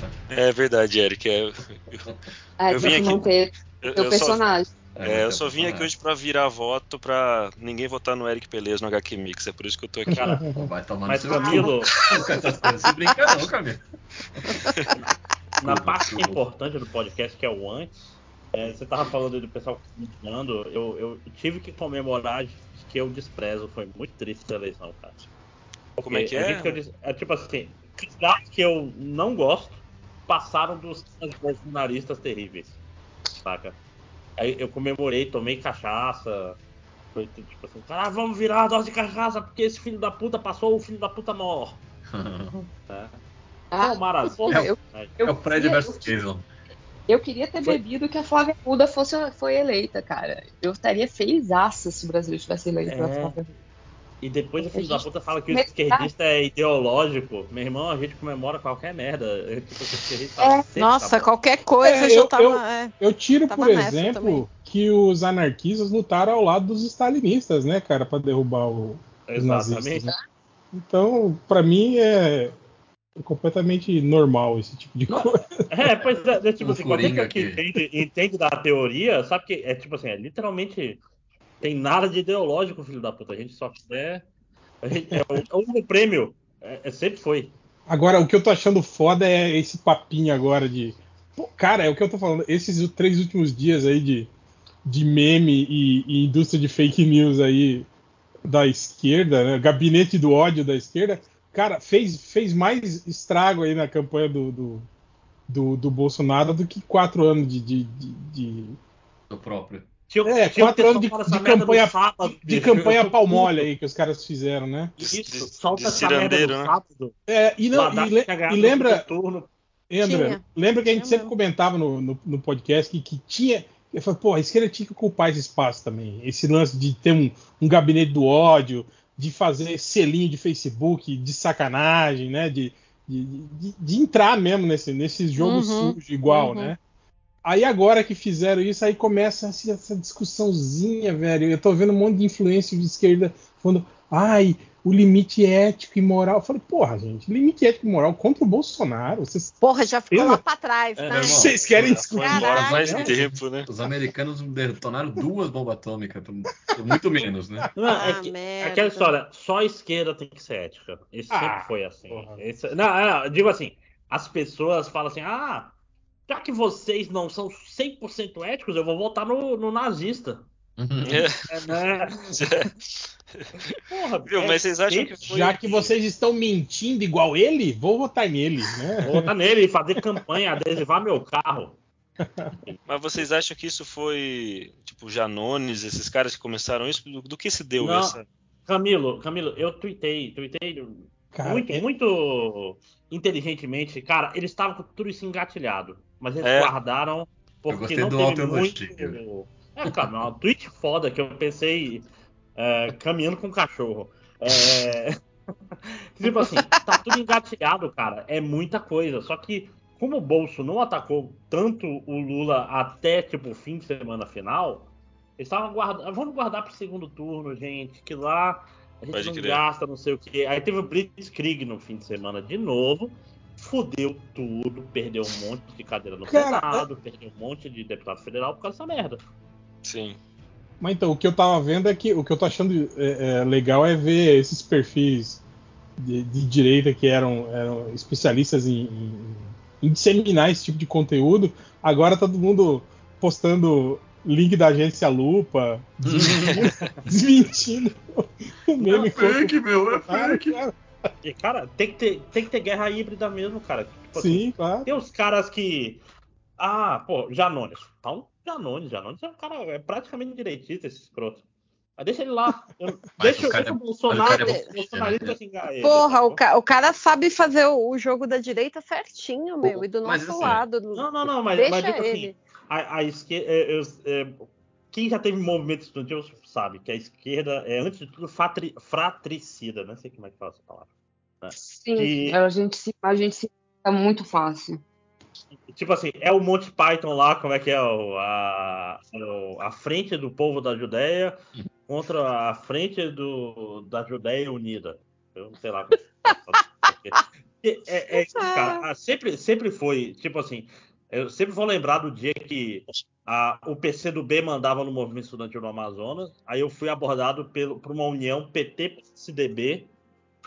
tá? É verdade, Eric. É, eu, Ah, Eu tem vim que aqui- manter eu- teu eu só, personagem. é, eu só vim aqui hoje pra virar voto pra ninguém votar no Eric Pelez no HQ Mix. É por isso que eu tô aqui. Cara, Pô, Vai tomar no mas seu Camilo, cu. tá Se brincar não, Camilo. na parte importante do podcast, que é o antes, é, você tava falando do pessoal criticando, eu, eu tive que comemorar as que eu desprezo. Foi muito triste essa eleição, cara. Como é que a é? gente que eu dis- é tipo assim, candidatos que eu não gosto passaram dos dos bolsonaristas terríveis, saca? Aí eu comemorei, tomei cachaça. Foi tipo assim, cara, vamos virar a dose de cachaça porque esse filho da puta passou o filho da puta maior. Né? Ah, Tomara as- porra, eu, É eu, o Fred queria, versus Jason. eu queria ter Foi. bebido que a Flávia Arruda fosse, foi eleita, cara. Eu estaria feliz se o Brasil tivesse eleito né? É. pela Flávia Arruda. E depois o filho da puta fala que o Mas- esquerdista é ideológico. Meu irmão, a gente comemora qualquer merda. Eu, tipo, o esquerdista É, tá sempre Nossa, tá bom. qualquer coisa É, já eu- tava. eu- é. Eu tiro, Tava por nessa exemplo, também. que os anarquistas lutaram ao lado dos stalinistas, né, cara, pra derrubar o- os nazistas. Exatamente. né? Então, pra mim é completamente normal esse tipo de coisa. É, pois é, é tipo Um assim, qualquer coringa que, que aqui. entende, entende da teoria, sabe que é tipo assim, é literalmente tem nada de ideológico, filho da puta. A gente só quer. A gente, é, o, é o único prêmio. É, é- sempre foi. Agora, o que eu tô achando foda é esse papinho agora de. Pô, cara, é o que eu tô falando. Esses três últimos dias aí de, de meme e, e indústria de fake news aí da esquerda, né? Gabinete do ódio da esquerda, cara, fez, fez mais estrago aí na campanha do, do, do, do Bolsonaro do que quatro anos de- de- de, de Do próprio. Tinha, É, tinha quatro um anos de- pessoal falando de essa merda campanha- do sábado, de bicho, eu campanha tô palmole aí que os caras fizeram, né? puto. Isso, De- solta de essa merda do cirandeiro, né? sábado. É, e, não- Haddad e le- tinha ganhado e outro lembra, turno. lembra, Tinha. lembra que a gente Tinha sempre mesmo. comentava no, no, no podcast que, que tinha. Eu falei, pô, a esquerda tinha que ocupar esse espaço também. Esse lance de ter um, um gabinete do ódio, de fazer selinho de Facebook, de sacanagem, né? De, de, de- de entrar mesmo nesse, nesse jogo Uhum, sujo igual, uhum. né? Aí agora que fizeram isso, aí começa assim, essa discussãozinha, velho. Eu tô vendo um monte de influência de esquerda falando, ai, o limite ético e moral. Eu falei, porra, gente, limite ético e moral contra o Bolsonaro. Vocês, Porra, já ficou Eu- lá pra trás, É, né? meu irmão. vocês querem Já foi discutir? embora há Caralho. mais tempo, né? Os americanos detonaram duas bombas atômicas. Muito menos, né? Não, é Ah, que- merda. Aquela história, só a esquerda tem que ser ética. Isso Ah, sempre foi assim. porra. Isso- não, é, não, eu digo assim, as pessoas falam assim, ah, já que vocês não são 100% éticos, eu vou votar no, no nazista. É, É, né? Porra, viu? é, Mas vocês acham que sempre- foi. Já que vocês estão mentindo igual ele, vou votar nele, né? Vou votar nele e fazer campanha, adesivar meu carro. Mas vocês acham que isso foi tipo Janones, esses caras que começaram isso? Do, do que se deu Não. essa? Camilo, Camilo, eu tuitei, tuitei Cara, muito, é- muito inteligentemente. Cara, eles estavam com tudo isso engatilhado, mas eles É. guardaram porque gostei não do teve autoelogio. muito... É, cara, uma tweet foda que eu pensei é, caminhando com um cachorro. É... tipo assim, tá tudo engatilhado, cara. É muita coisa. Só que como o Bolso não atacou tanto o Lula até tipo o fim de semana final, eles estavam guardando. Vamos guardar pro segundo turno, gente, que lá a gente Pode não crer. gasta, não sei o quê. Aí teve o Blitzkrieg no fim de semana de novo. Fudeu tudo, perdeu um monte de cadeira no Cara, Senado, perdeu um monte de deputado federal por causa dessa merda. Sim. Mas então, o que eu tava vendo é que o que eu tô achando é, é, legal é ver esses perfis de, de direita que eram, eram especialistas em, em- em disseminar esse tipo de conteúdo. Agora tá todo mundo postando link da agência Lupa, desmentindo o meme contra o meu, é Bolsonaro, cara. E, cara, tem que ter, tem que ter guerra híbrida mesmo, cara. Tipo assim, Sim, claro. Tem os caras que. Ah, pô, Janones. Tá um Janones. Janones é um cara é praticamente direitista, esse escroto. Mas deixa ele lá. Eu- deixa o o, cara deixa o é- Bolsonaro. mas o cara é o bolsonarista xingar ele. Porra, o, sacou? ca- o cara sabe fazer o, o jogo da direita certinho, meu, e do Mas nosso assim, lado. do- Não, não, não, mas, Deixa mas tipo ele. assim, a, a esquerda. é, quem já teve movimento estudantil sabe que a esquerda é, antes de tudo, fatri, fratricida. Não sei como é que fala essa palavra. Sim, E- a gente se a gente se tá muito fácil. Tipo assim, é o Monty Python lá, como é que é? o- a, é o- a frente do povo da Judéia contra a frente do, da Judéia Unida. Eu não sei lá. como é que fala, porque É, é, é isso, cara. Ah, Sempre, sempre foi, tipo assim, eu sempre vou lembrar do dia que a- o PC do B mandava no movimento estudantil do Amazonas, aí eu fui abordado pelo, por uma união PT-PCDB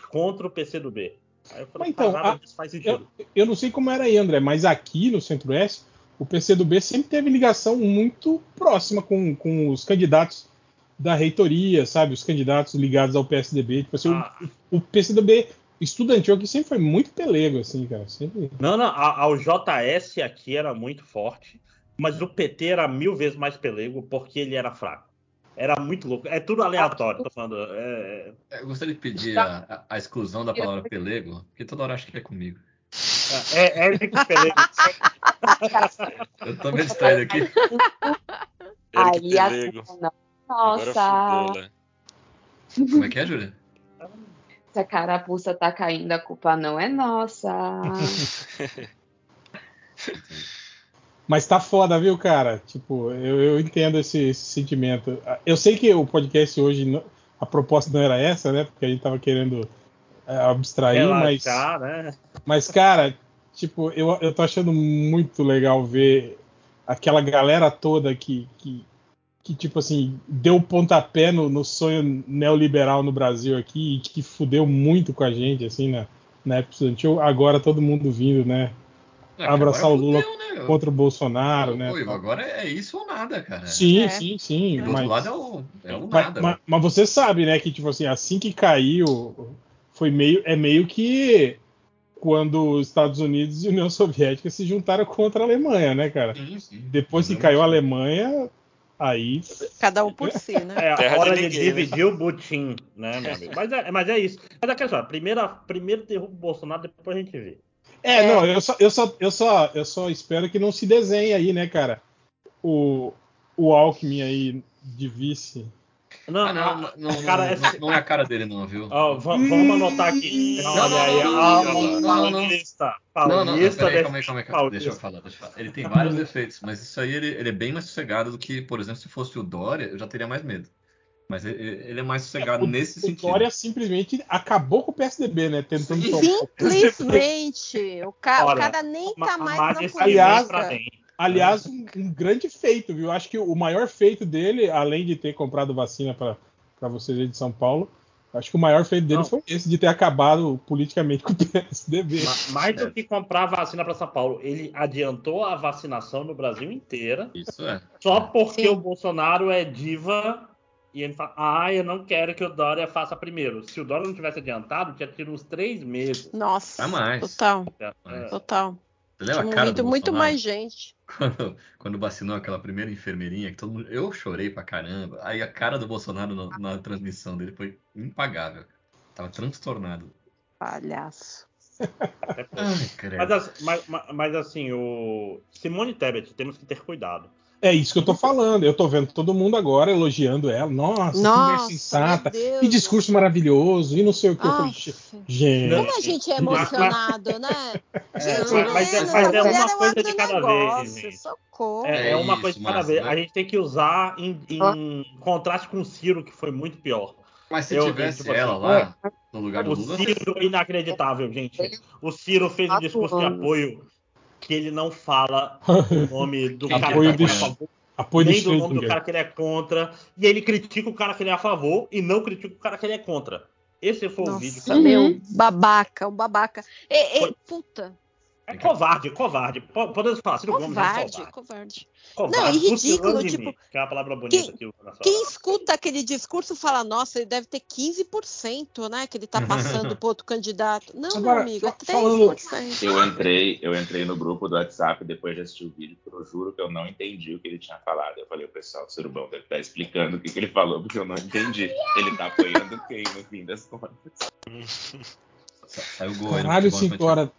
contra o PC do B. Aí eu falei, Mas então, "Faz nada a- disso faz sentido. Eu não sei como era aí, André, mas aqui no Centro-Oeste, o PCdoB sempre teve ligação muito próxima com, com os candidatos da reitoria, sabe? Os candidatos ligados ao PSDB. Tipo assim, o- Ah, o, PCdoB estudantil aqui sempre foi muito pelego, assim, cara. Sempre... não, não, a, a- o JS aqui era muito forte, mas o PT era mil vezes mais pelego porque ele era fraco. Era muito louco. É tudo aleatório, tô falando. é- Eu gostaria de pedir Tá. a, a- a exclusão da palavra pelego, porque toda hora acho que é comigo. é, é, é muito pelego. Eu tô meio distraído aqui. Eric Aí a Pelego. cena. Agora Nossa, fudeu, né? Como é que é, Júlia? se a carapuça tá caindo, a culpa não é nossa. Mas tá foda, viu, cara? Tipo, eu, eu entendo esse, esse sentimento. Eu sei que o podcast hoje, não- a proposta não era essa, né? Porque a gente tava querendo é, abstrair, mas. Relaxar, né? Mas, cara, tipo, eu, eu tô achando muito legal ver aquela galera toda que, que, que tipo assim, deu pontapé no, no sonho neoliberal no Brasil aqui e que fudeu muito com a gente, assim, na, na época estudantil. Agora todo mundo vindo, né? Ah, Abraçar agora o Lula fudeu, né? Contra o Bolsonaro, né? Pô, Ivo, agora é isso ou nada, cara. Sim, É. sim, sim. Do outro Mas, lado é o, é o mas, nada. mas- mas você sabe, né, que, tipo assim, assim que caiu, foi meio, é meio que quando os Estados Unidos e a União Soviética se juntaram contra a Alemanha, né, cara? né? Sim, sim. Depois que Não, caiu a sim. Alemanha, aí. Cada um por si, né? É Terra a hora de de, ninguém, né? dividir o butim, né, meu amigo? Mas é, mas é isso. Mas é aquela história, primeira, primeiro derruba o Bolsonaro, depois a gente vê. É, não, eu só, eu, só, eu, só, eu só espero que não se desenhe aí, né, cara? O, o Alckmin aí de vice. Não, Ah, não, não, não, cara, não- essa- não é a cara dele, não, viu? ó, va- vamos anotar aqui. Não, Olha não, aí, não, ah, não, não, não. paulista, Não, não, não, paulista peraí, desse- calma aí, calma aí, calma aí. é paulista. Deixa eu falar, deixa eu falar. Ele tem vários defeitos, mas isso aí ele, ele é bem mais sossegado do que, por exemplo, se fosse o Dória, eu já teria mais medo. Mas ele, ele é mais sossegado O- nesse O sentido. Dória simplesmente acabou com o PSDB, né? Tentando Sim. tomar. Simplesmente. O, ca- o Olha, cara nem Ma- tá tipo a mais margem na está bem aliás, pra política. bem. Aliás, É. um, um grande feito, viu? Acho que o maior feito dele, além de ter comprado vacina para vocês aí de São Paulo, acho que o maior feito dele Não. foi esse, de ter acabado politicamente com o PSDB. Ma- Mais é. do que comprar vacina para São Paulo, ele adiantou a vacinação no Brasil inteira Isso é. só porque Sim. o Bolsonaro é diva e ele fala, ah, eu não quero que o Dória faça primeiro. Se o Dória não tivesse adiantado, tinha tido uns três meses. Nossa. Tá mais. Total, Ah, É. total. Você Tinha lembra a cara morrido do muito Bolsonaro? mais gente. Quando, quando vacinou aquela primeira enfermeirinha, que todo mundo. Eu chorei pra caramba. Aí a cara do Bolsonaro na, na transmissão dele foi impagável. Tava transtornado. Palhaço. Até pouco. Ai, credo. Mas, as- mas- mas- mas, assim, o Simone Tebet, temos que ter cuidado. É isso que eu tô falando. Eu tô vendo todo mundo agora elogiando ela. Nossa, que mulher Nossa, sensata. meu Deus. Que discurso maravilhoso. E não sei o que. Eu falei, "Gente, Aff. gente. Não. Como a gente é Mas- mas- emocionado, né? Gente, mas- mas é- Helena, mas essa é uma mulher um coisa de cada vez, agronegócio, gente. Socorro. É, É é uma isso, coisa de cada Márcio, vez. né? A gente tem que usar em, em contraste com o Ciro, que foi muito pior. Mas se Eu vi, tivesse tipo assim, é ela lá, no lugar do O Lula. Ciro, inacreditável, gente. O Ciro fez um Quatro discurso de anos. apoio que ele não fala o nome do Quem cara apoio que ele é a do- favor, Apoio do nem do nome do Schrödinger. cara que ele é contra. E ele critica o cara que ele é a favor e não critica o cara que ele é contra. Esse foi o vídeo que Nossa, Uhum. meu, babaca, um babaca. E, e, puta, É covarde, covarde. Po- Podemos falar, Ciro Gomes é um covarde, covarde. covarde. Covarde, Não, e puto ridículo, vilão de tipo, mim, que é uma palavra bonita que usa na sua- Quem escuta aquele discurso fala, nossa, ele deve ter 15%, né? Que ele tá passando pro outro candidato. Não, meu Agora, amigo, é fa- falando- 3%. Eu entrei, eu entrei no grupo do WhatsApp depois de assistir o vídeo, porque eu juro que eu não entendi o que ele tinha falado. Eu falei, o pessoal do Surubão deve estar explicando o que, que ele falou, porque eu não entendi. Ele tá apoiando quem, no fim das contas. Sa- Saiu o gol né? aí no Caralho, futebol, 5 horas.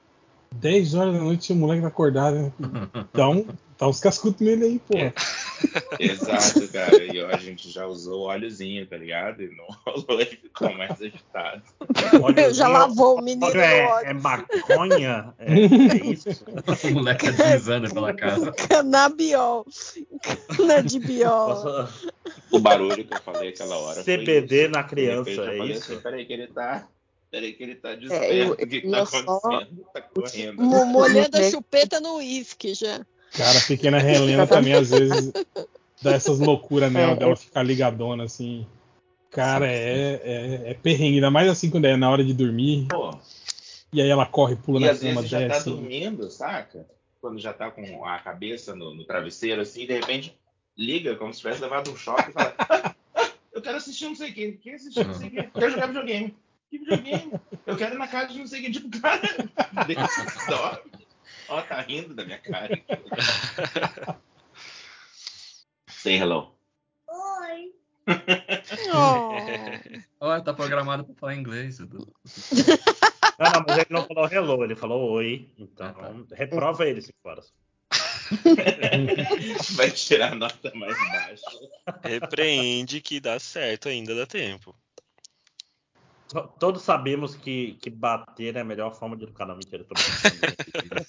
10 horas da noite, o moleque tá acordado, né? Então, dá uns cascudos nele aí, É. pô. Exato, cara. E ó, a gente já usou o óleozinho, tá ligado? E não rolou, ele ficou mais agitado. Eu já Olha, lavou o menino Olha, é, no ódio. é maconha? É, é isso? O moleque tá deslizando pela casa. Canabiol. Canadibiol. Nossa, O barulho que eu falei aquela hora. foi CBD isso. na De repente criança, eu é falei isso? Assim, Peraí, que ele tá Peraí, que ele tá É, eu- desperto. O que que tá eu só- acontecendo? Tá correndo. Mo- Molhando a Uhum. chupeta no uísque já. Cara, a pequena Helena também às vezes dá essas loucuras nela, É, dela é. ficar ligadona assim. Cara, é, é, é perrengue, ainda mais assim quando é na hora de dormir. Pô, E aí ela corre, pula e na às cama, assim. vezes já tá desce. dormindo, saca? Quando já tá com a cabeça no, no travesseiro, assim, de repente liga, como se tivesse levado um choque e fala: "Ah, ah, Eu quero assistir não sei quem, quero assistir não sei quem, quero jogar videogame. Que videogame? Eu quero ir na casa de não sei quem, tipo, cara, deixa eu dorme. Ó, tá rindo da minha cara. Say hello. Oh. Olha, tá programado pra falar inglês. Edu. Ah, Não, não, mas ele não falou hello, ele falou oi. Então, Ah, tá. reprova ele se for. Vai tirar a nota mais baixa. Repreende que dá certo, ainda dá tempo. To- Todos sabemos que, que bater é a melhor forma de educar. Não, mentira, eu tô brincando.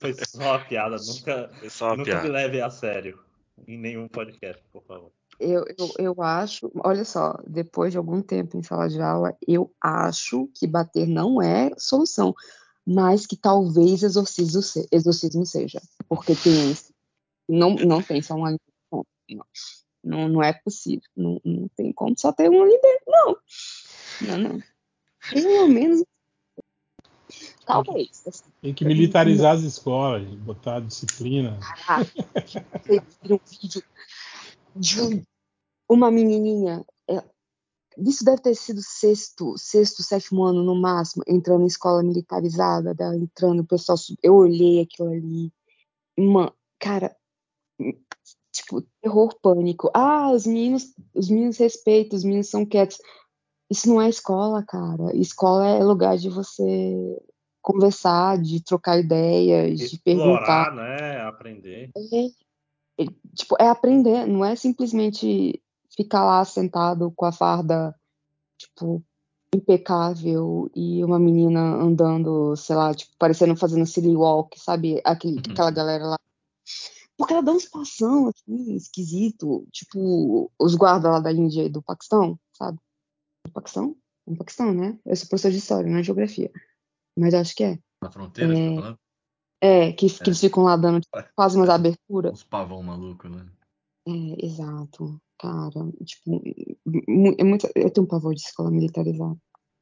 Foi só uma piada. Nunca, É só uma nunca me piada. leve a sério em nenhum podcast, por favor. Eu, eu, eu acho, olha só, depois de algum tempo em sala de aula, eu acho que bater não é solução, mas que talvez exorcismo, se- exorcismo seja, porque tem esse. Não, não tem só um ali dentro, não, não, não é possível, não, não tem como só ter um ali dentro, não. Não, não. Pelo menos, talvez, assim. Tem que militarizar as escolas, botar disciplina. Ah, vocês viram um vídeo de um- uma menininha. é, isso deve ter sido sexto, sexto, sétimo ano no máximo, entrando em escola militarizada, dela entrando, o pessoal. sub- Eu olhei aquilo ali. Mano, cara, tipo, terror, pânico. Ah, os meninos, os meninos respeitam, os meninos são quietos. Isso não é escola, cara. Escola é lugar de você conversar, de trocar ideias, de perguntar. Explorar, né? Aprender. É, é, tipo, é aprender, não é simplesmente ficar lá sentado com a farda, tipo, impecável e uma menina andando, sei lá, tipo, parecendo fazendo silly walk, sabe? Aquele, aquela galera lá. Porque ela dá uns passão, assim, esquisito, tipo, os guardas lá da Índia e do Paquistão, sabe? Do Paquistão? É No Paquistão, né? Eu sou professor de história, não é geografia. Mas acho que é. Na fronteira, você tá falando? É, que, que eles ficam lá dando tipo, quase umas aberturas. Os pavão maluco, né? É, exato, cara. Tipo, mu- é muito- eu tenho um pavor de escola militarizada.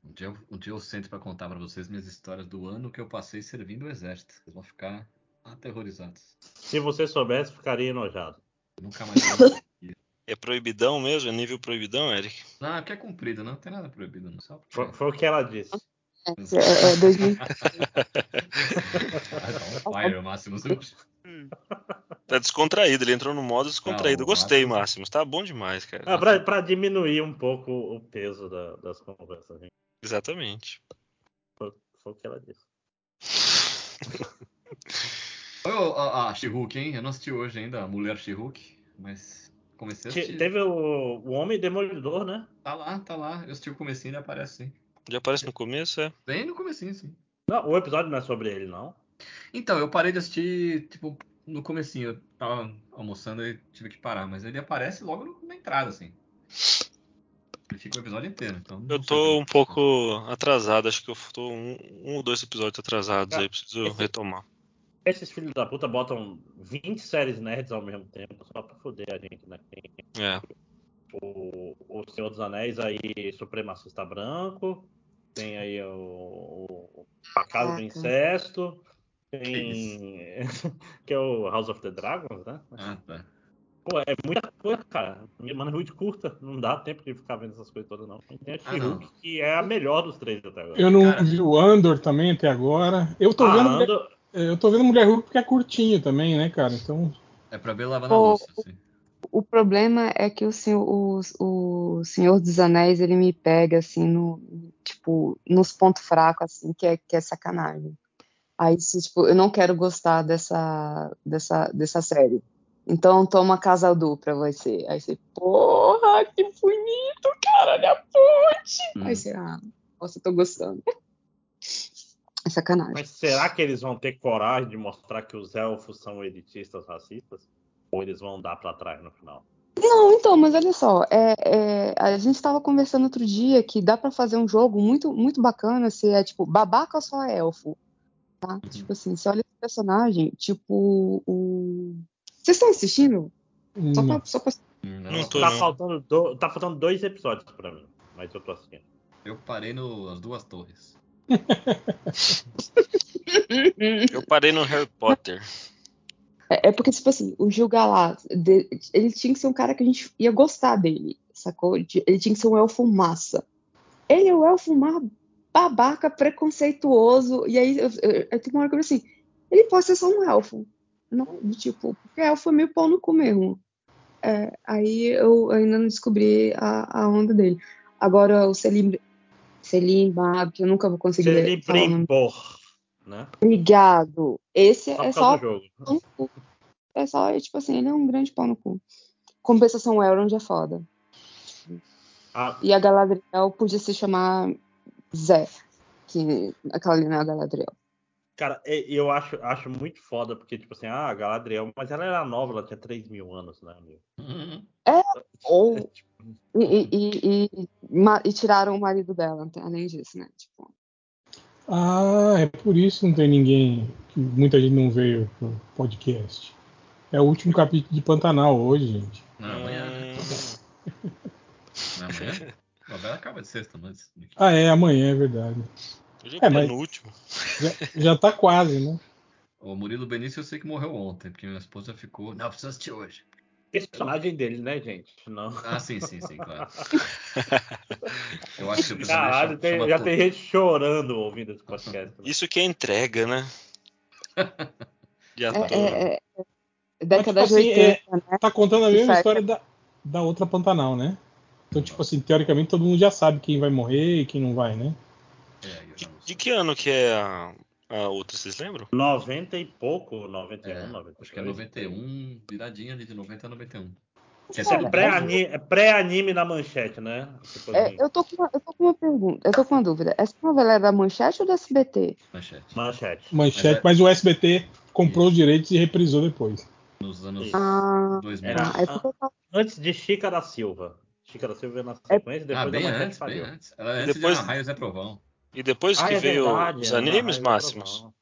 Um dia, eu- um dia eu sento pra contar pra vocês minhas histórias do ano que eu passei servindo o exército. Vocês vão ficar aterrorizados. Se você soubesse, ficaria enojado. Nunca mais. vou repetir. É proibidão mesmo? É nível proibidão, Eric? não, é porque é cumprido, não, não tem nada proibido, não. Só assim, porque- Foi, foi o que ela disse. É, é, é 2000, Ah, tá on fire, Máximo. assim. Tá descontraído, ele entrou no modo descontraído. Ah, o Gostei, Máximo. Máximo. Tá bom demais, cara. Ah, pra, pra diminuir um pouco o peso da- das conversas. gente. Exatamente. Foi, foi o que ela disse. Foi o- a, a She-Hulk, hein? Eu não assisti hoje ainda a Mulher She-Hulk, mas comecei a Te- assistir. teve o, o Homem Demolidor, né? Tá lá, tá lá. Eu assisti o comecinho e aparece, sim. Já aparece no começo, é? Bem no comecinho, sim. Não, o episódio não é sobre ele, não. Então, eu parei de assistir, tipo, no comecinho. Eu tava almoçando e tive que parar, mas ele aparece logo no- na entrada, assim. Ele fica o episódio inteiro, então... não Eu sei como- tô um pouco atrasado, acho que eu tô um, um ou dois episódios atrasados aí, preciso esse- retomar. Esses filhos da puta botam 20 séries nerds ao mesmo tempo só pra foder a gente, né? Tem É. o, o Senhor dos Anéis aí, Supremacista Branco. Tem aí o, o A Casa do Caraca. Incesto. Tem. que é o House of the Dragons, né? Ah, tá. Pô, é muita coisa, cara. Minha mano é muito curta. Não dá tempo de ficar vendo essas coisas todas, não. Tem a Ah, não. She-Hulk, que é a melhor dos três até agora. Eu não Cara. vi o Andor também até agora. Eu tô, Ah, vendo, Mulher- Andor- eu tô vendo Mulher Hulk porque é curtinho também, né, cara? Então, É pra ver lavando Pô, a louça, assim. o problema é que o senhor, o, o Senhor dos Anéis, ele me pega, assim, no, tipo, nos pontos fracos, assim, que é, que é sacanagem. Aí, se, tipo, eu não quero gostar dessa, dessa, dessa série. Então, toma Casaldu pra você. Aí você, porra, que bonito, cara, olha a ponte. Hum. Aí você, ah, nossa, eu tô gostando. É sacanagem. Mas será que eles vão ter coragem de mostrar que os elfos são elitistas racistas? Ou eles vão dar pra trás no final? Não, então, mas olha só, é, é, a gente estava conversando outro dia que dá para fazer um jogo muito, muito bacana se é tipo babaca ou só é elfo, tá? Tipo assim, você olha o personagem, tipo o. Vocês estão assistindo? Só Hum. pra, só pra... Hum, Não tô, Tá não. faltando, do- tá faltando dois episódios pra mim, mas eu tô assistindo. Eu parei no As Duas Torres. Uhum. Eu parei no Harry Potter. É é porque, tipo assim, o Gil Galás, de- ele tinha que ser um cara que a gente ia gostar dele, sacou? De- Ele tinha que ser um elfo massa. Ele é o elfo mar babaca, preconceituoso, e aí eu, eu, eu tenho uma hora que eu falei assim, ele pode ser só um elfo. Não, do tipo, porque elfo é meio pau no cu mesmo. É, aí eu ainda não descobri a, a onda dele. Agora o Selim, Selim Bab, que eu nunca vou conseguir Ele ler- falar o nome. brimbor, né? Obrigado. Esse é, Só é por só causa do jogo. pau no cu. É só, tipo assim, ele é um grande pau no cu. Compensação, o Elrond é foda. Ah, E a Galadriel podia se chamar Zé, que aquela ali não é a Galadriel. cara, é- eu acho, acho muito foda, porque, tipo assim, ah, a Galadriel, mas ela era nova, ela tinha 3 mil anos, né, amigo? Hum, É, Ou, tipo, É, e, e, e, e- ma- e tiraram o marido dela, tá? além disso, né? Tipo, Ah, é por isso que não tem ninguém. Que muita gente não veio pro podcast. É o último capítulo de Pantanal hoje, gente. Não, amanhã. Hum, Não, amanhã. A novela acaba de sexta, mas. Ah, é, amanhã, é verdade. hoje É, é mas- penúltimo. Já, já tá quase, né? O Murilo Benício eu sei que morreu ontem, porque minha esposa ficou. Não, precisa assistir hoje. personagem dele, né, gente? Não. Ah, sim, sim, sim, claro. Eu acho que o personagem Caralho, chama- tem- chama já Tom. tem gente chorando ouvindo esse podcast. né? Isso que é entrega, né? De é, ator. é, é- é década Mas, tipo de assim, 80, né? Tá contando a mesma Certo. história da, da outra Pantanal, né? Então, tipo assim, teoricamente todo mundo já sabe quem vai morrer e quem não vai, né? É, eu já não De sei. que ano que é a, a outra, vocês lembram? 90 e um, pouco, 91, É, 92. acho que é 91, viradinha ali de 90 a 91. Que é Cara, sempre é bom. Pré-ani- é Pré-anime na manchete, né? Tipo É, assim, eu, tô com uma, eu tô com uma pergunta, eu tô com uma dúvida. Essa novela era da Manchete ou da SBT? Manchete. Manchete. Manchete, é- mas o SBT comprou os direitos e reprisou depois. Nos anos Ah, 2000. Era- é porque eu tava- Antes de Chica da Silva. Chica da Silva veio É- na sequência, depois ah, da bem Manchete antes, bem pariu. antes. Ela é antes depois- de Ana Raio e Zé Trovão. E depois Ah, que é veio verdade, os é, animes Raio máximos. Trovão.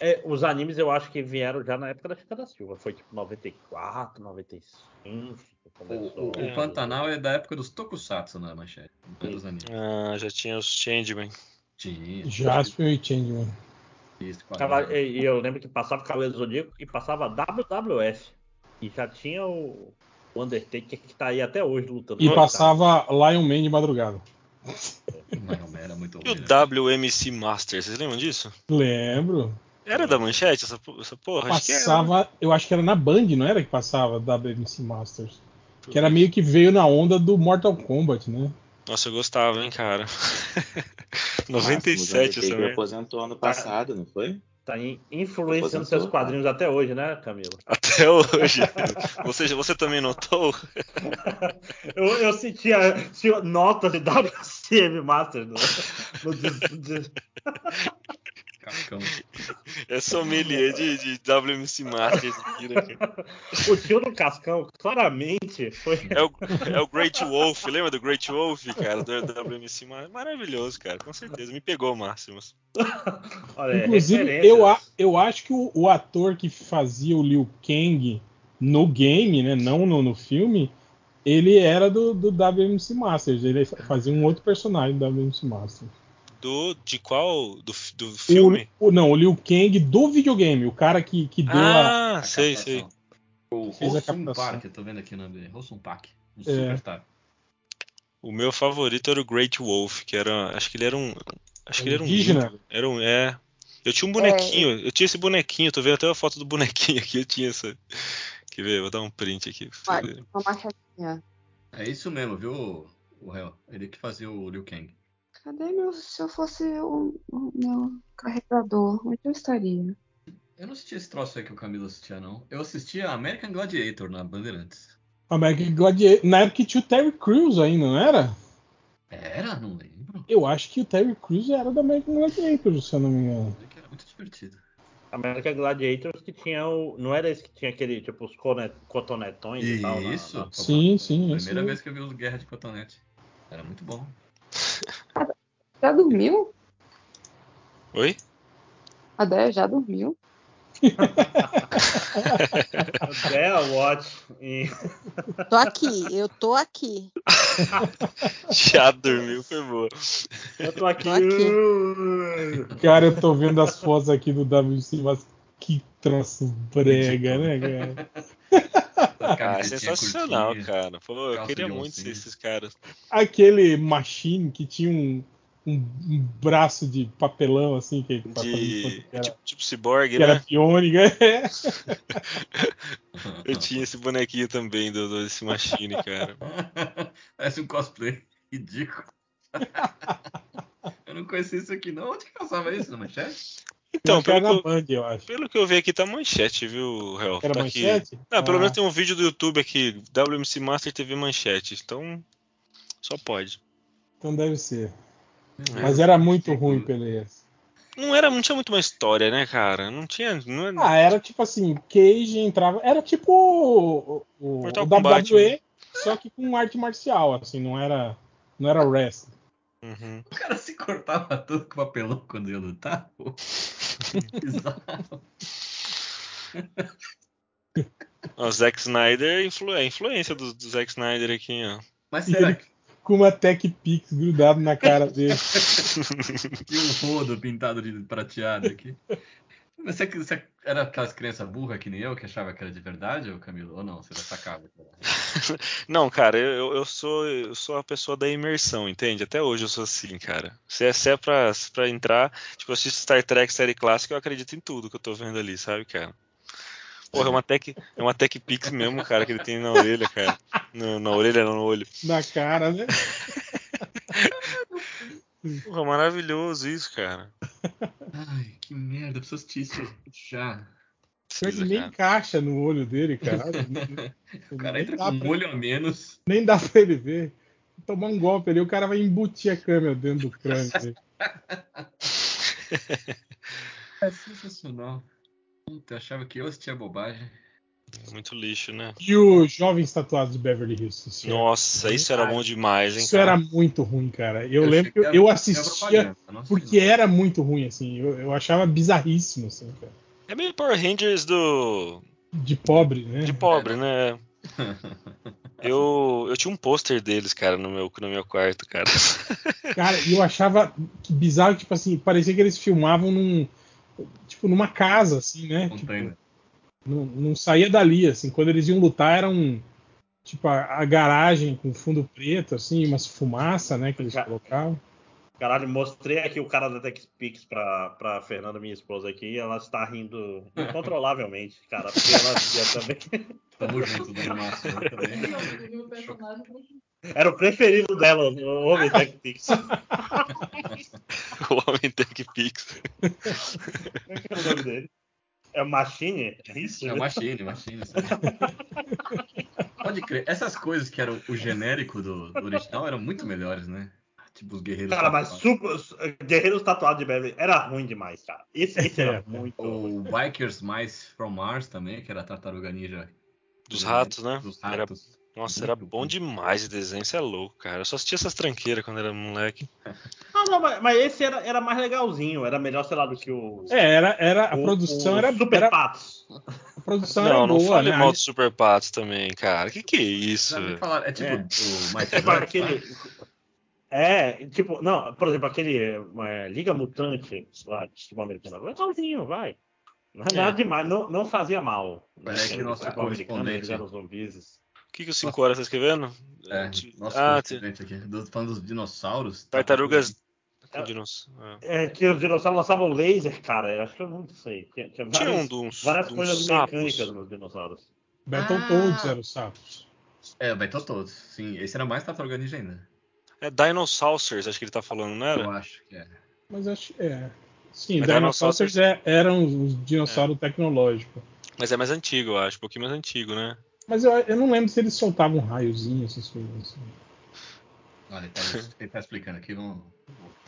É, os animes eu acho que vieram já na época da Chica da Silva. Foi tipo 94, 95. que O, começou. o- o Pantanal é da época dos Tokusatsu na manchete. Não é dos animes. Ah, já tinha os Changeman. Tinha. Jasper e Changeman. Isso, Tava- quadrinho. e e eu lembro que passava Cavaleiro do Zodíaco e passava WWF. E já tinha o, o Undertaker que tá aí até hoje lutando. E Tá. passava Lion Man de madrugada. Mas era muito E o ruim. né? WMC Master, vocês lembram disso? Lembro. Era da manchete essa, po- essa porra? Acho que era. né? Passava, eu acho que era na Band, não era que passava WMC Masters? Que era meio que veio na onda do Mortal Kombat, né? Nossa, eu gostava, hein, cara. 97 Máximo, o essa né? Undertaker merda. aposentou ano passado, não foi? Tá in- influenciando seus Aposentou, cara. quadrinhos até hoje, né, Camila? Até hoje. Ou seja, você também notou? Eu, eu sentia, sentia notas de WCM Masters no, no dis- dis- Cacão. É sommelier de, de WMC Master. esse aqui, né, cara? O tio do Cascão, claramente, foi. É o, é o Great Wolf, lembra do Great Wolf, cara? Do WMC Master. Maravilhoso, cara, com certeza. Me pegou Máximos. Olha, é Inclusive, referências. eu, né? a- eu acho que o, o ator que fazia o Liu Kang no game, né? Não no, no filme, ele era do, do WMC Masters. Ele fa- fazia um outro personagem do WMC Masters. Do. De qual? Do, fi- do O- filme? O, não, o Liu Kang do videogame, o cara que, que deu a. Ah, A sei, sei. captação. O Fez a Rossum captação. Park, eu tô vendo aqui o nome dele. Rossum Park. Um superstar. O meu favorito era o Great Wolf, que era. Acho que ele era um. Acho que ele era um. Indígena? índio. Era um. É. Eu tinha um bonequinho, eu tinha esse bonequinho, tô vendo até a foto do bonequinho aqui, eu tinha essa. Quer ver? Vou dar um print aqui pra vocês Vai. verem. uma machadinha. É isso mesmo, viu, o réu? Ele que fazia o Liu Kang. Cadê meu. Se eu fosse o, o meu carregador, onde eu estaria? Eu não assistia esse troço aí que o Camilo assistia, não. Eu assistia American Gladiator na Bandeirantes. American Gladiator. Na época que tinha o Terry Crews ainda, não era? Era? Não lembro. Eu acho que o Terry Crews era da American Gladiator, se eu não me engano. Eu lembro que era muito divertido. América Gladiators que tinha o. Não era esse que tinha aquele, tipo, os cone- cotonetões e, tal? né? na- Isso. na- Sim, sim, isso. Primeira vez que eu vi os Guerra de Cotonete. Era muito bom. Já dormiu? Oi? A Dé já dormiu. Bell Watch. E... Tô aqui, eu tô aqui. Já dormiu, foi boa. Eu tô aqui. uh, Tô aqui. Cara, eu tô vendo as fotos aqui do WC, mas que troço brega, né, cara? é Ah, Camisetinha sensacional, curtinha. cara. Pô, eu calça queria de muito ser oncinha. esses caras. Aquele machine que tinha um, um- um braço de papelão, assim, que, De. que era, Tipo, tipo ciborgue, que era né? piônica. Eu tinha esse bonequinho também do, do- desse machine, cara. Parece um cosplay ridículo. eu não conhecia isso aqui, não. Onde que passava isso? Na manchete? Então, que era na pelo que, eu, Band, eu acho. pelo que eu vi aqui tá manchete, viu, Real? Era tá aqui. manchete? Ah, pelo Ah. menos tem um vídeo do YouTube aqui, WMC Master TV Manchete. Então, só pode. Então deve ser. É. Mas era muito ruim, Peleias. Não era, não tinha muito uma história, né, cara? Não tinha. Não é, era... Ah, era tipo assim, Cage entrava. Era tipo o, o, o Mortal Kombat, né? WWE, só que com arte marcial, assim, não era. Não era wrestling. Uhum. O cara se cortava todo com papelão quando ia lutar. pô. Bizarro. Ó, Zack Snyder influ... é a influência do, do Zack Snyder aqui, ó. Mas E será ele com uma Tech Pix grudado na cara dele. E um rodo pintado de prateado aqui. Mas você, você era aquelas crianças burras que nem eu, que achava que era de verdade, ô Camilo? Ou não? Você já sacava? que era? Não, cara, eu, eu- eu sou eu sou a pessoa da imersão, entende? Até hoje eu sou assim, cara. Se é, se é pra, pra entrar, tipo, eu assisto Star Trek série clássica, eu acredito em tudo que eu tô vendo ali, sabe, cara? Porra, é uma Tech, é uma tech Pix mesmo, cara, que ele tem na orelha, cara. Na, na orelha, não, no olho. na cara, né? Porra, maravilhoso isso, cara. Ai, que merda, eu preciso assistir isso já. Pior que Precisa, nem cara. encaixa no olho dele, cara. Nem- O cara nem entra dá com um pra- olho a menos. Nem dá pra ele ver. Tomar um golpe ali, o cara vai embutir a câmera dentro do crânio. dele. É sensacional. Puta, eu achava que eu assistia bobagem. Muito lixo, né? E os jovens tatuados de Beverly Hills. isso era- Nossa, isso era bom É, demais, hein, Isso cara? era muito ruim, cara. Eu, lembro que eu, cheguei eu a- assistia cheguei a propaganda, não porque é assisti, era muito ruim, assim. Eu, eu achava bizarríssimo, assim, cara. É meio Power Rangers do. De pobre, né? de pobre, né? não. Eu, eu tinha um pôster deles, cara, no meu, no meu quarto, cara. Cara, e eu achava que bizarro, tipo assim, parecia que eles filmavam num. Tipo, numa casa, assim, né? Tipo, Container. não, não saía dali, assim. Quando eles iam lutar, era um. Tipo, a, a garagem com fundo preto, assim, umas fumaça, né? Que eles Ca- colocavam. Caralho, mostrei aqui o cara da TechPix pra, pra Fernanda, minha esposa aqui, e ela está rindo incontrolavelmente, cara, porque ela via também. Tamo junto, um do máximo né, também. Era o preferido dela, o homem TechPix. o Homem Tech Pix. Como é que é o nome dele? É o Machine? É isso? É o Machine, Machine. sabe? né? Pode crer. Essas coisas que eram o genérico do, do original eram muito melhores, né? Tipo os guerreiros. Cara, mas Tatuados. super, Guerreiros Tatuados de Beverly era ruim demais, cara. Esse, esse É, era muito ruim. O Bikers Mais From Mars também, que era a tartaruga ninja. Dos Dos ratos, né? Dos Era- ratos. nossa, era muito bom bom. demais esse desenho, você é louco, cara. Eu só assistia essas tranqueiras quando era moleque. Ah, não, mas, mas esse era, era mais legalzinho. Era melhor, sei lá, do que o. É, era, era, a o- produção o era, Super era- Patos. a produção Não, era não boa, fale né? mal do Super Patos também, cara. Que que é isso? Sabe falar, é tipo É. o Michael Tipo, Jackson, aquele. É, tipo, não, por exemplo, aquele é, Liga Mutante lá, de futebol americano. É legalzinho, vai. Não é É. nada demais, não, não fazia mal. Olha aí É que nosso Futebol americano, correspondente. eles eram zumbis. O que, que o 5 horas tá escrevendo? É, Ti- nossa, ah, ah, ti- aqui. Do- Falando dos dinossauros. tá tartarugas. É. Dinos- ah. É que os dinossauros lançavam laser, cara. Eu acho que eu não sei. Tinha, tinha Tinha um várias, de uns, várias de uns coisas sapos. mecânicas nos dinossauros. Battletoads Ah. era os sapos. É, Battletoads, sim. Esse era mais tartaruga ninja ainda. É Dinosaurs, acho que ele tá falando, não Eu era? acho que é. Mas acho que é. Sim, Mas dinossauros é, eram os dinossauros tecnológicos. Mas é mais antigo, eu acho. Um pouquinho mais antigo, né? Mas eu, eu não lembro se eles soltavam um raiozinho, essas coisas. assim. Olha, ele tá, ele tá explicando aqui. Vamos,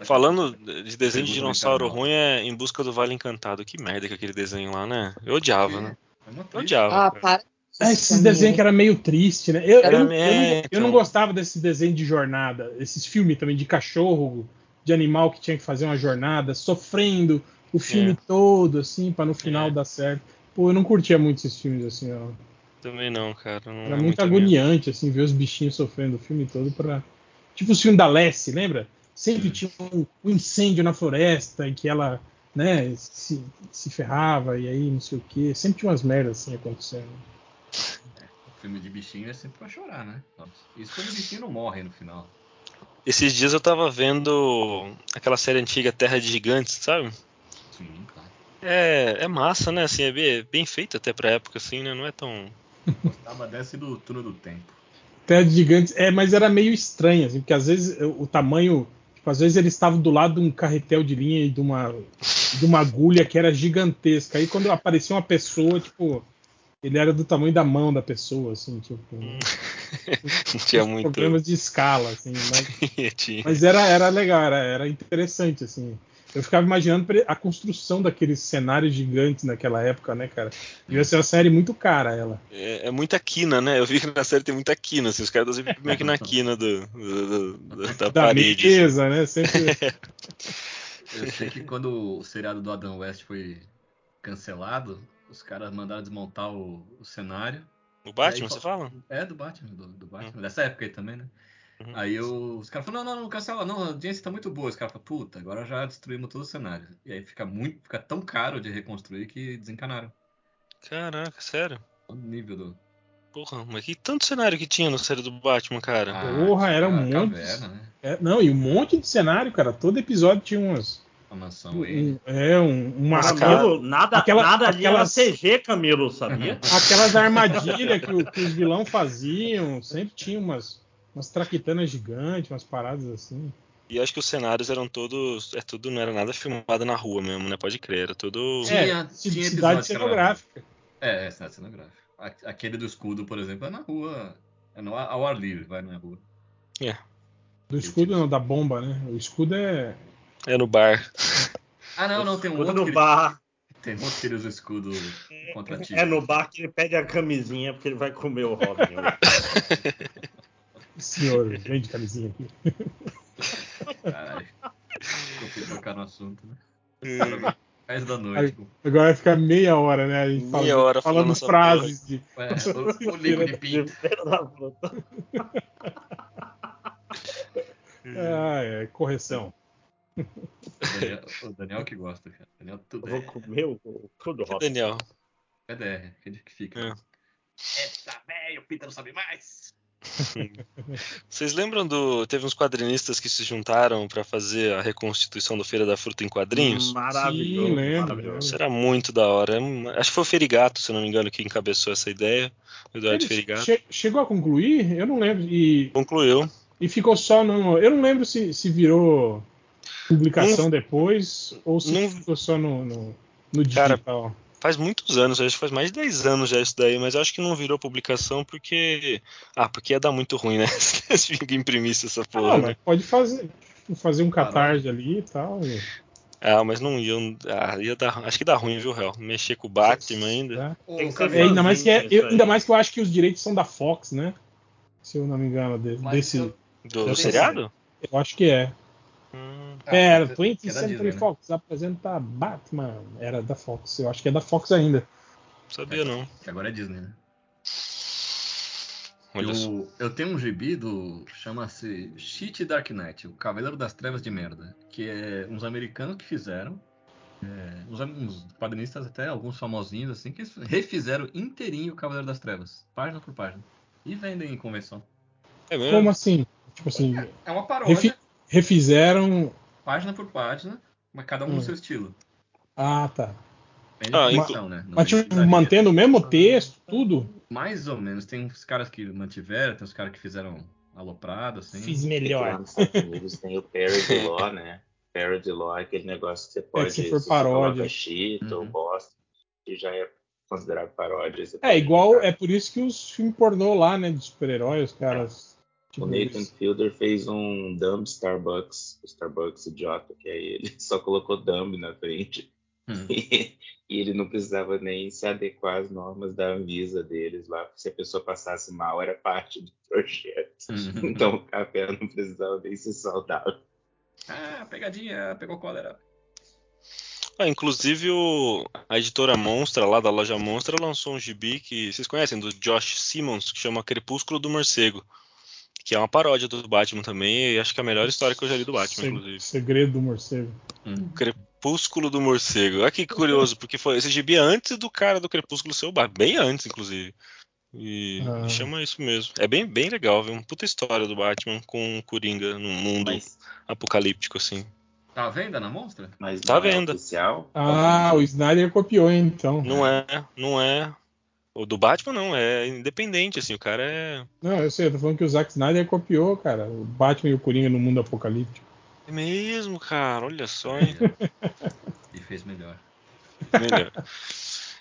Falando de desenho Pergunta de dinossauro mental. ruim é Em Busca do Vale Encantado. Que merda que é aquele desenho lá, né? Eu odiava, né? É uma Eu triste. odiava. Ah, cara. para. É, esses desenhos que era meio triste, né? Eu, eu, Era não- eu, meio- não, eu então. não gostava desses desenhos de jornada, esses filmes também de cachorro, de animal que tinha que fazer uma jornada, sofrendo o filme É. todo, assim, pra no final É. dar certo. Pô, eu não curtia muito esses filmes, assim, ó. Também não, cara. Não Era é muito a minha. agoniante, assim, ver os bichinhos sofrendo o filme todo pra. Tipo o filme da Lessie, lembra? Sempre Hum. tinha um, um incêndio na floresta em que ela, né, se, se ferrava e aí não sei o quê. Sempre tinha umas merdas assim acontecendo. Filme de bichinho é sempre pra chorar, né? Isso quando o bichinho não morre no final. Esses dias eu tava vendo aquela série antiga Terra de Gigantes, sabe? Sim, claro. É, é massa, né? Assim, é bem, bem feito até pra época, assim, né? Não é tão. Gostava dessa e do turno do tempo. Terra de Gigantes, é, mas era meio estranho, assim, porque às vezes eu- o tamanho. Tipo, às vezes eles estavam do lado de um carretel de linha e de uma, de uma agulha que era gigantesca. Aí quando aparecia uma pessoa, tipo, ele era do tamanho da mão da pessoa, assim, tipo. Não Hum, tinha uns muito. problemas de escala, assim, mas, Tinha. mas era, era legal, era, era interessante, assim. Eu ficava imaginando pre- a construção daqueles cenários gigantes naquela época, né, cara? Devia ser uma série muito cara, ela. É, é muita quina, né? Eu vi que na série tem muita quina, assim, os caras estão sempre meio que na quina do, do- do- da, Da parede. assim. riqueza, né? Sempre... Eu sei que quando o seriado do Adam West foi cancelado, os caras mandaram desmontar o, o cenário. assim. O E Batman, aí você fal- fala? É, do Batman, do, do Batman. Dessa época aí também, né? Uhum. Aí eu- os caras falaram, não, não, não, cancela, não, a audiência tá muito boa. Os caras falaram, puta, agora já destruímos todo o cenário. E aí fica muito, fica tão caro de reconstruir que desencanaram. Caraca, sério. Olha o nível do. Porra, mas que tanto cenário que tinha na série do Batman, cara. Ah. Porra, era um a monte. Caverna, né? É, não, e um monte de cenário, cara. Todo episódio tinha umas. A mansão aí. Um, é, um, uma. Nossa, aquela- cara. Camilo, nada, Aquela- nada ali era aquelas- CG, Camilo, sabia? Uhum. Aquelas armadilhas que, o- que os vilão faziam. Sempre tinha umas, umas traquitanas gigantes, umas paradas assim. E acho que os cenários eram todos. É tudo, não era nada filmado na rua mesmo, né? Pode crer, era tudo. Tinha- é, tinha cidade episódio que era- cenográfica. É, é cenário cenográfico. A- Aquele do escudo, por exemplo, é na rua. É no, ao ar livre, vai na rua. Do escudo não, da bomba, né? O escudo é. É no bar. Ah, não, não, tem um Quando outro. no Que bar, ele, tem um outro que ele usa o escudo contra ti. é no bar que ele pede a camisinha porque ele vai comer o Robin. Senhor, vem de camisinha aqui. Caralho. Eu fui tocar no assunto, né? Cara, 10 da noite. Agora vai ficar meia hora, né? A gente Meia falando, hora falando falando essa frases de. É, o, o líquido de pinto. Ah, é, correção. O Daniel, o Daniel que gosta, cara. O Daniel tudo Vou é comer o cu do Robin. Daniel. PDR, aquele que fica. É. É. tá velho, o Pita não sabe mais. Vocês lembram do. Teve uns quadrinistas que se juntaram pra fazer a reconstituição do Feira da Fruta em Hum. quadrinhos? Maravilhoso. Sim, lembro, maravilhoso. Isso era muito da hora. É um- Acho que foi o Ferigato, se não me engano, que encabeçou essa ideia. O Eduardo Ele Ferigato. che- chegou a concluir? Eu não lembro. E, Concluiu. e ficou só no. Eu não lembro se, se virou publicação depois ou se não- ficou só no, no, no Cara, digital. Faz muitos anos, acho que faz mais de 10 anos já isso daí, mas eu acho que não virou publicação porque. Ah, porque ia dar muito ruim, né? Se imprimisse essa Ah, porra, não, né? mas pode fazer. tipo, Fazer um Caralho. catarse ali e tal. e- Ah, mas não ia. Ah, ia dar... Acho que dá ruim, viu, Real? Mexer com o Batman ainda. tá? Ô, Tem que ser É, Camilo, ainda, mais que é, Isso eu, aí. ainda mais que eu acho que os direitos são da Fox, né? Se eu não me engano, de- mas desse. eu- Do, do Deve ser. seriado? Eu acho que é. Hum, Ah, era mas 20th era Century Disney, né? Fox apresenta Batman. Era da Fox. Eu acho que é da Fox ainda. sabia não. Que Agora é Disney, né? Olha só. Eu, eu tenho um gibi do. chama-se Cheat Dark Knight, o Cavaleiro das Trevas de Merda. Que é uns americanos que fizeram. é, uns, uns quadrinistas até, alguns famosinhos assim, que refizeram inteirinho o Cavaleiro das Trevas, página por página. E vendem em convenção. É Como mesmo? assim? Tipo assim, É uma paródia, Refi- refizeram. página por página, mas cada um no Hum. seu estilo. Ah, tá. Vende Ah, em convenção, né? Não Mas tipo, necessariamente. mantendo o mesmo texto, tudo. Mais ou menos. Tem os caras que mantiveram, tem os caras que fizeram aloprado, assim. Fiz Lá melhor. nos Estados Unidos tem o parody law, né? Parody law é aquele negócio que você pode. se se for você paródia. coloca shit ou Uhum. bosta, que já é considerado paródia. você É pode igual, brincar. é por isso que os filmes pornô lá, né, de super-heróis, os caras O Nathan Fielder fez um dumb Starbucks, Starbucks idiota, que aí ele só colocou dumb na frente. Hum. E ele não precisava nem se adequar às normas da Anvisa deles lá, porque se a pessoa passasse mal, era parte do projeto. Uhum. Hum. Então o café não precisava nem ser saudável. Ah, pegadinha, pegou cólera. Ah, inclusive, o- a editora Monstra, lá da loja Monstra, lançou um gibi que vocês conhecem, do Josh Simmons, que chama Crepúsculo do Morcego, que é uma paródia do Batman também, e acho que é a melhor história que eu já li do Batman, Se- inclusive. Segredo do morcego. Hum. Crepúsculo do Morcego. Olha que curioso, porque foi esse gibi é antes do cara do Crepúsculo ser o Batman, bem antes, inclusive. E Ah. e chama isso mesmo. É bem, bem legal, viu? Uma puta história do Batman com o Coringa num mundo Mas, apocalíptico, assim. Tá à venda na monstra? mas Tá não à venda. é oficial. Ah, o Snyder copiou, hein, então. Não é, não é. O do Batman não, é independente, assim, o cara é. Não, eu sei, eu tô falando que o Zack Snyder copiou, cara. O Batman e o Coringa no mundo apocalíptico. É mesmo, cara, olha só, hein? E fez melhor. Melhor.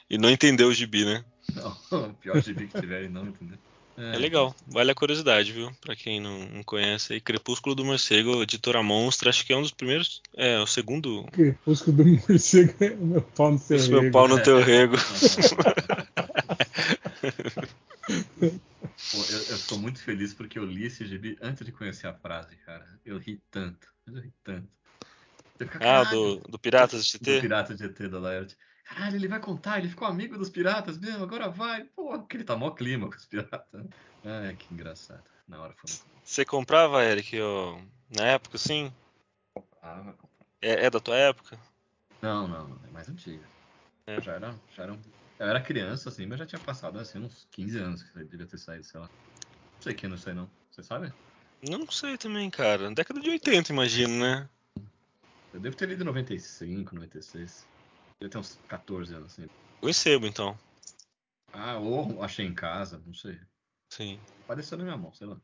E não entendeu o gibi, né? Não, pior de que tiverem, não, entendeu? É legal, vale a curiosidade, viu? Pra quem não, não conhece aí, Crepúsculo do Morcego, editora Monstra, acho que é um dos primeiros. É, o segundo. Crepúsculo do morcego é o meu pau no seu Esse meu rego. pau no teu rego. Pô, eu, eu tô muito feliz porque eu li esse gibi antes de conhecer a frase, cara. Eu ri tanto, mas eu ri tanto. Eu fico, Ah, "Caralho, do, do Piratas de do TT? Pirata de ET da Laerte. Caralho, ele vai contar, ele ficou amigo dos piratas mesmo, agora vai. Pô, que ele tá mó clima com os piratas. Ai, que engraçado. Na hora foi muito Você comprava, Eric, ó, na época, sim? ah, É, é da tua época? Não, não, é mais antiga. É. Eu já era, já era um- Eu era criança, assim, mas já tinha passado assim, uns 15 anos que eu devia ter saído, sei lá. Não sei que ano isso aí não. Você sabe? Não sei também, cara. Década de 80, imagino, né? Eu devo ter lido em 95, 96. Devia ter uns 14 anos, assim. Concebo, então. Ah, ou achei em casa, não sei. Sim. Apareceu na minha mão, sei lá.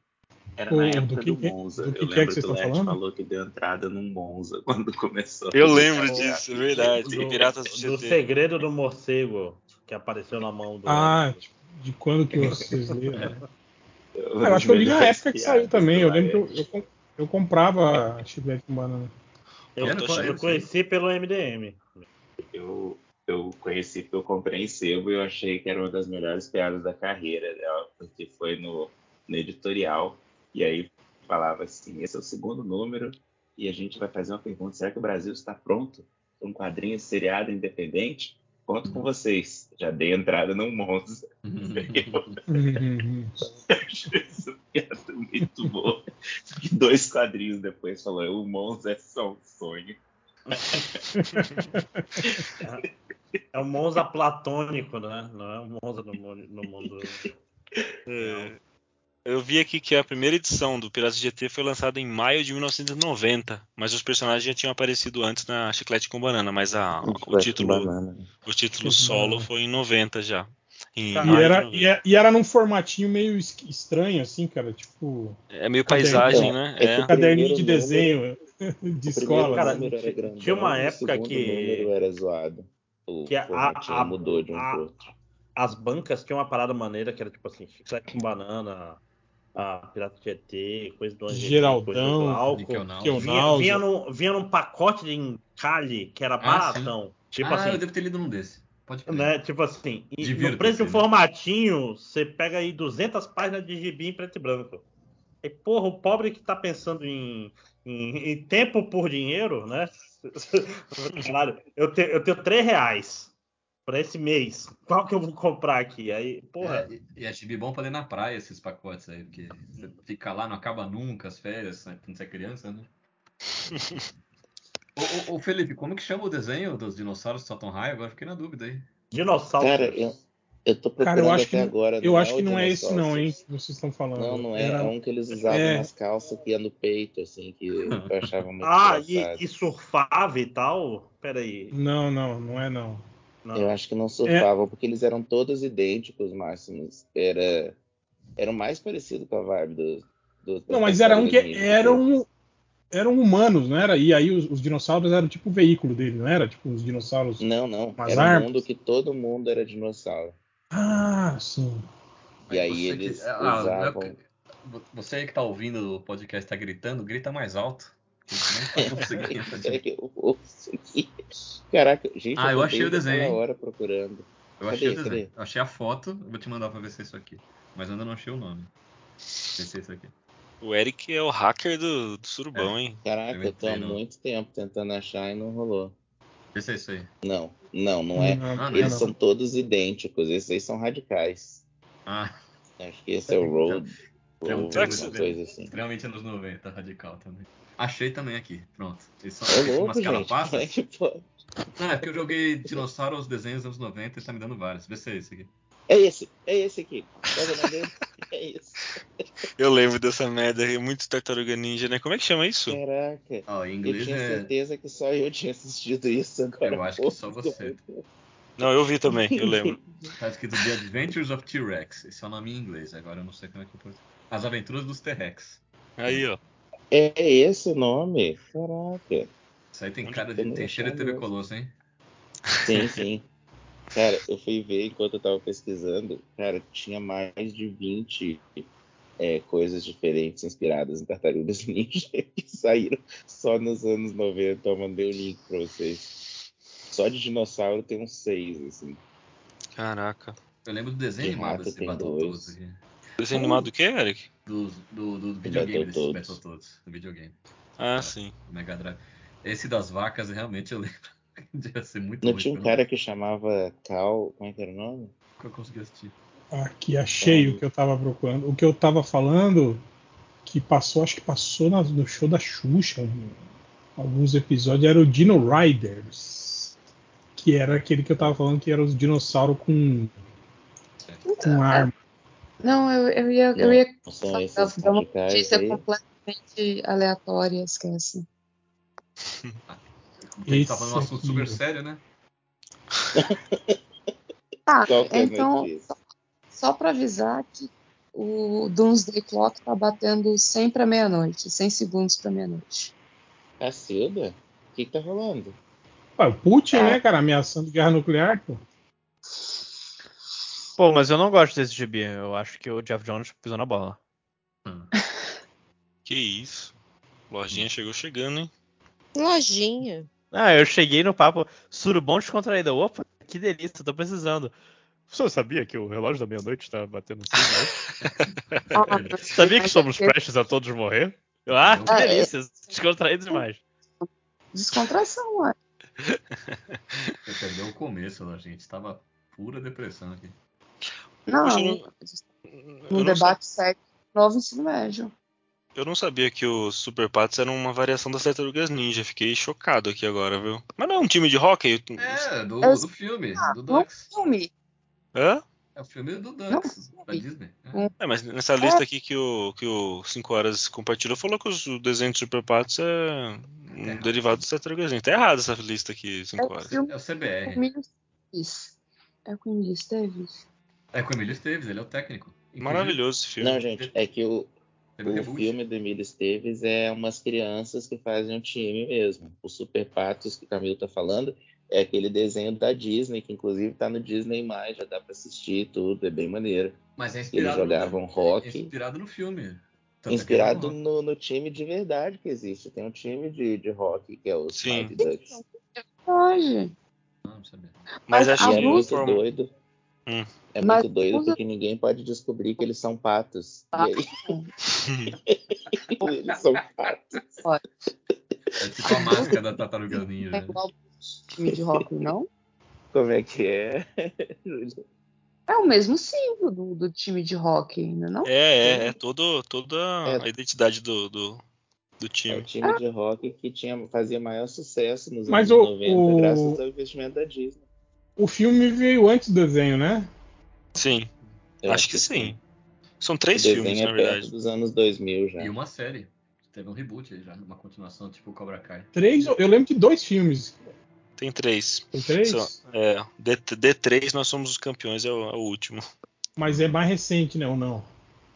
Era O- na do época que do, que- Monza. do que eu que é lembro que que, vocês o tão Led falando? falou que deu entrada num Monza quando começou. Eu lembro Era disso, é o- verdade. Do- Piratas Do do GT. segredo do morcego que apareceu na mão do. Ah, tipo, de quando que vocês leram? Eu Cara, Ah, eu acho que eu li na melhores época que piadas saiu também. do Eu lembro que Laerte. eu, eu, com- eu comprava chiclete com banana. eu, Eu tô eu achando- conheci pelo MDM. Eu, eu conheci porque eu comprei em sebo e eu achei que era uma das melhores piadas da carreira dela, porque foi no, no editorial. E aí falava assim: esse é o segundo número e a gente vai fazer uma pergunta: será que o Brasil está pronto para um quadrinho seriado independente? Conto com vocês. Já dei entrada num Monza. Uhum. Essa piada é muito boa. Só que dois quadrinhos depois falou: o Monza é só um sonho. É um Monza platônico, né? Não é um Monza no, mu- no mundo. É, Eu vi aqui que a primeira edição do Piratas do GT foi lançada em maio de 1990, mas os personagens já tinham aparecido antes na Chiclete com Banana, mas a- o, título, o título solo foi em 90 já. Em E maio E, de era, 90. e, é- e era num formatinho meio es- estranho, assim, cara. Tipo, É meio paisagem, Então, né? é que É. caderninho de Primeiro desenho né? de escola. cara, né? número era grandão, tinha uma o época segundo que- número era zoado. O Que a- formatinho a- mudou de um um a- pro outro. As bancas tinham uma parada maneira que era tipo assim: chiclete com banana, a Pirata GT, coisa do Angelito, Geraldão, coisa do álcool. Nickelnau. que eu- Vinha, Náusea. vinha, num, vinha num pacote de encalhe que era sim. baratão. Tipo ah, eu assim, devo ter lido num desse. Pode crer. né? Tipo assim, e no Divirta-se, preço de um né? formatinho, você pega aí 200 páginas de gibi em preto e branco. E, porra, o pobre que tá pensando em, em- em tempo por dinheiro, né? Caralho, eu, te- eu tenho 3 reais pra esse mês. Qual que eu vou comprar aqui? Aí, porra, É, e- e é gibi bom pra ler na praia esses pacotes aí, porque você fica lá, não acaba nunca as férias, né, quando você é criança, né? ô, ô, ô, Felipe, como que chama o desenho dos dinossauros que soltam raio? Agora fiquei na dúvida aí. dinossauro. Cara, eu, eu tô Cara, procurando eu acho até que- agora. Eu acho o que não é esse, não, hein? Dinossauros. Que vocês estão falando. assim. Não, não era. É um que eles usavam É. nas calças que ia no peito, assim, que eu achava muito Ah, engraçado. e, e surfava e tal? Peraí. Não, não, não é, não. Não. um Eu acho que É. não surfavam, porque eles eram todos idênticos, máximos. Era, era o mais parecido com a vibe dos. dos Não, mas era um que tartarugas ninja, eram eram humanos, não era? E aí os, os dinossauros eram tipo o veículo dele, não era? Tipo os dinossauros. Não, não. Umas era árvores. um mundo que todo mundo era dinossauro. Ah, sim. E aí eles ah, não é o usavam. que- Você aí que tá ouvindo o podcast tá gritando, grita mais alto. A gente não tá conseguindo, tá difícil. Eu consegui. Caraca, gente, Ah, eu achei voltei o desenho, daquela hein? hora procurando. Eu Cadê? achei, o desenho. Cadê? Eu achei a foto, eu vou te mandar pra ver se é isso aqui. Mas eu ainda não achei o nome. Vê se é isso aqui. O Eric é o hacker do, do surubão, hein? Caraca, eu tô há Também não. muito tempo tentando achar e não rolou. Vê se é isso aí. Não, não, Hum. não é. Ah, não é Eles não. são todos idênticos, esses aí são radicais. Ah, Acho que esse é o Road. É um ou Texas, alguma né? coisa assim. extremamente anos 90, radical também. Achei também aqui, pronto. Eles são Ô eles são É louco, umas gente. como é carapaças. que pode? Não, é porque eu joguei dinossauro aos desenhos dos anos 90 e tá me dando vários. Vê se é isso aqui. É esse, é esse aqui. Qual é o nome dele? É esse. Eu lembro dessa merda aí, muito Tartaruga Ninja, né? Como é que chama isso? Caraca. Ó, em Eu inglês tinha é. certeza que só eu tinha assistido isso agora. Eu acho Pô, que é só você. Não, eu vi também, eu lembro. Tá escrito The Adventures of T-Rex. Esse é o nome em inglês, agora eu não sei como é que eu posso. As Aventuras dos T-Rex. Aí, ó. É esse o nome? Caraca. Isso aí tem Onde cara que eu de. não Tem cheiro de TV achava isso? Colosso, hein? Sim, sim. Cara, eu fui ver enquanto eu tava pesquisando, cara, tinha mais de 20 é, coisas diferentes inspiradas em Tartarugas Ninja que saíram só nos anos 90. Eu mandei o link pra vocês. Só de dinossauro tem uns seis, assim. Caraca. Eu lembro do desenho De animado rato desse tem Battletoads dois. aqui. Desenho é animado o quê, Eric? Do, do, do videogame desse Battletoads. Battletoads. Do videogame. Ah, sim. do Mega Drive. Esse das vacas, realmente eu lembro. Devia ser muito Não ruim, tinha um eu cara que chamava Cal. Como é que era o nome? Nunca consegui assistir. Aqui, achei o que eu tava procurando. O que eu tava falando, que passou, acho que passou na- no show da Xuxa, em alguns episódios, era o Dino Riders. Que era aquele que eu tava falando que era os dinossauros com, com arma. Não, eu, eu ia, eu Não, ia Não só são esses dar uma radicais notícia aí? completamente aleatória, esquece. A gente tá Esse falando um assunto aqui, super ó. sério, né? Tá, Qual que é a então, notícia? só pra avisar que o Doomsday Clock tá batendo 100 pra meia-noite, 100 segundos pra meia-noite. Cacilda? O que, que tá rolando? Ué, o Putin, né, cara, ameaçando guerra nuclear, pô. Pô, mas eu não gosto desse gibi. Eu acho que o Jeff Jones pisou na bola. Que isso. Lojinha chegou chegando, hein? Lojinha. Ah, eu cheguei no papo surubom descontraído. Opa, que delícia, tô precisando. O senhor sabia que o relógio da meia-noite tá batendo assim? né? Ah, é, sabia que somos prestes a todos morrer? Eu, Ah, que Ah, é. delícia, descontraído demais. Descontração, ué. Você perdeu o começo, lá, gente. Tava pura depressão aqui. Não, Hoje eu um Eu não, sa- debate sério. Novo ensino médio. eu não sabia que os Super Patos eram uma variação das Tartarugas Ninja. Fiquei chocado aqui agora, viu? Mas não é um time de hockey? É, do, Eu- do filme, do não. Ducks. Filme. Hã? É o filme do Ducks, Não, da filme. Disney. É. É, mas nessa lista aqui que o, que o 5 Horas compartilhou, falou que os- o desenho de Super Patos é um errado. derivado dos Tartarugas Ninja. Tá errado essa lista aqui, 5 É o Horas. filme É o com o CBR. Emílio Esteves. É com o Emílio Esteves? É com o Emílio Esteves, ele é o técnico. Inclusive, Maravilhoso esse filme. Não, gente, é que o, teve um o reboot. filme do Emílio Esteves é umas crianças que fazem um time mesmo. O Super Patos que o Camilo tá falando é aquele desenho da Disney, que inclusive tá no Disney+, já dá pra assistir tudo, é bem maneiro. Então Mas é Eles inspirado, jogavam no, é rock, inspirado no filme. tá Tanto é que inspirado é no rock. no, no time de verdade que existe. Tem um time de, de rock que é os Sim. Mighty Ducks. Pode. Não, não sabia. Mas Mas acho a E que é Luz- não muito forma- doido. Hum. É Mas muito doido usa- porque ninguém pode descobrir que eles são patos. E Ah. aí eles são patos. É tipo a máscara da Tartaruga Ninja. É né? igual o time de rock, não? Como é que é? Júlio? É o mesmo símbolo do, do time de rock, ainda não? É, é, é todo, toda É. a identidade do, do, do É o time. time de rock que tinha, fazia maior sucesso nos Mas anos o- 90, o- graças ao investimento da Disney. O filme veio antes do desenho, né? Sim, Eu acho que sim. São O três filmes, desenho na é perto verdade. dos anos 2000 já. E uma série. Teve um reboot aí já, uma continuação tipo Cobra Kai. Três, eu lembro de dois filmes. Tem três. Tem três? São- É, D, D3, nós somos os campeões, é o, é o último. Mas é mais recente, né? Ou não?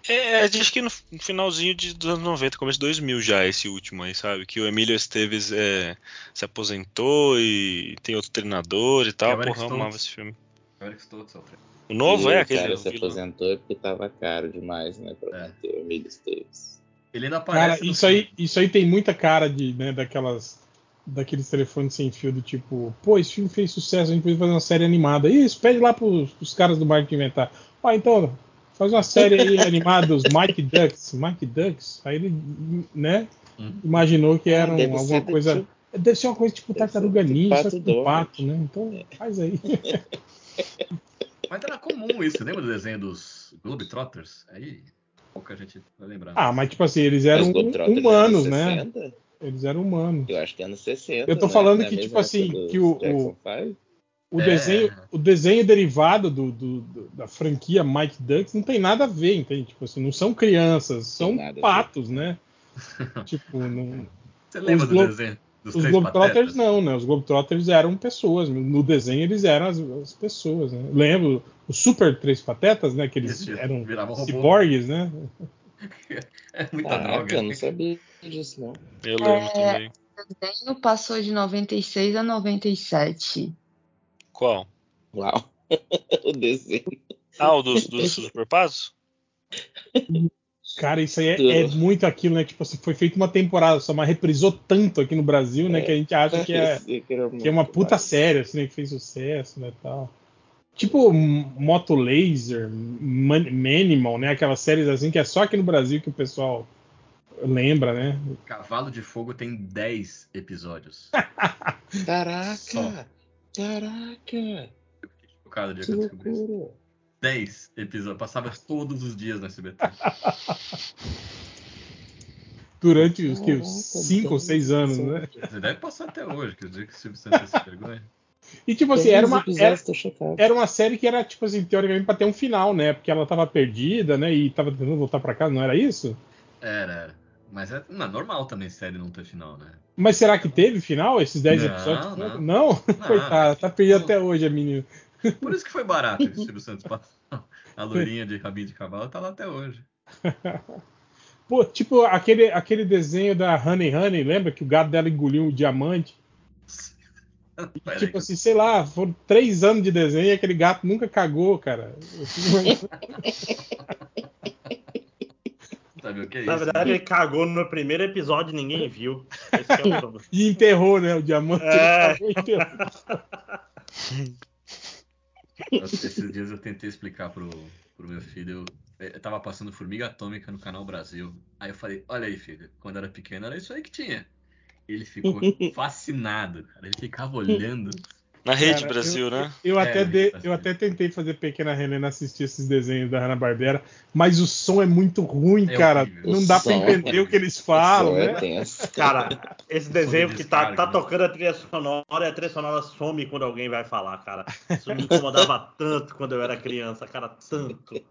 É, acho que no finalzinho de, dos anos 90, começo de 2000 já, esse último aí, sabe? Que o Emílio Esteves é, se aposentou e tem outro treinador e tal. É o Eric Porra, eu amava Stoltz. esse filme. Eric Stoltz é o treino. O novo e é o aquele. cara se vilão. aposentou é porque tava caro demais, né? Pra É. manter o Emílio Esteves. Ele ainda aparece. Cara, no isso aí, isso aí tem muita cara de, né, daquelas. Daqueles telefones sem fio do tipo, pô, esse filme fez sucesso, a gente pode fazer uma série animada. Isso, pede lá pros, pros caras do marketing inventar. Ó, então, faz uma série aí animada dos Mike Ducks. Mike Ducks? Aí ele, né, Uhum. imaginou que era um- Deve ser alguma do coisa. tipo- Deve ser uma coisa tipo Deve ser tartaruga do ninja, Pato só que com Donald. É. pato, né? Então, faz aí. Mas era comum isso, lembra do desenho dos Globetrotters? Aí pouca gente vai lembrar. Ah, mas tipo assim, eles Mas eram Globetrotters é humanos, anos né? 60? Eles eram humanos. Eu acho que é anos 60. Eu tô né? falando Não é que, mesmo tipo época assim, dos que o- Jackson Five? O, É. desenho, o desenho derivado do, do- do- da franquia Mike Ducks não tem nada a ver, entende? Tipo assim, não são crianças, são nada a ver. patos, né? tipo, não, Você lembra os do Glo- desenho dos os três Globetrotters patetas? não, né? Os Globetrotters eram pessoas. No desenho eles eram as, as pessoas, né? Lembro os Super Três Patetas, né? Que eles Isso, eram viravam robô. ciborgues, né? É muita Caraca, droga. eu não sabia disso, não. Eu lembro também. desenho passou de 96 a 97. Qual? Uau. o desenho. Ah, o dos, dos superpasos? Cara, isso aí é, é muito aquilo, né? Tipo assim, foi feita uma temporada só, mas reprisou tanto aqui no Brasil, né? É. Que a gente acha que é. Parecia que era Que é uma muito puta mais. série, assim, né, que fez sucesso, né, tal. Tipo M- Moto Laser, Man Manimal, né, aquelas séries assim que é só aqui no Brasil que o pessoal lembra, né? Cavalo de Fogo tem 10 episódios. Caraca! Só. Caraca! O cara do dia que Que eu descobri isso. loucura! 10 episódios. Passava todos os dias no SBT. Durante os que, Caraca, os cinco ou dez seis anos, né? episódios. Você deve passar até hoje, que o dia que o Silvio Santos se vergonha. E tipo assim, era Dez uma, episódios, era, tô chocado. era uma série que era, tipo assim, teoricamente pra ter um final, né? Porque ela tava perdida, né? E tava tentando voltar pra casa, não era isso? Era, era. Mas é não, é normal também série não ter final, né? Mas será que teve final, esses dez Não, episódios? não. Ah, Coitada, tá perdida até hoje a menina. Por isso que foi barato que o Silvio Santos passou. A lourinha de rabinho de cavalo tá lá até hoje. Pô, tipo aquele, aquele desenho da Honey Honey, lembra que o gato dela engoliu um diamante? Peraí, tipo assim, sei lá, foram três anos de desenho e aquele gato nunca cagou, cara. sabe o que é isso? Na verdade, ele cagou no primeiro episódio e ninguém viu. Esse que é o problema. E enterrou, né? O diamante. ele É. cagou e enterrou. Eu- Esses dias eu tentei explicar pro, pro meu filho. Eu, eh, eu tava passando Formiga Atômica no Canal Brasil. Aí eu falei, olha aí, filho, quando eu era pequeno era isso aí que tinha. Ele ficou fascinado, cara. Ele ficava olhando. Na Rede Cara, Brasil, né? Eu, É, até de- mas- eu até tentei fazer Pequena Helena assistir esses desenhos da Hanna-Barbera, mas o som é muito ruim, É cara. horrível. Não O dá som pra é entender horrível. o que eles Só falam, é né? tenso. Cara, esse desenho que tá, descarga, tá né? tocando a trilha sonora e a trilha sonora some quando alguém vai falar, cara. Isso me incomodava tanto quando eu era criança, cara, tanto.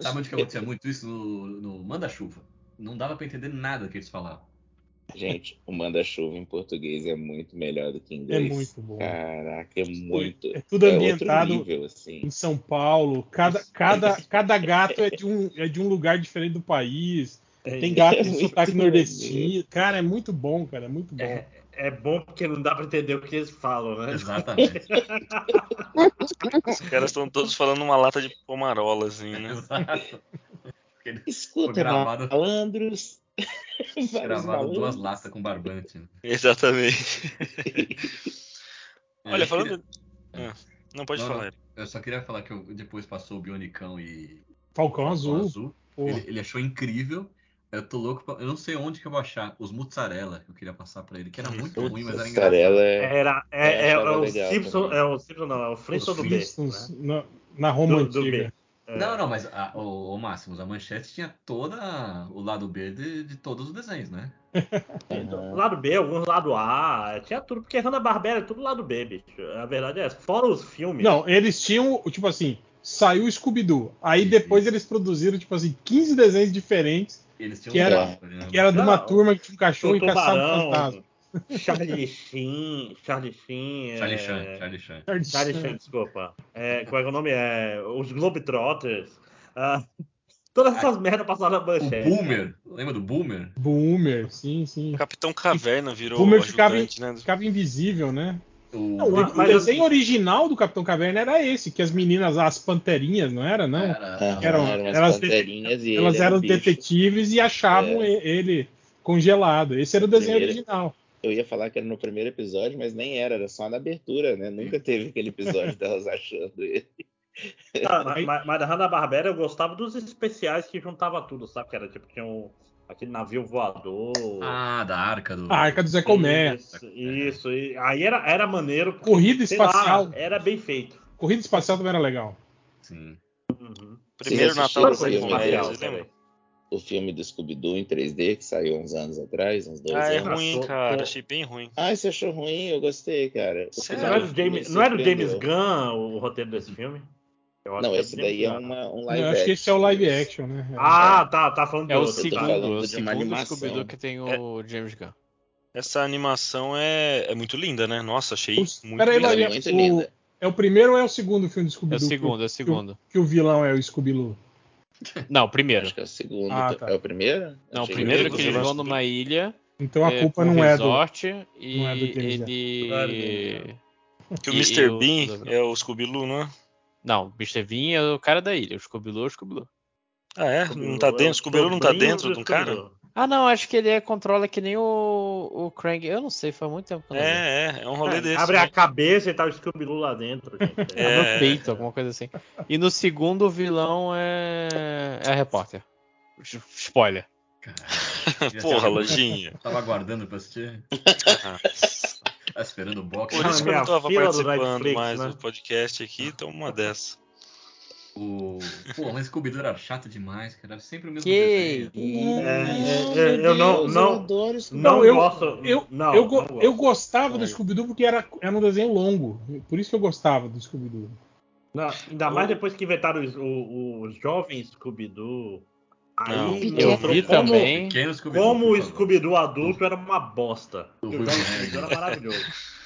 Sabe onde que acontecia muito isso? No, no Manda-Chuva. Não dava pra entender nada que eles falavam. Gente, o manda-chuva em português é muito melhor do que em É inglês. muito bom. Caraca, é muito. É tudo é ambientado outro nível, assim. em São Paulo. Cada, cada, cada gato é de, um, é de um lugar diferente do país. Tem gato de É sotaque muito nordestino. Cara, é muito bom, cara. É muito bom. É, é bom porque não dá pra entender o que eles falam, né? Exatamente. Os caras estão todos falando uma lata de pomarola, assim, né? Exato. Porque Foi Escuta, gravado- malandros. Vários Gravaram malandros. duas latas com barbante. né? Exatamente. Olha, Aí- falando. Ah, não pode Não, não. falar. Eric. Eu só queria falar que eu, depois passou o Bionicão e Falcão Azul. Azul. Azul. pô. é Ele, ele achou incrível. Eu tô louco, pra- eu não sei onde que eu vou achar os mozzarella que eu queria passar pra ele, que era muito ruim, mas era engraçado. Mussarela é. Era, é, é, Eu é achava o legal Simpson, também. é o Simpson, não, é o Flintstone do B. Flintstones, né? na, na Roma Do- do antiga. B. É. Não, não, mas ah, a, o, o Máximos, a manchete tinha toda o lado B de, de todos os desenhos, né? Aham. Lado B, alguns lado A, tinha tudo, porque Hanna-Barbera é tudo lado B, bicho. A verdade é essa. Fora os filmes. Não, eles tinham, tipo assim, saiu o Scooby-Doo. Aí depois eles produziram, tipo assim, 15 desenhos diferentes, Eles tinham Que um era- gráfico ali, né? que era de uma Não, turma que tinha um cachorro o e caçava um Tubarão, fantasma. Charlie Sheen, Charlie Sheen, é, Charlie Chan, Charlie Chan. Charlie Sheen, desculpa. É, qual é que é o nome? É, os Globetrotters. Ah, todas essas merdas passaram na O é. manchete. Boomer, lembra do Boomer? Boomer, sim, sim. Capitão Caverna virou Boomer Boomer ficava ajudante, né? Ficava invisível, né? O... Não, O desenho original do Capitão Caverna era esse, que as meninas, as panterinhas, não né? era, um- não? É, Era- eram- umas elas- panterinhas e Elas ele era eram um bicho. detetives e achavam É. e- ele congelado. Esse era o desenho Primeiro. original. Eu ia falar que era no primeiro episódio, mas nem era, era só na abertura, né? Nunca teve aquele episódio delas achando ele. Tá, mas, mas- mas da Hanna-Barbera eu gostava dos especiais que juntava tudo, sabe? Que era tipo, tinha um, aquele navio voador. Ah, da arca do. A Arca do Zé Comé. Isso, isso. E aí era, era maneiro. porque, Corrida sei lá, espacial. era bem feito. Corrida espacial também era legal. Sim. Uhum. Primeiro Vocês Natal do assistiram Zé Comé, esse filme? é vocês lembram? O filme do Scooby-Doo em 3D, que saiu uns anos atrás, uns dois Ah, é anos. ruim, Tô- cara. tô- Achei bem ruim. Ah, você achou ruim? Eu gostei, cara. O Sério? Não final era, do o filme James, não era o James surpreendeu. Gunn o roteiro desse filme? Eu acho Não, que é esse do James daí é Gunn. uma, um Eu live acho que esse é o live action, né? Ah, tá, tá falando de É o outro, tá. falando de segundo, é uma o segundo animação. Scooby-Doo que tem o James Gunn. É Essa animação é, é muito linda, né? Nossa, achei Os- muito peraí, linda. Ela Mas é é o- muito linda. É o primeiro ou é o segundo filme do É o Scooby-Doo? que segundo, é o segundo. Que, o vilão é o Scooby-Doo. Não, o primeiro. Acho que é o segundo. Ah, tá. É o primeiro? Não, o Achei primeiro é que que eles você vão gosta do- numa ilha. Então a culpa não é do. resort, e não é do James Gunn. ele. Que o E- Mr. e o- Bean é o Scooby-Loo, não é? Não, o Mr. Bean é o cara da ilha, o Scooby-Doo é o Scooby-Doo. Ah, é? Não tá dentro? O Scooby-Loo não tá dentro de um cara? Ah, não, acho que ele é, controla que nem o, o Krang. Eu não sei, faz muito tempo que eu não vi. É, é, é um rolê desse. Abre né? a cabeça e tá o Scooby-Doo lá dentro, gente. É. É no peito, alguma coisa assim. E no segundo, o vilão é, é a repórter. S- Spoiler. Cara, Porra, eu lojinha. um- Tava aguardando pra assistir. Ah, Tava esperando o box. é Por isso que eu minha não tava fila do participando Netflix, mais né? do podcast aqui, então uma dessa. O... Pô, mas Scooby-Doo era chato demais, cara. Era sempre o mesmo Que desenho. é, Não, é, meu eu não- Deus, não- eu adoro Scooby-Doo. Não, eu- gosto. eu- não, eu, go- não gosto. eu gostava do É. Scooby-Doo porque era, era um desenho longo. Por isso que eu gostava do Scooby-Doo. Não, ainda mais depois que inventaram os, o, o jovem Scooby-Doo. Aí Não, Eu mostrou vi como, também. Pequeno é Scooby-Doo. Como por o favor. Scooby-Doo adulto era uma bosta. O E Rui o jovem Boneco. Scooby-Doo era maravilhoso. Então,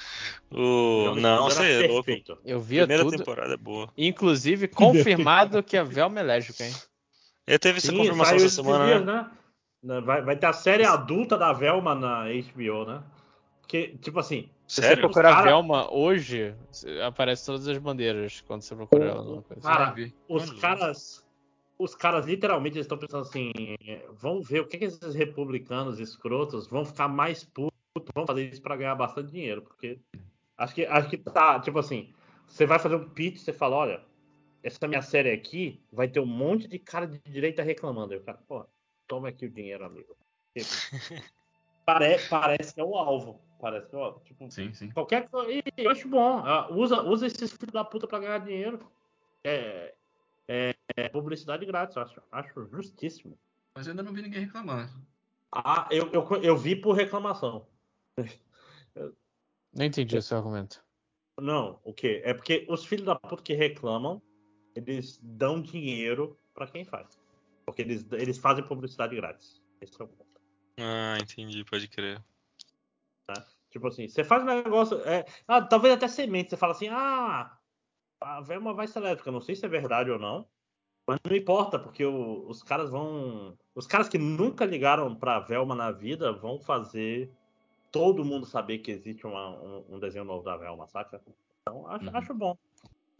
O O... jovem Não, Scooby-Doo você era é louco. perfeito. Eu via Primeira tudo. temporada é boa. Inclusive, confirmado que a Velma é lésbica, hein? E teve essa Sim, é confirmação saiu essa esses semana, dias, né? né? Na- Vai, vai ter a série adulta da Velma na HBO, né? Que, tipo assim. Se você Sério? procurar Cara- Velma hoje, se- aparece todas as bandeiras quando você procura ela. numa coisa. Cara, vi. os Olha. caras. Os caras literalmente estão pensando assim: é, vamos ver o que, que esses republicanos escrotos vão ficar mais putos, vão fazer isso para ganhar bastante dinheiro. Porque acho que, acho que tá, tipo assim: você vai fazer um pitch, você fala, olha, essa minha série aqui vai ter um monte de cara de direita reclamando. Aí o cara, pô, toma aqui o dinheiro, amigo. Tipo, pare- parece que é o alvo. Parece que é o alvo. Tipo, Sim, sim. Qualquer coisa. e Eu acho bom. ah, Usa, usa esses filhos da puta pra ganhar dinheiro. É, é- é publicidade grátis, eu acho, acho justíssimo. Mas eu ainda não vi ninguém reclamar. Ah, eu, eu, eu vi por reclamação. Não entendi o seu argumento. Não, o quê? É porque os filhos da puta que reclamam, eles dão dinheiro pra quem faz. Porque eles, eles fazem publicidade grátis. Esse é o ponto. Ah, entendi, pode crer. Tipo assim, você faz um negócio. é, ah, talvez até semente. Você fala assim, ah, a Velma vai ser elétrica. Não sei se é verdade ou não. Mas não importa, porque o- os caras vão. Os caras que nunca ligaram pra Velma na vida vão fazer todo mundo saber que existe uma- um, um desenho novo da Velma, saca? Então acho, Uhum. acho bom.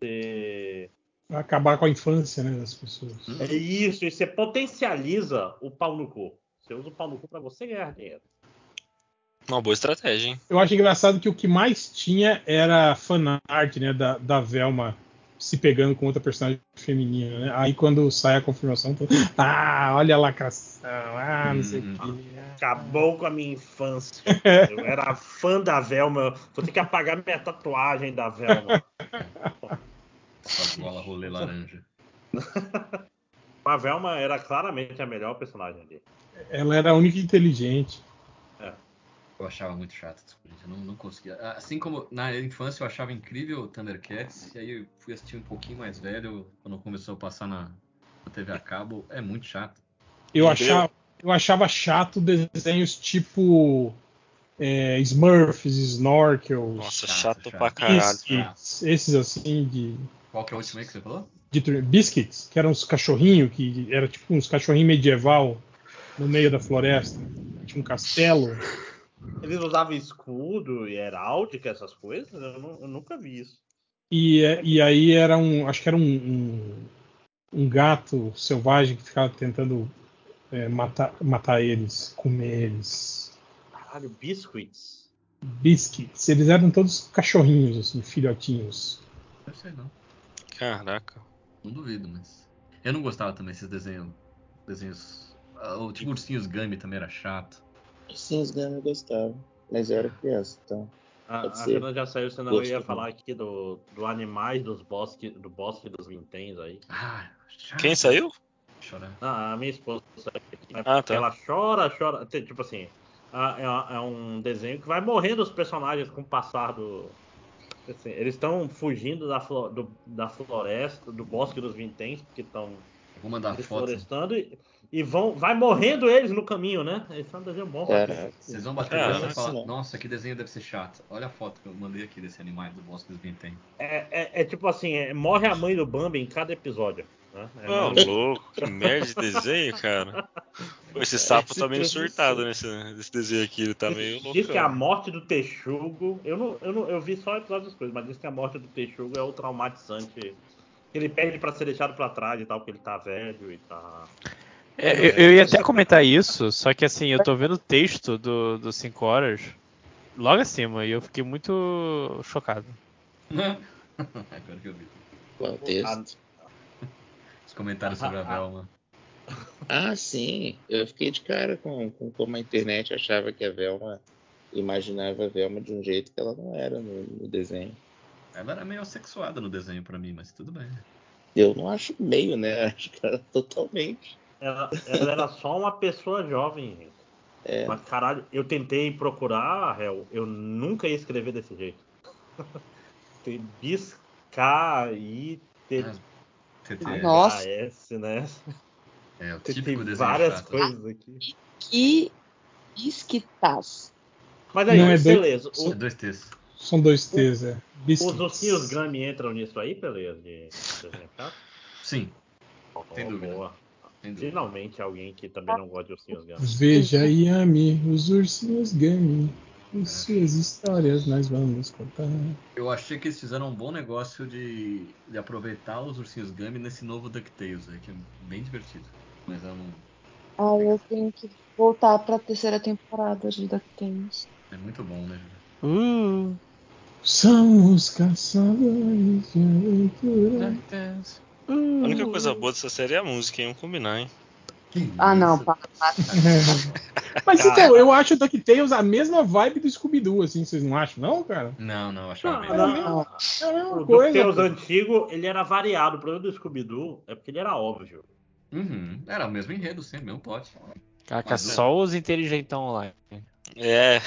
Você- Pra acabar com a infância, né, das pessoas. É isso, e você potencializa o pau no cu. Você usa o pau no cu pra você ganhar dinheiro. Uma boa estratégia, hein? Eu acho engraçado que o que mais tinha era fanart, né, da, da Velma se pegando com outra personagem feminina, né? Aí quando sai a confirmação, tu- ah, olha a lacração, ah, não sei o Uhum. quê. Acabou com a minha infância. Eu era fã da Velma. Vou ter que apagar minha tatuagem da Velma. Essa bola rolê laranja. A Velma era claramente a melhor personagem ali. Ela era a única inteligente. Eu achava muito chato Scooby-Doo. Eu não, não conseguia. Assim como na infância eu achava incrível o Thundercats, e aí eu fui assistir um pouquinho mais velho, quando começou a passar na, na TV a cabo. É muito chato. Entendeu? Eu achava, eu achava chato desenhos tipo é, Smurfs, Snorkels, Nossa, Chato, chato, chato. pra caralho. Biscuits, esses assim de, Qual que é o último aí que você falou? de tr- Biscuits, que eram uns cachorrinhos, que era tipo uns cachorrinhos medieval no meio da floresta. Tinha um castelo. Eles usavam escudo e heráldica, essas coisas? Eu, nu- eu nunca vi isso. E, é- e aí era um. Acho que era um, um, um gato selvagem que ficava tentando é, matar, matar eles, comer eles. Caralho, biscuits. Biscuits. Eles eram todos cachorrinhos, assim, filhotinhos. Eu sei não. Caraca. Não duvido, mas. Eu não gostava também desses desenhos. Desenhos. ah, O tipo ursinhos Gummy também era chato. É. Sim, os games eu gostava. Mas eu era criança, então. A, Pode a ser. Renan já saiu, senão Gosto, eu ia né? falar aqui do, do animais dos bosque, do bosque dos vinténs aí. Ah, chato. Quem saiu? Chorar. Ah, a minha esposa saiu aqui. Ah, tá. Ela chora, chora. Tem, Tipo assim, ah, é, é um desenho que vai morrendo os personagens com o passar do. assim, eles estão fugindo da, flo- do- da floresta, do bosque dos vinténs, porque estão Vou mandar foto. desflorestando e, e vão, vai morrendo eles no caminho, né? Esse é um desenho bom. pra Caraca. Vocês vão É, bater Ah, o olho não e falar, sei não. nossa, que desenho deve ser chato. Olha a foto que eu mandei aqui desse animal do Bosque dos Vintém. É, é- é tipo assim, é, morre a mãe do Bambi em cada episódio. Né? É Ô, mais- louco, que merda de desenho, cara. Pô, Esse sapo tá meio surtado nesse, nesse desenho aqui, ele tá meio diz, louco. diz que a morte do Texugo. Eu não, eu não eu vi só episódios coisas, mas diz que a morte do Texugo é o traumatizante. Ele pede pra ser deixado pra trás e tal, porque ele tá velho e tá. É, eu, eu ia até comentar isso, só que assim, eu tô vendo o texto do, do 5 horas logo acima e eu fiquei muito chocado. É Agora que eu vi. Qual o texto? Os comentários sobre a Ah, ah. Velma. Ah, sim. Eu fiquei de cara com, com como a internet achava que a Velma imaginava a Velma de um jeito que ela não era no, no desenho. Ela era meio sexuada no desenho pra mim, mas tudo bem. Eu não acho meio, né? Acho que ela totalmente. Ela, ela era só uma pessoa jovem, gente. É. Mas caralho, eu tentei procurar, Hel, eu nunca ia escrever desse jeito. Tem biscar e TT, Ah, é, não. Nossa. S, né? é o Tem, típico desenho várias chato. coisas aqui. Que bisquitas. Mas aí, Não, é dois- beleza. o- É dois T's. São dois T's, é. os ursinhos Biscuits. Grammy entram nisso aí, beleza? De, de desenhar? Sim, Sem Oh, dúvida. boa. sem dúvida. Finalmente alguém que também não gosta de ursinhos Gummy. Veja e ame os ursinhos Gummy. As suas histórias nós vamos contar. Eu achei que eles fizeram um bom negócio de, de aproveitar os ursinhos Gummy nesse novo DuckTales aí, que é bem divertido. Mas é, um- Ah, eu tenho que voltar pra terceira temporada de DuckTales. é muito bom, né? Uh, São os caçadores de aventura. DuckTales. A Uh. única coisa boa dessa série é a música, hein? Vamos combinar, hein? Que Ah, não, isso? pá. Mas então, eu acho o DuckTales a mesma vibe do Scooby-Doo, assim, vocês não acham, não, cara? Não, não, eu achava Ah. bem. não, não. É a O mesma coisa. DuckTales pô. antigo, ele era variado. O problema do Scooby-Doo é porque ele era óbvio. Uhum, Era o mesmo enredo, sim, mesmo pote. Caraca, Mas, né? só os inteligentão online. É,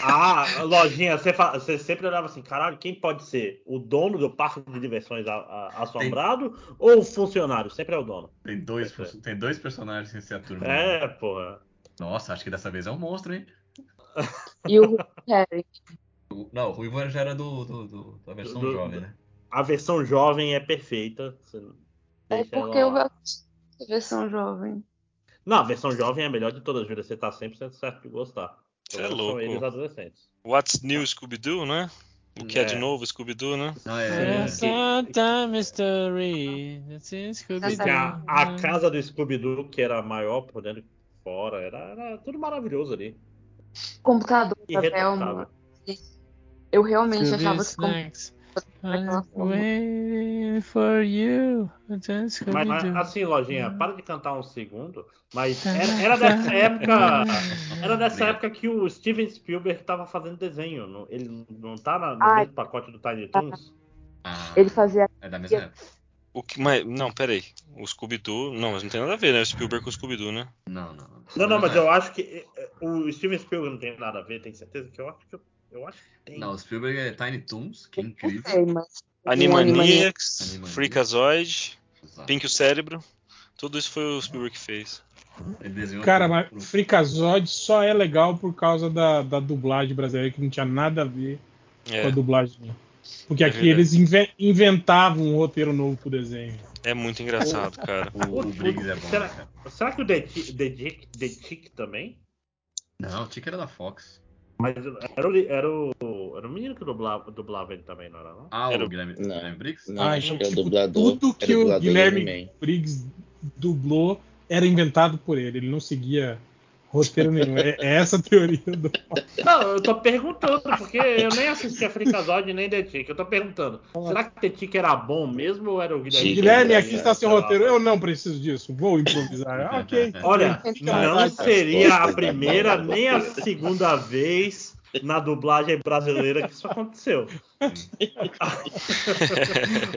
Ah, lojinha, você, fa- você sempre olhava assim, caralho, quem pode ser? O dono do parque de diversões a- a- assombrado ou o funcionário? Sempre é o dono. Tem dois, perso- tem dois personagens sem ser a turma. É, porra. Nossa, acho que dessa vez é um monstro, hein? E o Harry. O- Não, o Ruivo já era do, do- do- da versão Do- jovem, né? A versão jovem é perfeita. você É deixa porque eu ela- gosto de versão jovem. Não, a versão jovem é a melhor de todas, Júlia. Você tá 100% certo de gostar. Cê é Pelo menos São louco. eles adolescentes. What's New Scooby-Doo, né? O que é, de É. novo Scooby-Doo, né? Não, é, É. é. Santa tá Mystery. this is Scooby-Doo. Porque a, tá. Ah, a casa do Scooby-Doo, que era maior por dentro e fora, era, era tudo maravilhoso ali. Computador E da Velma. retratável. Eu realmente Scooby achava que né? com- snacks. daquela I'm forma. waiting for you. Santa Mas, mas, Scooby-Doo. assim, lojinha, para de cantar um segundo. Mas era, era dessa época. é, Era dessa época que o Steven Spielberg tava fazendo desenho. não- Ele não tá na- no Ai. mesmo pacote do Tiny Toons? Ah, Ele fazia é da mesma época. O que, mas, não, peraí. O Scooby-Doo. Não, mas não tem nada a ver, né? O Spielberg com o Scooby-Doo, né? Não, não. Não, não, É. mas eu acho que. eh, O Steven Spielberg não tem nada a ver, tem certeza que eu acho que. Eu, eu acho que tem. Não, o Spielberg é Tiny Toons, que é não incrível. sei, mas. um Animaniacs, Animaniacs. Freakazoid, Exato. Pink o Cérebro. Tudo isso foi o Spielberg que fez. Ele desenhou Cara, tudo. mas Frikazoid só é legal por causa da, da dublagem brasileira, que não tinha nada a ver com a É, dublagem. né? Porque É aqui eles inve- inventavam um roteiro novo pro desenho. é muito engraçado, cara. O, o Briggs é bom, será, né, cara? será que o The Tick- The Tick The Tick também? Não, o Tic era da Fox. Mas era o, era o, era o menino que dublava, dublava ele também, não era? Não? Ah, Era o o- Guilherme, Não. Guilherme Briggs? Não, Ah, acho então, que é o tipo, dublador. tudo é que o dublador do Guilherme He-Man. Briggs dublou era inventado por ele. Ele não seguia roteiro nenhum. É, é essa a teoria do. Não, eu tô perguntando, porque eu nem assisti a Frikazoid nem The Tick. Eu tô perguntando, será que The Tick era bom mesmo ou era o Guilherme? Sim, Guilherme, é, aqui é, está é, seu roteiro. Eu não preciso disso. Vou Então, improvisar. Ah, tá, ok. é. Olha, não Caralho. seria a primeira nem a segunda vez na dublagem brasileira que isso aconteceu.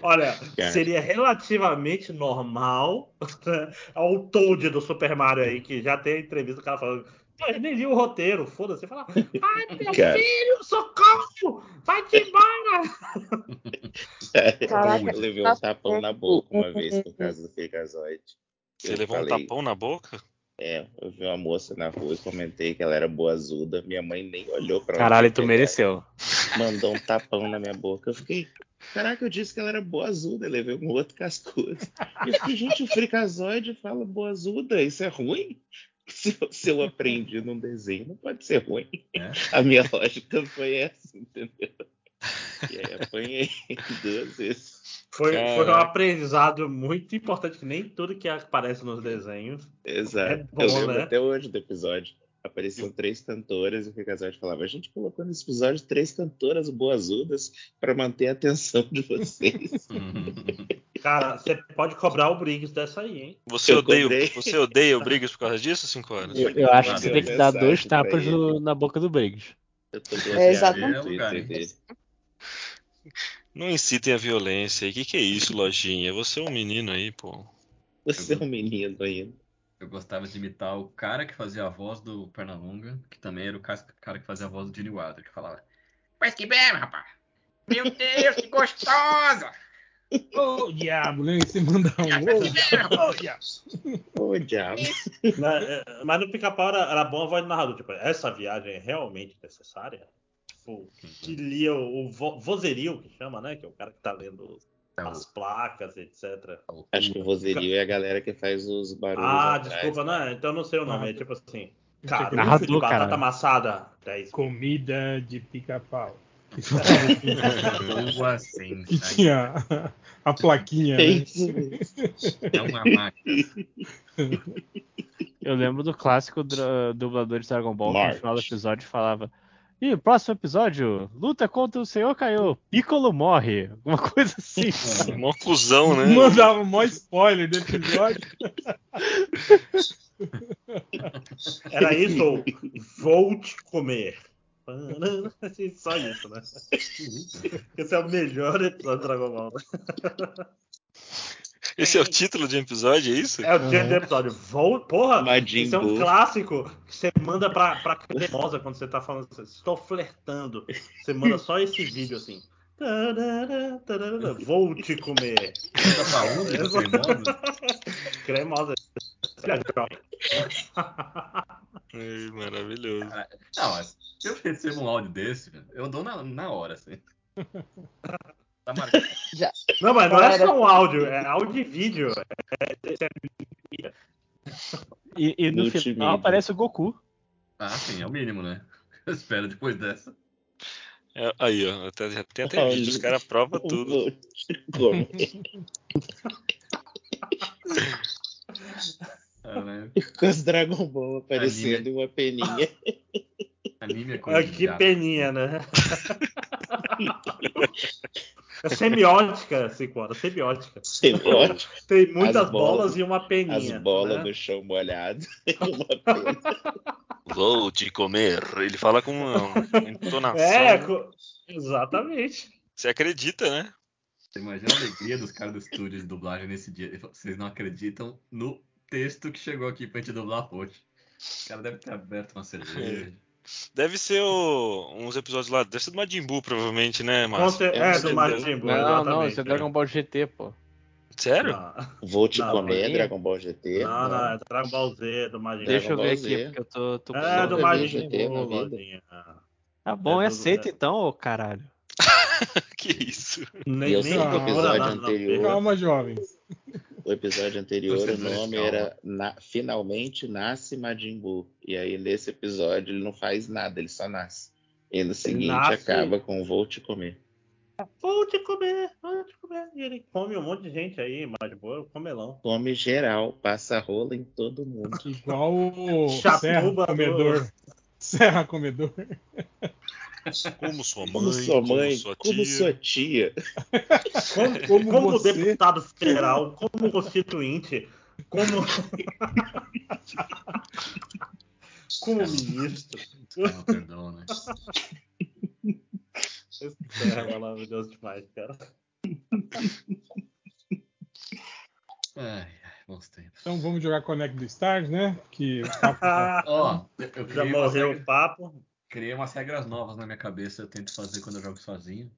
Olha, seria relativamente normal né, ao Toad do Super Mario aí, que já tem entrevista que ela falando. Mas nem li o roteiro, foda-se. Você fala, ai meu Cara. filho, socorro! Vai-te embora! É, Caraca, eu levei um tapão na boca uma vez por causa do Freakazoid. Você Eu levou um falei- tapão na boca? É, eu vi uma moça na rua e comentei que ela era boazuda. Minha mãe nem olhou pra Caralho, onde tu eu mereceu. Mandou um tapão na minha boca. Eu fiquei, caraca, eu disse que ela era boazuda. Eu levei um outro cascudo. E eu fiquei, gente, o fricazoide fala boazuda. Isso é ruim? Se eu, se eu aprendi num desenho, não pode ser ruim. É. A minha lógica foi essa, entendeu? E aí apanhei duas vezes. Foi, foi um Caraca. aprendizado muito importante, que nem tudo que aparece nos desenhos. Exato. É bom, eu lembro né? até hoje do episódio. Apareciam três cantoras e o Ricazotti falava: A gente colocou nesse episódio três cantoras boazudas para manter a atenção de vocês. Cara, você pode cobrar o Briggs dessa aí, hein? Você Eu odeia, cobrei. o- você odeia o Briggs por causa disso, cinco horas? Eu- Eu acho que você Mandei tem que dar mensagem dois pra tapas ele. no- na boca do Briggs. Eu tô É, bloqueado exatamente. no Twitter dele. Não incitem a violência aí. Que que é isso, lojinha? Você é um menino aí, pô. Você é um menino ainda. Eu gostava de imitar o cara que fazia a voz do Pernalonga, que também era o cas- cara que fazia a voz do Johnny Wilder, que falava. Mas que bebe, rapaz! Meu Deus, que gostosa! Ô, diabo, lembra? Você manda um. Ô, diabo. Ô, diabo. Ô, diabo. Na- eh, mas no pica-pau era, era bom a voz do narrador. Tipo, essa viagem é realmente necessária? Tipo, que lia o, o vo- vozerio, que chama, né? Que é o cara que tá lendo É as placas, etc. Acho que o vozerio é a galera que faz os É barulhos. Ah, atrás. desculpa, né? Então eu não sei o nome. É tipo assim, caroço de Narrador, batata cara. amassada, 10. Comida de pica-pau. é Boa E sensação. tinha a, a plaquinha. É Né? isso mesmo. É uma máquina. Eu lembro do clássico dra- dublador de Dragon Ball, que March. no final do episódio falava. E próximo episódio, luta contra o Senhor Caiu, Piccolo morre. Uma coisa assim. É. Mó cuzão, Então, né? Mandava o maior spoiler do episódio. Era isso ou vou te comer. Assim, Só isso, né? Esse é o melhor episódio do Dragon Ball. Esse é o título de um episódio, é isso? É o dia do episódio. Vou, porra, Majin isso é um Buu. clássico que você manda pra, pra cremosa quando você tá falando assim, estou flertando. Você manda só esse vídeo assim. Tarará, tarará, Vou te comer. Tá saúde, tá cremosa? Cremosa. Ai, maravilhoso. Não, mas se eu recebo um áudio desse, velho, eu dou na, na hora, assim. Tá marcado. Não, mas não é só um áudio, é áudio e vídeo. E, e no Multimídia. final aparece o Goku. Ah, sim, é o mínimo, né? Eu espero depois dessa. É, aí, ó. até- já Tem até vídeo, os caras provam um tudo. Vou te comer. Caralho, Com os Dragon Ball aparecendo uma peninha. anime é coisa Olha de que viado. peninha, né? É semiótica, Cicora, semiótica. Semiótica. Tem muitas As bolas- bolas, e uma As peninha. bolas né? no chão molhado. Uma pena. Vou te comer. Ele fala com uma uma entonação. É, co- exatamente. Você acredita, né? Você Imagina a alegria dos caras do estúdio de dublagem nesse dia. Ele falou, Vocês não acreditam no texto que chegou aqui pra gente dublar hoje. O cara deve ter aberto uma cerveja. É. Deve ser o- uns episódios lá. Deve ser do Majin Buu, provavelmente, né, Márcio? Conte- é, não sei do Majin Buu, um Não, não, exatamente, esse é né? Dragon Ball GT, pô. Sério? Não, Vou te Não, comer, aí- Dragon Ball GT. não, não, é Dragon Ball Z, do Majin Deixa eu Ball ver Z. aqui, porque eu tô. tô Buu. com É, sono. do Não, Majin é Buu, na vida. Lodinha. Tá bom, é É do- aceita então, ô caralho. Que isso? Nem, E eu sei que o nem- episódio não, anterior, Calma, jovens. o episódio anterior, o Vocês dois, nome calma. era Na- Finalmente Nasce Majin Buu. E aí nesse episódio ele não faz nada, ele só nasce. E no seguinte Nasce. acaba com vou te comer. Vou te comer, vou te comer. E ele come um monte de gente aí, mas de boa, comelão. Come geral, passa rola em todo mundo. Igual o Chatuba Serra do- Comedor. Serra Comedor. Como sua mãe, Como sua mãe, sua como tia. sua tia. Como, Como como você. deputado federal, como constituinte, como. como ministro. Não, perdão, né? Esse cara é maravilhoso demais, cara. Ai, ai, bons tempos. Então vamos jogar Connect do Stars, né? Que o papo tá- Ó, eu, eu Já criei, umas morreu regras, o papo. criei umas regras novas na minha cabeça, eu tento fazer quando eu jogo sozinho.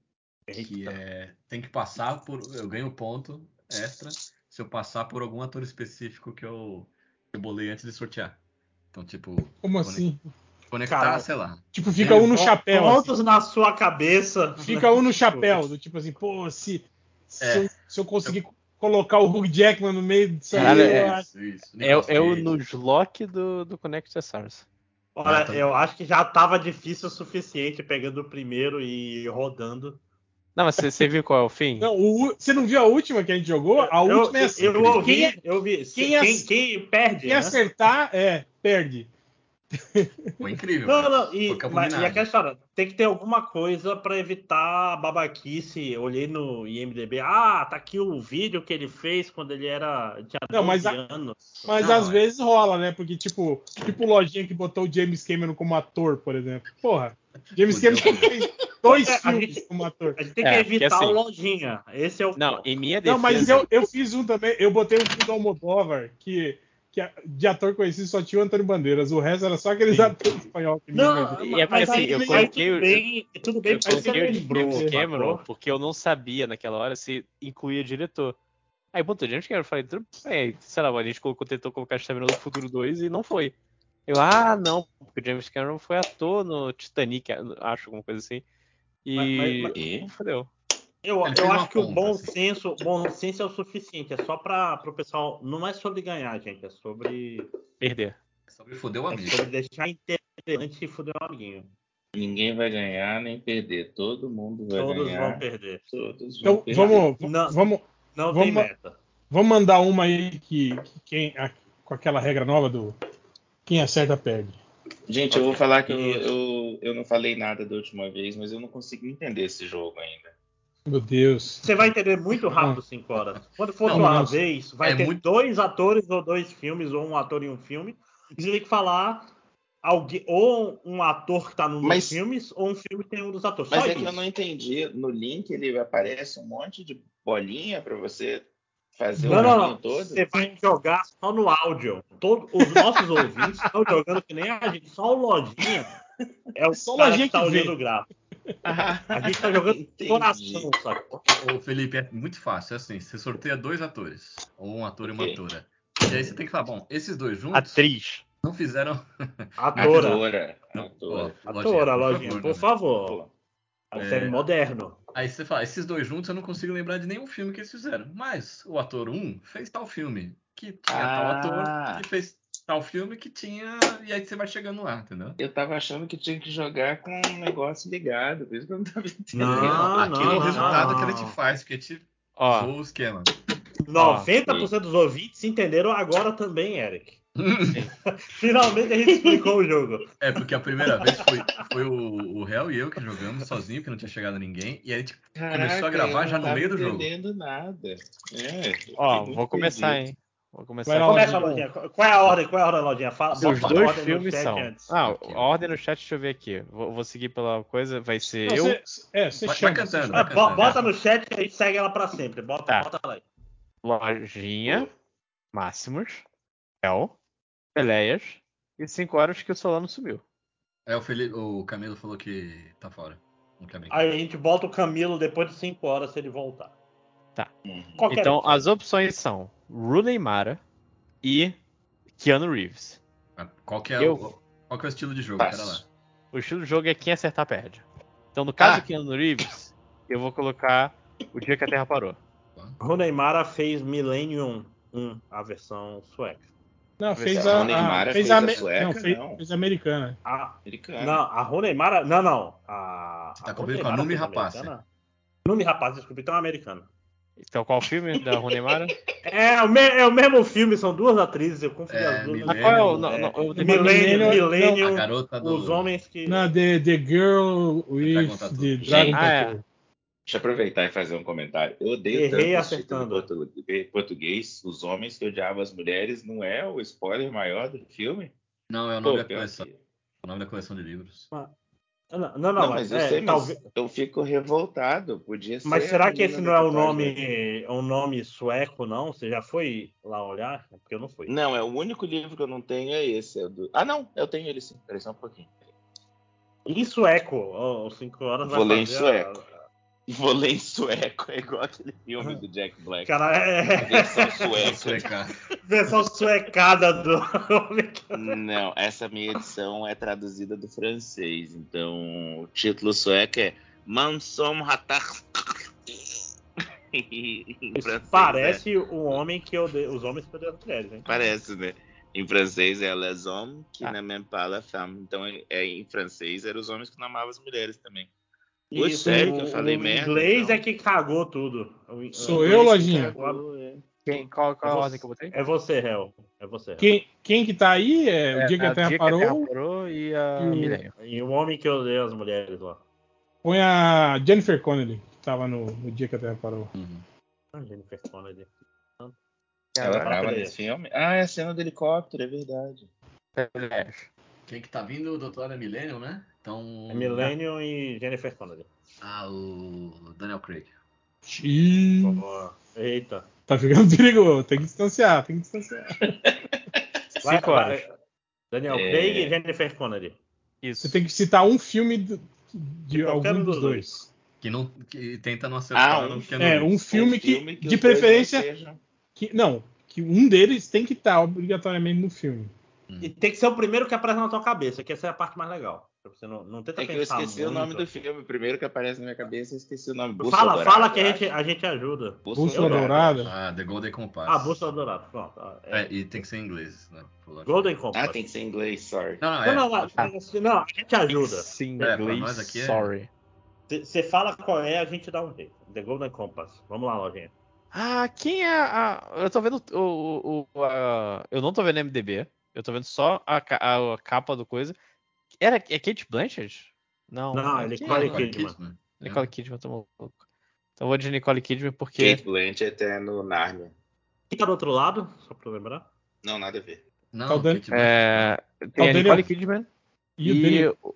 Que Eita. é, tem que passar por. Eu ganho ponto extra se eu passar por algum ator específico que eu, que eu bolei antes de sortear. Então, tipo, Como assim? conectar, Cara, sei lá. Tipo, fica um É, no Pon- chapéu. assim. Pontos na sua cabeça. Fica um no chapéu. Do tipo assim, pô, se, se, É. eu, se eu conseguir colocar o Hugh Jackman no meio disso aí, Caralho, eu é. acho. isso, isso. É, Nicolas é o Cage. nos lock do, do Connect Stars. Olha, Ah, tá. eu acho que já tava difícil o suficiente pegando o primeiro e rodando. Não, mas você- você viu qual é o fim? Não, o u- você não viu a última que a gente jogou? A eu, última é assim. eu, eu ouvi, quem, é- eu vi. quem Quem, ac- quem perde, quem né? acertar, é, perde. Foi incrível. Não, cara. não, e, Foi mas, e abominável. aquela história, tem que ter alguma coisa pra evitar a babaquice. Eu Olhei no IMDB, ah, tá aqui o vídeo que ele fez quando ele era tinha 12 Não, mas anos. Mas Não, às é. vezes rola, né? Porque, tipo, tipo o lojinha que botou o James Cameron como ator, por exemplo. Porra, James Fudeu. Cameron fez dois É, a filmes gente- como ator. A gente tem É, que porque evitar assim- o lojinha. Esse é o Não, em minha defesa. Não, mas eu, eu fiz um também. Eu botei um filme do Almodóvar, que, que a- de ator conhecido só tinha o Antônio Bandeiras. O resto era só aqueles Sim. atores espanhol. Que ninguém Não, viu. E é porque, mas assim, aí- eu aí coloquei o- tudo bem, tudo bem Eu porque você coloquei o lembrou. James Cameron sacou? porque eu não sabia naquela hora se incluía diretor. Aí botou James Cameron, eu falei, tudo bem, sei lá, a gente colocou, tentou colocar Exterminador do Futuro 2 e não foi. Eu, ah, não, porque o James Cameron foi ator no Titanic, acho, alguma coisa assim. Mas- mas- E. mas- E Fodeu. Eu, Ele eu fez uma acho que o ponta, bom assim. senso, bom senso é o suficiente. É só para o pessoal. Não é sobre ganhar, gente. É sobre, Perder. Sobre foder o é amigo. sobre deixar interessante e fuder o amiguinho. ninguém vai ganhar nem perder. Todo mundo vai Todos ganhar. vão perder. Todos vão Então, perder. vamos, Não. vamos, Não Vamos- tem meta. vamos mandar uma aí que, que quem, a- com aquela regra nova do quem acerta perde. Gente, eu vou falar que eu, Isso. eu, eu não falei nada da última vez, mas eu não consegui entender esse jogo ainda. Meu Deus. Você vai entender muito rápido 5 horas. Quando for Não, uma mas vez, vai é ter muito- dois atores ou dois filmes, ou um ator e um filme. E você tem que falar alguém, ou um ator que tá num dos Mas- filmes, ou um filme que tem um dos atores. Mas Só é isso. que eu não entendi. No link ele aparece um monte de bolinha pra você fazer Não, o não, caminho não. todo. Você vai jogar só no áudio. Todo, os nossos ouvintes estão jogando que nem a gente. Só o Lojinha é o Só o cara Lojinha que tá que vê. olhando o gráfico. A Ah, gente tá jogando com Entendi. o coração, sacou? Ô, Felipe, é muito fácil. É assim, você sorteia dois atores. Ou um ator e uma Ok. atora. E aí você tem que falar, bom, esses dois juntos Atriz. não fizeram... Atora. Atora. Ó, Atora, Lojinha, por por favor, favor. É um filme moderno. né? Aí você fala, esses dois juntos eu não consigo lembrar de nenhum filme que eles fizeram. Mas o ator 1 fez tal filme, que tinha tal Ah. ator, que fez tal filme, que tinha... E aí você vai chegando lá, entendeu? Eu tava achando que tinha que jogar com um negócio ligado, por isso que eu não tava entendendo. Não, Aqui é não, o não, resultado não. que a gente faz, porque a gente Ó, zoa o esquema. 90% dos ouvintes entenderam agora também, Eric. Finalmente a gente explicou o jogo. É, porque a primeira vez foi, foi o, o réu e eu que jogamos sozinho, porque não tinha chegado ninguém. E aí, tipo, Começou a gravar eu já não no tava meio do jogo. tá entendendo nada. É, eu fiquei ó, muito vou começar, perdido. hein? Vai Vou começar lá, com Começa, Lojinha. Lojinha. Qual é a ordem? Qual é a ordem, Lojinha? Fala, Os bota a dois ordem no filmes chat são. antes. Ah, Aqui. a ordem no chat, deixa eu ver aqui. Vou, vou seguir pela coisa, vai ser Não, eu. cê- é, você Vai- vai chama. cantando, cê vai Ah, chama. cantando. bo- Bota no chat e aí segue ela pra sempre. Bota, Tá. bota lá. Lojinha, Máximos, El, Peleias e 5 horas que o Solano sumiu. É, o, Felipe, o Camilo falou que tá fora. Não quer brincar. Aí a gente bota o Camilo depois de 5 horas se ele voltar. Tá. Qualquer então, um. as opções são Rooney Mara e Keanu Reeves. Qual que é, Eu- o, qual que é o estilo de jogo? Passo. Pera lá. O estilo do jogo é quem acertar perde. Então, no caso Ah. do Keanu Reeves, eu vou colocar o dia que a Terra parou. O Neymar fez Millennium 1, a um, versão sueca. Não, fez Versão a. Neymar a é fez feita a, ame- sueca, não, fez, não. fez a americana. A, Americano. não, a Roneymara. Não, não. A, Você tá a confundindo com né? a Roneymara Numi fez Rapace. americana? Numi Rapaz, desculpa, então é americana. Então qual filme da Ronemara? É o, me- é o mesmo filme, são duas atrizes, eu confundi É, as duas. Millennium. Mas qual é o. Não, É, não, eu- Millennium, Millennium- A Millennium, garota do. os homens que. Na The, the Girl Vai with contar tudo. the Gente, Dragon ah, é. Tattoo. Deixa eu aproveitar e fazer um comentário. Eu odeio Errei tanto esse título em acertando. portu- em português, os homens que odiavam as mulheres, não é o spoiler maior do filme? Não, é o Pô, nome da pior coleção. que- O nome da coleção de livros. Não, não, Não, não, mas eu é, sei, mas talvez- eu fico revoltado. Podia ser. Mas a será que menina esse da não é um tatuagem, né? nome, um nome sueco, não? Você já foi lá olhar? Porque eu não fui. Não, é o único livro que eu não tenho é esse. é o do- Ah, não, eu tenho ele sim. Peraí só um pouquinho. Em sueco, ó, os 5 horas vai Vou ler em fazer sueco. Vou ler em sueco, é igual aquele filme do Jack A... Black. Ah. Cara, é Versão sueca. Sueca. versão suecada do Não, essa minha edição é traduzida do francês, então o título sueco é Mansom Hatar. Em francês, né? Parece o homem que odeia, os homens que odeiam as mulheres, hein? Parece, né? Em francês é Les Hommes qui Ah. ne n'aiment pas la femme. Então é, é, em francês eram os homens que não amavam as mulheres também. E Oi, o- sério que eu falei o merda, inglês então? é que cagou tudo. O- Sou o eu, inglês- Lojinha? Cagou, é. Quem, qual qual Eu a vou- ordem que eu botei? É você, réu. É você. Hel. Quem, quem que tá aí é, o dia que É, a Terra Dia parou, Parou e a e o- Millennium. E o homem que odeia as mulheres lá. põe a Jennifer Connelly, que tava no, no dia que a Terra parou. Uhum. Ah, Jennifer Connelly. É, Ela Caraca, tava beleza. nesse filme? Ah, é a cena do helicóptero, é verdade. Quem que tá vindo, doutor, é Millennium, né? Então. É Millennium e Jennifer Connelly. Ah, o Daniel Craig. Xiii, Boa. Eita. tá ficando perigoso, tem que distanciar, tem que distanciar. Vai, Cinco vai. horas. Daniel É. Craig e Jennifer Connelly. Isso. Você tem que citar um filme do- de qualquer algum um dos dos dois. Que, não, que tenta não acertar Ah, um no Keanu É, Reeves. um filme Um que, os de dois não preferência, sejam- que, não, que um deles tem que estar obrigatoriamente no filme. E tem que ser o primeiro que aparece na tua cabeça, que essa é a parte mais legal. Você não, não tenta É que eu pensar esqueci o muito. nome do filme. O primeiro que aparece na minha cabeça, eu esqueci o nome. Fala, fala Bússola Dourada, que a eu gente, acho. a gente é ajuda. Bússola Eu- Dourada. Ah, The Golden Compass. Ah, Bússola Dourada, pronto. Ah, é. É, e tem que ser em inglês, né? pro lado. Golden Compass. Ah, tem que ser em inglês, sorry. Não, não, é. Não, não, a- não, a gente ajuda. Sim, É, pra inglês, nós aqui é- sorry. Você fala qual é, a gente dá um jeito. The Golden Compass. Vamos lá, lojinha. Ah, quem é a. Eu tô vendo o. o- o- a- Eu não tô vendo MDB. Eu tô vendo só a, ca- a- a capa do coisa. Era é Kate Blanchett? Não. Não, é ele- quem Ah, é? Nicole Nicole Kidman. Kidman. Nicole Kidman, eu tô maluco. Então eu vou de Nicole Kidman porque. Kate Blanchett é no Narnia. Quem tá do outro lado, só pra eu lembrar. Não, nada a ver. Não, Tá o Dan- Kate é, tem a Daniel- Nicole Kidman E, e, o Daniel, o,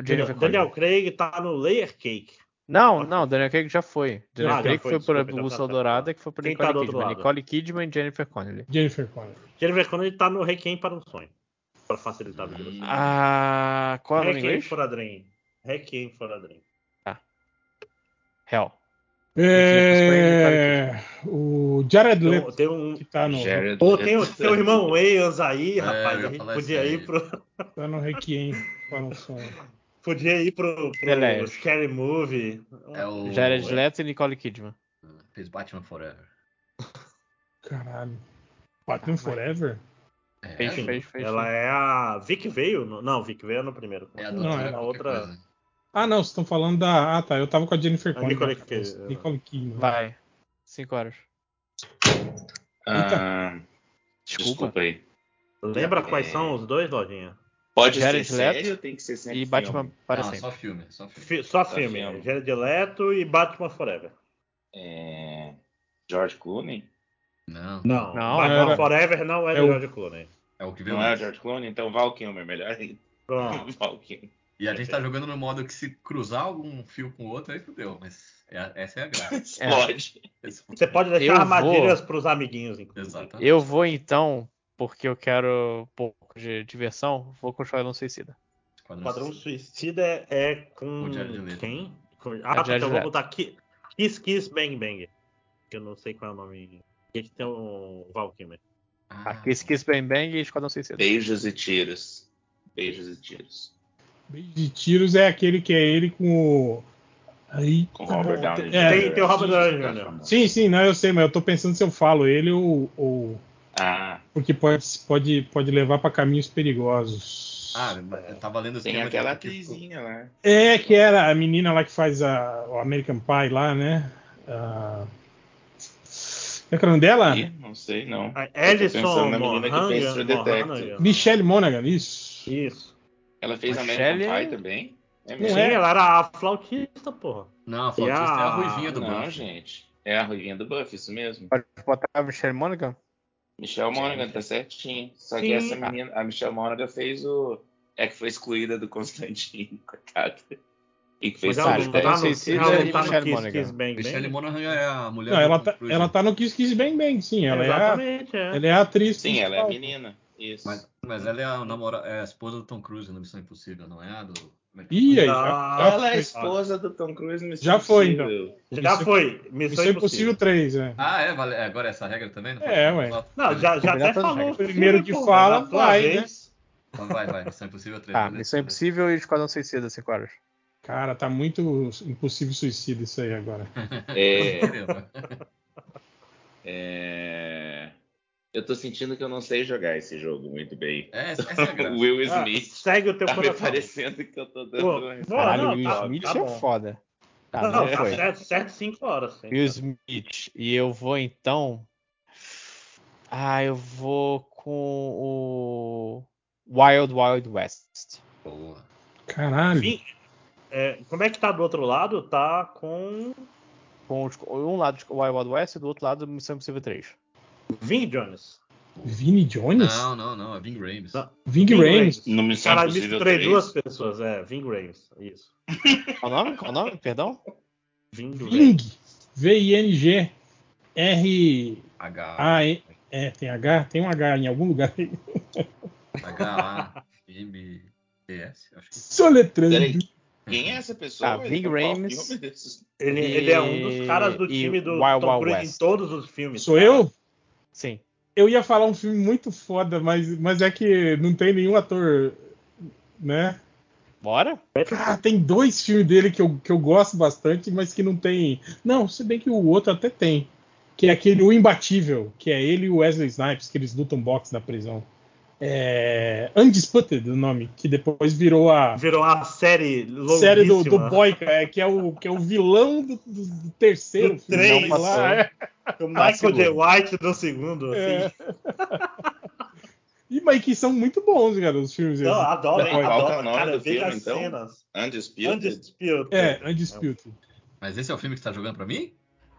o Jennifer Connelly. Daniel Craig tá no Layer Cake. Não, não, Daniel Craig já foi. Daniel Ah, já Craig foi, foi, por desculpa, então Bússola tá certo. Dourada, que foi por Quem Nicole tá do outro Kidman. lado? Nicole Kidman e Jennifer Connelly. Jennifer Connelly. Jennifer Connelly tá no Requiem para um Sonho. Pra facilitar a vida. Hum. Ah, qual é o nome em Requiem inglês? for a Dream. Requiem for a Dream. Hell. É, o Jared Tem um- Leto, tem um, que tá no, Jared Pô, Leto. tem o seu irmão Wayans aí, um É, rapaz. eu ia A gente falar isso podia aí. ir pro. tá no Requiem para um sonho. Podia ir pro, pro Beleza. Scary Movie. É o. Jared Leto e Nicole Kidman. Fez Batman Forever. Caralho. Batman Forever? É, Fez, Enfim, fez, fez. Ela é a. Vic veio? no- Não, Vic veio no primeiro. é a Não, doutora é a qualquer outra- coisa. Ah, não, vocês estão falando da. Ah, tá. Eu tava com a Jennifer A Connelly. Nicole na cabeça. Kidman. Nicole Kidman. Vai. Cinco horas. Ah, Desculpa. desculpa aí. Lembra quais É. são os dois, Lojinha? Pode Jared ser Leto sério ou tem que ser sempre E filme? Batman para Não, sempre. só filme, só filme. Fi- Só Só filme. filme. Jared Leto e Batman Forever. É... George Clooney? Não, Não, Não, Batman era- Forever não é, é do o- George Clooney. é o que veio Não é o antes. George Clooney? Então Val Kilmer, melhor ainda. Pronto. Val Kilmer. E a gente tá jogando no modo que se cruzar algum fio com o outro, aí fudeu. Mas é a- essa é a graça. Explode. Esse- Você pode deixar Eu armadilhas pros amiguinhos, inclusive. Exatamente. Eu vou então, porque eu quero um pouco de diversão, vou com o Esquadrão Suicida. Esquadrão Esquadrão Suicida. Suicida é, é com. O Jared Leto. Quem? Com- Ah, Jared tá, então eu vou Leto. botar aqui. Kiss Kiss Bang Bang. Que eu não sei qual é o nome. Que tem o Valkyrie. Ah, Aqui, Kiss Bang Bang e Esquadrão Suicida. Beijos e tiros. Beijos e tiros. Beijo de tiros é aquele que é ele com o. Aí. Com Robert Downey Jr. É. Tem- tem o Robert Downey Tá Jr. famoso. Sim, sim, não, eu sei, mas eu tô pensando se eu falo ele ou. ou... Ah, Porque pode, pode, pode levar pra caminhos perigosos. Ah, eu tava lendo assim. tem aquela atrizinha lá. É, que era a menina lá que faz a, o American Pie lá, né? Ah, Como é que é o nome dela? Ih, não sei, não. A Eu tô Ellison pensando na menina que fez True Detective. Ah, Mohan- Michelle Monaghan, isso. Isso. Ela fez Michelle- American Pie também? É Não Sim, é? ela era a flautista, porra. Não, a flautista é a Yeah. ruivinha do Não, Buff. gente. É a ruivinha do Buff, isso mesmo. Pode botar a Michelle Monaghan? Michelle Monaghan, tá certinho. Só Sim. que essa menina, a Michelle Monaghan fez o. É que foi excluída do Constantino, coitada. E que fez Mas ela Sarah não tá no, Suicida ela e não tá no Michelle Kiss Monaghan. Kiss Bang Michelle Bang. Monaghan é a mulher Não, do ela Tom tá, Cruise. ela tá no Kiss Kiss Bang Bang, sim. Ela, é a, Exatamente, é. ela é a atriz. Sim, ela é a principal. menina. Isso. Mas, mas ela é a, namora... é a esposa do Tom Cruise na Missão Impossível, não é a do. Ih, aí, Ah, já, já Ela é a foi. esposa do Tom Cruise no Já foi, então. Impossível. Já Missão- foi. Missão, Missão é Impossível 3, é. Ah, é, vale... é, agora é essa regra também? Não foi? É, ué. Só- Não, já, já Combinar até todas as falou. regras. Primeiro que Porra, fala, na tua vai, né?" vez. Então vai, vai. Missão Impossível 3. Ah, beleza. Missão Impossível e Esquadrão Suicida, 5 horas. Cara, tá muito impossível suicida isso aí agora. É. Beleza. É, Eu tô sentindo que eu não sei jogar esse jogo muito bem. É, essa essa é a graça. Will Ah, Smith. segue o teu tá me coração. parecendo que eu tô dando. Pô, uma- pô, Caralho, não, Will tá- Smith tá bom. é foda. Tá, Não, não, tá foi. certo, certo, 5 horas. sim. Will Smith. E eu vou então. Ah, eu vou com o. Wild Wild West. Boa. Caralho. Sim. É, como é que tá do outro lado? Tá com. Com os- um lado de Wild Wild West e do outro lado Missão Impossível 3. Vim, Jones. Vini Jones? Não, não, não. É Ving Rames. Não. Ving Ving Rhames? No Missão Caralho, é Impossível misturei 3. duas pessoas. É, Ving Rames. Isso. Qual o nome? Qual o nome? Perdão? Ving Ving. Rames. V-I-N-G. R. H, A. E- É, tem H? Tem um H em algum lugar aí. H, A, M, T, S. Acho que Peraí. Soletrando. Quem é essa pessoa? Ah, Ele Ving tá qual Rhames. filme desses? Ele, E- ele é um dos caras do e time do Wild Tom Wild Cruise em West. todos os filmes. Sou cara. eu? Sim. Eu ia falar um filme muito foda, mas, mas é que não tem nenhum ator. Né? Bora? Ah, tem dois filmes dele que eu, que eu gosto bastante, mas que não tem. Não, se bem que o outro até tem. Que é aquele O Imbatível, que é ele e o Wesley Snipes, que eles lutam boxe na prisão. É. Undisputed, o nome, que depois virou a Virou uma série longuíssima. série do, do Boyka, é, que, é o, que é o vilão do, do- do terceiro Do filme. três. sei lá, é. O Michael J. Seguro. White do segundo. É. Assim. E, mas que são muito bons, cara, os filmes. Não, ah, eles. adoro, Qual que é o adoro. nome Cara, do vejo filme, as então? cenas. Undisputed? Undisputed. É, Undisputed. Mas esse é o filme que você tá jogando pra mim?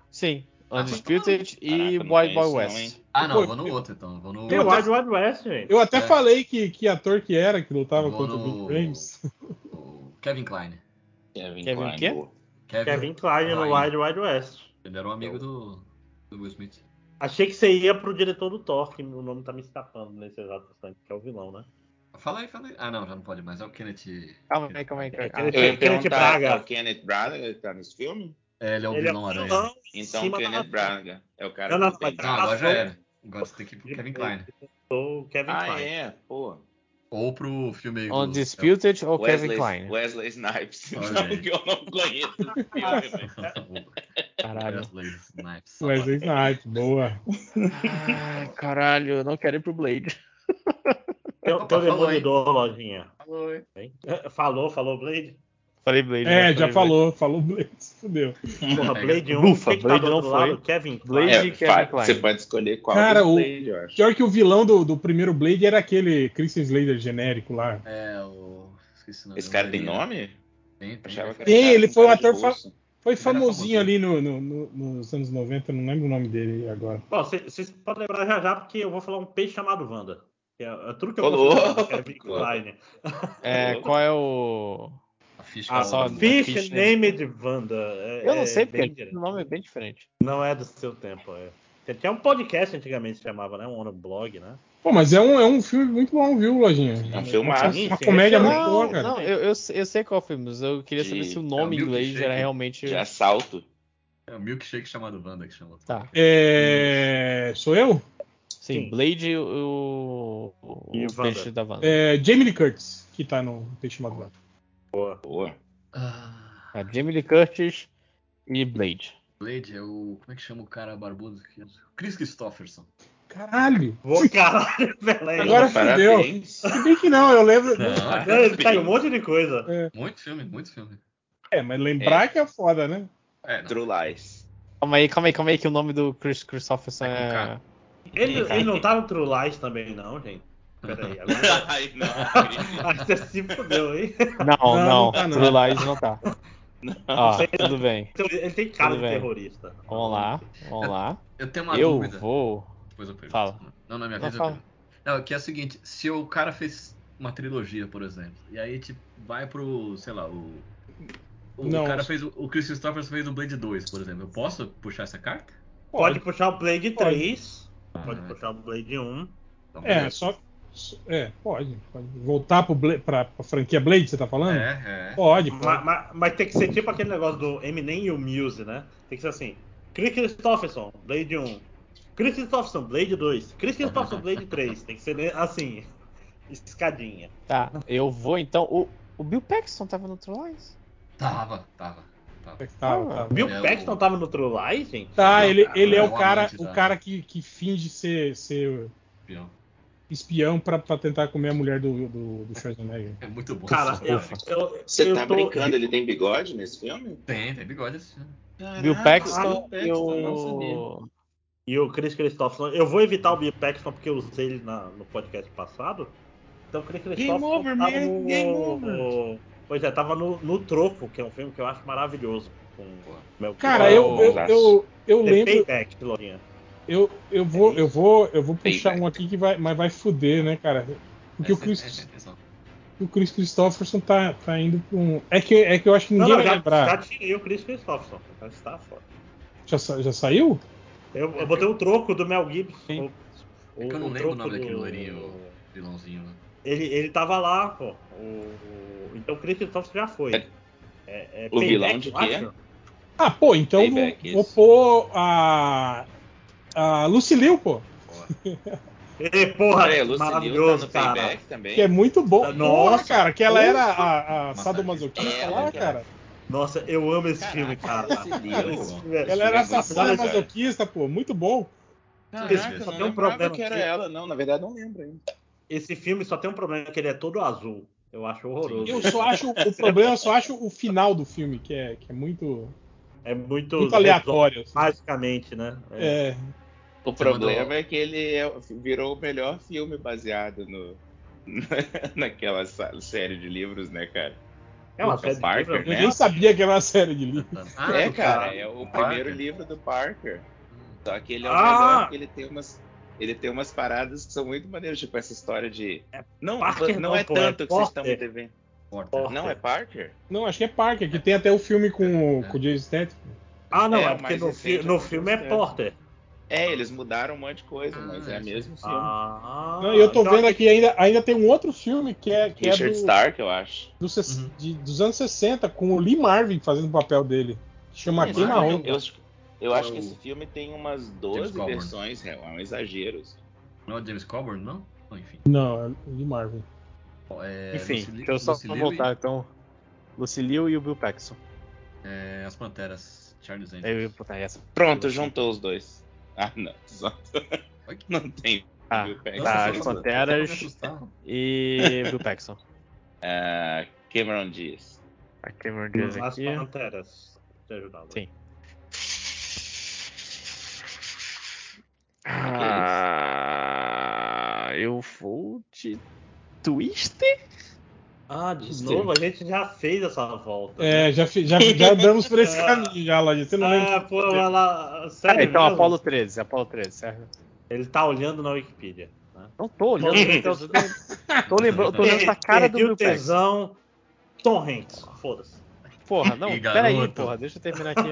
Sim. Undisputed e Ah, Caraca, não Wild conheço Wild não, West. hein? Ah, não, Pô, eu vou no outro então. eu Vou no. Eu O Wild acho- Wild West, gente. Eu até É. falei que, que ator que era, que lutava Vou contra o no- Big James. o Kevin Klein. Kevin, Kevin Kline, quê? boa. Kevin, Kevin é Klein no Klein. Wild Wild West. Ele era um amigo do, do Will Smith. Achei que você ia pro diretor do Thor, que o nome tá me escapando nesse exato instante, que é o vilão, né? Fala aí, fala aí. Ah, não, já não pode mais. É o Kenneth. Calma aí, calma aí. É, Calma aí. Eu Kenneth ia perguntar, Braga. é o Kenneth Braga que tá nesse filme? É, ele é o Ele é vilão um aranha. vilão em Então, cima da Kenneth nação. Braga é o cara Não, não, que mas tem... Não, tá- agora já era. Agora você tem que ir pro Kevin Klein. Ou o Kevin Ah, Klein. é? Pô. Ou pro filme. é, do- Undisputed ou Kevin Wesley, Klein? Wesley Snipes. Olha Não, aí. que eu não conheço esse filme, velho. Caralho. Wesley Snipes. Wesley Snipes, boa. Ah, caralho, eu não quero ir pro Blade. Tem o Opa, tem falou, o Demolidor, lojinha. Falou. Hein? Falou, falou, Blade. Falei É, Blade. né? já Falei falou, falou o Blades, fudeu. Porra, Pega. Blade 1. Ufa, quem que Blade tá do não outro foi. lado? Kevin Klein. Blade É, e Kevin fa- Klein. você pode escolher qual Cara, dos o- três, eu acho. Pior que o vilão do, do primeiro Blade era aquele Christian Slater genérico lá. É, o. Esqueci o nome. Esse cara tem dele. nome? Tem, tem. Achava que Tem, um cara ele com foi um cara de ator fa- russo. Foi Ele era famosinho. famosinho ali no- no- no- nos anos 90, não lembro o nome dele agora. Bom, vocês podem lembrar já já, porque eu vou falar um peixe chamado Wanda. Que é, é tudo que eu Ô, vou falar do louco! Kevin Klein. É, qual é o. A ficha. é Ah, só- Fish Fish Named Wanda. É- Eu não é sei, bem porque o nome é bem diferente. Não é do seu tempo, é. Tem até um podcast antigamente que chamava, né? Um blog, né? Pô, mas é um, é um filme muito bom, viu, Lojinha? É um filmaço. Uma Sim, comédia sim, é muito sim. boa, cara. não, eu, eu, eu sei qual é filme, mas eu queria saber De- se o é o nome em inglês Milkshake. era realmente. De assalto. É o milkshake chamado Wanda que chama. Tá. É, sou eu? Sim, Sim. Blade e o. o E Wanda. peixe da Wanda. É, Jamie Lee Curtis, que tá no Peixe Magoado. Boa. Ah, É, Jamie Lee Curtis e Blade. Blade é o. Como é que chama o cara barbudo? que- Chris Christopherson. Caralho! Vou, caralho, peraí. Agora fudeu. Parabéns. Se bem que não, eu lembro. Não, Não, é- ele caiu um monte de coisa. muito filme, muito filme. É, mas lembrar que é foda, né? É, não. True Lies. Calma aí, calma aí, calma aí, que o nome do Chris Christopherson É com é. K. Ele, ele não tá no True Lies também, não, gente. Peraí, agora. Ai, não, Aí você se fudeu, hein? Não, Não, não, não tá, não. True Lies não tá. Ó, tudo bem. Então, Ele tem cara Tudo de é. bem. terrorista. Vamos lá, vamos lá. Eu tenho uma eu dúvida. vou. Depois eu pergunto. Fala. Não, na minha Não, vez eu fala. pergunto. Não, que é o seguinte, se o cara fez uma trilogia, por exemplo, e aí tipo, vai pro, sei lá, o. O Não. cara fez. O, o Chris Christopher fez o Blade 2, por exemplo. Eu posso puxar essa carta? Pode puxar o Blade Pode. 3. Pode puxar o Blade 1. Então, É, beleza. só. só- É, pode. pode. Voltar pro Bla- pra, pra franquia Blade, você tá falando? É, é. Pode, pode. Mas, mas- mas tem que ser tipo aquele negócio do Eminem e o Muse, né? Tem que ser assim: Chris Christopherson, Blade 1. Chris Christopherson, Blade 2. Chris Christopherson, Blade 3. Tem que ser assim: escadinha. Tá, eu vou então. O, o Bill Paxton tava no True Lies? Tava, tava. É que tava, Ah, tava. Bill É o- Paxton tava no True Lies, gente? Tá, Não, ele, cara, ele é é o o cara, amante o da- cara que, que finge ser, ser Pior. espião pra, pra tentar comer a mulher do, do, do Schwarzenegger. É muito bom. Cara, esse eu, filme. eu, Você eu tá tô- brincando, ele tem bigode nesse filme? Tem, tem bigode esse filme. Bill Caraca, Paxton Bill e Paxton, Ah, não sabia. o. E o Chris Christopherson. Eu vou evitar o Bill Paxton porque eu usei ele na- no podcast passado. Então o Chris Christopherson. over, tava man, no- game over. Pois é, tava no, no Troco, que é um filme que eu acho maravilhoso. Com meu Cara, com- eu, eu, eu, eu The lembro. Payback, Lourinha. Eu, eu, vou, eu, vou, eu vou puxar Payback. um aqui que vai, mas vai fuder, né, cara? É, Porque o Chris, o Chris Christopherson tá, tá indo pra um. É que, é que eu acho que Não, ninguém não, vai já, já lembrar. tirei o Chris Christopherson. O cara está fora. Já, sa- já saiu? Eu, eu botei o troco do Mel Gibson. Sim. É que eu não lembro troco o nome daquele do- loirinho. Vilãozinho, né? Ele, ele tava lá, pô. O, o- então o Chris Christopherson já foi. É- É- é o vilão Payback, de eu quê? acho. Ah, pô, então vou, Payback, vou isso. pôr a. A Lucy Liu, pô. Ê, porra, Peraí, a Lucy Liu tá maravilhoso, no cara. Payback também? Que é muito bom. Nossa. Porra, cara, que ela era a, a Nossa. sadomasoquista É, lá, ela, cara. Nossa, eu amo esse filme, cara. Lucy Liu. Esse filme é- Ela era Esse filme é muito assassina bom, masoquista, pô. Muito bom. Caraca, Esse- eu só não é tem um lembrava problema que era aqui. ela, não. Na verdade, não lembro ainda. Esse filme só tem um problema, que ele é todo azul. Eu acho horroroso. Eu só acho. O problema, eu só acho o final do filme, que é, que é muito, É muito, muito aleatório. assim. Basicamente, né? É. É. O Você problema mandou- é que ele é- virou o melhor filme baseado no... naquela sa- série de livros, né, cara? É uma Puta, série de Parker, livro, né? Ninguém sabia que era uma série de livros. Ah, é, do cara, é o Parker. primeiro livro do Parker. Só que ele é o Ah! melhor, porque ele tem umas. Ele tem umas paradas que são muito maneiras, tipo essa história de. Não, Parker não, não, é pô, tanto é que vocês estão me Porter. devendo. Porter. Não, é Parker? Não, acho que é Parker, que tem até o filme com, o- com o James Statham. Ah, não, É, é, o porque mais no, fi recente no é o filme é Porter. Porter. É, eles mudaram um monte de coisa, Ah, mas é o isso. mesmo filme. Ah, Não, e eu tô então- vendo aqui, ainda, ainda tem um outro filme que é, que é Richard do, Stark, eu acho. do ses- Uhum. de- dos anos 60, com o Lee Marvin fazendo o papel dele. Chama Lee Quem na Marvin? Onda. Eu, eu acho É que o- esse filme tem umas James 12 Cameron. versões, é um exagero. assim. Não é o James Coburn, não? Bom, enfim. Não, é o Lee Marvin. É, Enfim, Lucy Li- deixa eu só Lucy Liu voltar então. Lucy Liu e o Bill Paxton. e, é, As Panteras, Charles Angels. Eu ia botar essa. Pronto, juntou os dois. Ah, não. Só... Não tem. Ah, Tá, Bill Paxton. tá, Nossa, as só- Panteras e Bill Paxton. Ah, Cameron Diaz. A Cameron Diaz então As aqui. Panteras. Te ajudando. Sim. Ah, eu vou de Twister? Ah, de Sim. novo, a gente já fez essa volta. É, já, fi- já, já damos por esse caminho, já, Lodinha. Você não lembra? Ah, pô, ela. Sério, então, mesmo? Apollo 13, Apollo 13, certo? Ele tá olhando na Wikipedia. né? Não tô olhando, eu tô, tô lembrando, tô olhando pra Per- cara do perdi o Bill Paxton. tesão. Tom Hanks, foda-se. Porra, não, Ih, peraí, garoto. porra, deixa eu terminar aqui.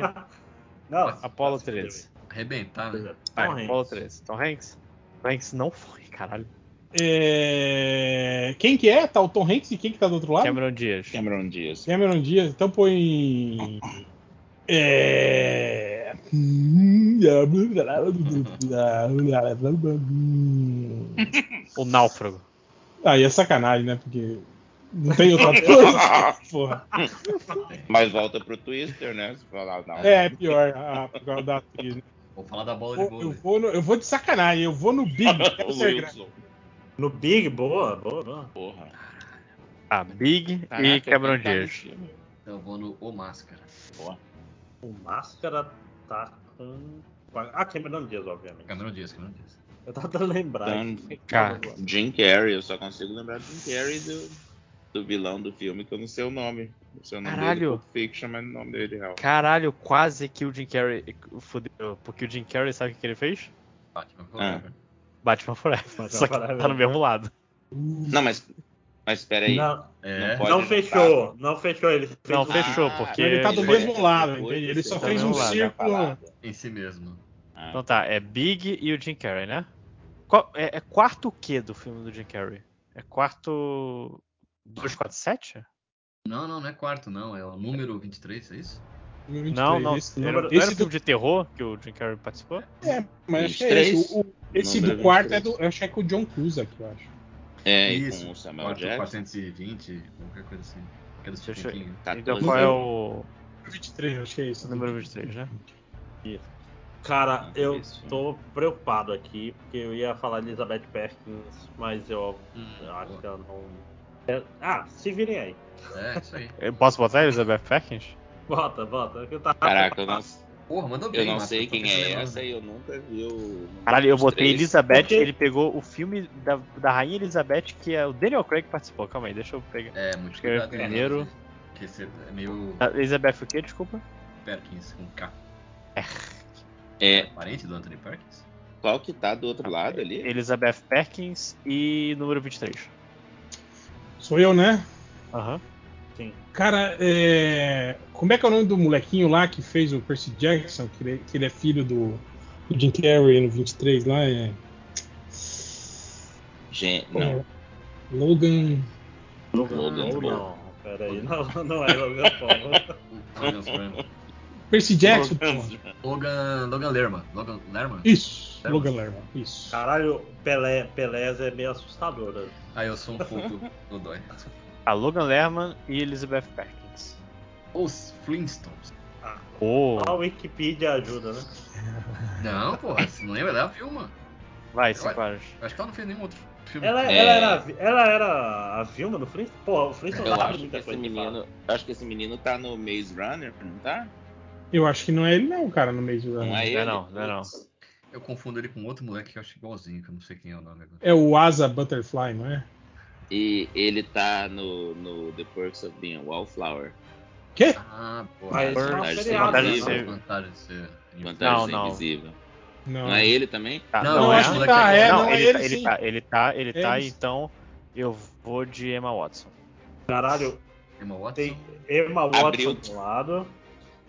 Não, Apollo 13. Arrebentar, né? Vai, Tom Hanks. Apollo 13. Tom Hanks? Tom Hanks não foi, caralho. É, Quem que é? Tá o Tom Hanks e quem que tá do outro lado? Cameron Diaz. Cameron Diaz. Cameron Diaz. Então põe... É... O Náufrago. Aí é sacanagem, né? Porque não tem outra coisa. Porra. Mas volta pro Twister, né? Se falar, não. É, é pior. Ah, por causa da atriz. né? Vou falar da bola de Pô, eu, vôlei. vou no- eu vou de sacanagem, eu vou no Big. O quero ser gra- Wilson. No Big, boa, boa, boa. Porra. Ah, Big e Caraca, Cameron ele tá no Diaz. time. Então eu vou no O Máscara. O Máscara tá com. Ah, Cameron Dias, obviamente. Cameron Dias, Cameron Dias. Eu tava tentando lembrar. Então, Cara. Jim Carrey, eu só consigo lembrar do Jim Carrey do, do vilão do filme, que eu não sei o nome. Não sei o nome Caralho. dele, é Pulp Fiction, mas o nome dele é real. Caralho, quase que o Jim Carrey fudeu. Porque o Jim Carrey, sabe o que que ele fez? Ah, Batman Forever. Batman Forever. Batman Só que Forever. tá no mesmo lado. Não, mas, mas peraí. Não, É. pode não juntar. fechou, não fechou. Ele fez um- Não, o- fechou. porque Ele tá do ele- mesmo lado, Ah, Depois entende? Ele você só tá fez do um mesmo lado da círculo. parada. Em si mesmo. Ah, Então tá, é Big e o Jim Carrey, né? Qual- é, é quarto o quê do filme do Jim Carrey? É quarto. 247? Não, não, não é quarto, não. É o número 23, é isso? Não, não. Esse, Era, não era esse um filme do, de terror que o Jim Carrey participou? é, mas acho que é 23. esse. O- o- esse Número do quarto 23. é do. eu Acho que é com o John Cusack, eu acho. É, e Isso, com o Samuel Quarto, Jackson. 420, qualquer coisa assim. Que é do Stephen Deixa eu- King. Tá Então doze. qual é o. Número 23, eu acho que é esse. o número 23, né? Cara, eu Isso. tô preocupado aqui, porque eu ia falar Elizabeth Perkins, mas eu, eu Hum, acho que ela não. é- Ah, se virem aí. É, isso aí. Eu posso botar a Elizabeth Perkins? Bota, bota. é que Eu tava... Caraca, eu não, Porra, mandou bem. eu não Márcio, sei tô quem pensando é agora. essa e eu nunca vi o. Caralho, eu os botei três. Elizabeth, Porque- ele pegou o filme da, da Rainha Elizabeth, que é o Daniel Craig que participou. Calma aí, deixa eu pegar. É, muito Escreve cuidado. primeiro. Que esse é meio A Ah, Elizabeth o quê? Desculpa. Perkins com K. É, Parente do Anthony Perkins? qual que tá do outro lado É. ali? Elizabeth Perkins e número 23. Sou eu, né? Aham. Sim. Cara, é, como é que é o nome do molequinho lá que fez o Percy Jackson, que ele, que ele é filho do, do Jim Carrey no 23 lá? É... Gente, não. Logan. Logan Não, Paul. não, peraí. Não, não é Logan Paul. Logan, Lerman. Percy Jackson, porra. Logan, Logan Lerman. Logan Lerman? Isso, É. Lerman. Logan Lerman, isso. Tá. Caralho, Pelé, Pelés é meio assustadora. Ah, eu sou um pouco Godoy. A Logan Lerman e Elizabeth Perkins. Os Flintstones. Oh, A Wikipedia ajuda, né? Não, porra, você não lembra dela Vilma. vai, Siparos. Eu Acho que ela não fez nenhum outro filme. Ela, É. ela, era, a Vi- ela era a Vilma no Flintstone? Pô, o Flintstone Eu sabe acho que muita esse coisa. de fato. menino. Eu acho que esse menino tá no Maze Runner, não tá? Eu acho que não é ele, não, cara, no meio Não da. é Não é ele? não, não é não. Putz. Eu confundo ele com outro moleque que eu acho igualzinho, que eu não sei quem é o nome agora. É o Asa Butterfly, não é? E ele tá no, no The Perks of Being a Wallflower. Quê? Ah, porra. Mas isso é um Vantagem de ser seriado, né? vantagem de ser- Vantagem de ser. Vantagem Não, ser não. invisível. Não. Não é ele também? Tá, Não, não, eu é. acho que- tá, é, não, não, é ele, ele, tá- ele sim. tá, ele tá, ele tá, Ele sim. então eu vou de Emma Watson. Caralho, Emma Watson? tem Emma Abriu. Watson do lado.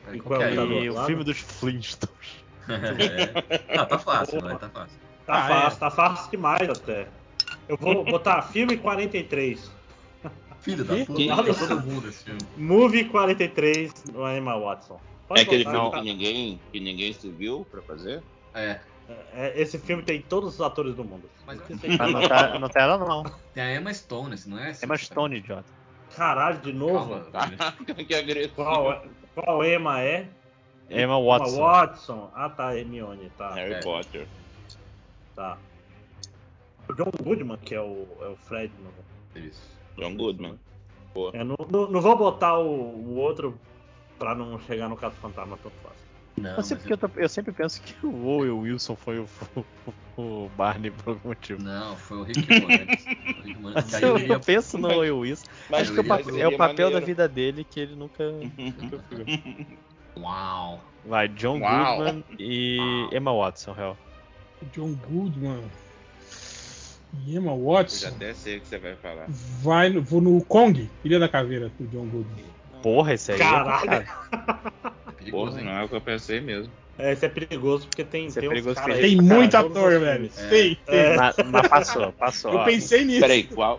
Peraí, E qual qual que é é? Tá do E outro o lado? filme dos Flintstones. É. Ah, tá fácil, vai, tá fácil. Tá Ah, fácil, é. tá fácil demais até. Eu vou botar filme 43. Filho da Que? puta, Que? mata todo mundo esse filme. Movie 43 no é Emma Watson. Pode É aquele botar, filme tá- que ninguém, que ninguém se viu pra fazer? É, é, Esse filme tem todos os atores do mundo. mas Ah, não, tá, não tá ela não. tem a Emma Stone, esse não é? esse? Emma Stone, idiota. Caralho, de novo? Calma, velho. que agressivo. Qual, é- qual Emma é? Emma Uma Watson. Watson. Ah, tá, Hermione, tá. Harry É. Potter. tá. O John Goodman, que é o, é o Fred. No, é Isso. John Goodman. é, não, não, não vou botar o, o outro pra não chegar no caso fantasma tão fácil. Não, Não mas sei é porque eu, tô- eu sempre penso que o Owen Wilson foi o, o Barney por algum eu- motivo. Não, foi o Rick Moranis. O Rick Moranis. Daí eu, eu iria eu penso no Owen Wilson. Mas Acho que o pa- seria é o papel da maneiro. vida dele que ele nunca. nunca figurou. Uau. Vai, John Uau. Goodman e Emma Watson, real. John Goodman. E Emma Eu já Watson. até sei o que você vai falar. Vai no, vou no Kong, Ilha da Caveira, do John Goodman. Porra, esse aí. é Caralho. complicado. É perigoso, Porra, hein? não é o que eu pensei mesmo. É, isso é perigoso porque tem. Isso é tem uns perigoso caras que- aí Tem que muito fazem todos ator, os velho. É. filmes. Tem, tem. mas, mas passou, passou. Eu É, ó. pensei nisso. Peraí, qual,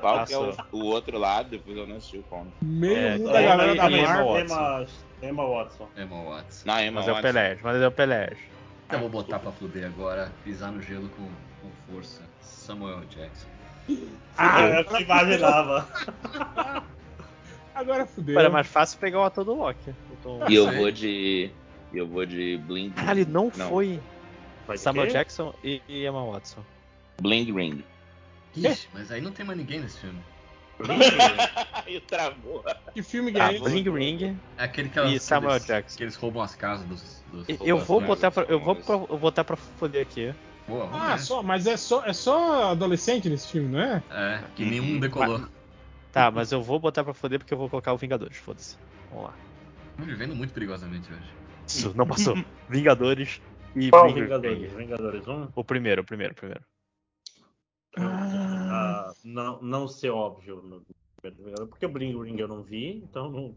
qual que é o, Passou. o outro lado? Depois eu não assisti o Conan. Meio É, mundo tá da bom, galera e- da e Emma Marvel. Emma, Emma Watson. Emma Watson. Na Emma Mas é o Watson. Pelé, mas é o Pelé. Eu vou botar pra fuder agora, pisar no gelo com, com força. Samuel Jackson. Ah, Ah, eu imaginava. agora fudeu. é Era mais fácil pegar o ator do Loki. Então, E eu vou de E eu vou de Bling. Caralho, não, Não. foi Vai de Samuel quê? Jackson e, e Emma Watson. Bling Ring. Ixi, mas aí não tem mais ninguém nesse filme. e travou. Que filme que Ah, é Bling Ring. É aquele que, elas- E que Samuel eles, Jackson. que eles roubam as casas dos. dos né? Eu das vou mulheres. botar pra, eu vou, pra, eu vou botar pra foder aqui. Boa, vamos Ah, ver. só, mas é só, é só adolescente nesse filme, não é? É, que Uhum. nenhum decolou. Tá, mas eu vou botar pra foder porque eu vou colocar o Vingadores, foda-se. Vamos lá. Estamos Tá vivendo muito perigosamente hoje. Isso, não passou. Vingadores e Qual Bling Vingadores? Ring. Vingadores 1? O primeiro, o primeiro, o primeiro. Ah, não, não ser óbvio. no- Porque o Bling Ring eu não vi, então não,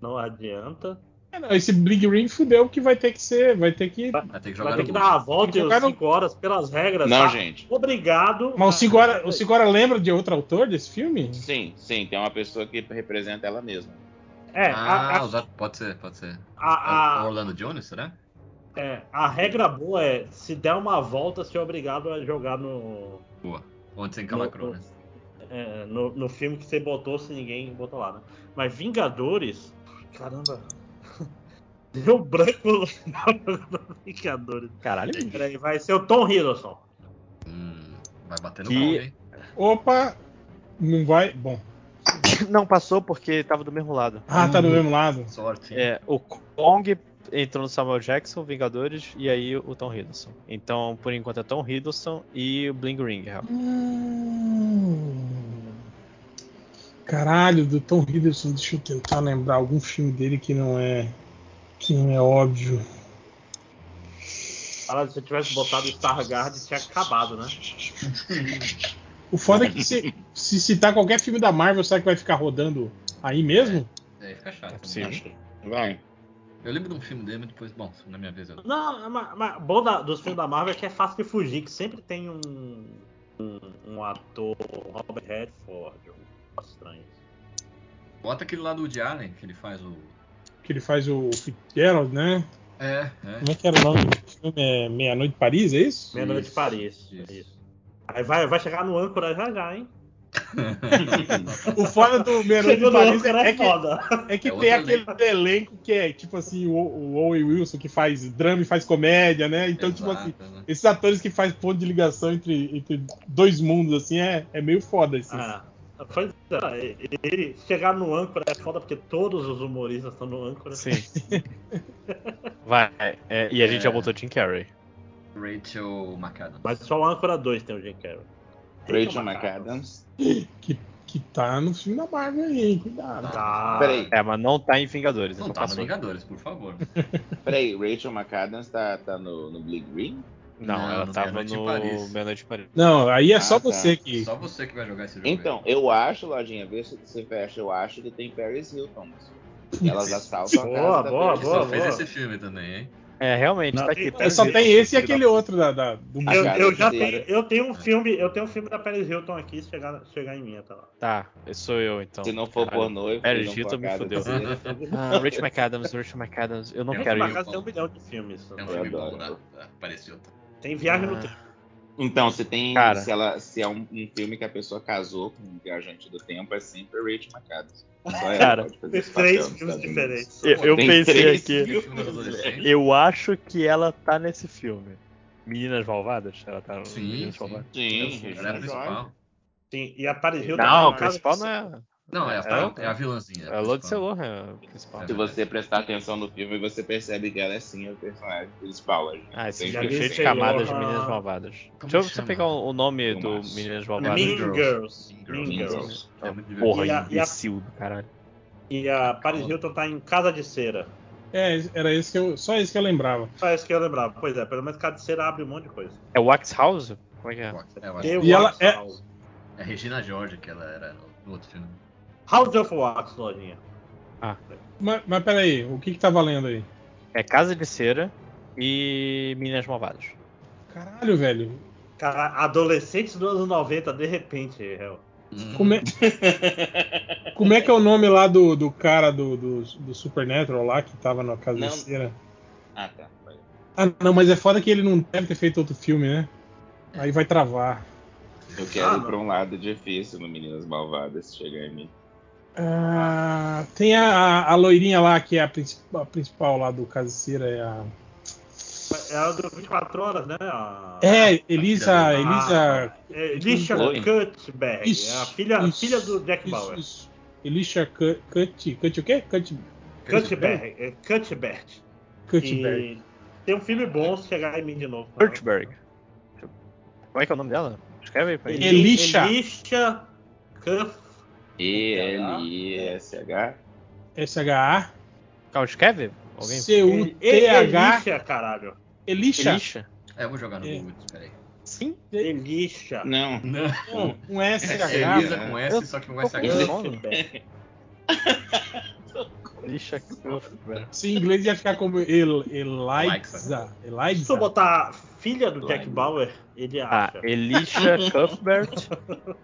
não adianta. É, não, Esse Bling Ring fudeu que vai ter que ser, vai ter que. Vai ter que jogar Vai ter que no dar a volta Tem e que os jogar no- 5 horas pelas regras. Não, tá? gente. Obrigado. Mas o Cigora, o Ah, Cigora lembra de outro autor desse filme? Sim, sim, tem uma pessoa que representa ela mesma. É, a, Ah, a, os outros- pode ser, pode ser. a, É o a- Orlando Jones, será? é, a regra boa é: se der uma volta, ser obrigado a jogar no, Boa. Onde sem No- calacrou, né? é, no, no filme que você botou, se ninguém botou lá, né? Mas Vingadores. Caramba. Deu branco no Vingadores. Caralho, bicho. Peraí, vai ser o Tom Hiddleston. Hum, vai bater no Que- pau, hein? Opa, não vai. Bom. não passou porque tava do mesmo lado. Ah, tá do mesmo lado. Sorte. hein? É, o Kong entrou no Samuel Jackson, Vingadores, e aí o Tom Hiddleston. Então, por enquanto é Tom Hiddleston e o Bling Ring. é, real. Hum. Caralho, do Tom Hiddleston, deixa eu tentar lembrar algum filme dele que não é. que não é óbvio. Caralho, se eu tivesse botado Stargard, tinha acabado, né? O foda é que se, se citar qualquer filme da Marvel, será que vai ficar rodando aí mesmo? Aí fica chato. É né? possível. Vai. Eu lembro de um filme dele, mas depois, bom, na minha vez eu. Não, mas, mas bom da- dos filmes da Marvel é que é fácil de fugir, que sempre tem um, um, um ator, um Robert Redford, um estranho. Bota aquele lá do Woody Allen, que ele faz o. Que ele faz o Fitzgerald, né? É, é. Como é que era o nome do filme? É Meia-Noite em Paris, é isso? Meia-noite de Isso, Paris. isso. isso. Aí vai, vai chegar no âncora já já, hein? O foda do Meia-Noite Chegou em no Paris âncora é é que, foda. é que É outro tem aquele elenco que é tipo assim, o, o Owen Wilson que faz drama e faz comédia, né? Então, tipo assim, Exato, né? esses atores que faz ponto de ligação entre, entre dois mundos, assim, é, é meio foda. Assim. Ah, pois é, ele chegar no âncora é foda porque todos os humoristas estão no âncora. Sim. Vai. é, e a gente já botou Jim Carrey. Rachel McAdams. Mas só o âncora 2 tem o Jim Carrey. Rachel McAdams. Que tá no filme da Marvel aí, cuidado. Tá. Peraí, É, mas não tá em Vingadores. Não então tá no passou. Vingadores, por favor. peraí, Rachel McAdams tá, tá no, no Bling Ring? Não, Não, ela no tava Meia-Noite em no Paris. Meia-Noite de Paris. Não, aí é só Ah, tá. você que. Só você que vai jogar esse jogo. aí. Então, eu acho, Lojinha, vê se você fecha, eu acho que tem Paris Hilton. Elas assaltam a casa Boa, da boa, Paris Ele boa, só fez boa. esse filme também, hein? É, realmente, Não, tá tem- aqui. É, Paris só tem Hilton, esse e filho aquele outro da, da- do A Eu, cara eu de já tenho, zero. eu tenho Ah. um filme, eu tenho um filme da Paris Hilton aqui, se chegar, chegar em mim até lá. da- Tá, sou eu então. Se não for Caralho. pornô, e Paris não for Hilton me a casa fudeu. dele, Ah, Rich McAdams, Rich McAdams. Eu não Eu Tem quero vou uma marcar- ir. casa tem um milhão de filmes. É um Eu filme adoro. bom, tá? Tá, Pareceu. Tem viagem no Ah. tempo. Então, se tem. Cara. Se, ela, se é um, um filme que a pessoa casou com um viajante do tempo, é sempre Rachel McAdams. Só ela Cara, pode fazer Tem esse papel três nos filmes Estados Unidos. diferentes. Eu, eu Tem pensei três aqui. Filme dos adolescentes. Eu acho que ela tá nesse filme. Meninas Malvadas? Ela tá no Sim, Meninas sim. Malvadas. Sim, Ela é a Rachel Jordan. principal. Sim, e a Paris Hilton é Não, uma a casa principal que- não é. Não, é a, É outra. é a vilãzinha. É a Lodi Selohan, é a principal. Se você prestar atenção no filme, você percebe que ela é sim o personagem principal. a gente Ah, tem esse Já filme é vi cheio diferença. de esse camadas de Selohan. Meninas Malvadas. Como Deixa eu chama? só pegar o o nome do Filmaço. Meninas Mean Malvadas. Mean Girls. Girls. Mean Mean Girls. Girls. É muito divertido. Porra, E a- e a- imbecil do caralho. E a Paris Hilton tá em Casa de Cera. É, era esse que eu. Só esse que eu lembrava. Só isso que eu lembrava. Pois é, pelo menos Casa de Cera abre um monte de coisa. É Wax House? Como é que é? É, eu acho. The E ela Wax é- House. É Regina George, que ela era no outro filme. House of Wax, lojinha. Mas, mas peraí, o que que tá valendo aí? É Casa de Cera e Meninas Malvadas. Caralho, velho. Cara, adolescentes dos anos 90, de repente, réu. Hum, Como é, Como é que é o nome lá do, do cara do, do, do Supernatural lá que tava na casa Não. de cera? Ah, tá. Ah, não, mas é foda que ele não deve ter feito outro filme, né? Aí vai travar. Eu quero Ah, ir não. pra um lado difícil no Meninas Malvadas, se chegar em mim. Ah, tem a, a loirinha lá, que é a, princip- a principal lá do Caseira. É, a... É a do 24 horas, né? A... é Elisa. Ah, Elisa. É, Lisha Oi. Cutberg, é a filha, isso, filha do Jack isso, Bauer. isso. Elisha Cut. Cut, Cut o quê? Cut, Cutberg, é Cutbert. Cutberg. E Tem um filme bom se chegar em mim de novo. cara. Kurtzberg. Como é que é o nome dela? Escreve aí pra mim. Elisha. Elisha Cuff. é. E-L-I-S-H. S-H-A. Calma, escreve? Alguém? C-U-T-H. é Elisha, caralho. Elisha. Elisha? É, eu vou jogar no É. Google, peraí. Sim. Elisha. Não. Não, Não, um é S-H. Elisa com S, só que com SH. Eu- Cutberg. é Elisha Kurtzberg. Se em inglês ia ficar como El, Eliza. Se eu Eliza. botar filha do Jack Vai. Bauer, ele Ah, acha. Elisha Cuthbert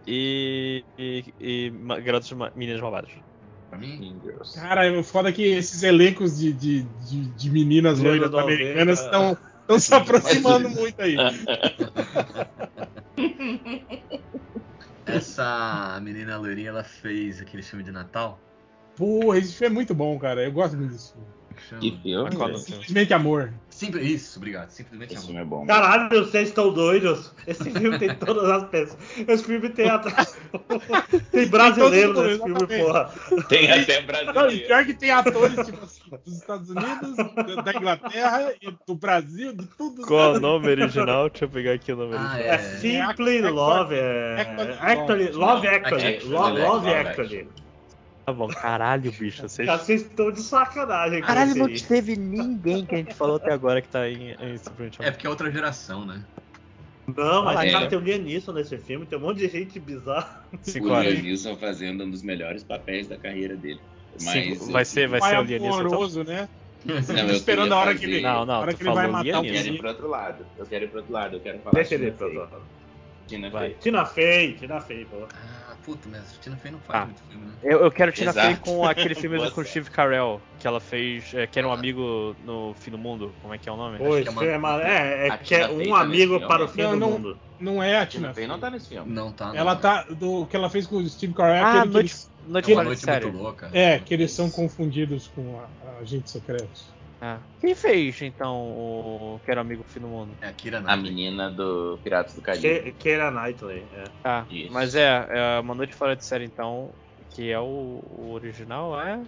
e, e, e ma- garotos ma- meninas malvadas. Pra mim, Mean Girls. Cara, o foda é que esses elencos de, de, de, de meninas Menina loiras da aldeia. americanas estão se aproximando muito aí. É. essa menina loirinha, ela fez aquele filme de Natal. Porra, esse filme é muito bom, cara. Eu gosto muito disso. Que chama? Que filme? Qual é o nome do filme? Simplesmente amor. Simples- Isso, obrigado. Simplesmente Esse amor. filme é bom. Caralho, vocês estão doidos. Esse filme tem todas as peças. Esse filme tem até. tem brasileiro Tem todo mundo, nesse filme, exatamente. porra. Tem até Não, e brasileiro. pior que tem atores tipo, assim, dos Estados Unidos, da Inglaterra, e do Brasil, de tudo. Qual é o nome original? Deixa eu pegar aqui o nome Ah, original. É é. Simply Act- Love. É... Actually Actually, Love Actually. Actually, Lo- Love Love Actually. Actually. Tá bom, caralho, bicho. Vocês... Tá Vocês estão de sacanagem com Caralho, esse não aí. teve ninguém que a gente falou até agora que tá em, em Simplesmente É Amor. porque é outra geração, né? Não, mas Fala, cara, é. tem um Lianisson nesse filme, tem um monte de gente bizarra. Cinco O horas. Liam Neeson fazendo um dos melhores papéis da carreira dele. Mas Cinco... Vai ser, vai Pai ser o Lianisson. Então. amoroso, né? Não, eu esperando a hora queria que vem. fazer- Não, não, a hora tu que ele vai falou matar Eu o quero ir menino. pro outro lado. Eu quero ir pro outro lado. Eu quero falar. Deixa ele ir pra Tina Fey. zona. Tina Vai. Fey. Tina Fey, Tina Fey, pô. Ah, puta, mas Tina Fey não faz Ah. muito filme, né? Eu, eu quero tirar Exato. Fey com aquele filme Boa com o sorte. Steve Carell, que ela fez, é, que era um amigo no fim do mundo. Como é que é o nome? que Pô, esse é uma- filme é mar... É, é A que é Tina Fey um tá amigo nesse para o filme. fim do Não, não. mundo. Não é a Tina Tina Fey Fey. não tá nesse filme. Não tá, não. Ela tá. Do, o que ela fez com o Steve Carell é Ah, aquele que Noite, eles, noite É uma Fora de noite Série. muito louca. é, que eles são confundidos com a, a gente secretos. Ah. Quem fez, então, o Quero Amigo Fim do Mundo? É a Kira A Knightley. menina do Piratas do Caribe. Que- Keira Knightley. É. Tá, Isso. mas é, é Uma Noite Fora de Série, então, que é o, o original, é...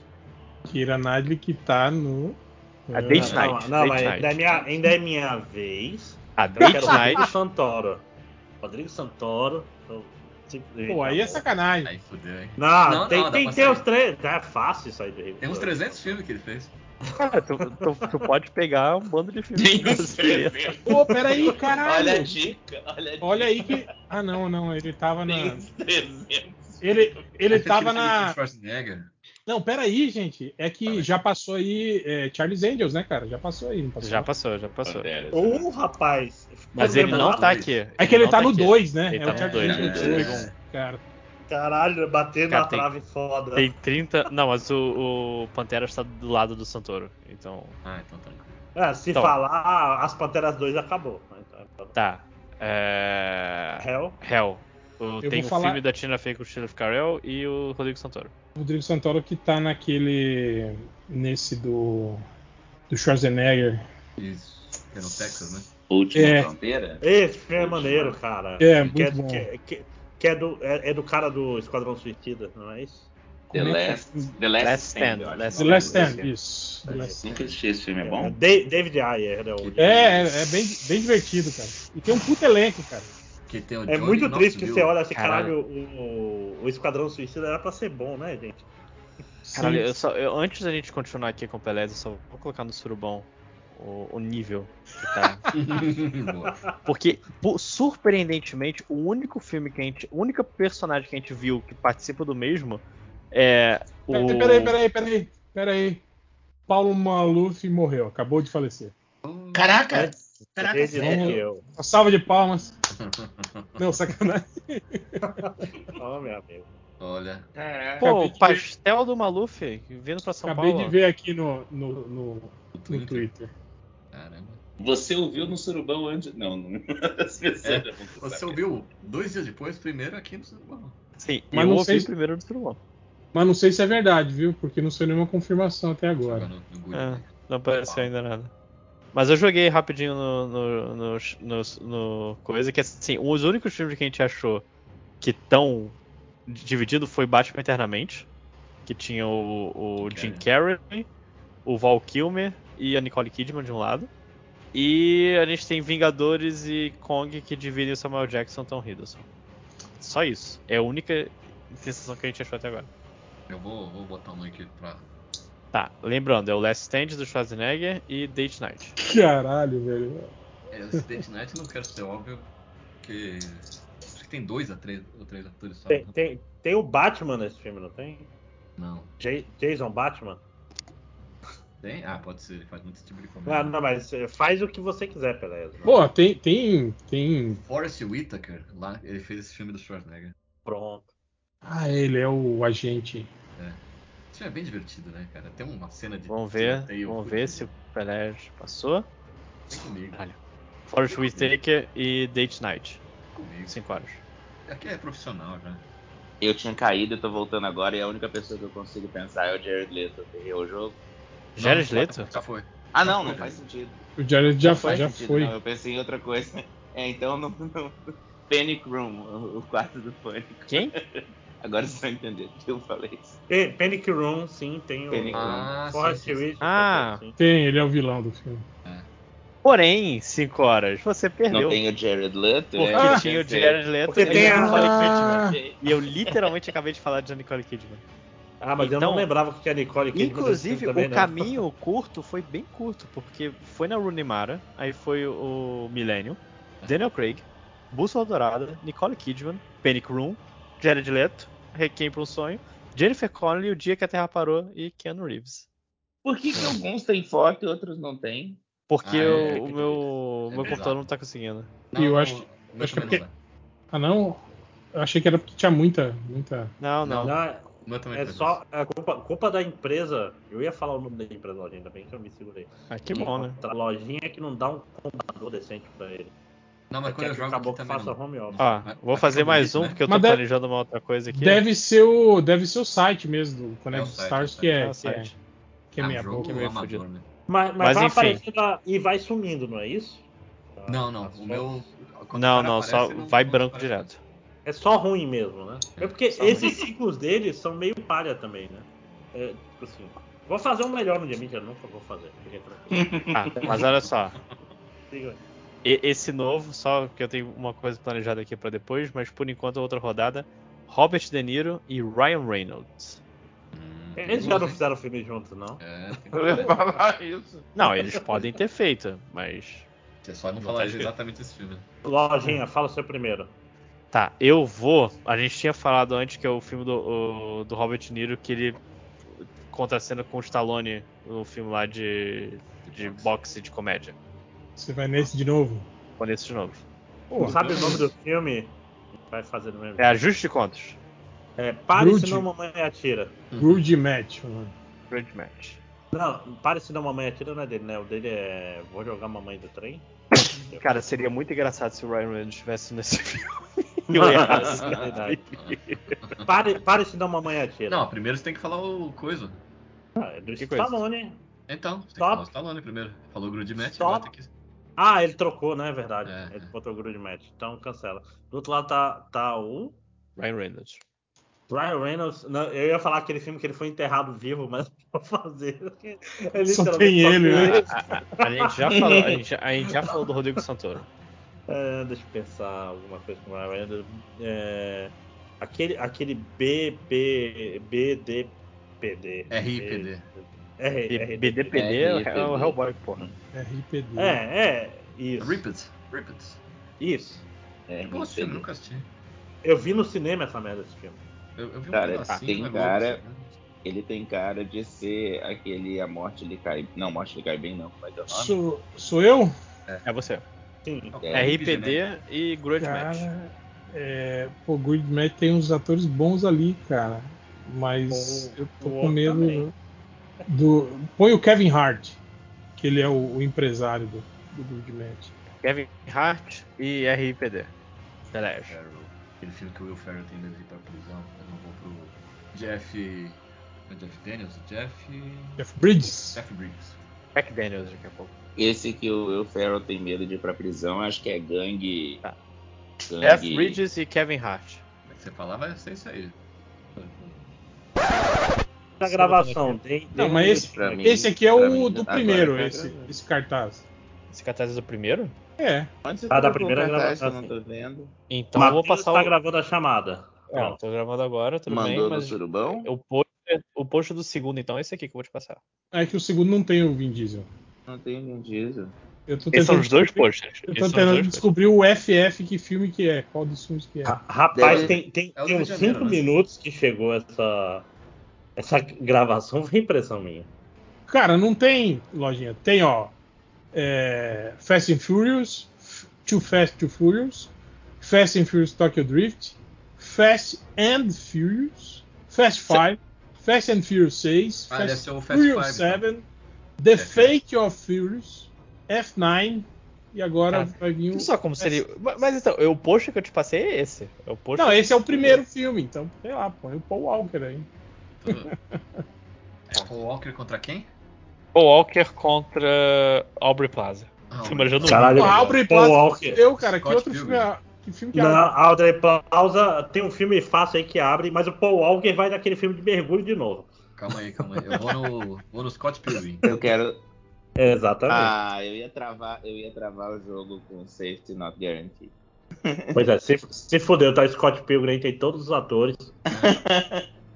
Kira Nadley que tá no. Ah, A Date Não, Night, não, Date mas Night. ainda é, minha, ainda é minha vez. A Eu Date quero Rodrigo Night. Santoro. Rodrigo Santoro. eu simplesmente Pô, aí é amo. sacanagem. Aí fudeu, hein? Não, Não, tem, não, dá tem, pra tem sair. os três. É fácil sair do Rio. Tem uns 300 filmes que ele fez. Cara, tu, tu- tu pode pegar um bando de filmes Tem uns brasileiros. 300. Pô, peraí, caralho. Olha a dica. Olha a dica. Olha aí que. Ah, não, não, ele tava na. Tem uns 300. Ele, ele Aquele tava filme com na. Schwarzenegger. Não, peraí, gente. É que já passou aí é, Charles Angels, né, cara? Já passou aí, não passou? Já passou, já passou. Panteras, né? Ô, rapaz. Mas ele não Lembrado, tá aqui. É que ele, não tá, no aqui. 2, né? Ele um. é o tá no Charles dois, né? Angels Dois. 2, cara. Caralho, batendo Cara, na tem- trave foda. Tem 30. Não, mas o, o Pantera está do lado do Santoro. Então. Ah, então tranquilo. Ah, se Então. falar As Panteras 2 acabou. Então, Tá. É. Hell. Hell. O- Eu tem o vou falar- filme da Tina Fey com o Steve Carell e o Rodrigo Santoro. O Rodrigo Santoro que tá naquele. nesse do. do Schwarzenegger. Isso. Que é no Texas, né? Última É. fronteira? Esse filme é maneiro, cara. É, que é, muito bom. Que, que- que é, do, é, é do cara do Esquadrão Suicida, não é isso? The Como é que- Last, The Last, Last Stand, Stand. eu acho Last The que é o Last nome desse Stand, filme. isso. The Last Stand. Nunca assisti esse filme, é bom? Da- David Ayer, né? o- É, é, é bem, bem divertido, cara. E tem um puto elenco, cara. Que tem o É Johnny muito triste que Knoxville. você olha assim, Caralho. caralho, o, o Esquadrão Suicida era pra ser bom, né, gente? Caralho, Sim. eu só, eu- antes da gente continuar aqui com o Pelé, eu só vou colocar no surubão o, o nível que tá. Boa. Porque, por- surpreendentemente, o único filme que a gente. O único personagem que a gente viu que participa do mesmo é. O... Peraí, peraí, peraí, peraí. Peraí. Paulo Maluf morreu, acabou de falecer. Caraca! Caraca, é Desde sério? sério? eu. Uma salva de palmas. Não, sacanagem. Ó, meu amigo. Olha. Caraca. Pô, Acabei de o pastel do Maluf vindo pra São Acabei Paulo. de ver aqui no, no, no, no O Twitter. Twitter. Caramba. Você ouviu no surubão antes. Não, não. As pessoas É, não vão Você saber. ouviu dois dias depois, primeiro aqui no São Paulo. Sim, Mas eu não ouvi sei se- primeiro do surubão. Mas não sei se é verdade, viu? Porque não saiu nenhuma confirmação até agora. No, no Google. É, não apareceu ainda nada. Mas eu joguei rapidinho no, no, no, no- no coisa que assim, os únicos filmes que a gente achou que tão dividido foi Batman Eternamente, que tinha o, o Jim Carrey, o Val Kilmer e a Nicole Kidman de um lado. E a gente tem Vingadores e Kong que dividem o Samuel Jackson e o Tom Hiddleston. Só isso. É a única sensação que a gente achou até agora. Eu vou, vou botar um link pra. Tá, lembrando, é o Last Stand do Schwarzenegger e Date Night. Caralho, velho. É, o Cidade Night não quero ser óbvio, porque. Acho que tem dois a três, ou três atores só. Tem, né? tem, tem o Batman nesse filme, não tem? Não. J- Jason Batman? Tem? Ah, pode ser, ele faz muito esse tipo de comédia. Ah, não, mas eh, faz o que você quiser, Pelé. Pô, tem. Tem. tem... Forrest Whitaker, lá, ele fez esse filme do Schwarzenegger. Pronto. Ah, ele é o agente. Esse filme é bem divertido, né, cara? Tem uma cena de. Vamos ver, tiroteio vamos fudida. ver se o Pelé passou. Vem comigo, Caralho. Forrest Whitaker e Date Night, vem comigo. 5 horas. Aqui é profissional já. Eu tinha caído, eu tô voltando agora e a única pessoa que eu consigo pensar é o Jared Leto, porque o jogo. Jared Não, Leto? Já foi. Ah, não, não faz sentido. O Jared já, Não faz já sentido, foi. não, eu pensei em outra coisa. É, então não. não... Panic Room, o- o quarto do pânico. Quem? Agora vocês vão entender que eu falei isso. Pe- Panic Room, sim, tem o Panic Room. Ah, Forrest sim, sim, sim. Whitaker. Ah. sim. Tem, ele é o vilão do filme. Porém, 5 horas, você Não perdeu. tem o Jared Leto, Porque né? tinha o Pensei- Jared Leto Porque e tem a a- Nicole ah, né? Kidman. E eu literalmente acabei de falar de Nicole Kidman. Ah, mas eu Então, não lembrava que tinha Nicole Kidman nesse Inclusive, filme também, né? o não. caminho curto foi bem curto, porque foi na Rooney Mara, aí foi o Millennium, É. Daniel Craig, Bússola Dourada, Nicole Kidman, Panic Room, Jared Leto, Requiem para um Sonho, Jennifer Connelly, O Dia que a Terra Parou e Keanu Reeves. Por que, que alguns têm foto e outros não têm? Porque Ah, é, o- é, o é é meu, meu bizarro. computador não tá conseguindo. E eu acho- o meu acho também que- não dá. Ah, não? Eu achei que era porque tinha muita. muita... Não, não. Não, é- O meu também é não dá. só a culpa, culpa da empresa. Eu ia falar o nome da empresa, lojinha, ainda bem que eu me segurei. Ah, que bom, né? A lojinha que não dá um computador decente pra ele. Não, mas Quer quando eu que o jogo aqui caboclo também faça não. home office. Ó, Mas- vou mas fazer fica mais bonito, um, né? porque eu tô Mas deve- planejando uma outra coisa aqui. Deve ser o. Deve ser o site mesmo, do Connect É o site, Stars, é o que Ah, é, que é, site. que é Ah, meia jogo boca. que é meio amador, fudido. né? Mas, mas, Mas vai enfim. aparecendo a- e vai sumindo, não é isso? Ah, tá Não, não. As O meu. quando o Não, cara não, aparece, só não- vai não branco aparece. direto. É só ruim mesmo, né? É porque Só esses ciclos dele são meio palha também, né? É, tipo assim. Vou fazer um melhor no dia, mentira, nunca vou fazer. Fiquei tranquilo. Ah, mas olha só. Siga. Hum. E- esse novo, só que eu tenho uma coisa planejada aqui pra depois, mas por enquanto outra rodada. Robert De Niro e Ryan Reynolds. Hum, Eles já não fizeram filme juntos, não? É, tem Eu ia falar isso. Não, eles podem ter feito, mas. que... é só não Não falar tá escrito. exatamente esse filme. né? Lojinha, fala seu primeiro. Tá, eu vou. A gente tinha falado antes que é o filme do, o- do Robert De Niro que ele contracena com o Stallone no filme lá de, de boxe de comédia. Você vai nesse de novo? Com esse de novo. Pô, Não sabe o nome do filme? Vai fazer no mesmo. É ajuste de contas. É, pare Rude. senão mamãe atira. Rude Match, mano. Grande match. Não, pare senão mamãe atira não é dele, né? O dele é. Vou jogar mamãe do trem. Cara, seria muito engraçado se o Ryan Reynolds estivesse nesse filme. E eu errasse. É Verdade. Pare, pare senão mamãe atira. Hum. Não, primeiro você tem que falar o coisa. Ah, é do Que coisa. Stallone. Então, você tem que Stop. falar o Stallone primeiro. Falou o Grudmatch, Stop. agora tem que. Ah, ele trocou, né? É verdade. É, ele é. botou o Grudge Match. Então cancela. Do outro lado tá, tá o. Ryan Reynolds. Ryan Reynolds. Não, eu ia falar aquele filme que ele foi enterrado vivo, mas não vou fazer. porque É Só literalmente tem ele, né? A, a- a gente já falou, a gente, já- a gente já falou do Rodrigo Santoro. É, deixa eu pensar alguma coisa com o Ryan Reynolds. É, aquele, aquele BB. BDPD. RIPD. R, E R, BDPD é, o- é o Hellboy, porra. RPD. É, é. Isso. Rippet. Rippet. Isso. É, Bom esse filme, nunca assisti. Eu vi no cinema essa merda desse filme. Eu, eu vi um Cara, pedacinho, tem mas não cara- sei. ele tem cara de ser aquele A Morte Lhe Cai. Não, Morte Lhe Cai Bem, não. Mas é o nome. Sou, sou eu? É você. Sim. É, né? RPD e Grudge Match. Cara, é, pô, o Good Match tem uns atores bons ali, cara. Mas O- eu tô o com outro medo também. do. Põe o Kevin Hart, que ele é o, o empresário do, do Good Match. Kevin Hart e RIPD. Beleza. Farrell. Aquele filme que o Will Ferrell tem medo de ir pra prisão, mas não vou pro. Jeff. é Jeff Daniels? Jeff. Jeff Bridges. É, Jeff Briggs. Jack Daniels daqui a pouco. Esse que o, o Ferro tem medo de ir pra prisão, acho que é gangue. Tá. gangue- Jeff Bridges e Kevin Hart. Como é que você falar? Vai ser isso aí. Na gravação, tem. Não, Tem mas um esse, pra mim- esse aqui é pra o mim, do agora primeiro, tá- esse, esse cartaz. Esse cartaz é do primeiro? É. Onde você Ah, da colocou o primeira cartaz que eu gravação. Não né? tô vendo. Então eu Então, vou passar tá o. gravando a chamada. Não, tô gravando agora, tudo Mandou bem, no mas. surubão? O post, o post do segundo, então, é esse aqui que eu vou te passar. É que o segundo não tem o Vin Diesel. Não tem Vin Diesel. Eu tô Esses são os dois descobrir- posters. Eu Esses tô são os tentando dois posters. descobrir o FF, que filme que é, qual dos filmes que é. Ra- Rapaz, Deve- tem, tem, É o tem Rio uns de Janeiro, né? 5 minutos que chegou essa, essa gravação, foi impressão minha. Cara, não tem, lojinha. Tem, ó. é, Fast and Furious, F- Too Fast, Too Furious, Fast and Furious Tokyo Drift, Fast and Furious, Fast Five, Fast and Furious 6, Ah, deve Fast ser o Fast Furious Five. 7, The Fast Fate of Furious, F9, e agora Tá. Cara, vai vir Não o. só como seria. Mas, mas então, eu- o post que eu te passei é esse. É o post Não, esse é o primeiro filme, então, sei lá, põe o Paul Walker aí. Tudo. É Paul Walker contra quem? O Walker contra Aubrey Plaza. Ah, Tô imaginando um- Caralho, O Aubrey Paul Plaza Walker. eu, cara, que Scott outro filme Pilgrim. é. Que filme que é? Na Audrey Pausa tem um filme fácil aí que abre, mas o Paul Walker vai naquele filme de mergulho de novo. Calma aí, calma aí. Eu vou no, vou no Scott Pilgrim. Eu quero, Exatamente. Ah, eu ia travar, eu ia travar o jogo com safety not guaranteed. Pois é, se, se fodeu, tá? Scott Pilgrim tem todos os atores.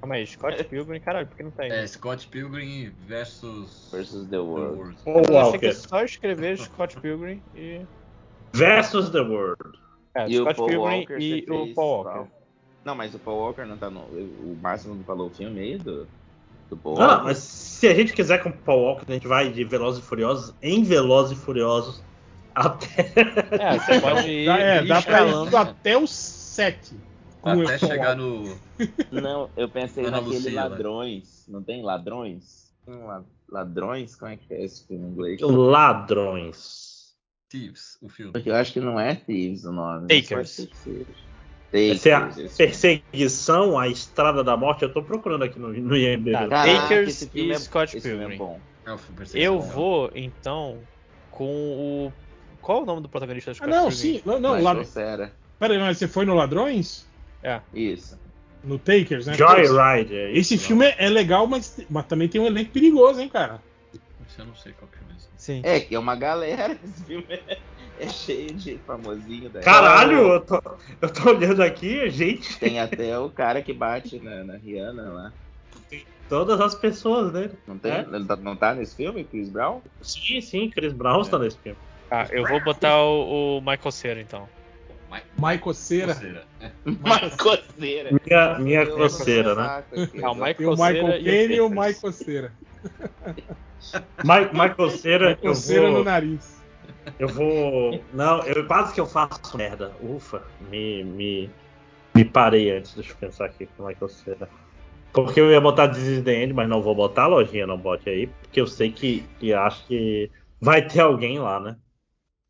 Calma aí, É. Scott Pilgrim, caralho, por que não tá aí? É Scott Pilgrim versus. Versus the The world. World. Paul eu achei que é Walker só escrever Scott Pilgrim e. versus The World. É, E o Scott Paul Pilgrim Walker e você o fez Paul Walker. qual? Não, mas o Paul Walker não tá no. O Máximo não falou o filme aí do, do Paul Ah, Walker. mas se a gente quiser com o Paul Walker, a gente vai de Velozes e Furiosos em Velozes e Furiosos até. É, você pode ir, Dá, é, ir dá pra escalando. ir né? até os 7. Até chegar no. Não, eu pensei Ana naquele Lucia, né? Ladrões. Não tem Ladrões? Tem um la- Ladrões? Como é que é esse filme em inglês? Ladrões. Thieves, o filme. Porque eu acho que não é Thieves o nome. Mas Takers. pode ser que seja. Essa é a Takers. esse filme. perseguição à Estrada da Morte. Eu tô procurando aqui no, no IMDb. Tá, Caraca, Takers esse filme e é- Scott esse filme é Pilgrim. bom. É o filme Perseguição. Eu vou, então, com o. Qual é o nome do protagonista Ah, do Scott não, Pilgrim? sim. Não, não Mas ladrões. Fera. Pera aí, mas você foi no Ladrões? Isso. No Takers, né? Pô, Joyride. é Esse isso, filme é é legal, mas, mas também tem um elenco perigoso, hein, cara? Isso eu não sei qual que é mesmo. Sim. É, que é uma galera. Esse filme é, é cheio de famosinho. Daí. Caralho, eu tô, eu tô olhando aqui, gente, Tem até o cara que bate na, na Rihanna lá. todas as pessoas, né? Não, tem, É? não, tá, não tá nesse filme, Chris Brown? Sim, sim, Chris Brown está nesse filme. Tá, eu vou botar o, o Michael Cera, então. Michael Cera. Coceira. Uma coceira. Minha, minha Eu coceira, não né? saco assim, aqui, Ah, o eu- Tem o Michael Cera. Michael Caine e o Peters. Michael Cera. Mike, Michael Cera, eu Michael Cera no vou, nariz. eu vou. Não, eu quase que eu faço merda. Ufa, me, me, me parei antes, deixa eu pensar aqui com o Michael Cera. Porque eu ia botar Disney The End, mas não vou botar a lojinha, não bote aí, porque eu sei que, que acho que vai ter alguém lá, né?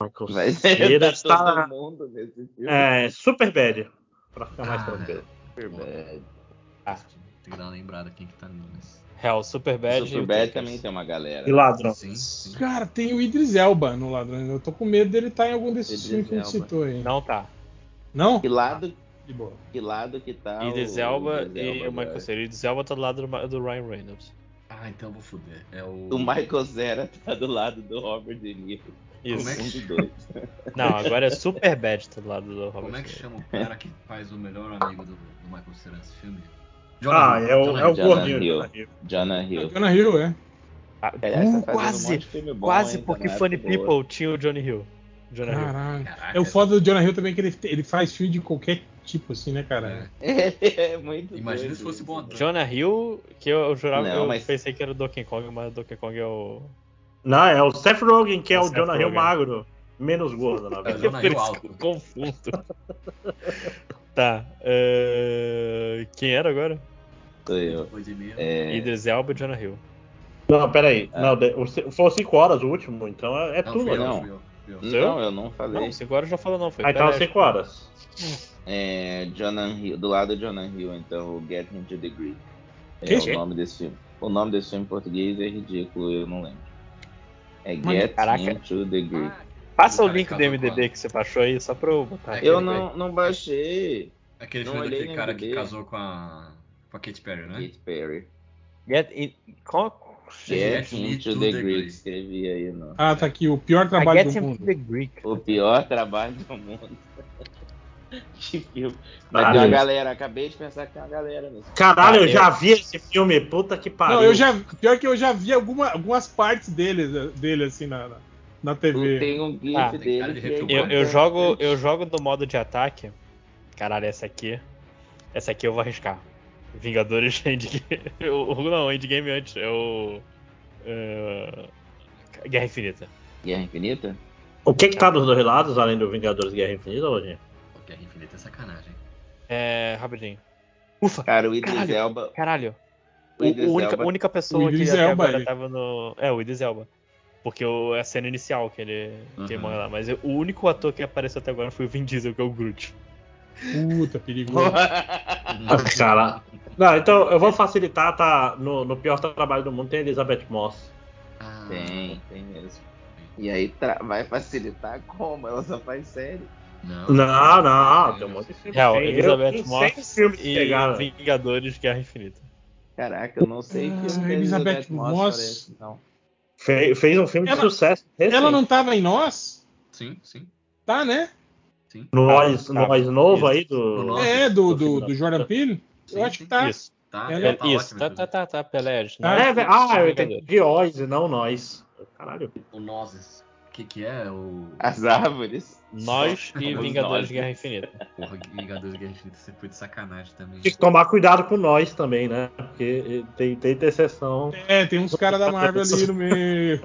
Michael Vai Cera ser tá está. todo mundo nesse filme. É, super bad. Pra ficar Tá mais Ah, tranquilo. É, Tem que dar uma lembrada quem que tá nisso. Hell, Superbad. e o Superbad Takers. também tem uma galera. E ladrão. Sim, sim. Cara, tem o Idris Elba no Ladrões. Eu tô com medo dele estar em algum desses Idris filmes que a gente Elba. citou aí. Não tá. Não? Que lado, De boa. que lado que tá Idris o- Elba o Idris e Elba o Michael agora? Cera. Idris Elba tá do lado do, Ma- do Ryan Reynolds. Ah, então eu vou foder. É o. O Michael Cera tá do lado do Robert De Niro. Isso. Como é Um que- dos dois. Não, agora é Superbad tá do lado do Robert Como é que Cera. chama o cara que faz o melhor amigo do, do Michael Cera nesse filme? Ah, é o, é o Jonah gordinho. Hill. Jonah Hill. Jonah Hill. Jonah Hill, é. Ah, Aliás, uh, tá fazendo um monte quase, de filme bom quase ainda, porque não é Funny boa. People tinha o Johnny Hill. Johnny Hill. Caralho. Caraca, É o foda do Jonah Hill também que ele, ele faz filme de qualquer tipo, assim, né, cara? É. É, é muito Imagina doido se fosse isso. bom ator. Jonah Hill, que eu, eu jurava Não, que eu mas- pensei que era o Donkey Kong, mas o Donkey Kong é o. Não, é o Seth Rogen, que é, É o o Seth Jonah Hill Rogen. magro. Menos gordo, na É o verdade. Jonah Por Hill isso que eu alto. confundo. tá. eh, Quem era agora? Sou eu. Depois de mim, É, Idris Elba e Jonah Hill. Não, peraí. É. Não, de- o c- foi 5 horas o último, então é, é Não, tu, fui eu, né? não. fui eu, fui eu. Não, eu não falei. Não, 5 horas já falou não, foi. Ah, então é Pera aí. 5 horas. É, Jonah Hill, do lado do Jonah Hill, então, o Get Him to the Grid. É Que? o nome desse filme. O nome desse filme em português é ridículo, eu não lembro. É Mano, Get caraca. Into the Ah. Grid. Ah, Passa o Cara, tá link do casou com MDB a- que você baixou aí, só pra eu botar aqui. É né? eu não, não baixei É Aquele Não é filme olhei daquele no cara que IMDb. casou com a. com a Katy Perry, né? Katy Perry. Get in... Qual... Get, Into the, Grid. Escrevi aí, não. Ah, tá aqui. O pior I trabalho get do him mundo. to the Greek. O pior trabalho do mundo. que filme. Mas Caralho. tem uma galera, acabei de pensar que tem uma galera nisso. Caralho, eu Ah, já vi esse filme, puta que pariu. Não, eu já. Pior que eu já vi alguma- algumas partes dele, dele assim, na, na, na TV. Tem um GIF Ah, tem cara dele. de que é refilmado. Eu, eu jogo, eu jogo no modo de ataque. Caralho, essa aqui. Essa aqui eu vou arriscar. Vingadores Endgame. O, o- não, Endgame antes. É o. é, Guerra Infinita. Guerra Infinita? O que que tá nos dois lados, além do Vingadores Guerra Infinita, Lodinha? Pô, Guerra Infinita é sacanagem. É. Rapidinho. Cara, o Idris Caralho. Elba. Caralho. O O, Idris o única, Elba. única pessoa O Idris que até Elba, agora ele. tava no. É, o Idris Elba. Porque o, é a cena inicial que ele, que ele Uhum. morre lá. Mas eu- o único ator que apareceu até agora foi o Vin Diesel, que é o Groot. Puta, perigoso. Ah, Cara. Não, então eu vou facilitar, tá? No, no pior trabalho do mundo tem a Elizabeth Moss. Ah, Tem, tem mesmo. E aí tra- vai facilitar como? Ela só faz série. Não, Não, não, tem um monte de filme. Real, tem. Elizabeth eu, Moss filmes e pegaram. Vingadores Guerra Infinita. Caraca, eu não sei que Ah, filme da Elizabeth Moss Moss. parece, não. Fe- fez um filme de Ela- sucesso. Ela recente. não tava em nós? Sim, sim, Tá, né? sim. Nós, Tá, tá. nós novo Isso. aí No do. novo. É, do, tô do, segurando. do Jordan Peele? Sim, Eu acho sim. que tá. Isso, Tá, Ela- ela tá isso. ótima, Tá, tá, inclusive. tá, tá, Pelé. não. Ah, É, ve- ah, eu Vingadores. entendi. Dióis e não nós. Caralho. O Nozes. O que que é? O... As árvores. Nós e Os Vingadores nós. Guerra Infinita. Porra, Vingadores Guerra Infinita, você foi de sacanagem também. Tem que tomar cuidado com nós também, né? Porque eh, tem, tem interseção. É, tem uns caras da Marvel ali no meio.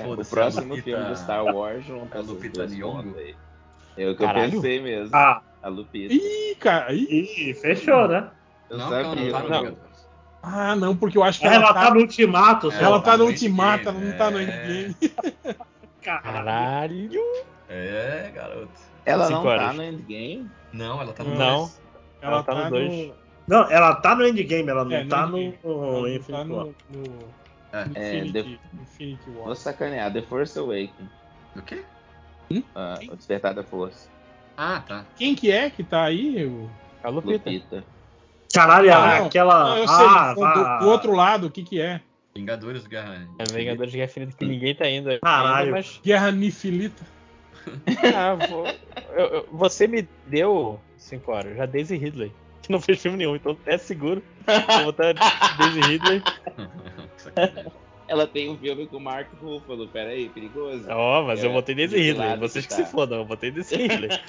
Ah, o foda-se, próximo a Lupita- filme do Star Wars junta a essas Lupita duas Nyong'o. pontas aí. É o que Caralho. eu pensei mesmo. Ah, A Lupita. Ih, cara. Ih. e fechou, né? Eu Não, porque ela sabia. não tá no Não. Vingadores. Ah, não, porque eu acho que Ela, ela tá tá. no ultimato, seu Ela tá no no Ultimato, ela Endgame, não tá no é. Endgame. caralho. Caralho. É, garoto. Ela Cinco não tá horas. no Endgame. Não, ela tá no Não. dois. Ela tá no dois. Não, ela tá no endgame, ela não É, no tá Endgame. no. Ela não Infinity tá no, War. no, no É. Infinity, Infinity Vou War. sacanear. The Force Awakens. O quê? Ah, o Despertar da Força. Ah, tá. Quem que é que tá aí? o- A Lupita. Lupita. Caralho, Ah, não. aquela. Não, eu sei, ah, do- do, ah, do outro lado, o que que é? Vingadores Guerra É Vingadores Guerra Infinita que ninguém tá ainda. Caralho. ainda, mas Guerra Nifilita. ah, vou- eu- eu- você me deu 5 horas, já Daisy Ridley. Que não fez filme nenhum, então é seguro. Vou botar Daisy Ridley. então, Que sacanagem. Ela tem um filme com o Mark Ruffalo. Pera aí, perigoso. Ó, mas eu É, botei Daisy de que Ridley. lado Vocês que que tá? se fodam, eu botei Daisy Ridley.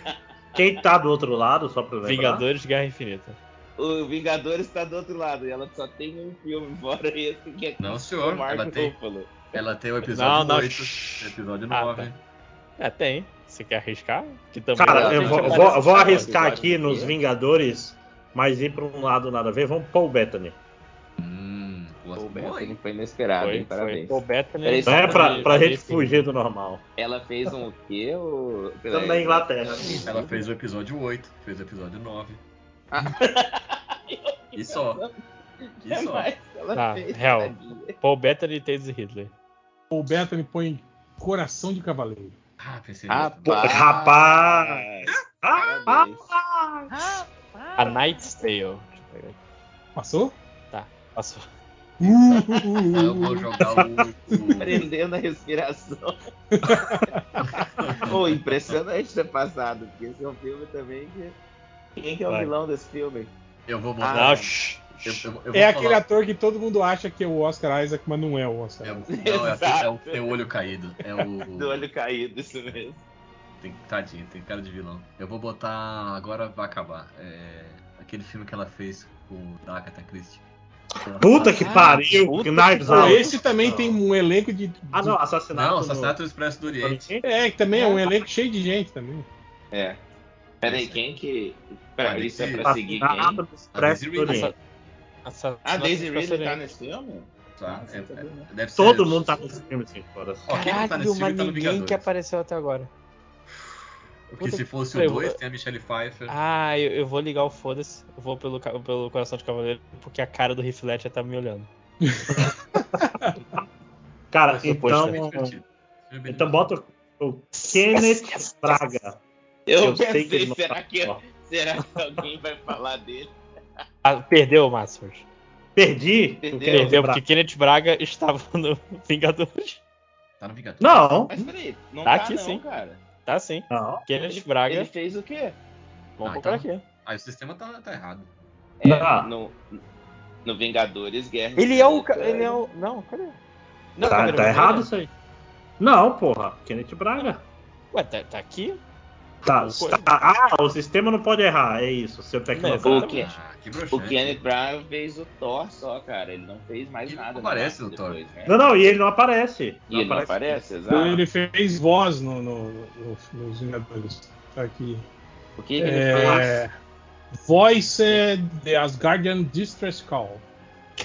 Quem tá do outro lado, só pra lembrar? Vingadores Guerra Infinita. O Vingadores tá do outro lado. E ela só tem um filme fora esse que é com Não, o senhor. Mark Ela tem, Ruffalo. ela tem o Não, episódio não. Ah, tá. 8, episódio 9. É, tem. Você quer arriscar? Que também é Cara, Não, eu gente, vou, aparece vou- vou um arriscar episódio aqui é. do nos quê? Vingadores, mas ir pra um lado nada a ver. Vamos Paul Bettany. Hum, Pô, gosto. bem, Boa, hein? foi inesperado, Foi, hein? foi. Parabéns. Paul Bettany. Peraí, Não é pra, pra Daisy gente Ridley. fugir do normal. Ela fez um o quê? O... Também Inglaterra. Ela fez o episódio 8, fez o episódio 9. E só. E É só. mais, ela Tá, fez. real. tadinha. Paul Bettany e Daisy Ridley. O Bethany põe coração de cavaleiro. Ah, pensei nisso. Rapaz. Rapaz. Ah, ah, Parabéns. ah. A Night's Tale. Deixa eu pegar aqui. Passou? É, Passou. Ah, Eu vou jogar o. o... Prendendo a respiração. Pô, impressionante ter passado, porque esse é um filme também que. Quem que é o Vai. vilão desse filme? Eu vou botar. Não, Ah, shh, eu, shh. eu- eu vou É aquele falar- ator que todo mundo acha que é o Oscar Isaac, mas não é o Oscar É, Isaac. não, é, aquele- é o teu olho caído. É o. Do olho caído, isso mesmo. Tem, tadinho, tem cara de vilão. Eu vou botar. Agora vai acabar. É, aquele filme que ela fez com o da Agatha Christie. Puta que pariu, puta que Knives Pô, Out. esse também Não. tem um elenco de. Ah, não, assassinato. Não, no- Assassinato do Expresso do Oriente. É, que também é um elenco cheio de gente também. É. Peraí, quem que. Pera, Olha, isso é esse- pra seguir quem? Assassinato do Expresso do Ridley. Oriente. Essa- Ah, nossa, Daisy essa- Ridley tá nesse filme? Tá? É- é- deve ser- Todo tá- mundo tá nesse filme, assim, fora. Ó, quem não tá Caralho, nesse filme mas tá no ninguém Vingadores. que apareceu até agora. Porque se fosse Eu o vou- 2, tem a Michelle Pfeiffer. Ah, eu, eu vou ligar o foda-se. Eu vou pelo, ca- pelo coração de cavaleiro, porque a cara do Heath Ledger tá me olhando. Cara, Essa então, Bem divertido. Seja bem então bota o- o Kenneth Braga. Eu, Eu sei pensei, que ele não será, tá que, só. será que alguém vai falar dele? Ah, perdeu o Márcio. Perdi? Perdeu. o Kenneth Perdeu, Braga. porque Kenneth Braga estava no Vingadores. Tá no Vingador. Não, Mas peraí, não Tá tá, aqui, não, sim. cara. Tá sim. não. Kenneth Braga. Ele fez o quê? Vamos Ah, procurar então- aqui. Aí o sistema tá, tá errado. É, Não. no, no Vingadores Guerra. Ele é o. ca- Infinita. Ele é o. Não, cadê? Não, Tá, Cavaleiro tá Vermelho. errado isso aí. Não, porra. Kenneth Braga. Ué, tá, tá aqui? Tá, Pô, tá- ah, o sistema não pode errar, é isso, seu Não, tecnólogo. O, Ken, Ah, que broxante. o Kenneth Brown fez o Thor só, cara. Ele não fez mais Ele não nada. aparece né, no Thor. depois, né? Não, não, e ele não aparece. E ele não aparece, exato. Então, Ele é fez voz no, no, no- nos Vingadores. Tá aqui. O que, que ele fez? É, Voice eh, The Asgardian Distress Call.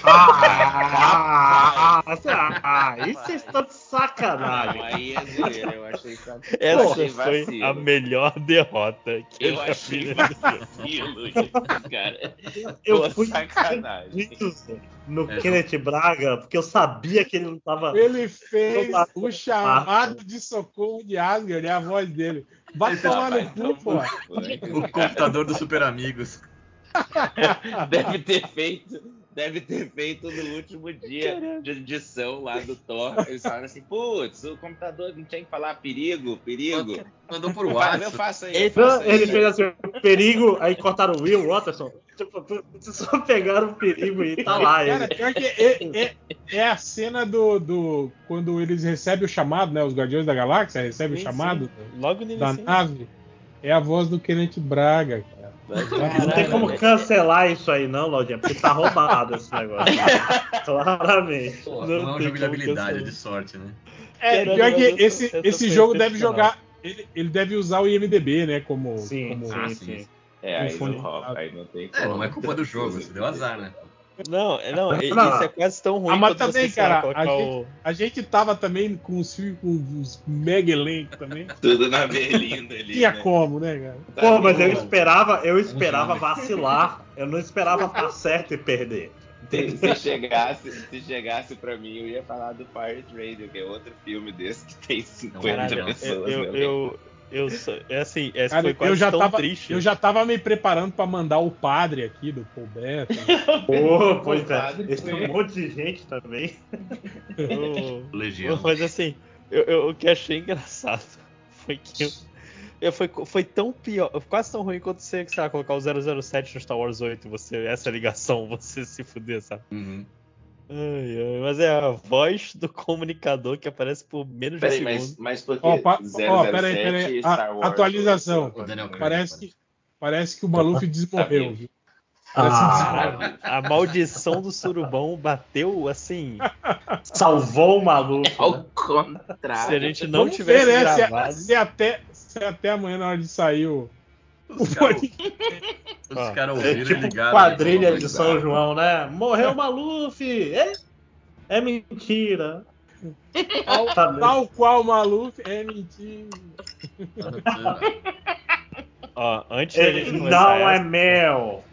Ah, ah, ah, isso vocês estão de Não, sacanagem. aí é zoeira, eu achei só. Essa é eu achei foi vacilo. a melhor derrota que eu, Eu já achei vi. vacilo, isso, cara. Eu Pô, fui sacanagem. isso no É. Kenneth Braga, porque eu sabia que ele não tava. Ele fez Opa. o chamado de socorro de Asgard, é a voz dele. Vai Esse tomar Vai no cu, pô. tomar no cu, O cara. computador dos Super Amigos. Deve ter feito, deve ter feito no último dia de edição lá do Thor. Eles falaram assim, putz, o computador não tinha que falar perigo, perigo. Mandou por Fala, eu WhatsApp. faço aí. Ele, eu faço aí, ele né? um fez assim, perigo, aí cortaram o Will Watterson. Tipo, vocês só pegaram o perigo e tá lá. Cara, Ele. pior que é, é- é a cena do, do- Quando eles recebem o chamado, né? Os Guardiões da Galáxia recebem Sim, o chamado Logo no da início. nave. É a voz do Kenneth Braga, cara. Não tem como cancelar isso aí, não, Lodinha, porque tá roubado esse negócio. Claramente. Pô, Não não é uma tem jogabilidade, como é de sorte, né? É, Cara, pior que essa- esse, essa esse foi jogo deve excepcional. jogar. Ele, ele deve usar o IMDB, né? Como. Sim, como- Ah, sim, sim, sim. É, aí Confunde. não rola, aí não tem É, como. não é culpa do jogo, você deu azar, né? Não, é- não, e- Não. isso é quase tão ruim Ah, mas quanto você, também, sei lá, cara, colocar a gente- é o- A gente tava também com os filmes com os mega elenco também. Tudo na berlinda ali. Tinha né? como, né, cara? Tá Pô, mas bom. eu esperava, eu esperava Uhum. vacilar. Eu não esperava dar certo e perder. Se, se chegasse, se chegasse pra mim, eu ia falar do Pirate Radio, que é outro filme desse que tem 50 Caralho, eu, pessoas. eu, né? eu, eu sou- é assim, essa Cara, foi quase eu já tão tava- triste. Eu já tava me preparando pra mandar o padre aqui do Paul Beto. Pô, pois é. Coitado, Esse é foi. um monte de gente também. Eu- Legião. Mas assim, eu, eu- o que achei engraçado foi que eu, eu foi, foi tão pior, quase tão ruim quanto você, sei lá, colocar o 007 no Star Wars 8, você, essa ligação, você se fuder, sabe? Uhum. Ai, ai, mas é a voz do comunicador que aparece por menos de um Peraí, segundo. mas, mas por que Ó, pa- ó, 007 peraí, peraí, a- Star Wars? atualização. O Daniel Craig. Parece que, parece que o Maluf desmorreu, Tá viu? Ah, Caralho, a maldição do surubão bateu assim. salvou o maluco. Ao contrário. Se a gente não Vamos tivesse ver, né, se- é gravado. assim. se, até, se até amanhã, na hora de sair o, o Os caras podcast. os caras ouviram É e tipo ligaram. quadrilha né? de São João, né? Morreu o Maluf! É, é mentira! Tal, Tá né? mesmo. tal qual o Maluf é mentira. Ó, antes da gente Ele começar, não é meu!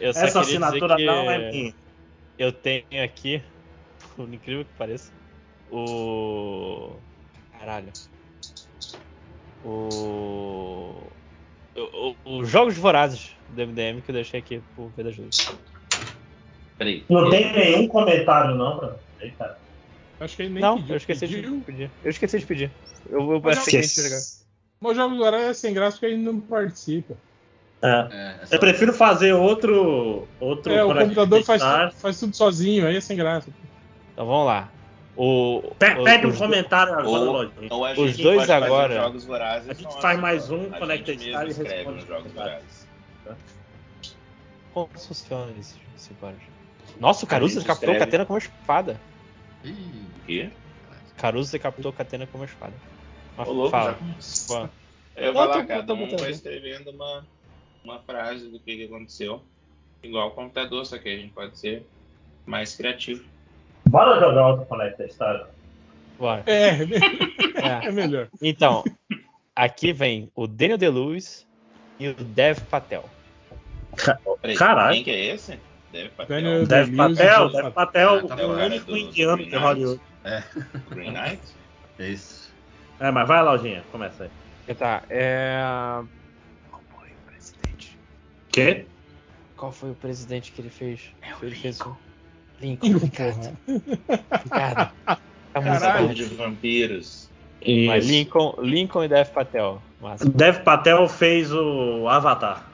eu só Essa queria dizer assinatura que não é minha. Eu tenho aqui, por incrível que pareça, o. Caralho. O. o- o- Os Jogos Vorazes do MDM que eu deixei aqui por ver das luzes. Peraí. Não tem nenhum comentário, não, mano. Eita. Acho que ele nem Não, pediu, eu esqueci pediu. de pedir. Eu esqueci de pedir. Eu, eu Mas achei que a gente ia jogar. Mas o Jogos do Horário é sem graça porque ele não participa. É. É, é só- Eu prefiro fazer outro. outro É, o pra computador faz, acreditar. tu- faz tudo sozinho, aí é sem graça. Então vamos lá. O, Pe- o- Pede um os- comentário agora, Ou- Lodinho. Então a Os gente dois pode fazer agora. os Jogos Vorazes A gente só faz nós, mais só. um, a Connected gente Star mesmo e escreve responde nos Jogos Vorazes. Como é funciona isso, cinco horas? Nossa, o Caruso Ele decapitou o escreve. Catena com uma espada. Ih, O quê? Caruso decapitou o Catena com uma espada. Mas Ô, louco, fala. já começou. fala. Eu Não, vou tô- lá, tô cada um botando. vai escrevendo uma, uma frase do que, que aconteceu. Igual o computador, só que a gente pode ser mais criativo. Bora jogar outro Connected Star. Bora. É, é É. melhor. Então, Aqui vem o Daniel DeLuis e o Dev Patel. Peraí, Caralho. Quem que é esse? Deve um Patel. Daniel- Dev Patel, Dev Patel, Ah, tá é o bom, cara, único do- indiano do de Hollywood. Green Knight? É isso. É, mas vai, Laudinha, começa aí. Tá, é. Qual foi o presidente? Quê? Qual foi o presidente que ele fez? ele fez É o. Lincoln, Lincoln, Ricardo. porra. Ricardo. Tá muito Caralho. bom. de vampiros. Mas Lincoln, Lincoln e Dev Patel. Massa. Dev Patel fez o Avatar,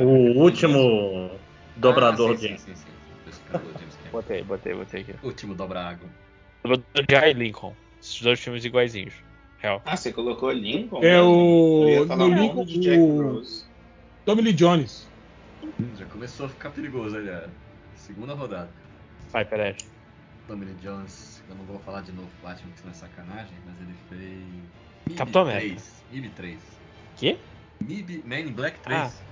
o último dobrador Ah, Tá, sim, de. sim, sim, sim. Pescador, James Cameron. Botei, botei, botei aqui. Último dobra água. Dobrador de Ai Lincoln. Esses dois filmes iguaizinhos. Real. Ah, você colocou Lincoln? É mesmo? o- Eu ia falar no um Lincoln, monte de Jack o- Rose. Tommy Lee Jones. Hum, Já começou a ficar perigoso aí, né? Segunda rodada. Vai, peraí. Tommy Lee Jones, eu não vou falar de novo Batman, que isso não é sacanagem, mas ele fez. Capitão MIB América. 3. MIB 3. Quê? MIB, Man in Black 3.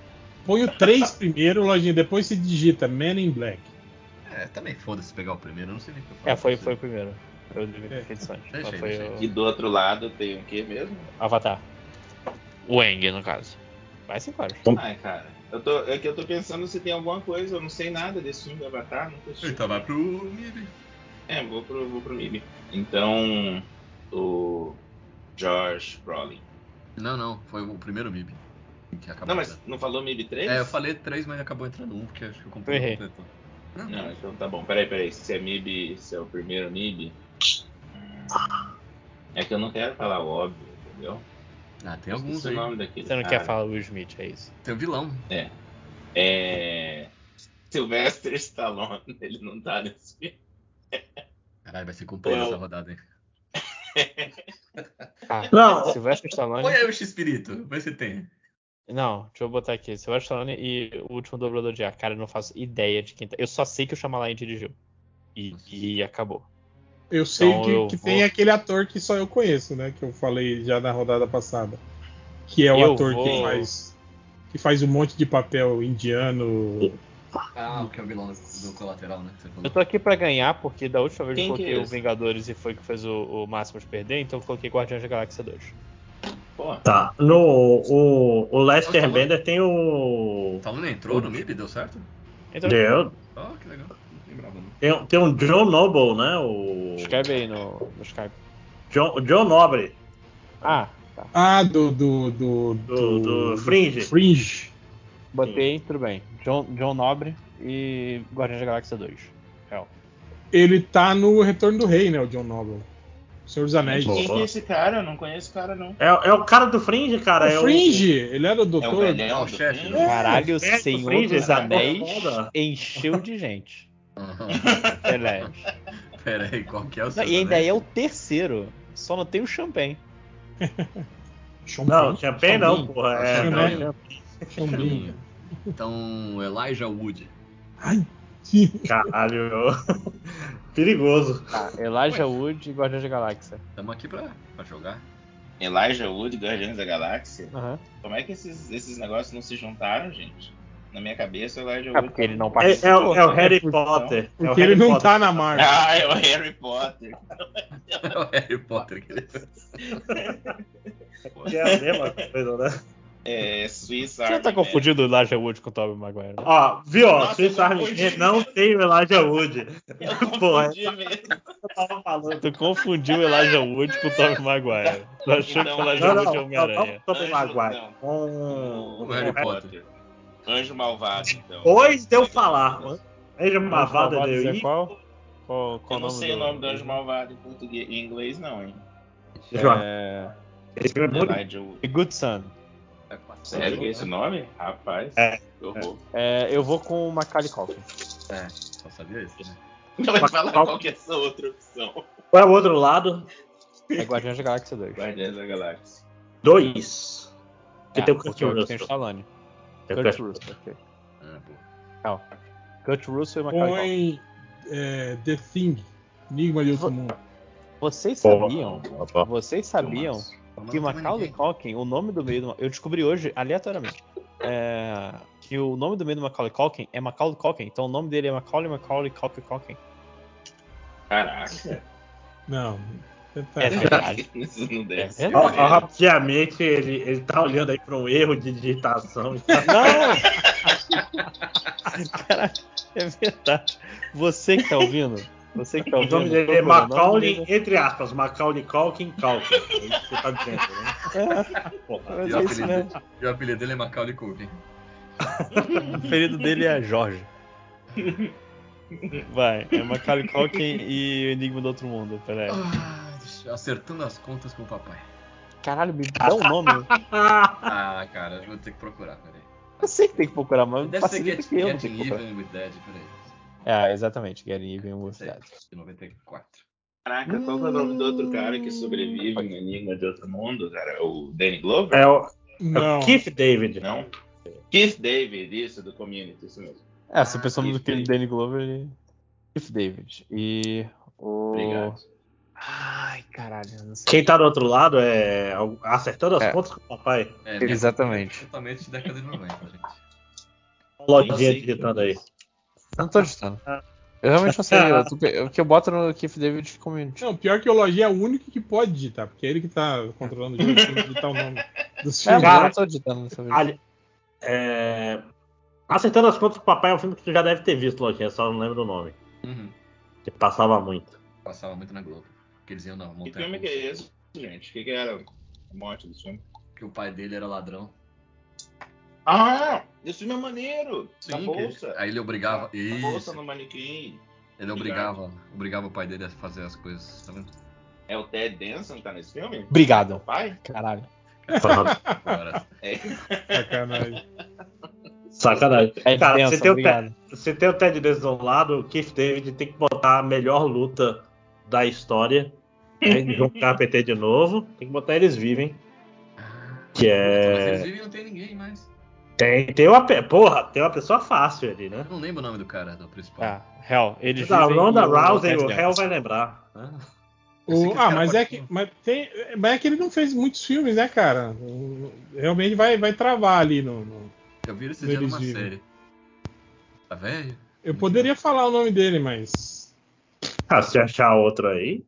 Põe o 3 primeiro, lojinha, depois se digita Man in Black. É, também foda-se pegar o primeiro, eu não sei nem o que eu falo. É, foi, pra foi o você. primeiro. Foi o de É. Feições. Deixa aí, Foi deixa o E do outro lado tem o quê mesmo? Avatar. O Eng, no caso. Vai cinco horas. Ai, cara. Eu tô, é que eu tô pensando se tem alguma coisa, eu não sei nada desse filme do Avatar, nunca assisti. Então vai pro MIB. É, vou pro, vou pro MIB. Então, o George Brolin. Não, não, foi o primeiro MIB. Que acabou Não, mas entrando. não falou MIB 3? É, eu falei 3, mas acabou entrando um, porque acho que eu comprei Eu errei. completo. Ah, Não, não. Não, então tá bom. Peraí, peraí. Se é MIB, se é o primeiro MIB. hum, É que eu não quero falar o óbvio, entendeu? Ah, tem Eu alguns esqueci o aí. nome daquele Ah. Você não cara. quer falar Will Smith, é isso. Tem o vilão. É. Sylvester Stallone, ele não tá nesse filme. Caralho, vai ser comprido É o- essa rodada, hein? Tá. Não, Sylvester Stallone. Põe aí é o X-Espírito, vê se tem. Não, deixa eu botar aqui. Sylvester Stallone e o último dobrador de ar. Cara, eu não faço ideia de quem tá. Eu só sei que o Shyamalan dirigiu. E, e acabou. Eu sei Então que, eu que vou- tem aquele ator que só eu conheço, né? Que eu falei já na rodada passada. Que é o Eu ator que vou- faz. Que faz um monte de papel indiano. Ah, o que é o vilão do, do colateral, né? que Você falou. Eu tô aqui pra ganhar, porque da última vez Quem eu que coloquei é o esse? Vingadores e foi que fez o, o Máximos perder, então eu coloquei Guardiões da Galáxia 2. Pô, Tá. No, o, o Lester Nossa, Bender tem o. O Stallone entrou no MIB, deu certo? Então, Deu, Ó, que legal. Não lembrava, né? não. tem, um- tem um John Noble, né? O. é. escreve aí no, no Skype. John, o John Nobre, Ah, tá. Ah, do. Do. Do. do, do Fringe. Fringe. Botei, tudo bem. John, John Nobre e Guardiões da Galáxia 2. Real. Ele tá no Retorno do Rei, né? O John Noble. Senhor dos Anéis. quem que Boa. é esse cara? Eu não conheço esse cara, não. É, é o cara do Fringe, cara. é o Fringe! Ele era o É o doutor. velhão o do chefe, filme? né? Caralho, É, o do Senhor Fringe, dos essa Anéis foda. encheu de gente. Aham. Pelés. Pera aí, qual que é o Não, seu? e ainda é o terceiro. Só não tem o champanhe. Não, Champagne. Champagne não, Champagne. porra. É, Champagne. não, né? Champagne. Champagne. Então, Elijah Wood. Ai, É que- Caralho. Perigoso. Tá, Elijah Wood e Guardiões da Galáxia. Estamos aqui pra, pra jogar. Elijah Wood, Guardiões da Galáxia. Aham. Como é que esses, esses negócios não se juntaram, gente? Na minha cabeça, o Elijah É Wood. porque ele não É, é o, participou. é o Harry Porque- Potter. É o Porque Harry ele não Potter. tá na Marvel. Ah, é o Harry Potter. É o Harry Potter. que ele- tá- Que É a mesma coisa, né? É Suíça. Você não tá confundindo o Elijah Wood com o Tobey Maguire, né? Ó, viu? ó, Nossa, Swiss eu Army confundi. Man não tem o Elijah Wood. Eu Porra. confundi mesmo. Eu tava falando. Tu confundiu o Elijah Wood com o Tobey Maguire. Tu achou que o Elijah Não, não, Wood é não, não, Homem-Aranha. Tobey Anjo, Maguire. não. Com... O Harry Potter. Anjo malvado, então. Pois de eu falar, mano. Seja uma vada Malvado, de Zé, é Qual? Qual, Eu qual não o nome sei o nome do Anjo Malvado em português, em inglês não, hein? João, É... Esse filme é muito. Elijah Wood. The Good Son. Sério que é né? esse o nome? Rapaz, É. que horror. É, eu vou com o Macaulay Culkin. É, só sabia isso, né? Não vai Mas falar qual- qual que é essa outra opção. Qual é o outro lado? É Guardiões da Galáxia 2. Guardiões da Galáxia. Dois. Que É, tem o Kurt porque hoje Tem o Russell. Stallone. Tem o Kurt Kurt- Russell, ok. Ah, boa. Kurt Russell e Macaulay Culkin. Põe. é, The Thing. Enigma de outro mundo. Vocês Boa. sabiam? Vocês sabiam que o Macaulay Culkin, o nome do meio do... Eu descobri hoje, aleatoriamente, é, que o nome do meio do Macaulay Culkin é Macaulay Culkin. Então o nome dele é Macaulay Macaulay Culkin Culkin. Caraca. Não. É verdade. Isso não deve É ser. verdade. Ó, ó, Obviamente ele, ele tá olhando aí pra um erro de digitação. e tá- Não! Caralho, é verdade. Você que tá ouvindo, você que tá O ouvindo. nome dele é procura, o nome Macaulay, dele- entre aspas, Macaulay Culkin Culkin. É isso que você tá dizendo, né? Porra. Mas E o é isso apelido, mesmo. e o apelido dele é Macaulay Culkin. O apelido dele é Jorge. Vai, é Macaulay Culkin e o Enigma do Outro Mundo, peraí. Ah, deixa- acertando as contas com o papai. Caralho, me dá um nome. Ah, cara, eu vou ter que procurar, peraí. Eu sei que tem que procurar, mas Deve ser Então, facilita Get, que eu não Get tenho que procurar. Even with Dead, peraí. É, exatamente, Gary Even with Sei, That. de 94. Caraca, qual que é o nome do outro cara que sobrevive no Enigma de Outro Mundo, cara? O Danny Glover? É o Não. Keith David. Não? Keith David, isso, do Community, isso mesmo. É, se a pessoa Keith do que David. Danny Glover e. Keith David. E. O. Obrigado. Ai, caralho, eu não sei. Quem tá do outro lado é o- acertando as É. contas com o papai. É, Exatamente. Totalmente década de 90, gente. Lojinha digitando aí. Eu não tô digitando. Eu realmente não sei. eu tô pe- O que eu boto no Keith David Community. Não, pior que o Lojinha é o único que pode digitar, porque é ele que tá controlando o jeito de digitar o nome dos filmes. É, mas eu Cara, não tô digitando dessa vez. Ali- é, Acertando as contas com o papai é um filme que tu já deve ter visto, Lojinha, só não lembro o nome. Uhum. Que passava muito. Passava muito na Globo. Porque eles iam na Que montanha. filme que é esse, gente? O que, que era a morte do filme? Que o pai dele era ladrão. Ah, esse filme é maneiro! da que- bolsa. Aí ele obrigava. A Isso. Tá bolsa né? no manequim. Ele obrigava, obrigava o pai dele a fazer as coisas, tá vendo? É o Ted Danson que tá nesse filme? É o Obrigado. pai? É. Caralho. Agora, Sacanagem. Sacanagem. É Cara, intenso, você tem o Ted- obrigado. Se tem o Ted Danson do lado, o Keith David tem que botar a melhor luta da história. Né? João Carpenter de novo. Tem que botar eles vivem. Que Mas eles é. vivem e não tem ninguém mais. Tem, tem uma. pe- Porra, tem uma pessoa fácil ali, né? Eu não lembro o nome do cara, do principal. Tá, Hell, eles Da vivem Ronda e o Rousey, Ted o réu Danson. vai lembrar. né? Eu sei O- que esse ah, cara mas pode- é, que, mas, tem, mas é que ele não fez muitos filmes, né, cara? Realmente vai, vai travar ali no- no, Eu vi ele esse Eles dia numa vivem. série. Tá velho? Eu poderia falar o nome dele, mas. Ah, se achar outro aí.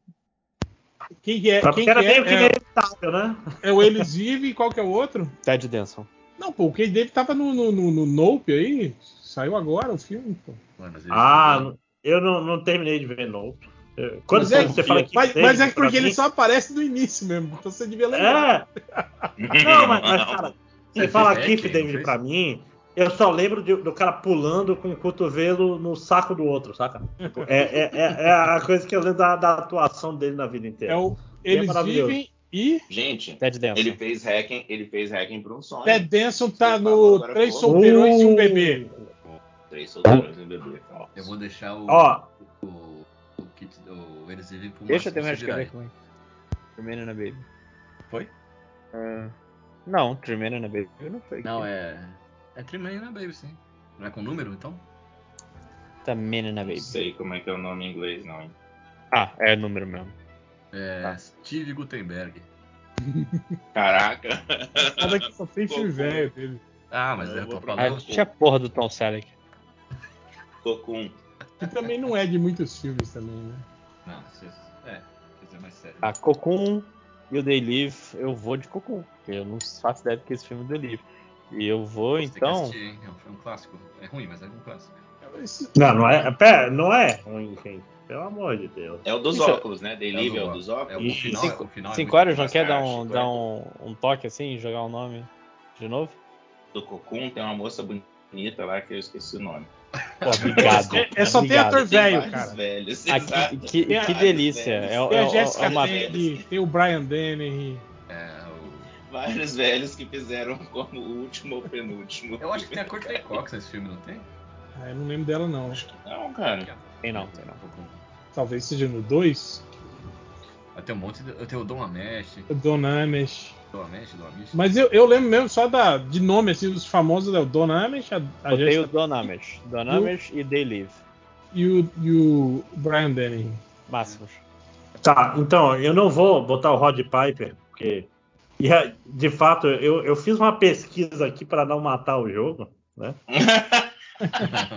Quem que é? Só porque Quem que era meio que é? É, inevitável, né? é o Eles Vivem e qual que é o outro? Ted Danson. Não, pô, o Cade David tava no, no, no, no Nope aí. Saiu agora o filme, pô. Ué, mas eles vivem. Ah, eu não, não terminei de ver Nope. Eh, Quando Mas é- você fala que. Mas, Keith mas é David, pra porque mim, ele só aparece no início mesmo. Então você devia lembrar. É! Não, mas, mas, cara, você Você fala fez Keith hack, David fez? pra mim, eu só lembro de- do cara pulando com o cotovelo no saco do outro, saca? É, é- é- é a coisa que eu lembro da, da atuação dele na vida É, inteira. o Ele é Eles maravilhoso. Vivem e. Gente, Ted Danson. ele fez hacking, ele fez hacking pra um sonho. Ted Danson tá Você falou no agora, Três pô. Solteirões e um Bebê. Três soldados e um bebê. Eu vou deixar Uh. o, Ó, o kit do Eles Vivem pro Deixa Márcio eu terminar de se virar escrever aí. como é. Tremendo na Baby. Foi? Ah, não, Tremendo na Baby. Eu não foi. É. Não, é. É Tremenda Baby, sim. Não é com número, então? Tremendo na Não Baby. sei como é que é o nome em inglês, não. hein? Ah, é número mesmo. É. Tá. Steve Gutenberg. Caraca. Nada que só tem filme Goku. um velho dele. Ah, mas Eu é, eu vou tô procurar. Ah, falando. tinha a porra do Tom Selleck. Cocum. Que também não é de muitos filmes também, né? Não, vocês. É, quer dizer, mais sério. Ah, Cocoon e o They Live, eu vou de Cocoon. Porque eu não faço ideia do que é esse filme do They Live. E eu vou, Você tem que então. assistir, hein? É um, é um clássico. É ruim, mas é um clássico. Esse- não, não é. Pera, não é ruim, gente. Pelo amor de Deus. É o dos Isso. óculos, né? Delivery é o dos É, óculos. o final, é, Cinco- o final é Cinco muito horas bom. não quer dar, um, fantástico, dar é. um, um toque assim, jogar o nome de novo? Do Cocum tem uma moça bonita lá que eu esqueci o nome. Pô, obrigado. É, é só ter obrigado. ator velho, vários cara. velhos. Ah, exato. que, que- Tem a- que delícia. É, Tem é- a é- Jessica é uma- Lange, tem o Brian Dennehy. É, o- Vários velhos que fizeram como o último ou penúltimo. Eu acho que tem a Courtney Cox nesse filme, não tem? Ah, eu não lembro dela, não. Não, cara. Tem não, tem não. Talvez seja no 2, Vai ter um monte de. Eu tenho o Dom Amesh. o Don Amish. Dom Amesh, Dom Amesh. Mas eu, eu lembro mesmo só da, de nome, assim, dos famosos, é o Don Amish, a, a Botei o Jessica Donamish. Donamish e They Live. e o, e o Brian Denny. Máximos. Tá, então, eu não vou botar o Rod Piper, porque. e, é, de fato, eu, eu fiz uma pesquisa aqui para não matar o jogo, né? Não,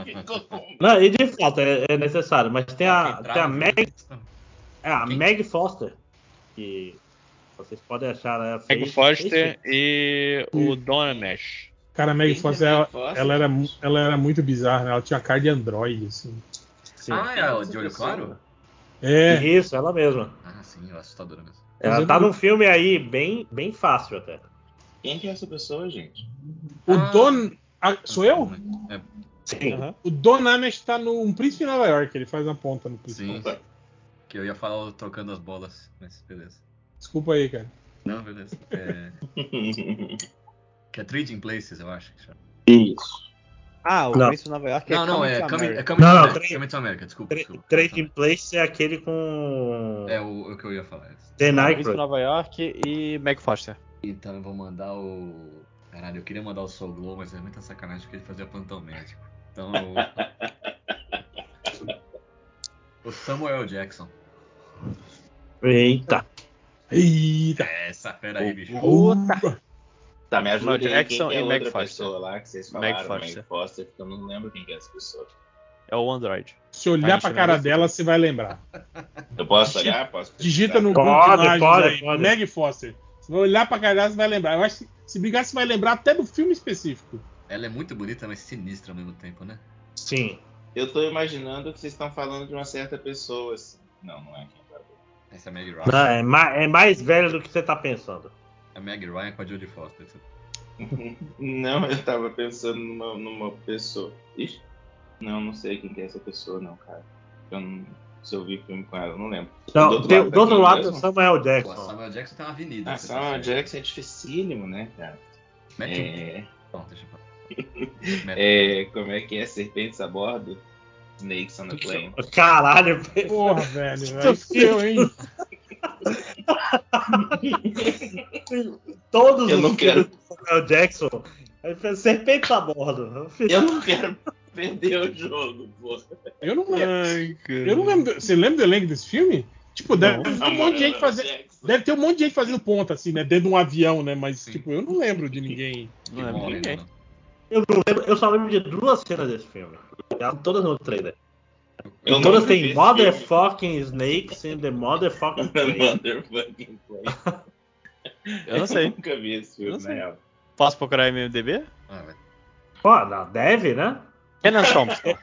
e né? então. de fato, é, é necessário, mas tem a, tem a Meg É a Meg Foster. que vocês podem achar né, assim, ela Meg Foster e o Donamesh. Cara, a Meg Quem Foster, é Meg ela, Foster? ela era, mu- ela era muito bizarra, né? Ela tinha cara de androide, assim. Ah, é a de olho claro? É, Isso, ela mesma. Ah, sim, ela é assustadora mesmo. Ela eu tá não- num filme aí bem, bem fácil até. Quem que é essa pessoa, gente? o Ah. Don... ah, sou eu? Sim. O Don Amesh tá no um Príncipe em Nova York, ele faz uma ponta no Príncipe. Sim. Que eu ia falar trocando as bolas, mas beleza. Desculpa aí, cara. Não, beleza. É, que é Trading Places, eu acho. que chama. Isso. Ah, o Não. Príncipe de Nova York é não, não, Coming é to Coming, é America. Coming Não, to não, America. Trade- Coming to America, desculpa. Tra- desculpa. Trading Place é aquele com. É o, o que eu ia falar. É The O Príncipe de Nycrod. Nova York e Meg Foster. Então eu vou mandar o. Caralho, eu queria mandar o Soul Glow, mas é muita sacanagem porque ele fazia plantão médico. Então eu... O Samuel Jackson. Eita. Tá. Eita! É, essa fera aí, bicho. Puta. Tá, me ajuda Samuel aí. quem Jackson que é e Meg outra Foster. pessoa lá que vocês Meg falaram? Meg Foster. Foster, porque eu não lembro quem que é essa pessoa. É o Android. Se olhar Tá pra mexendo cara nisso? dela, você vai lembrar. Eu posso olhar? Posso Digita no Pode, Google Imagens pode, aí, pode. Meg Foster. Você vai olhar pra cara dela, você vai lembrar. Eu acho que se brigar, você vai lembrar até do filme específico. Ela é muito bonita, mas sinistra ao mesmo tempo, né? Sim. Eu tô imaginando que vocês estão falando de uma certa pessoa, assim. Não, não é quem tá Essa é a Meg Ryan. Não, é, ma- é mais velho do que você tá pensando. A Meg Ryan é com a Jodie Foster. Não, eu tava pensando numa, numa pessoa. Ixi, não, não sei quem que é essa pessoa, não, cara. Eu não, se eu vi filme com ela, eu não lembro. Não, Do outro tem- lado do outro daqui lado, é o mesmo? Samuel Pô, a Jackson. Samuel Jackson tem uma avenida. Ah, você Samuel percebe. Jackson é dificílimo, né, cara? Mete um. É, Não, deixa eu falar. é, como é que é? Serpentes a bordo? Snakes on a plane. Caralho, Porra, velho. Aí seu, hein? todos Eu os não quero- filmes do Samuel Jackson. Ele fez serpente a né? bordo. Eu fiz- Eu não quero perder o jogo, porra. Eu não lembro. cara. Eu não lembro. Você lembra do elenco desse filme? Tipo, deve ter um monte de gente Samuel fazendo. Jackson. Deve ter um monte de gente fazendo ponta, assim, né? Dentro de um avião, né? Mas, Sim. tipo, eu não lembro de ninguém. Não é lembro de Bom, ninguém. não. Eu, não lembro- eu só lembro de duas cenas desse filme. Elas Todas no trailer. Eu Todas não vi têm esse Motherfucking Snakes in the Motherfucking filme. Place. Motherfucking plane. Eu não sei. nunca vi esse filme, né? Eu não na sei. real. Posso procurar É, MDB? Ah, vai. Pô, não, deve, né? Kenan Thompson.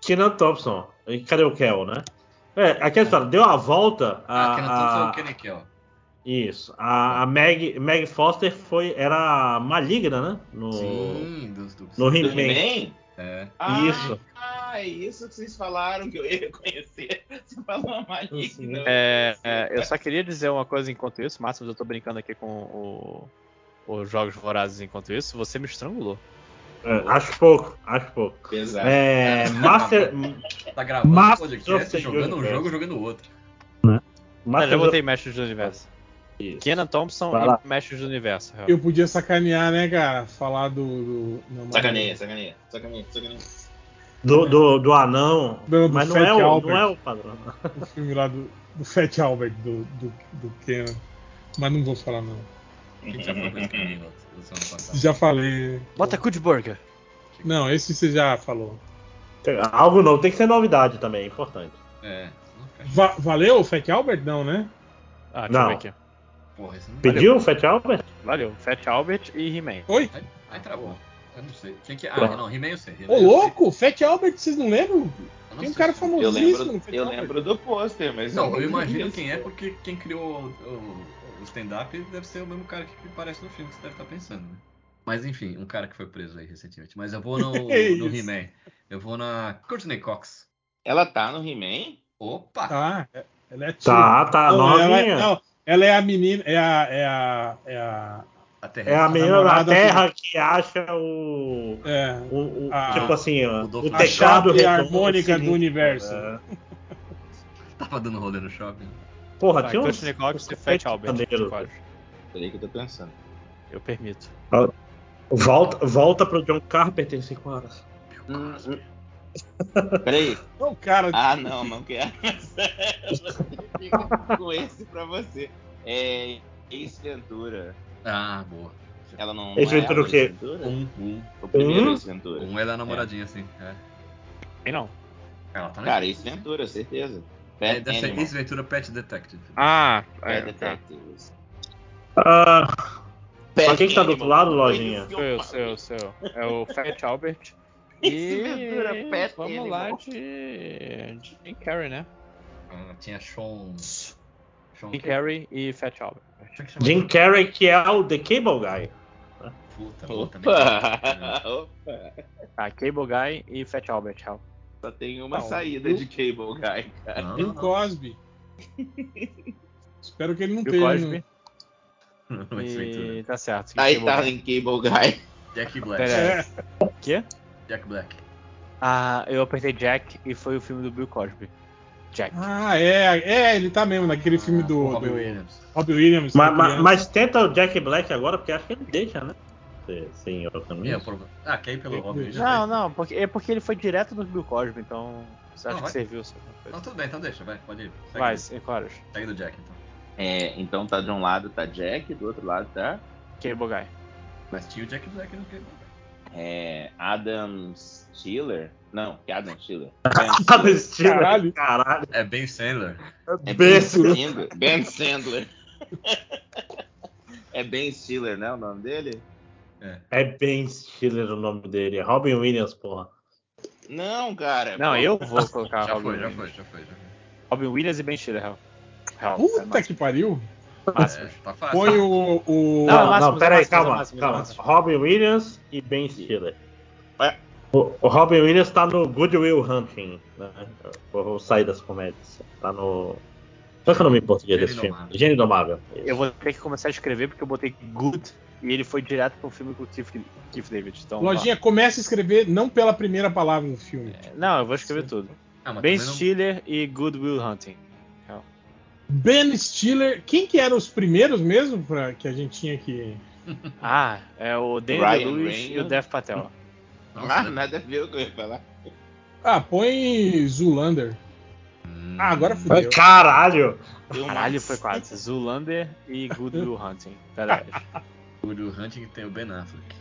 Kenan Thompson. E cadê o Kel, né? É, aquela história, deu a volta. Ah, A, Kenan Thompson é a- o Kenny Kell. Isso. A, a Meg, Meg Foster foi, era maligna, né? No, Sim, dos duplos. no Do He-Man. He-Man? É. Ah, Isso. Ah, é isso que vocês falaram que eu ia reconhecer. Você falou uma maligna. É, é, eu só queria dizer uma coisa enquanto isso, Máximo, eu tô brincando aqui com o- os Jogos Vorazes enquanto isso, você me estrangulou. É, acho pouco, acho pouco. Pesado. É, Master, Tá gravando o Mas- podcast, Nossa, jogando um Universe. jogo, jogando outro. Mas eu Master botei Mestres do Universo. Isso. Kenan Thompson Vai lá. e Mestres do Universo. real. Eu podia sacanear, né, cara? Falar do. do... não, mas- É. Sacaneia, sacaneia, sacaneia, sacaneia. do, do, do anão, Do- do mas não Fat é, o, Albert. não é o padrão. O filme lá do, do Fat Albert, do, do, do Kenan. Mas não vou falar, não. A gente já falou com esse menino no ano passado. Já falei. Bota Kudburger. Não, esse você já falou. Algo novo, tem que ser novidade também, é importante. É, senão fica chato. Va- valeu o Fat Albert? Não, né? Ah, deixa Não. eu ver aqui. porra, isso não Pediu o Fat Albert? Valeu. Fat Albert e He-Man. Oi? Aí, aí travou. Eu não sei. Quem que é? Ah, Pronto. não, He-Man eu sei. He-Man Ô, eu sei. louco! Fat Albert, vocês não lembram? Eu não Tem um sei cara se- é. Eu famosíssimo lembro, no Fat eu Albert. lembro do pôster, mas. Não, eu lembro imagino disso. quem é, porque quem criou o, o- o stand-up deve ser o mesmo cara que aparece no filme que você deve estar pensando, né? Mas enfim, um cara que foi preso aí recentemente. Mas eu vou no, no é Isso. He-Man. Eu vou na Courtney Cox. Ela tá no He-Man? Opa! Tá, é- ela é tia. Tá, tá, Não, ela, é- novinha. não, ela é a menina, é a. É a. É a. A é a terrestre. menina da tá namorada Terra que acha o... é, o, o- Ah, tipo assim, ó, o do- o a teclado chave redondo harmônica sinistro, do universo. né? Tava dando rolê no shopping. Porra, Tá, tinha uns... Courtney Cox uns e Fat efeitos Albert. maneiros. Claro. Peraí que eu tô pensando. Eu permito. Volta, volta pro John Carpenter em 5 horas. Hum, Peraí. Não, cara, Ah, não, não quero. Fica com esse pra você. É. Ace Ventura. Ah, boa. Ela não. Ace não é Ventura a o quê? Ace Ventura? Um, um. O primeiro Um? Ace Ventura. Um ela é namoradinha, assim. É. E não. Ela tá na Cara, um, Ace Ventura, certeza. Pet É dessa Animal. Ace Ventura Pet Detective. Ah, Pet é, tá. Detectives. Ah, Pet pra quem que tá do outro lado, Animal. Lojinha? Seu, seu, seu. É o Fat Albert. E Ventura, Pet vamos Animal. lá de, de Jim Carrey, né? Ah, tinha Sean. Sean Jim Carrey e Fat Albert. é Jim Carrey, que é o The Cable Guy. Puta, puta, né? merda. Opa! Opa! Tá, Cable Guy e Fat Albert. tchau. Só tem uma Não, saída eu- de Cable Guy, cara. Ah, Não, Bill não, Cosby. Espero que ele não Bill tenha. Cosby. né? não. é é Não, Ace Ventura. E tá certo. Aí Cable tá Guy. em Cable Guy. Jack Pera Black. aí. É, Quê? Jack Black. Ah, eu apertei Jack e foi o filme do Bill Cosby. Jack. Ah, é, é, ele tá mesmo naquele filme Ah, do, com Robin do Williams. Robbie Williams. é- Ma- com ma- criança. mas tenta o Jack Black agora, porque acho que ele deixa, né? Se- Sem eu também. É, o problema. Ah, quem pelo Robin Williams? Não, não, porque, é porque ele foi direto do Bill Cosby, então. Você acha Não, que vai. serviu essa coisa? Não, tudo bem, então deixa, vai, pode ir. Segue, Vai, é cinco horas. segue do Jack, então. É, então tá de um lado tá Jack, do outro lado tá Cable Guy. Mas tinha o Jack Black no Cable Guy. é, Adam Stiller. Não, que Adam Stiller. Adam Ben Stiller, Caralho. Tá caralho. É Ben Sandler. É Ben Besta. Sandler. Ben Sandler. É Ben Stiller, né? O nome dele? É Ben Stiller o nome dele. é Robin Williams, porra. Não, cara. Não, pô. eu vou colocar É Já Ah, Robin foi, já Williams. foi, já foi, já foi. Robin Williams e Ben Stiller. Hell. Hell, é Puta máximo, que pariu. máximo. É, tá fácil. Põe o. o... Não, é Não, máximo, não, peraí, máximo, calma, máximo, é calma. máximo. Robin Williams e Ben Stiller. É. O, o Robin Williams tá no Goodwill Hunting, né? Vou, vou sair das comédias. Tá no. Qual que é o nome em português Gênio desse filme? Indomável. Gênio Domável. Eu vou ter que começar a escrever porque eu botei Good e ele foi direto pro filme com o Keith, Keith David. Então, vá. Lojinha, começa a escrever não pela primeira palavra do filme. Não, eu vou escrever tudo. Ah, mas Ben também não- Stiller e Good Will Hunting. Ben Stiller, quem que eram os primeiros mesmo pra, que a gente tinha que. Hum. Ah, é o Ryan Daniel Lewis e o Reynolds. Dev Patel. Nossa, né? Ah, nada a ver o que eu ia falar. Ah, põe Zulander. Hum. Ah, agora fudeu. Caralho! Eu- Caralho, foi quase. Zoolander e Good Will Hunting. Pera aí. O do Hunting tem o Ben Affleck.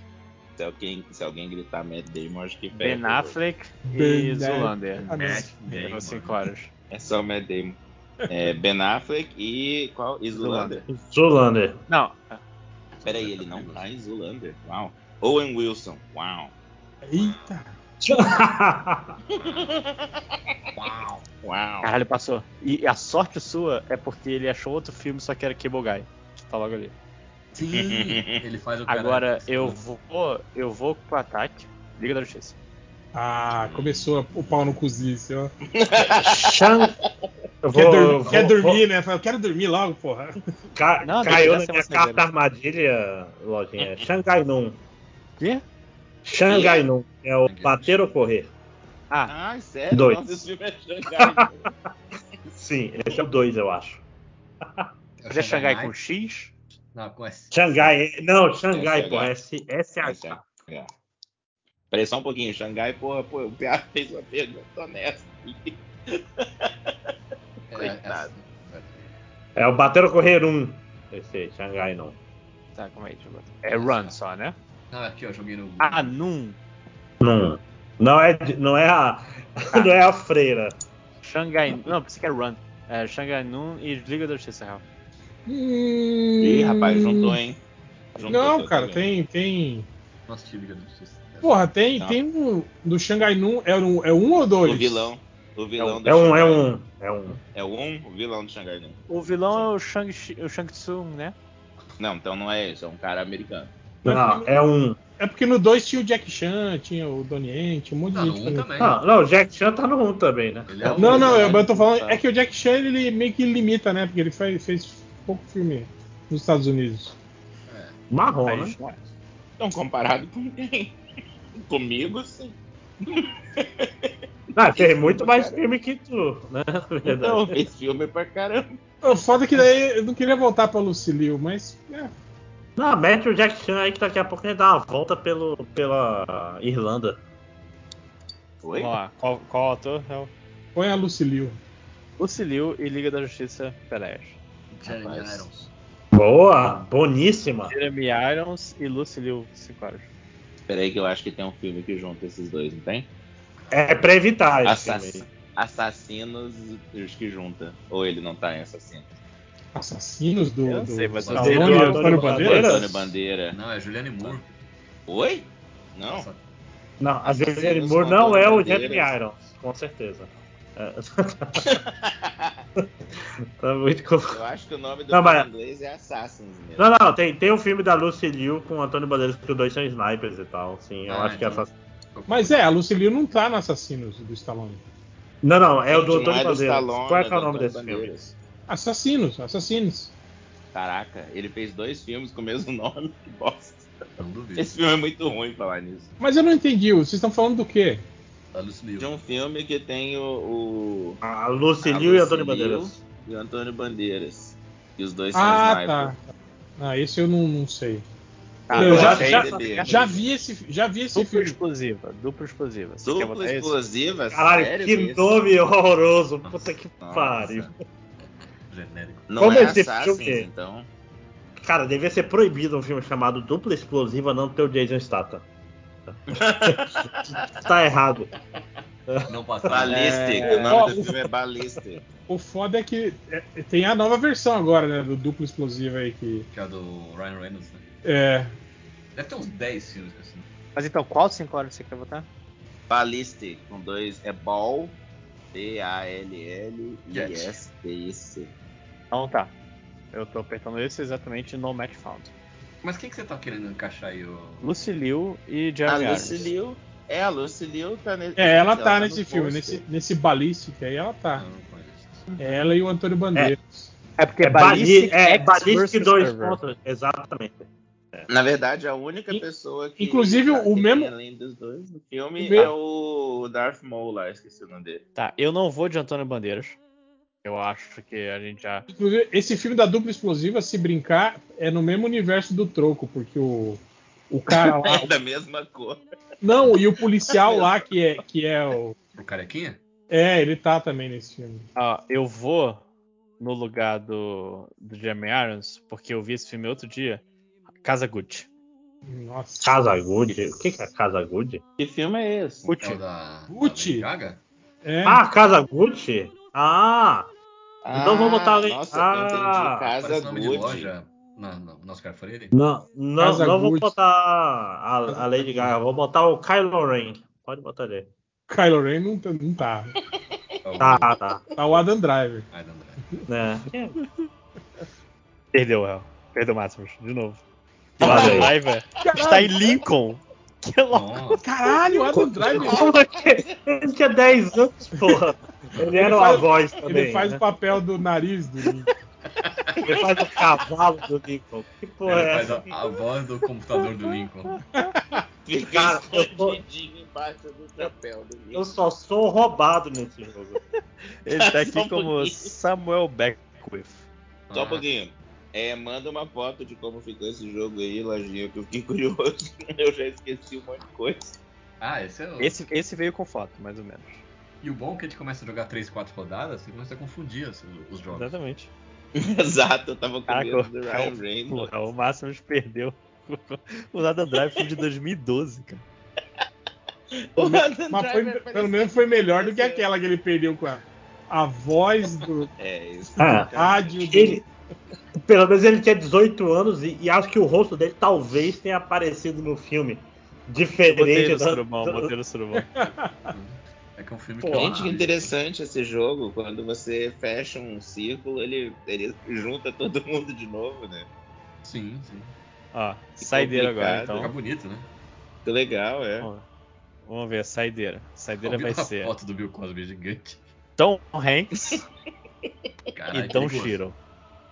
Se alguém, se alguém gritar Matt Damon, acho que pega. Ben Affleck e Ben- Zoolander. Ah, não. Matt Foram Damon. 5 horas. É só o Matt Damon. É, ben Affleck e qual? E Zoolander. Zulander. Não, Peraí, ele não tá em Zoolander. Uau. Owen Wilson. Uau. Eita. Uau. Uau. caralho, passou. E a sorte sua é porque ele achou outro filme, só que era Cable Guy. Tá logo ali. Sim, ele faz o cara. é Agora eu vou. Eu vou pro ataque. Liga da Justiça. Ah, começou a- o pau no cozice, ó. Chan... Eu Quer, vou- dur- eu vou- quer dormir, vou- né? Fala, Eu quero dormir logo, porra. Ca- Não, caiu deixa na essa minha você ver. carta armadilha, Lojinha. Shanghai Nun. Quê? Shanghai Nun. É o bater ou correr. Ah, Ah, sério? Dois. Nossa, esse filme é Xangai. Sim, esse é o 2, eu acho. mas é Xangai com X? né? Não, com S. Xangai, não, Xangai, SH. pô, é S- SH. É Xangai. Peraí, só um pouquinho. Xangai, porra, pô, o Piá fez uma pergunta honesta. É, Coitado. é- É o Bater ou Correr 1. Esse Xangai não. Tá, calma aí, deixa eu botar. É Run só, né? Não, aqui, ó, joguei no. Google. Ah, Num. Não. Não é, não é a. Não é a freira. Shanghai. Não, pensei que é Run. É Shanghai Noon e Liga da Justiça Real. Ih, rapaz, juntou, hein? Juntou Hum, Não, tudo, cara, né? tem, tem. Nossa, tive Liga da Justiça. Porra, tem, Tá. tem um. Do Xangai Nun é um, é um ou dois? O vilão. O vilão do É um, é Xangai. um. É um. É o um, o vilão do Xangai. Não. O vilão é o Shang, o Shang Tsung, né? não, então não é esse, é um cara americano. Não, é um. É porque no 2 tinha o Jack Chan, tinha o Donnie Yen, tinha um monte de Tá no gente. um fazendo. também. Não, não, o Jack Chan tá no 1 também, né? Ele é o- Não, não, eu, Verdade, eu tô falando. tá. É que o Jack Chan ele meio que limita, né? Porque ele faz- fez pouco filme nos Estados Unidos. Marrom, Aí, né? Então, comparado com quem? Comigo, sim. Ah, tem muito mais filme que tu, né? Verdade. Não, esse filme é pra caramba. O foda é que daí eu não queria voltar pra Lucilio, mas. É, Não, mete o Jack Chan aí que daqui a pouco ele dá uma volta pelo, pela Irlanda. Foi? Vamos lá. Qual, qual autor? É o põe a Lucilio. Lucilio e Liga da Justiça Peleias. Jeremy Rapaz. Irons. Boa! Boníssima! Jeremy Irons e Lucilio 5 horas. Peraí que eu acho que tem um filme que junta esses dois, não tem? É pra evitar esse filme Assass- aí. assassinos e os que junta. Ou ele não tá em assassino. Assassinos do. Eu não sei, do... mas do eu Antônio- sei Antônio do- Antônio Bandeiras? Antônio Bandeira. Não, é Juliane Moore. Oi? Não? Não, a Julianne Assassinos Moore com não é o bandeiras. Jeremy Irons, com certeza. É. tá muito com... Eu acho que o nome do Não, filme mas- em inglês é Assassins mesmo. Não, não, tem, tem o filme da Lucy Liu com o Antônio Bandeiras, que os dois são snipers e tal. Sim, eu Ah, acho que é então. assassino. Mas é, a Lucilio não tá no Assassinos do Stallone. Não, não, é o do Gente, não Antônio é do Bandeiras. Stallone, Qual é, que é do o nome Antônio desse filme? Bandeiras. Assassinos, assassinos. Caraca, ele fez dois filmes com o mesmo nome. Que bosta. Não duvido. Esse filme é muito ruim falar nisso. Mas eu não entendi, vocês estão falando do quê? Da Lucy De Liu. um filme que tem o. o A Lucy a Liu e Lucy Antônio Liu Bandeiras. E o Antônio Bandeiras. E os dois são Ah, é sniper. tá. Ah, esse eu não, não sei. Ah, Eu já, já- já- Já vi esse, já vi esse é. Dupla filme. explosiva, dupla explosiva. Você quer Dupla botar esse? explosiva? Caralho, sério que mesmo? nome horroroso. Puta que Nossa. pariu. Genérico. Não Como é esse Assassins, filme? então. Cara, devia ser proibido um filme chamado Dupla Explosiva não ter o Jason Statham. tá errado. Não passava. Ballistic. O Ó, nome do filme é Ballistic. O foda é que é, tem a nova versão agora, né? Do duplo explosivo aí que. Que é o do Ryan Reynolds, né? É. Deve ter uns 10 filmes com esse nome. Mas então, qual 5 horas você quer botar? Ballistic, com dois. É Ball. B-A-L-L-I-S-T-I-C. Então tá. Eu tô apertando esse exatamente no Match Found. Mas quem que você tá querendo encaixar aí, o... Lucy Liu e A Jeremy Irons. Ah, Lucy Liu. É, a Lucy Liu tá nesse. É, ela tá no nesse filme, pôster. Uhum. nesse, nesse balístico aí ela tá. Não, Ah, não conheço. É ela e o Antônio Bandeiras. É porque É Ballistic, é, X Ballistic versus dois Server. pontos. Exatamente. Na verdade, a única In- pessoa que. inclusive, tá- o que tem mesmo- Além dos dois, no filme O mesmo- é o Darth Maul lá, esqueci o nome dele. Tá, eu não vou de Antônio Bandeiras. Eu acho que a gente já. Inclusive, esse filme da dupla explosiva, se brincar, é no mesmo universo do troco, porque o, o cara lá. É da mesma cor. Não, e o policial lá que é, que é o. Pro Carequinha? É, ele tá também nesse filme. Ó, eu vou no lugar do, do Jeremy Irons, porque eu vi esse filme outro dia. Casa Gucci. Nossa. Casa Good? O que, que é Casa Good? Que filme é esse? Gucci. É o da... Gucci. Da Lady Gaga? É. Ah, Casa Gucci? Ah! Então vamos botar ali- Nossa, Ah, eu entendi. Casa Parece nome de Gucci. loja. Não, não, nosso cara Freire? Não, não, Casa não vou Gucci. botar a, a Lady Gaga, vou botar o Kylo Ren. Pode botar ele. Kylo Ren não, tá- não tá. É o- Tá, tá. Tá o Adam Driver. Ai, não, não. Né? Perdeu, El. Perdeu Máximos, de novo. Que valeu. raiva está em Lincoln. Que louco. Nossa, Caralho, o Adam Driver. Ele tinha 10 anos, porra. Ele era uma faz- voz também. Ele faz né? o papel do nariz do. Ele faz o cavalo do Lincoln. Que porra ele é faz a, essa? a voz do computador do Lincoln. Fica Cara, eu tô- escondidinho embaixo do chapéu do Eu Nick. só sou roubado nesse jogo. Ele tá Só um aqui como pouquinho. Samuel Beckwith. Só um Ah, pouquinho. É, manda uma foto de como ficou esse jogo aí, Lojinha, que eu fiquei curioso. Eu já esqueci um monte de coisa. Ah, esse é o... Esse, esse veio com foto, mais ou menos. E o bom é que a gente começa a jogar 3, 4 rodadas, você começa a confundir os, os jogos. Exatamente. Exato, eu tava com Caraca, medo do o- Ryan Reynolds. Porra, é o Máximos perdeu o Adam Drive foi de 2012, cara. O Adam Mas foi- Driver pelo parece- menos foi melhor do que apareceu. aquela que ele perdeu com a, a voz do É, isso. Ah, rádio. Do... Ele, pelo menos ele tinha 18 anos e, e acho que o rosto dele talvez tenha aparecido no filme. Diferente Modelo da- Surubão, da- modelo Surubão. É que é um filme que eu Gente, que acho. interessante esse jogo. Quando você fecha um círculo, ele, ele junta todo mundo de novo, né? Sim, sim. Ó, saideira agora, complicado. Fica então. bonito, né? Que legal, é. Vamos- Vamos ver, saideira. Saideira Eu vi vai uma ser foto do Bill Cosby gigante. Tom Hanks Caralho, e Don perigoso. Shiro.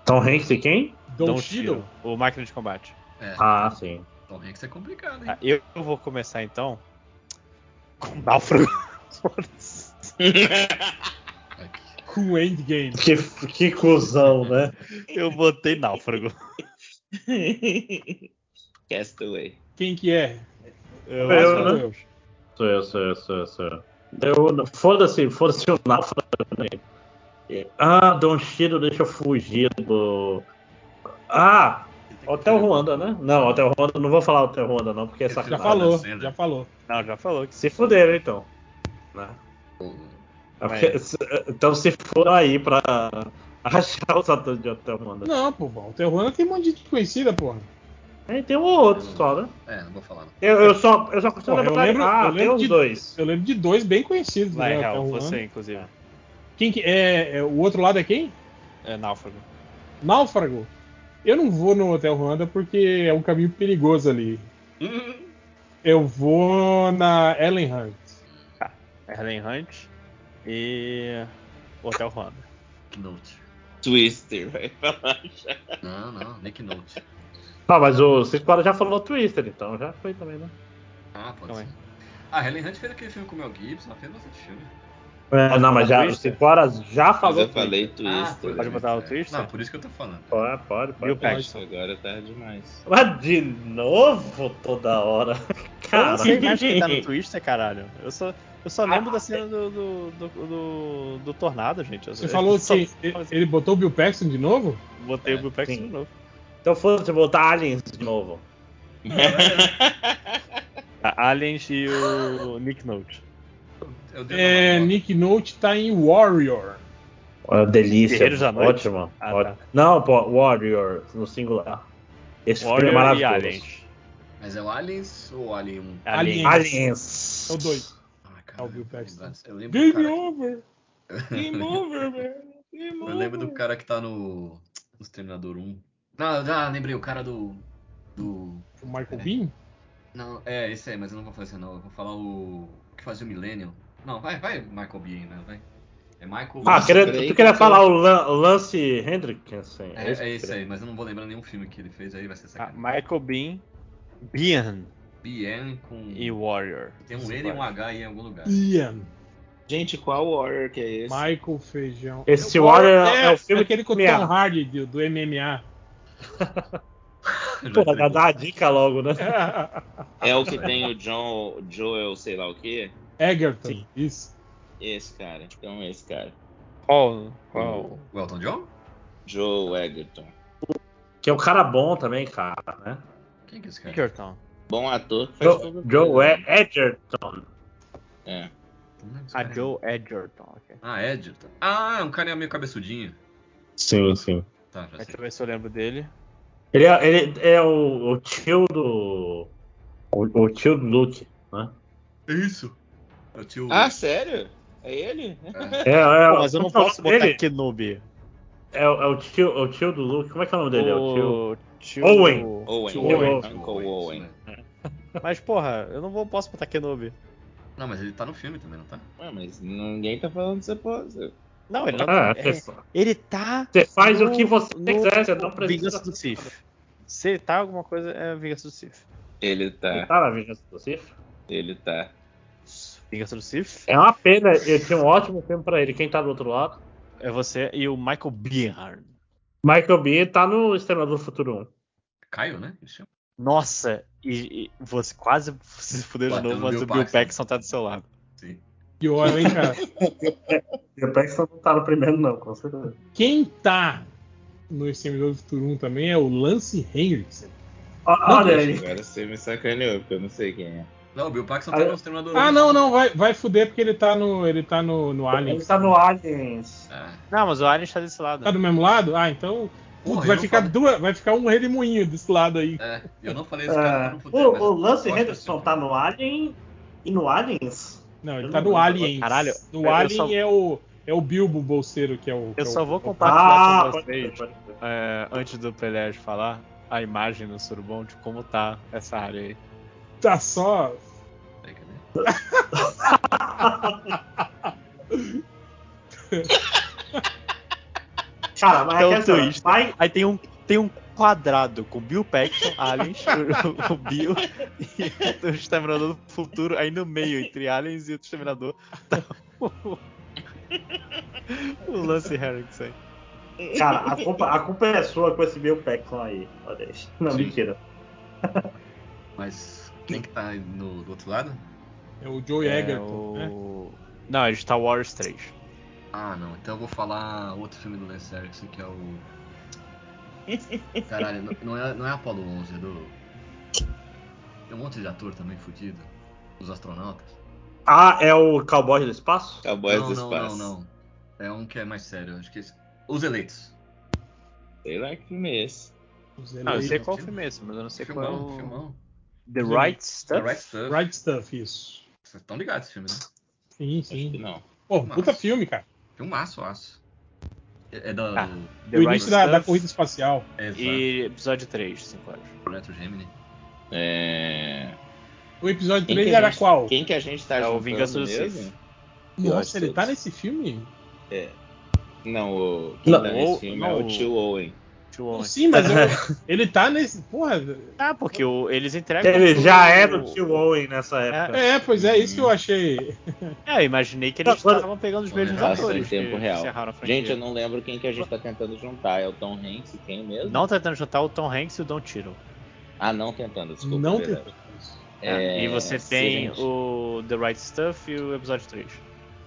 Tom Hanks e quem? Don Cheadle. o máquina de combate. É, Ah, sim. Tom Hanks é complicado, hein? Tá, eu vou começar então com Náufrago. Foda-se. Aqui. Com Endgame. Que, que cuzão, né? eu botei Náufrago. Castaway. Quem que é? Eu, Eu, acho né? Sou eu, sou eu, sou eu, sou eu. Eu- Foda-se, foda-se o Náufrago. né? Ah, Don Chiro, deixa eu fugir do. Ah, Hotel Ruanda, né? Não, Hotel Ruanda, não vou falar Hotel Ruanda, não, porque é Já Já sacanagem. falou, Adam Sandler. já falou. Não, já falou que Se fuderam, então. Né? O Então se for aí pra achar os atores de Hotel Ruanda. Não, pô, bom. Hotel Ruanda tem um monte de gente conhecida, porra. É, tem um ou outro só, né? É, não vou falar. não. Eu, eu só, eu só costumo Porra, eu lembrar. lembro- ah, eu tem lembro os de- dois. Eu lembro de dois bem conhecidos. Vai, né, Hotel real, Ruanda. você, inclusive. Quem que é, é, O outro lado é quem? É náufrago. Náufrago. Eu não vou no Hotel Ruanda porque é um caminho perigoso ali. Eu vou na Ellen Hunt. Helen Hunt e. Hotel Ruanda. Nick Note. Twister, vai falar já. Não, não, Nick Note. Ah, mas o Cinco Horas já falou Twister, então já foi também, né? Ah, pode Calma ser. Ah, Helen Hunt fez aquele filme com o Mel Gibson, ela fez bastante filme. É, não, mas já, o Twister? Cinco Horas já Mas falou eu falei Ah, Twister. Pode botar o twist? Twister? Não, por isso que eu tô falando. Pode, pode, pode. E o Paxton? Nossa, agora tá demais. Mas de novo toda hora. Eu Cara, não sei mais quem tá no Twister, caralho. Eu só, eu só lembro da cena do, do, do, do- do Tornado, gente. Eu- Você eu falou só- que ele botou o Bill Paxton de novo? Botei o Bill Paxton sim. de novo. então foda-se botar aliens de novo. A Aliens e o Nick Note. Eu dei É, uma- Nick Note tá em Warrior. Ó, delícia. Guerreiros da Noite? Ótimo. Ah, ótimo. tá. Não, pô, Warrior, no singular. Esse filme é Warrior e maravilhoso. Aliens. É Mas é o Aliens ou o Alien 1? Aliens. Aliens. Aliens. É o dois. Ah, É o Bill Paxton. Eu lembro, do Game cara, over! Game over, velho! Game eu lembro do over! cara que tá no, no Exterminador 1. Não, não, Ah, lembrei, o cara do. do. O Michael Bean? Não, é, esse aí, mas eu não vou falar esse não. Eu vou falar o. o que fazia o Millennium. Não, vai, vai, Michael Bean, né? Vai. É Michael Ah, Nossa, queria- peraí, tu queria então. falar o Lan- Lance Hendrickson? É, é isso esse aí, mas eu não vou lembrar nenhum filme que ele fez aí, vai ser Ah, sacanagem. Michael Bean, Bean Bien com. e Warrior. Hum. Tem um N e um H aí em algum lugar. Ian. Gente, qual Warrior que é esse? Michael Feijão. Esse Eu- Warrior é, o filme aquele com o MMA. Tom Hardy do, do MMA. Porra, dá, dá a dica logo, né? É o que tem o John o Joel, sei lá o quê? Egerton, Sim. isso. Esse cara. Então esse cara. Qual? O é. o Elton John? Joe Egerton. Que é um cara bom também, cara, né? Quem que é esse cara? Pinkerton. Bom ator. que faz Joe, pouca Joe coisa, E- né? Edgerton. É. Não lembro desse A cara. Ah, Joe Edgerton. ok. Ah, Edgerton. Ah, é um cara meio cabeçudinho. Sim, sim. Tá, já Deixa sei. eu ver se eu lembro dele. Ele é, ele é o, o tio do. O, o tio do Luke, né? É isso. É o tio. Ah, sério? É ele? É. É, é, Pô, mas eu não como é posso o nome botar dele? Kenobi. É, o- é o tio, é o tio do Luke. Como é que é o nome dele? É o tio. O tio... Owen. Owen. né? Tio Owen. Uncle Owen. isso né? mesmo. Mas, porra, eu não vou, posso botar Kenobi. Não, mas ele tá no filme também, não tá? Ué, mas ninguém tá falando dessa pose. Não, ele não Ah, é, você- Ele tá. você faz no- o que você no quiser, você não precisa. Vingança do Sif. Se ele tá alguma coisa, é Vingança do Sif. Ele Você É. tá. tá na Vingança do Sith? Ele tá. Vingança do Sif É uma pena, eu tinha um ótimo filme pra ele. Quem tá do outro lado? é você e o Michael Biehn. Michael B tá no Exterminador do Futuro 1. Caio, né? Ele chama. Nossa, e, e você quase se fudeu de Bateu novo, no mas Bill o Bill Paxton. Paxton tá do seu lado. Sim. Que hora, hein, cara? Eu pego só não tá no primeiro, não, com certeza. Quem tá no Exterminador do Futuro 1 também é o Lance Henriksen. Olha aí. Agora você me sacaneou, porque eu não sei quem é. Não, o Bill Paxton Ah, tá no Exterminador Ah, Russo. não, não, vai, vai fuder porque ele tá no, ele tá no, no Alien. Ele tá no Aliens. Ah, Não, mas o Alien tá desse lado. Tá do mesmo lado? Ah, então. Porra, Putz, eu vai não ficar falei. duas, vai ficar um redemoinho desse lado aí. é, eu não falei esse cara, Ah, eu não né? fudei, o, mas o eu Lance gosto desse Henderson filme. tá no Alien e no Aliens? Não, ele Eu tá não no lembro. Alien. Caralho, No eu Alien só- é o é o Bilbo Bolseiro que é o. que é Eu o- só vou o- compartilhar Tá com Ah, pode vocês, ser, pode ser. é, antes do Pelé falar, a imagem no Surubom de como tá essa área aí. Tá só. Peraí, cadê? Cara, mas É o é que assim, twist. ó, vai, Aí tem um, tem um quadrado com Bill Paxton, Aliens, o, o Bill e o Exterminador do Futuro. Aí no meio, entre Aliens e o Exterminador, tá o, o Lance Henriksen. cara, a culpa, a culpa é sua com esse Bill Paxton aí. Olha aí. Não, Sim. mentira. Mas quem que tá no, do outro lado? É o Joe É, Egerton, o- né? Não, é de Star Wars 3. Ah, não. Então eu vou falar outro filme do Lance Erickson que é o. Caralho, não, não é, não é Apollo 11, é do. Tem um monte de ator também fudido. Os astronautas. Ah, é o Cowboy do Espaço? Cowboys não, do não, Espaço. não, não. É um que é mais sério, acho que é esse. Os Eleitos. Sei lá que filme é esse. Não, eu sei qual filme Ah, é esse, mas eu não sei qual é Filmão, o... filmão. The Right Stuff? The Right Stuff. Right Stuff, isso. Vocês estão ligados esse filme, né? Sim, Acho que sim. não. Pô, Massa. puta filme, cara. Filmaço, aço. É é da. Ah, The O início da, da corrida espacial. É exato. E episódio 3, 5 horas. Projeto Gemini. É... O episódio Quem 3 que a era gente- qual? Quem é que a gente tá É o juntando Vingança do mesmo? Sith. Nossa, ele tá todos. nesse filme? Não, o... quem Não, tá nesse o- filme não, é o o- tio Owen. Tio Owen. Sim, mas eu- ele tá nesse. Porra. Ah, porque o- eles entregam. Ele pro- já era o Tio Owen nessa época. É, pois é, isso que eu achei. É, eu imaginei que eles Agora- estavam pegando os mesmos Nossa, atores. em tempo que real. encerraram a franquia. Gente, eu não lembro quem que a gente tá tentando juntar. É o Tom Hanks e quem mesmo? Não tá tentando juntar o Tom Hanks e o Don Tiro. Ah, não tentando, desculpa. não tem. verdade. É, Ah, e você sim, tem gente. o The Right Stuff e o episódio 3.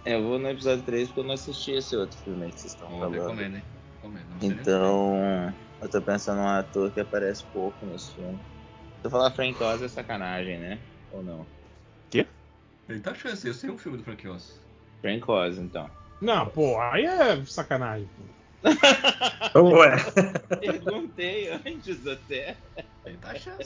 Eu vou no episódio 3 porque eu não assisti esse outro filme aí que vocês estão Então, falando. recomendo, hein? Recomendo. Não sei nem- Então, eu tô pensando num ator que aparece pouco nesse filme. Se eu falar Frank Oz é sacanagem, né? Ou não? Ele tá achando assim, eu sei um filme do Frank Oz. Frank Oz, então. Não, pô, aí é sacanagem. é. Ué. Perguntei antes até. Ele tá achando.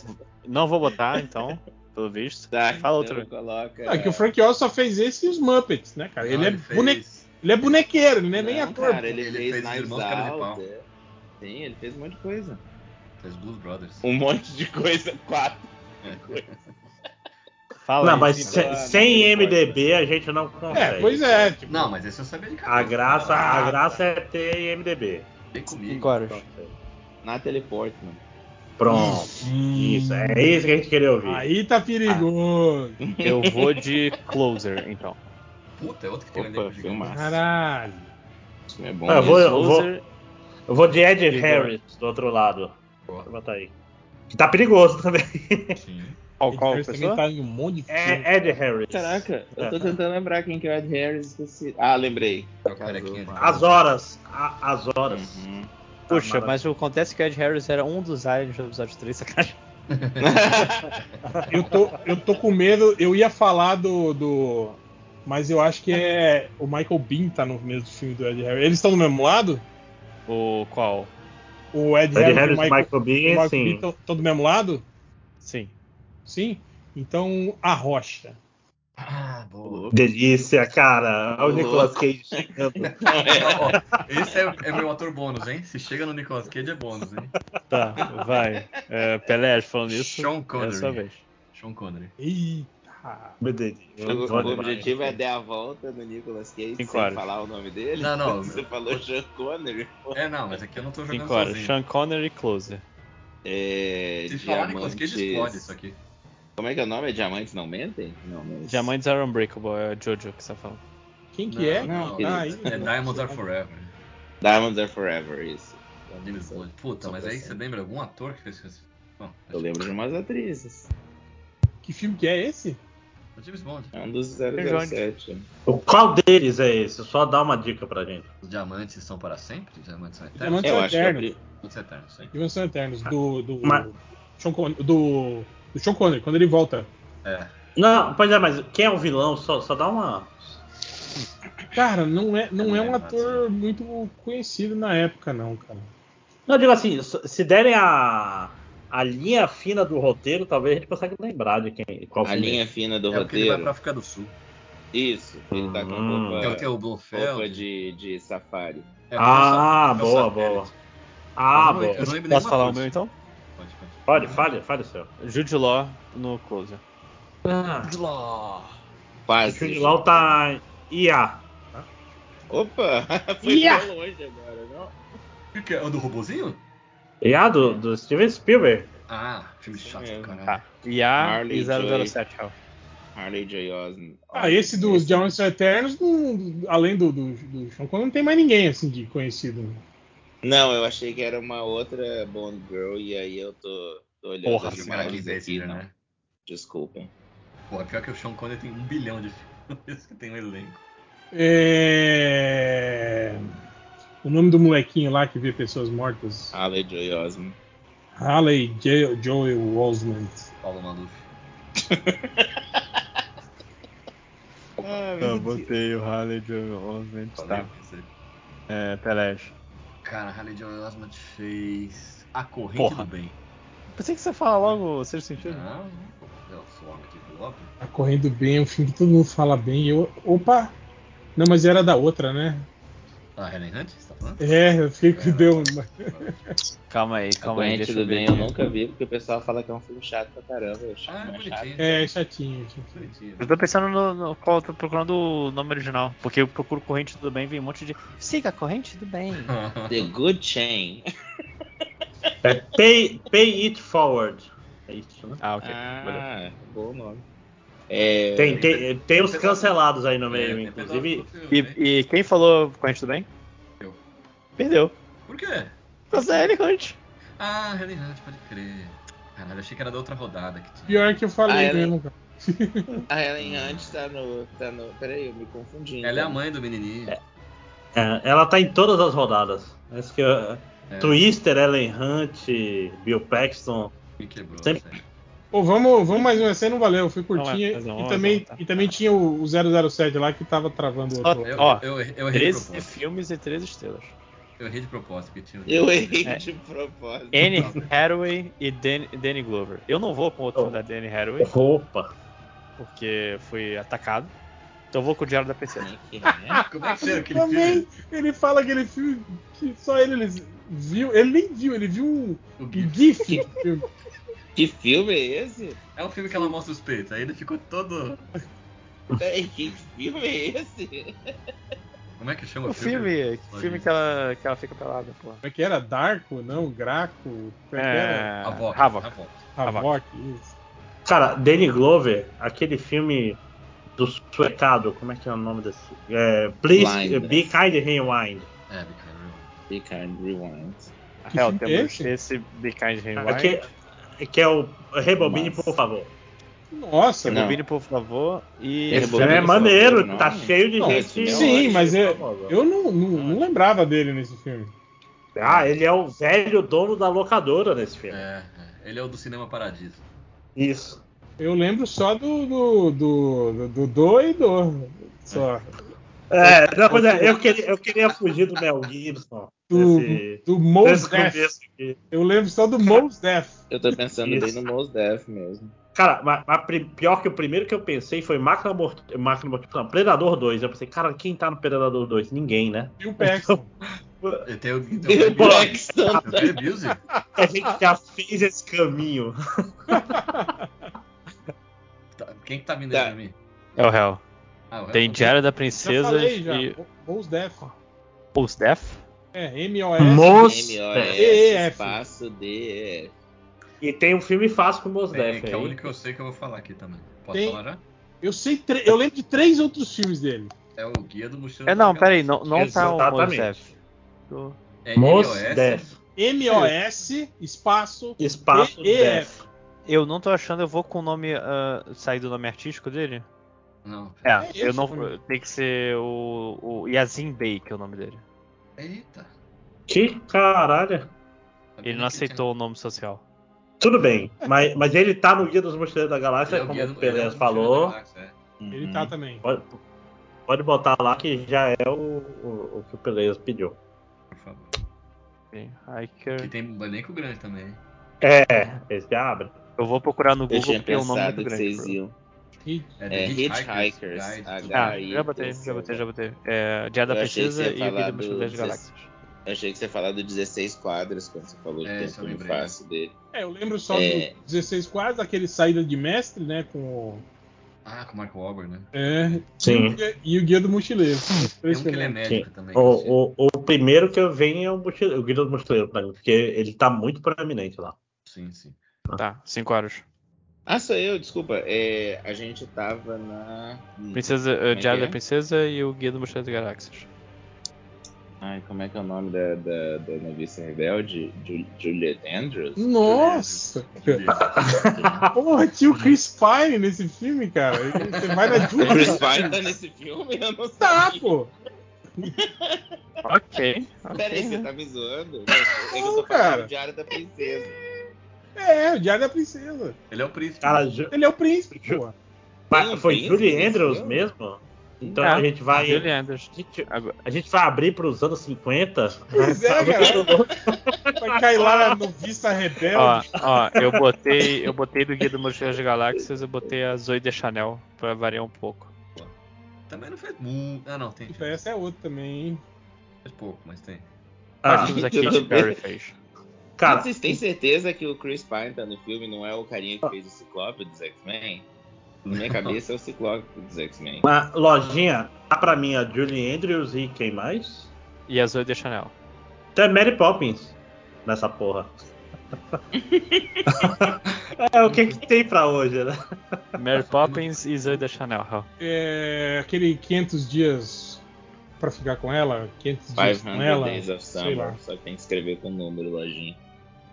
Não vou botar, então, pelo visto. Tá, Fala então outro. Coloca... É que o Frank Oz só fez esse e os Muppets, né, cara? Ele, Não, é, fez- bone- ele é bonequeiro, ele não é nem Não, ator. Cara, ele, Ele fez, fez mais Irmãos Cara de Pau. Sim, ele fez um monte de coisa. Fez Blues Brothers. É. Um monte de coisa, quatro. Fala Não, aí, mas Cid. se- Ah, sem, sem MDB a gente não consegue. É, Ah. pois é. Tipo, Não, mas esse eu sabia de A cara. graça, a graça é ter MDB. Vem comigo. Cinco horas. é. Natalie Portman. Pronto. Isso, é isso que a gente queria ouvir. Aí tá perigoso. Eu vou de Closer, então. Puta, é outro que tem um Opa, elenco gigante. filmaço. Caralho. Esse filme é bom. Ah, eu vou, mesmo. eu vou, Closer, eu vou de Ed Perigoso. Harris do outro lado. Boa. Vou botar aí. Que tá perigoso também. Sim. qual, Ele qual fez também pessoa? tá em um monte de filme. É Ed Harris. Caraca, eu tô É. tentando lembrar quem que é o Ed Harris. Esqueci. Ah, lembrei. É o carequinha de As horas. a- as horas. Uhum. Puxa, mas acontece que o Ed Harris era um dos aliens do episódio 3, sacanagem. Eu tô, eu tô com medo, eu ia falar do, do. Mas eu acho que é. O Michael Bean tá no mesmo filme do Ed Harris. Eles estão do mesmo lado? O qual? O Ed, Ed Harris e Harris e o Michael Michael, o Michael Bean, Bean tá- sim. estão estão do mesmo lado? Sim. Sim? Então, a rocha. Ah, boa. Delícia, cara. Olha o Nicolas Cage chegando. Esse é, é meu ator bônus, hein? Se chega no Nicolas Cage é bônus, hein? Tá, vai. É, Pelé, falando isso. Sean É a sua Connery. vez. Sean Connery. Eita! Meu Deus. O, Bom o demais. objetivo é dar a volta no Nicolas Cage sem Cinco horas. falar o nome dele. Não, não. Você falou Sean Connery. pô. É, não, mas aqui eu não tô jogando 5 horas. sozinho. Sean Connery, Closer. É, Se falar Nicolas Cage, explode isso diamantes. aqui. Como é que é o nome? É Diamantes Não Mentem? Não, mas... Diamantes are unbreakable, é o Jojo que você tá falando. Quem que Não, é? não, querido. Ah, aí- É Diamonds Are Forever. Diamonds Are Forever, isso. Ele explode. Puta, Só mas aí pensando. você lembra algum ator que fez isso? Bom, Eu lembro de umas atrizes. Que filme que é esse? O James Bond. É um dos Tem 007. O qual deles é esse? Só dá uma dica pra gente. Os diamantes são para sempre? Os diamantes são eternos? Diamantes Eu são acho que eu eternos. vi. Diamantes são eternos, sim. Diamantes são eternos. Do. Do, Mas- Sean Con- do. Do Sean Connery, quando ele volta. É. Não, pois é, mas quem é o vilão? Só, só dá uma. Cara, não é, não é um lembro, ator muito conhecido na época, não, cara. Não, eu digo assim, s- se derem a, a linha fina do roteiro, talvez a gente consiga lembrar de quem, qual A filme é. linha fina do É porque ele vai roteiro. pra África do Sul. Isso. Ele tá com Hum. É o que roupa, é o roupa Blofeld. de, de safari. É o Ah, que é o boa, satélite. boa. Ah, Eu não- Eu boa. um não lembro Posso nenhuma falar o coisa. meu então? Pode, pode. Fale, fale, fale o seu. Jude Law no Closer. Ah, O Quase. Jude Law tá IA. Opa! Foi Ia! tão longe agora, não? O que que é? O do robozinho? IA do, do Steven Spielberg. Ah, filme Isso chato, mesmo. caralho. Tá. IA Marley e 007. Hal. Harley J. Osmond. Ah, esse dos Diamantes são eternos, não- além do, do, do Sean Connery, não tem mais ninguém assim de conhecido. Não, eu achei que era uma outra Bond Girl e aí eu tô, tô olhando Porra, as Que imagens maravilha esse, aqui, filme, não. né? Desculpem. Pô, pior que o Sean Connery tem um bilhão de filmes que tem um elenco. É... O nome do molequinho lá que vê pessoas mortas. Harley J. Osmond. Haley J- Joel Osment. Paulo Maluf. Ah, Tá, eu botei o Harley Joe Osment. Falei, Tá. pensei. É, Pelé. Cara, Harley Joe Osment fez A Corrente Porra. do Bem. Pensei que você fala logo, seja sentido. Não, eu forma aqui do óbvio. A Correndo Bem é um filme que todo mundo fala bem. e Eu, opa! Não, mas era da outra, né? Ah, Helen Hunt, você tá falando? É, eu fiquei que deu. uma- Calma aí, calma aí. Doente Deixa do eu ver Bem eu aqui. nunca vi, porque o pessoal fala que é um filme chato pra caramba. Eu acho Ah, é mais chato. bonitinho. É, chatinho. chatinho. Bonitinho. Eu tô pensando no, no qual, tô procurando o nome original, porque eu procuro corrente do bem, vem um monte de. Siga a corrente do bem. The Good Chain. É Pay, pay it forward. É isso, né? Ah, ok. valeu. Ah, bom nome. É, Tem, tem, tem os cancelados aí no meio, É, tem inclusive. pedaço do filme, né? E, e quem falou corrente do bem? Eu. Perdeu. Por quê? Mas é ele, Hunt. Ah, Helen Hunt, pode crer. Caralho, achei que era da outra rodada que tinha. Pior que eu falei Ah, ela- mesmo, cara. A Ellen antes tá no, tá no. Peraí, eu me confundi. então. Ela é a mãe do menininho. É, ela tá em todas as rodadas. Acho que uh, É, Twister, Ellen Hunt, Bill Paxton. me quebrou. Sempre- sério. Pô, vamos, vamos mais uma cena, não valeu, foi Não, é, curtinha. mas não, e, mas também, não, tá. e também tinha o, o 007 lá que tava travando o Só- outro. Eu, Ó, eu, eu errei de 13 propósito. filmes e 13 estrelas. Eu errei de propósito que tinha. um Eu errei É. de propósito. Anne Hathaway e Dan- Danny Glover. Eu não vou com outro filme da Danny Hathaway, Roupa. porque fui atacado. Então eu vou com o Diário da Princesa. Como é que foi aquele Também, filme? ele fala aquele filme que só ele, ele viu. Ele nem viu, ele viu um, O um GIF. GIF do filme. Que filme é esse? É um filme que ela mostra os peitos. Aí ele ficou todo. Peraí, que filme é esse? Como é que chama O o filme, filme que ela, que ela fica pelada, pô. Como é que era? Darko? Não, Graco? Como é que era? É... Avó. Havoc. Havok, isso. Cara, Danny Glover, aquele filme do suecado, como é que é o nome desse? É, Please Blind, Be Kind Rewind. É, Bicarro. Be kind, rewind. Que É, o filme temos é esse? esse? The Kind Rewind. é Aqui, que é o Rebobine, Mas- por favor. Nossa, Não. Rebobine, por favor. E. Esse Esse Rebobine, filme é por maneiro, favor, tá não. cheio de Não, esse gente. filme é Sim, mas é- famosa. eu não, não, não lembrava dele nesse filme. Ah, ele é o velho dono da locadora nesse filme. É, é. ele é o do Cinema Paradiso. Isso. Eu lembro só do do do, do, do do e do. Só. É, não, mas é, eu, queria, eu queria fugir do Mel Gibson. Do, Desse, do desse Mos Def. começo aqui. Eu lembro só do Mos Def. Eu tô pensando Isso. bem no Mos Def mesmo. Cara, mas, mas pri- pior que o primeiro que eu pensei foi Máquina Mort- Máquina Mortífera, não, Predador 2. Eu pensei, cara, quem tá no Predador 2? Ninguém, né? E o Paxton. Ele tem o. tem Bill o Bill- Paxton. o Bill Busey. A gente já fez esse caminho. Tá, Quem que tá vindo Tá. aí pra mim? É o réu. Ah, o Tem Hamilton. Diário da Já Princesa falei já. e Mos Def. Post Death. É, M-O-S. Moço! M-O-S, espaço D. é. E tem um filme fácil com o Mos É, Def que é o aí. único que eu sei que eu vou falar aqui também. Posso Tem- falar já? Eu sei tre- eu lembro de três outros filmes dele. É o Guia do Mochilão. É, não, peraí, não, não tá o Post Exatamente. Death. Do- É Mos MOS, Def. M-O-S, espaço. Espaço E- Def. Eu não tô achando, eu vou com o nome. ah, sair do nome artístico dele? Não. É, É eu isso, não. mano. Tem que ser o, o Yazin Bey, que é o nome dele. Eita. Que caralho. Sabia Ele não que tinha- aceitou o nome social. Tudo bem, mas, mas ele tá no Guia dos Mochileiros da Ele é Galáxia, o como Guia do- o ele é Pelé o falou. Mochileiro da Galáxia, é. Uhum. Ele tá também. Pode, pode botar lá que já é o, o, o que o Pelé pediu. Por favor. Sim, Que Hiker. tem um elenco grande também. É, esse abre. Eu vou procurar no Eu Google tinha porque o nome é muito pensado que grande. vocês pro- iam. E É, The Hitchhiker's Guide to H- Ah, the- Aí, já botei, já terceiro. botei, já botei. É, Diário da Eu achei que você Princesa ia e o Guia falar do Mochila das do- Galáxias. Eu achei que você ia falar do 16 quadros quando você falou que É, tem isso eu filme lembrei. fácil dele. É, eu lembro só É. do 16 quadros, aquele saída de mestre, né? Com o. Ah, com o Mark Wahlberg, né? É, Sim. e o guia do mochileiro. Os Tem três um que ele é filmes. médico também. que eu sei. O, o, o primeiro que eu venho é o, mochile- o Guia dos Mochileiros, pra mim, porque ele tá muito proeminente lá. Sim, é assim, sim. Tá, 5 horas. Ah, sou eu, desculpa. É, a gente tava na. hum, Princesa, é eh, que Diário é? da Princesa e o Guia do Mochila das Galáxias. Ai, como é que é o nome da, da, da noviça rebelde? Ju- Juliet Andrews? Nossa! é Porra, tinha o Chris Pine nesse filme, cara. Você vai na O Chris Julia. Pine tá nesse filme? Eu não Tá, sabia. pô! Ok. Peraí, você tá me zoando? É que eu tô Não, cara. falando do Diário da Princesa. É, o Diário da Princesa. Ele é o príncipe. Cara, Ju- Ele é o príncipe, pô. mas Tem um foi príncipe Julie nesse Andrews filme? mesmo? Então É, a gente vai. Julie Andrews. A gente, Agora- a gente vai abrir para os anos 50. Pois é, cara. Vai cair lá no Vista Ó, Ah. Rebelde. ó, eu botei, eu botei do Guia do Mochileiro das Galáxias, eu botei a Zoe de Chanel pra variar um pouco. né? Também não fez muito. Ah, não, tem. Puta, Essa é outra também, hein? Fez pouco, mas tem. Ah, Nós temos a tudo Katy bem. Perry fez. cara, Vocês têm certeza que o Chris Pine tá no filme e não é o carinha que fez o Ciclope dos X-Men? Na minha cabeça é o Ciclope dos X-Men. uma lojinha, dá pra mim a Julie Andrews e quem mais? E a Zoe de Chanel. Até Mary Poppins nessa porra. é o que, que tem pra hoje, né? Mary Poppins e Zoe de Chanel. É, aquele 500 dias pra ficar com ela, 500 dias com 500 ela. Days of sei é lá. Summer. Só que tem que escrever com o número, lojinha.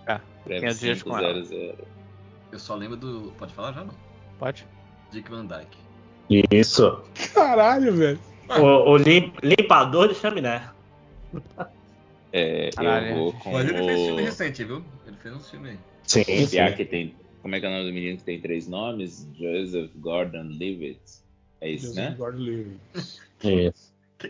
Ah, Escreve 500 dias com ela. 500. Eu só lembro do. Pode falar já, não? Pode? Dick Van Dyke. Isso. Caralho, velho. O, o lim- limpador de chaminé. É, Caralho, eu vou com Mas ele fez filme o... recente, né? viu? Ele fez um filme aí. Sim, Esse A que tem... Como é que é o nome do menino que tem três nomes? Joseph Gordon-Levitt. É isso, Deus me né? guarde livre.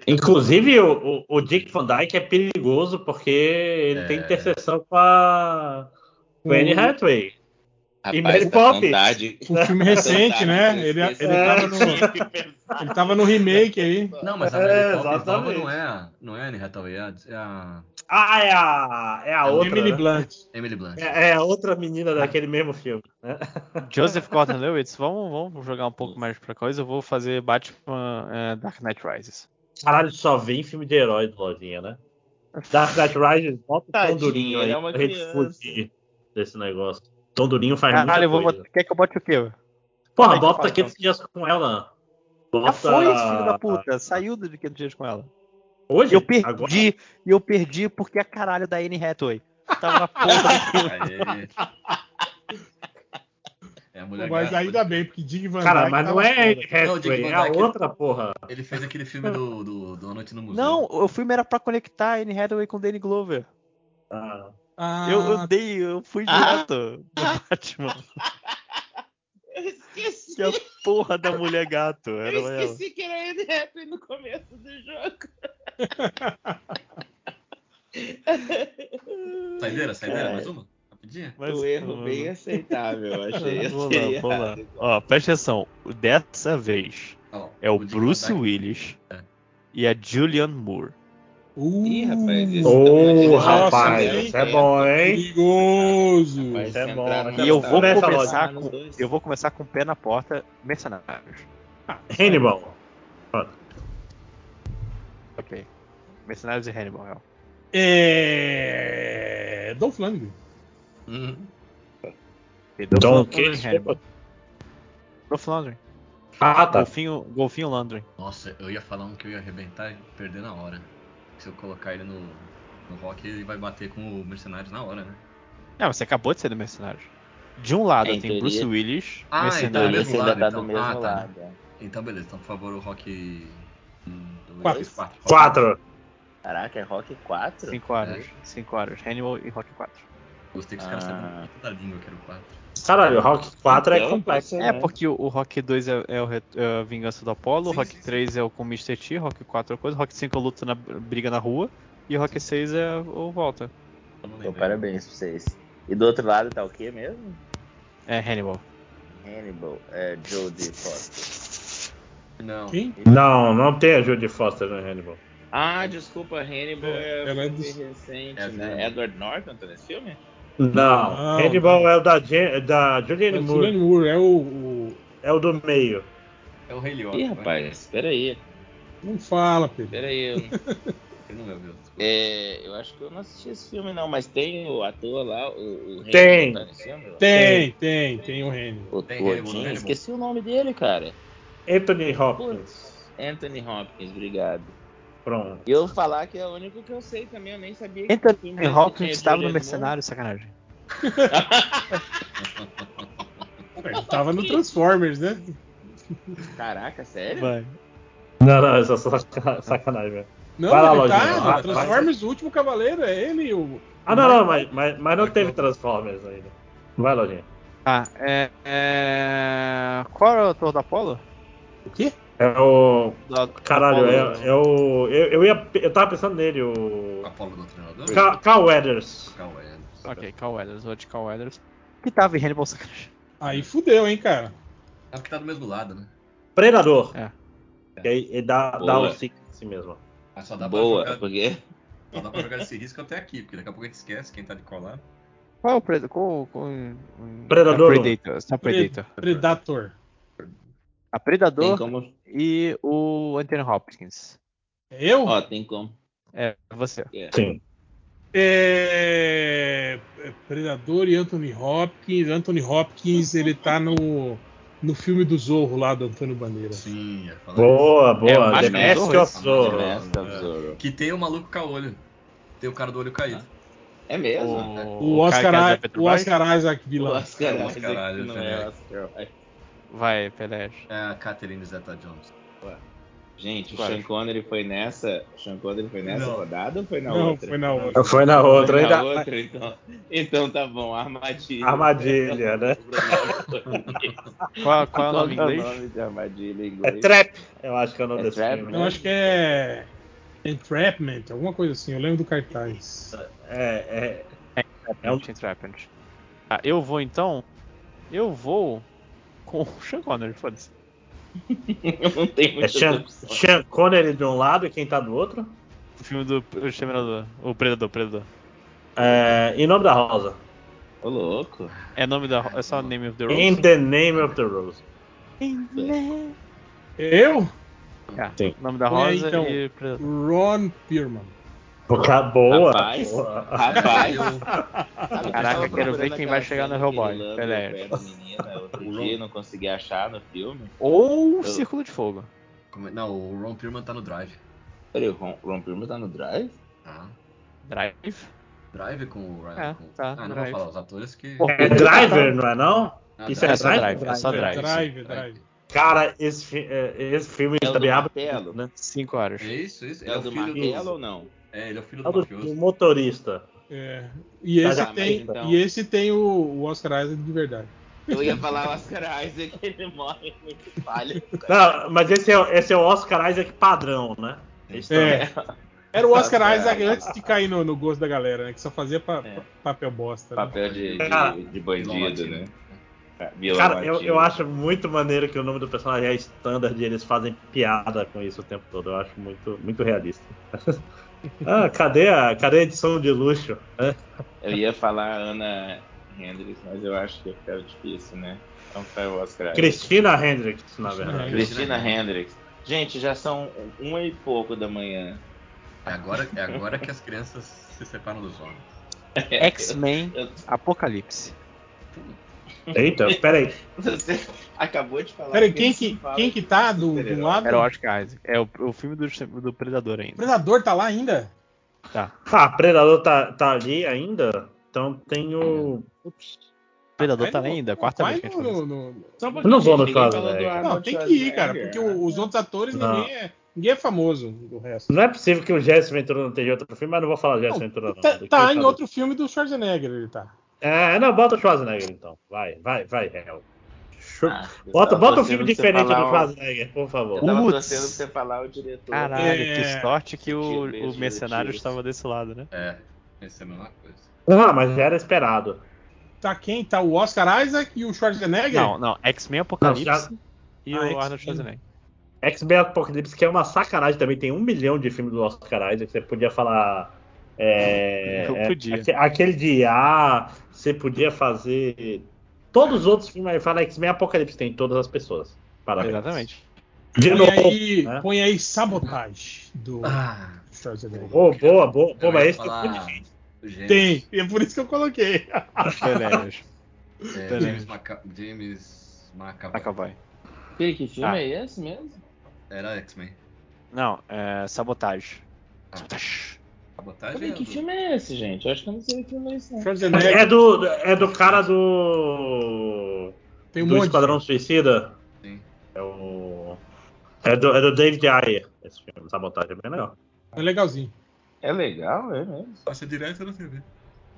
Inclusive, o, o- o Dick Van Dyke é perigoso porque ele É. tem interseção com a com Anne Um- Hathaway. E Mary Rapaz, tá Poppins. com tarde. Um filme recente, né? Ele, ele, tava no, ele tava no remake aí. Não, mas a É, Mary Poppins nova exatamente. não é a, não é a Anne Hathaway, é a, é a Ah, é a, é a outra. Emily né? Blunt. Emily Blunt. É, é a outra menina daquele mesmo filme. né? Joseph Gordon-Levitt, vamos, vamos jogar um pouco mais pra coisa. Eu vou fazer Batman eh, Dark Knight Rises. Caralho, só vem filme de herói do Lojinha, né? Dark Knight Rises, bota o Tom Tadinho, Durinho aí ele é uma pra gente criança. fugir desse negócio. Tom Durinho faz Caralho, eu muita vou coisa. botar. Quer que eu bote o quê? Porra, Aí que eu bota falo, aqueles dias com ela. Bota... Já Ah, foi esse filho da puta. Saiu do Dick Dias com ela. E Hoje? eu perdi, Agora? e eu perdi porque a caralho da Anne Hathaway. Tava na porra do filme. Aê. É a mulher Mas gata. ainda bem, porque Dig Van Cara, Dyke tá mas não tava é Anne foda. Não, Hathaway, Dick é Van a Dyke. outra porra. Ele fez aquele filme do, do, do A Noite no Museu. Não, o filme era pra conectar Anne Hathaway com Danny Glover. Ah, Ah, Eu, eu dei, eu fui Ah. direto no Batman. Eu esqueci. Que a porra da mulher gato. Era Eu ela. esqueci que era Anne Hathaway no começo do jogo. Saideira, saideira, Caralho. mais uma? Rapidinha? Mas- um erro bem aceitável, eu achei. Vamos achei lá, vamos lá. errado. Ó, presta atenção. Dessa vez Ó, é o Dick Bruce Van Dyke. Willis É. e a Julianne Moore. Uh, Ih, rapaz, esse Ô, tá na rapaz, direção isso certa. é bom, hein? perigoso. Rapaz, Isso é se bom, entrar hein? na E eu vou lista, Começa começar nos com, dois. eu vou começar com o pé na porta, Mercenários. Hannibal. Ok. Mercenários e Hannibal, é. É. Dolph Lundgren. Hum, Então, Don Lundgren e Hannibal. Dolph Lundgren. Ah, tá. Golfinho, Golfinho Lundgren. Nossa, eu ia falar um que eu ia arrebentar e perder na hora. Se eu colocar ele no, no rock, ele vai bater com o Mercenários na hora, né? Não, você acabou de ser do Mercenários. De um lado É, em teoria- tem Bruce Willis, Ah, então é Ah, do Mercenários. esse mesmo ainda lado, tá então. do mesmo Ah, tá. lado. é. Então, beleza, então, por favor, o rock. Um, dois, Quatro. quatro. Quatro. Caraca, é Rock 4? Cinco horas. É. Cinco horas. Hannibal e Rock 4. Gostei que os caras Ah. sabem um pouco da língua, que era o quatro. Caralho, Rock 4 é Então, complexo. você- É, porque o, o Rock 2 é, é o re- é a Vingança do Apollo, o Sim, Rock sim, sim. 3 é o com o Mr. T, Rock 4 é coisa, Rock 5 é luta na briga na rua, e o Rock 6 é o Volta. Eu não Então, lembro. parabéns pra vocês. E do outro lado tá o quê mesmo? É Hannibal. Hannibal, é Jodie Foster. Não. Quem? Não, não tem a Judy Foster no Hannibal. Ah, desculpa, Hannibal é, Ela é filme dos- recente, É, né? filme. Edward Norton tá nesse filme? Não, Não, Hannibal não. é o da, Je- da Julianne Mas Moore, Julianne Moore é o, o- é o do meio. É o Rei Leão. Ih, vai. rapaz, peraí, Não fala, Pedro. peraí. Eu, Ele não é, meu. desculpa. é, eu acho que eu não assisti esse filme, não, mas tem o ator lá, o, o Hannibal Tem. tá nesse filme? Tem, tem, tem o Henry. O Tem o Hannibal, Jim, Hannibal. esqueci o nome dele, cara. Anthony Hopkins. Putz, Anthony Hopkins, obrigado. Pronto. E eu falar que é o único que eu sei também, eu nem sabia que esse filme Anthony era- é Hopkins tinha estava no Julianne Mercenário, sacanagem. Ele tava no Transformers, né? Moore. Caraca, sério? Vai. Não, não, isso é só saca- sacanagem, velho. Não, Vai lá, ele Lojinha, tá. vai, no Transformers, o último cavaleiro, é ele e o. Ah, não, não, mas, mas, mas não teve Transformers ainda. Vai, Lojinha. Ah, é, é... Qual é o ator do Apollo? O quê? É o. Da- Caralho, Apollo- é, é o. Eu, eu, ia, eu tava pensando nele, o. O Apolo do treinador? Ca- Carl Weathers. Cal Evans. Ok, Cal Weathers, vou de Cal Weathers. Que tava em Hannibal Sacra. Aí fudeu, hein, cara. É porque tá do mesmo lado, né? Predador. É. E aí ele dá, dá Boa. um six em si mesmo. Mas só dá pra Boa, jogar- porque Só dá pra jogar esse risco até aqui, porque daqui a pouco a gente esquece quem tá de colar. Qual é o Predador? Qual, qual, um- Predador. É Predator. Só Predator. Predator. A tem Predador como. e o Anthony Hopkins. Eu? Ó, tem como. É, você. é. Sim. É... é, Predador e Anthony Hopkins. Anthony Hopkins, ele tá no, no filme do Zorro lá do Antônio Bandeira. Sim, é falar Boa, É, boa. mas The Mask Mask of of Zorro. The Mask É. of Zorro. Que tem o maluco com o olho. Tem o cara do olho caído. É mesmo? O cara Oscar, que é da o Oscar Isaac O vilão. Oscar É o Isaac, Oscar que não é Oscar. Petrobras. Vai, Pelé. Ah. É a Catherine Zeta Jones. Gente, o Claro. Sean Connery foi nessa. O Sean Connery foi nessa Não. rodada ou foi na Não, é outra? foi na outra. Foi na Foi outra. na Ainda... outra, então. Então tá bom, armadilha. Armadilha, né? Qual, qual é o Qual nome em que é o inglês? nome de armadilha em É inglês? Trap, eu acho que é o nome É desse Trap, filme. Eu acho que é. Entrapment, alguma coisa assim, eu lembro do cartaz. É, é. É um- Entrapment. Ah, eu vou então. Eu vou com o Sean Connery, foda-se. Eu não tenho É muitas Sean, opções. Sean Connery de um lado e quem tá do outro. O filme do o Exterminador. O Predador, Predador. É, em nome da Rosa. Ô, louco. É nome da. É só Name of the Rose? In the Name of the Rose. Eu? Ah, Sim. Nome da Põe aí, Rosa então. e Predador. Ron Pierman. Boca boa. Rapaz. boa. Rapaz. Eu- Caraca, quero ver procurando quem vai aquela chegar no cena que ele Hellboy. lambe Pera o aí. pé da menina né? Outro dia não consegui achar no filme. Ou Círculo de Fogo. Como é- Não, o Ron Perlman tá no Drive. Peraí, o Ron, Ron Perlman tá no Drive? Tá. Drive. Drive com o Ryan. É, com- tá, ah, não Drive. vou falar os atores que. Porra, É Driver, não é não? Ah, Isso Drive. é só Drive, é só Drive. Drive, drive. Cara, esse, fi- é, esse filme É o do também abre. martelo? né? 5 horas. É isso, é isso. É É o o do filho martelo do. ou não? É, ele é o filho É do o do, mafioso. do motorista. É. E Tá, esse, tá, mas tem, então- e esse tem o, o Oscar Isaac de verdade. Eu ia falar o Oscar Isaac, ele morre muito falho. Não, mas esse é, o- esse é o Oscar Isaac padrão, né? Esse também. É. Era o Oscar Tá, Isaac tá. antes de cair no, no gosto da galera, né? Que só fazia pa- É. pa- papel bosta. Né? Papel de, Cara, de, de bandido, né? Vilão Cara, eu, latino. eu acho muito maneiro que o nome do personagem é standard e eles fazem piada com isso o tempo todo. Eu acho muito, muito realista. ah, cadê a, cadê a edição de luxo? Eu ia falar Ana Hendricks, mas eu acho que ia ficar difícil, né? Então foi o Oscar Isaac. Christina Hendricks, na verdade. Cristina Hendricks. Gente, já são uma e pouco da manhã. É agora, é agora que as crianças se separam dos homens. X-Men Eu- Apocalipse. Eita, Então, peraí. Você acabou de falar. Peraí, que quem não se que, fala quem que tá do, do lado? Era o Oscar Isaac. É o, o filme do, do Predador O ainda. Predador tá lá ainda? Ah, Predador tá, tá ali ainda? Então tem o. Ups. Predador Vai tá no- ainda, quarta vai vez que a gente no- fala isso. no- no- Só um Eu não vou no pouquinho, caso, né? ninguém falou velho. do Não, Arnold tem que ir, cara, Schwarzenegger. porque o- os outros atores Não. ninguém é, ninguém é famoso do resto. Não é possível que o Jesse Ventura não esteja em outro filme, mas não vou falar Jesse Ventura. Não. tá Do que tá eu em falo. outro filme do Schwarzenegger, ele tá. É, não, bota o Schwarzenegger então. Vai, vai, vai, réu. Chu- Ah, eu Bota, tava bota um torcendo filme pra você diferente do falar o- Schwarzenegger, por favor. Eu tava Putz. torcendo pra você falar o diretor. Caralho, que É. sorte que Tiro, o, beijo, o mercenário tiros. estava desse lado, né? É, essa é a mesma coisa. Ah, mas já era esperado. Tá quem? Tá o Oscar Isaac e o Schwarzenegger? Não, não, X-Men Apocalipse Não, já- e Ah, o X-Men. Arnold Schwarzenegger. X-Men Apocalypse, que é uma sacanagem também, tem um milhão de filmes do Oscar Isaac, você podia falar. É, Eu é, podia. aque- aquele de A, você podia fazer. Todos os outros filmes aí fala X-Men Apocalipse, tem em todas as pessoas. Parabéns. Exatamente. De Põe novo. aí, né? põe aí Sabotage do Ah, Schwarzenegger. Oh, boa, boa, boa, eu mas ia esse falar- é difícil. Gente, Tem, e é por isso que eu coloquei. Beleza. É, Peraí. James Maca... James Maca... Acabou. Peraí, que filme Ah. é esse mesmo? Era X-Men. Não, é sabotagem. Ah. Sabotagem. Sabotagem Peraí, que filme é esse, gente? Eu acho que eu não sei que filme é esse, não. Schwarzenegger É do, é do cara do. tem um do monte. Esquadrão Suicida? Sim. É o. É do, é do David Ayer. Esse filme, Sabotagem é bem legal. É legalzinho. É legal, é mesmo. Passa direto na TV.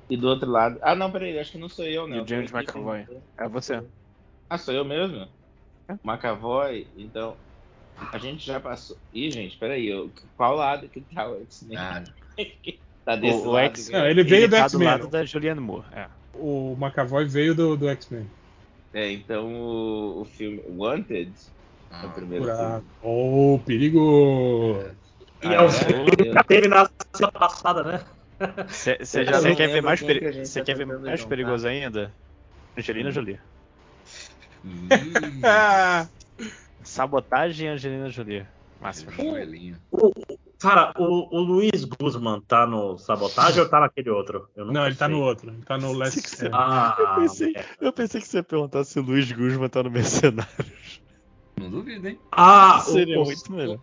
E do outro lado. Ah, não, peraí, acho que não sou eu, não. E o James Foi aqui que- McAvoy. É você. É. Ah, sou eu mesmo? McAvoy, então. A gente já passou. Ih, gente, peraí, eu... qual lado que tá o X-Men? Ah, tá desse É. o lado. X- né? Não, É, ele veio do tá do X-Men. lado da Julianne Moore. É. O McAvoy veio do, do X-Men. É, então o, o filme Wanted, Ah, é Ah, o primeiro Curado. filme. Oh, perigo! E é o Ah, filme meu Deus. que teve na semana passada, né? Você Eu já não quer ver lembro mais, quem peri- que a gente cê tá quer ver tentando mais juntar. perigoso ainda? Angelina Jolie. É. Ah, Sabotagem Angelina Jolie. Máximo. Joelhinho. Cara, o, o Luiz Guzman tá no Sabotagem ou tá naquele outro? Eu não, ele tá sei. no outro. Ele tá no Last. Six- é. Ah, merda. eu pensei que você ia perguntar se o Luiz Guzman tá no Mercenários. Não duvido, hein? ah o, o- melhor.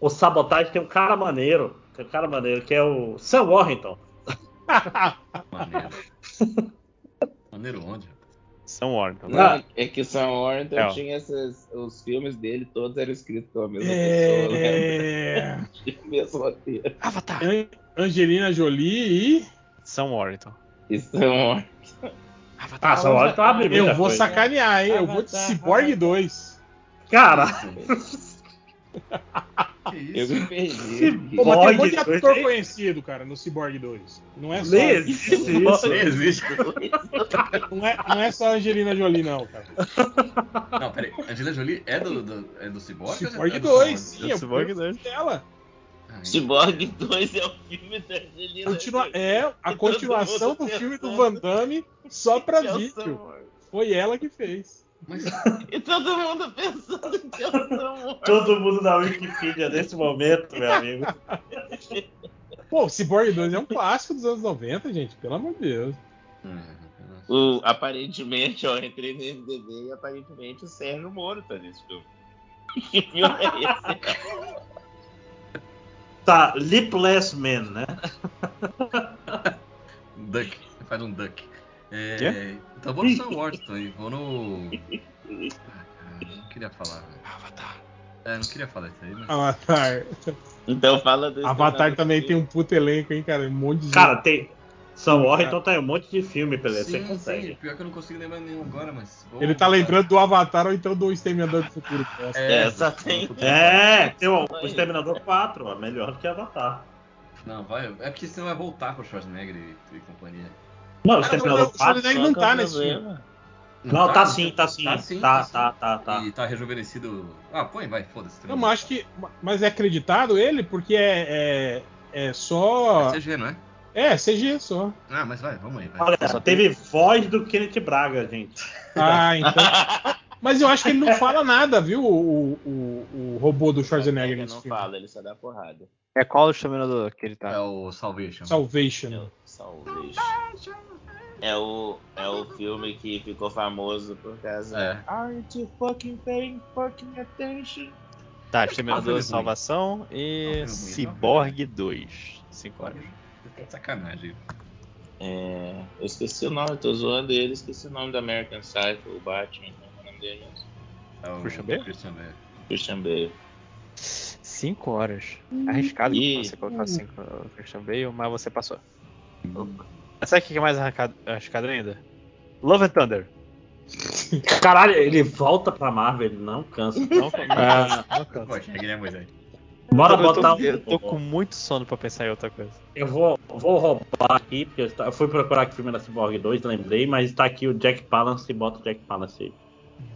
o Sabotagem tem um cara maneiro. Tem um cara maneiro que é o Sam Warrington. Maneiro. Maneiro onde? São né? Warrington. Não, Ah. é que o Sam Warrington É, ó. tinha esses, os filmes dele, todos eram escritos pela mesma pessoa, lembra? É... Tinha o mesmo roteiro. Avatar. An- Angelina Jolie e. São Warrington. E Sam Warrington. Avatar. Ah, Sam Warrington tá abrindo. Eu vou sacanear, hein? Eu vou de Cyborg 2. Cara, Que Eu isso? me perdi. Pô, mas tem um monte de Cyborg ator 2, hein? conhecido, cara, no Cyborg 2. Não é só, nem existe isso. Nem existe. não é, não é só Angelina Jolie, não, cara. Não, peraí. Angelina Jolie é do, do, é do Cyborg? Cyborg é 2, Cyborg? sim, é o Cyborg primeiro filme dela. Ah, hein? Cyborg 2 é o filme da Angelina. Continua- Jolie. É a continuação do filme do Van Damme só pra É o Sam vídeo. Warrington. Foi ela que fez. Mas E todo mundo pensando que é o Sam Warrington. Todo mundo na Wikipedia nesse momento, meu amigo. Pô, o Cyborg 2 é um clássico dos anos 90, gente, pelo amor de Deus. Hum, O- aparentemente, ó, eu entrei no MDB e aparentemente o Sérgio Moro tá nesse filme. Que filme é esse? Tá, Lipless Man, né? duck. Faz um duck. É, Quê? Então vou no Sam Washington aí. Vou no. Ah, cara, não queria falar. velho. Avatar. É, não queria falar isso aí, Ah, mas. Avatar. Então fala do Avatar também tem um puto elenco, hein, cara? Um monte de Cara, tem. Sam Warrington tá em um monte de filme, Pelé. Sim, Você sim, consegue. Pior que eu não consigo lembrar nenhum agora, mas. vou- Ele tá lembrando do Avatar ou então do Exterminador do Futuro. cara. É, só tem- É, tem o, o Exterminador 4, ó, melhor que Avatar. Não, vai. É porque senão vai voltar pro Schwarzenegger e, e companhia. Não, o Cara, o Exterminador 4. Schwarzenegger não tá nesse filme. Não, tá sim, tá sim. Tá sim, Tá, tá sim. tá, tá, tá. E tá rejuvenescido. Ah, põe, vai, foda-se. Não, mas acho que. Mas é acreditado ele? Porque é. É, é só. É CG, não é? É, CG só. Ah, mas vai, vamos aí. Vai. Olha, só teve voz do Kenneth Braga, gente. Ah, então. Mas eu acho que ele não fala nada, viu? O, o, o robô do Schwarzenegger Ele nesse não filme. fala, ele só dá porrada. É qual o exterminador que ele É tá? o Salvation. É Salvation. o Salvation. É o, é o filme que ficou famoso por causa. É. Aren't you fucking paying fucking attention? Tá, Ah, foi Exterminador ruim. Salvação foi e ruim, não. Cyborg 2. 5 horas. Sacanagem. É, eu esqueci o nome, eu tô zoando ele, esqueci o nome do American Psycho, o Batman, como é o nome dele mesmo? É o Christian Bale? Christian Bale. Christian Bale. Uhum. 5 horas. Hum. Arriscado Ih. você colocar 5 no Christian Bale, mas você passou. Sabe o que é mais arrancado- arriscado ainda? Love and Thunder. Caralho, ele volta pra Marvel, ele não cansa. Não, não, não cansa. Consegue, né, Moisés? Ah, Bora Eu botar tô, um. eu tô com muito sono pra pensar em outra coisa. Eu vou, vou roubar aqui, porque eu esta- eu fui procurar que filme era Cyborg 2, lembrei, mas tá aqui o Jack Palance, bota o Jack Palance aí.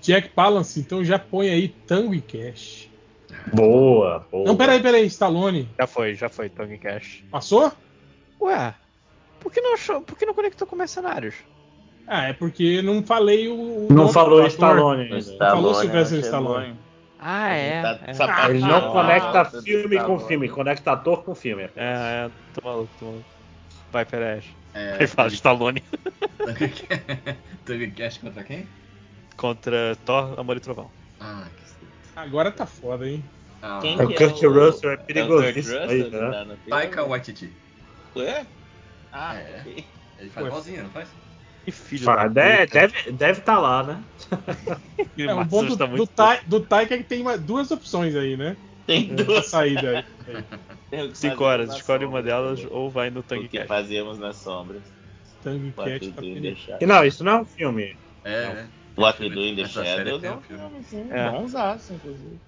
Jack Palance, então já põe aí Tango e Cash. Boa, boa. Não, peraí, peraí, Stallone. Já foi, já foi, Tongue Cash. Passou? Ué, por que não achou, por que não conectou com Mercenários? Ah, é porque não falei o. o Não nome falou do ator. Stallone. ainda. tá Falou né? Sylvester Stallone. Ah, é. é. Ah, ele não Ah, conecta tudo filme tá com bom. filme, conecta ator com filme. É, é, tô maluco, tô maluco. Vai, Pérez. É, Ele fala Stallone Tug Cash contra quem? contra Thor, Amor e Trovão. Ah, que estúpido. Agora tá foda, hein? Ah, Quem O que Kurt é Russell é o perigosíssimo Kurt aí, Russell que né? tá no é? filme? Taika Waititi. Ué? Ah, É. ok. Ele faz Ué. igualzinho, não faz? Que filho Fala, da de- puta. deve deve tá lá, né? Que É, o Marcelo bom do, tá está do, muito- Tai- do Taika é que tem uma- duas opções aí, né? Tem Pra duas. saída aí. tem o que Cinco fazemos horas, nas escolhe uma sombras, delas né? ou vai no Tongue O que Cash. fazemos nas sombras. Tango e What Cash we tá do in feliz. the E shadows. não, isso não é um filme. É, é. What we do in the Essa série shadows tem é um um filme. filme, sim. É. Bonsaço, inclusive.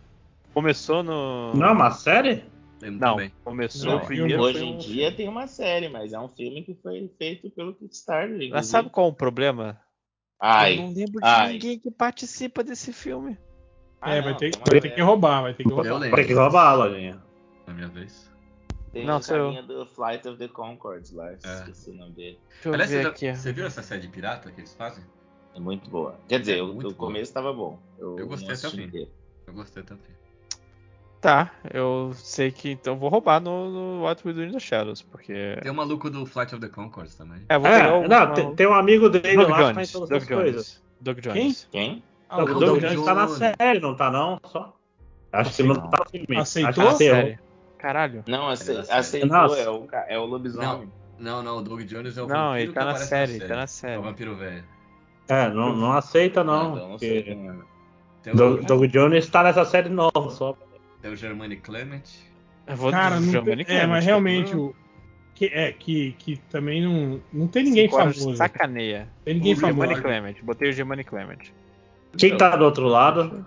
Começou no. Não, é uma série? Lembro Não, também. começou Não, primeiro. foi Hoje em um dia tem uma série, mas é um filme que foi feito pelo Kickstarter. inclusive. Mas sabe qual é o problema? Ai, Eu não lembro de ai. ninguém que participa desse filme. ah, é, não, vai ter, tem uma vai ter que galera. roubar, vai ter que Eu roubar. lembro. Tem que roubar a lojinha. Na minha vez. Tem Não, o sou eu. É. carinha do Flight of the Concords lá, esqueci o nome dele. Deixa eu Aliás, ver você, já- aqui. ó. você viu essa série de pirata que eles fazem? É muito boa. Quer dizer, É o, muito boa. o começo tava bom. Eu, Eu gostei não até o assisti fim. inteiro. Eu gostei também. É. Tá, eu sei que então vou roubar no, no What We Do in the Shadows, porque. Tem o maluco do Flight of the Conchords também. É, vou pegar É, o. não, tem, tem um amigo dele Doug lá que faz Jones. todas Doug essas coisas. Jones. Doug Jones. Quem? Ah, o Doug Doug Jones. Jones tá na série, não tá não? Só. Acho que ele não tá no filme. Aceitou? Acho que Sério? é Caralho. Não, ace... da série. aceitou, Nossa. é o, ca- é o lobisomem. Não, não, o Doug Jones é o Não, vampiro ele que tá na aparece série, ele tá na série. É o vampiro velho. é, não, não aceita Ah, então não. não sei porque quem é. Tem o, Doug Doug Jones tá nessa série nova só. tem o Germani Clement. Eu vou Cara, do nunca, Germanic é, Clement, mas tipo, realmente o que é que que também não não tem ninguém cinco horas de famoso. Sacaneia. Tem ninguém O Germani famoso. Clement. Botei o Germani Clement. Quem tá do outro lado?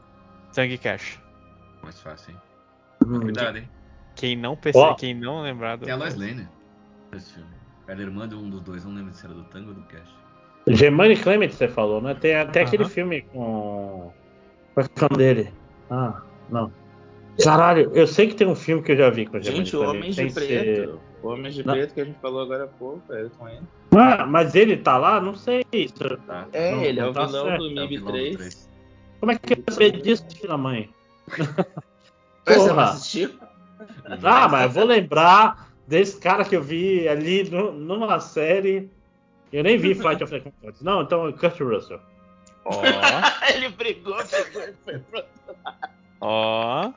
Sangue Cash. Mais fácil, hein? Hum, Cuidado, hein? Quem não percebe, Ó. quem não lembrar do. Tem a Lois Lane nesse filme. Ela é irmã de um dos dois, não lembro se era do Tango ou do Cash. Germani Clement, você falou, né? Tem até aquele Aham. filme com. Qual é o nome dele? Ah, não. Caralho, eu sei que tem um filme que eu já vi com o Germani Gente, o Clement. Homem sem de ser- Preto. O Homem de Não. Preto que a gente falou agora há pouco, é com ele. Ah, mas ele tá lá? Não sei isso. Tá? É, Não, ele é não o tá vilão certo. do É o MIB vilão do 3. três. Como é que eu ia saber disso, filha da mãe? é, Mas Você não Porra. assim, assistiu? né? Ah, mas eu vou lembrar desse cara que eu vi ali no- numa série. Eu nem vi Flight of the Conchords. Não, então é Kurt Russell. Ó, ele brigou, pegou, foi pro- ó.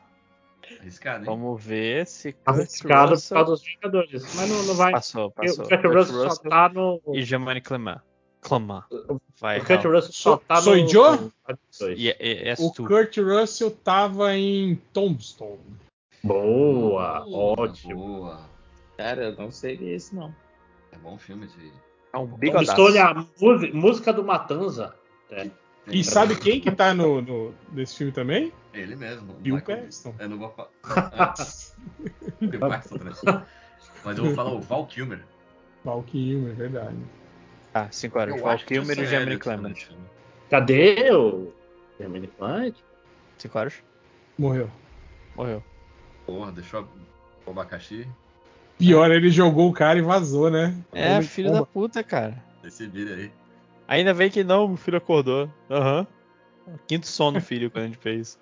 Arriscado, hein? Vamos ver se. Ah, Kurt Arriscado Tá por Russell- causa dos Vingadores. Mas não, não vai. Passou, Porque passou. O Kurt Russell, só tá no. e Germani Clement. Clement. Vai. O Kurt Raul. Russell só Sou- tá sou no. Joe? E, é, e, és O tu. Kurt Russell tava em Tombstone. é Boa, Boa, ótimo. É Boa. Cara, eu não sei que é esse, não. É bom filme de. É um bigodaço. Escolha a mu- música do Matanza. E sabe quem que tá no, no nesse filme também? Ele mesmo. o Bill Michael- Paxton. Eu não vou falar. Bill Paxton, né? Mas eu vou falar o Val Kilmer. Val Kilmer, é verdade. Ah, 5 horas. Eu Val acho que é eu Kilmer sou e Germani hétero, Clement. esse filme. Cadê o. Germany Plant? 5 horas. Morreu. Morreu. Porra, deixou o abacaxi. Pior, ele jogou o cara e vazou, né? É, Homem filho bomba. da puta, cara. Esse vira aí. Ainda bem que não, o filho acordou. Aham. Quinto sono, filho, quando a gente fez isso.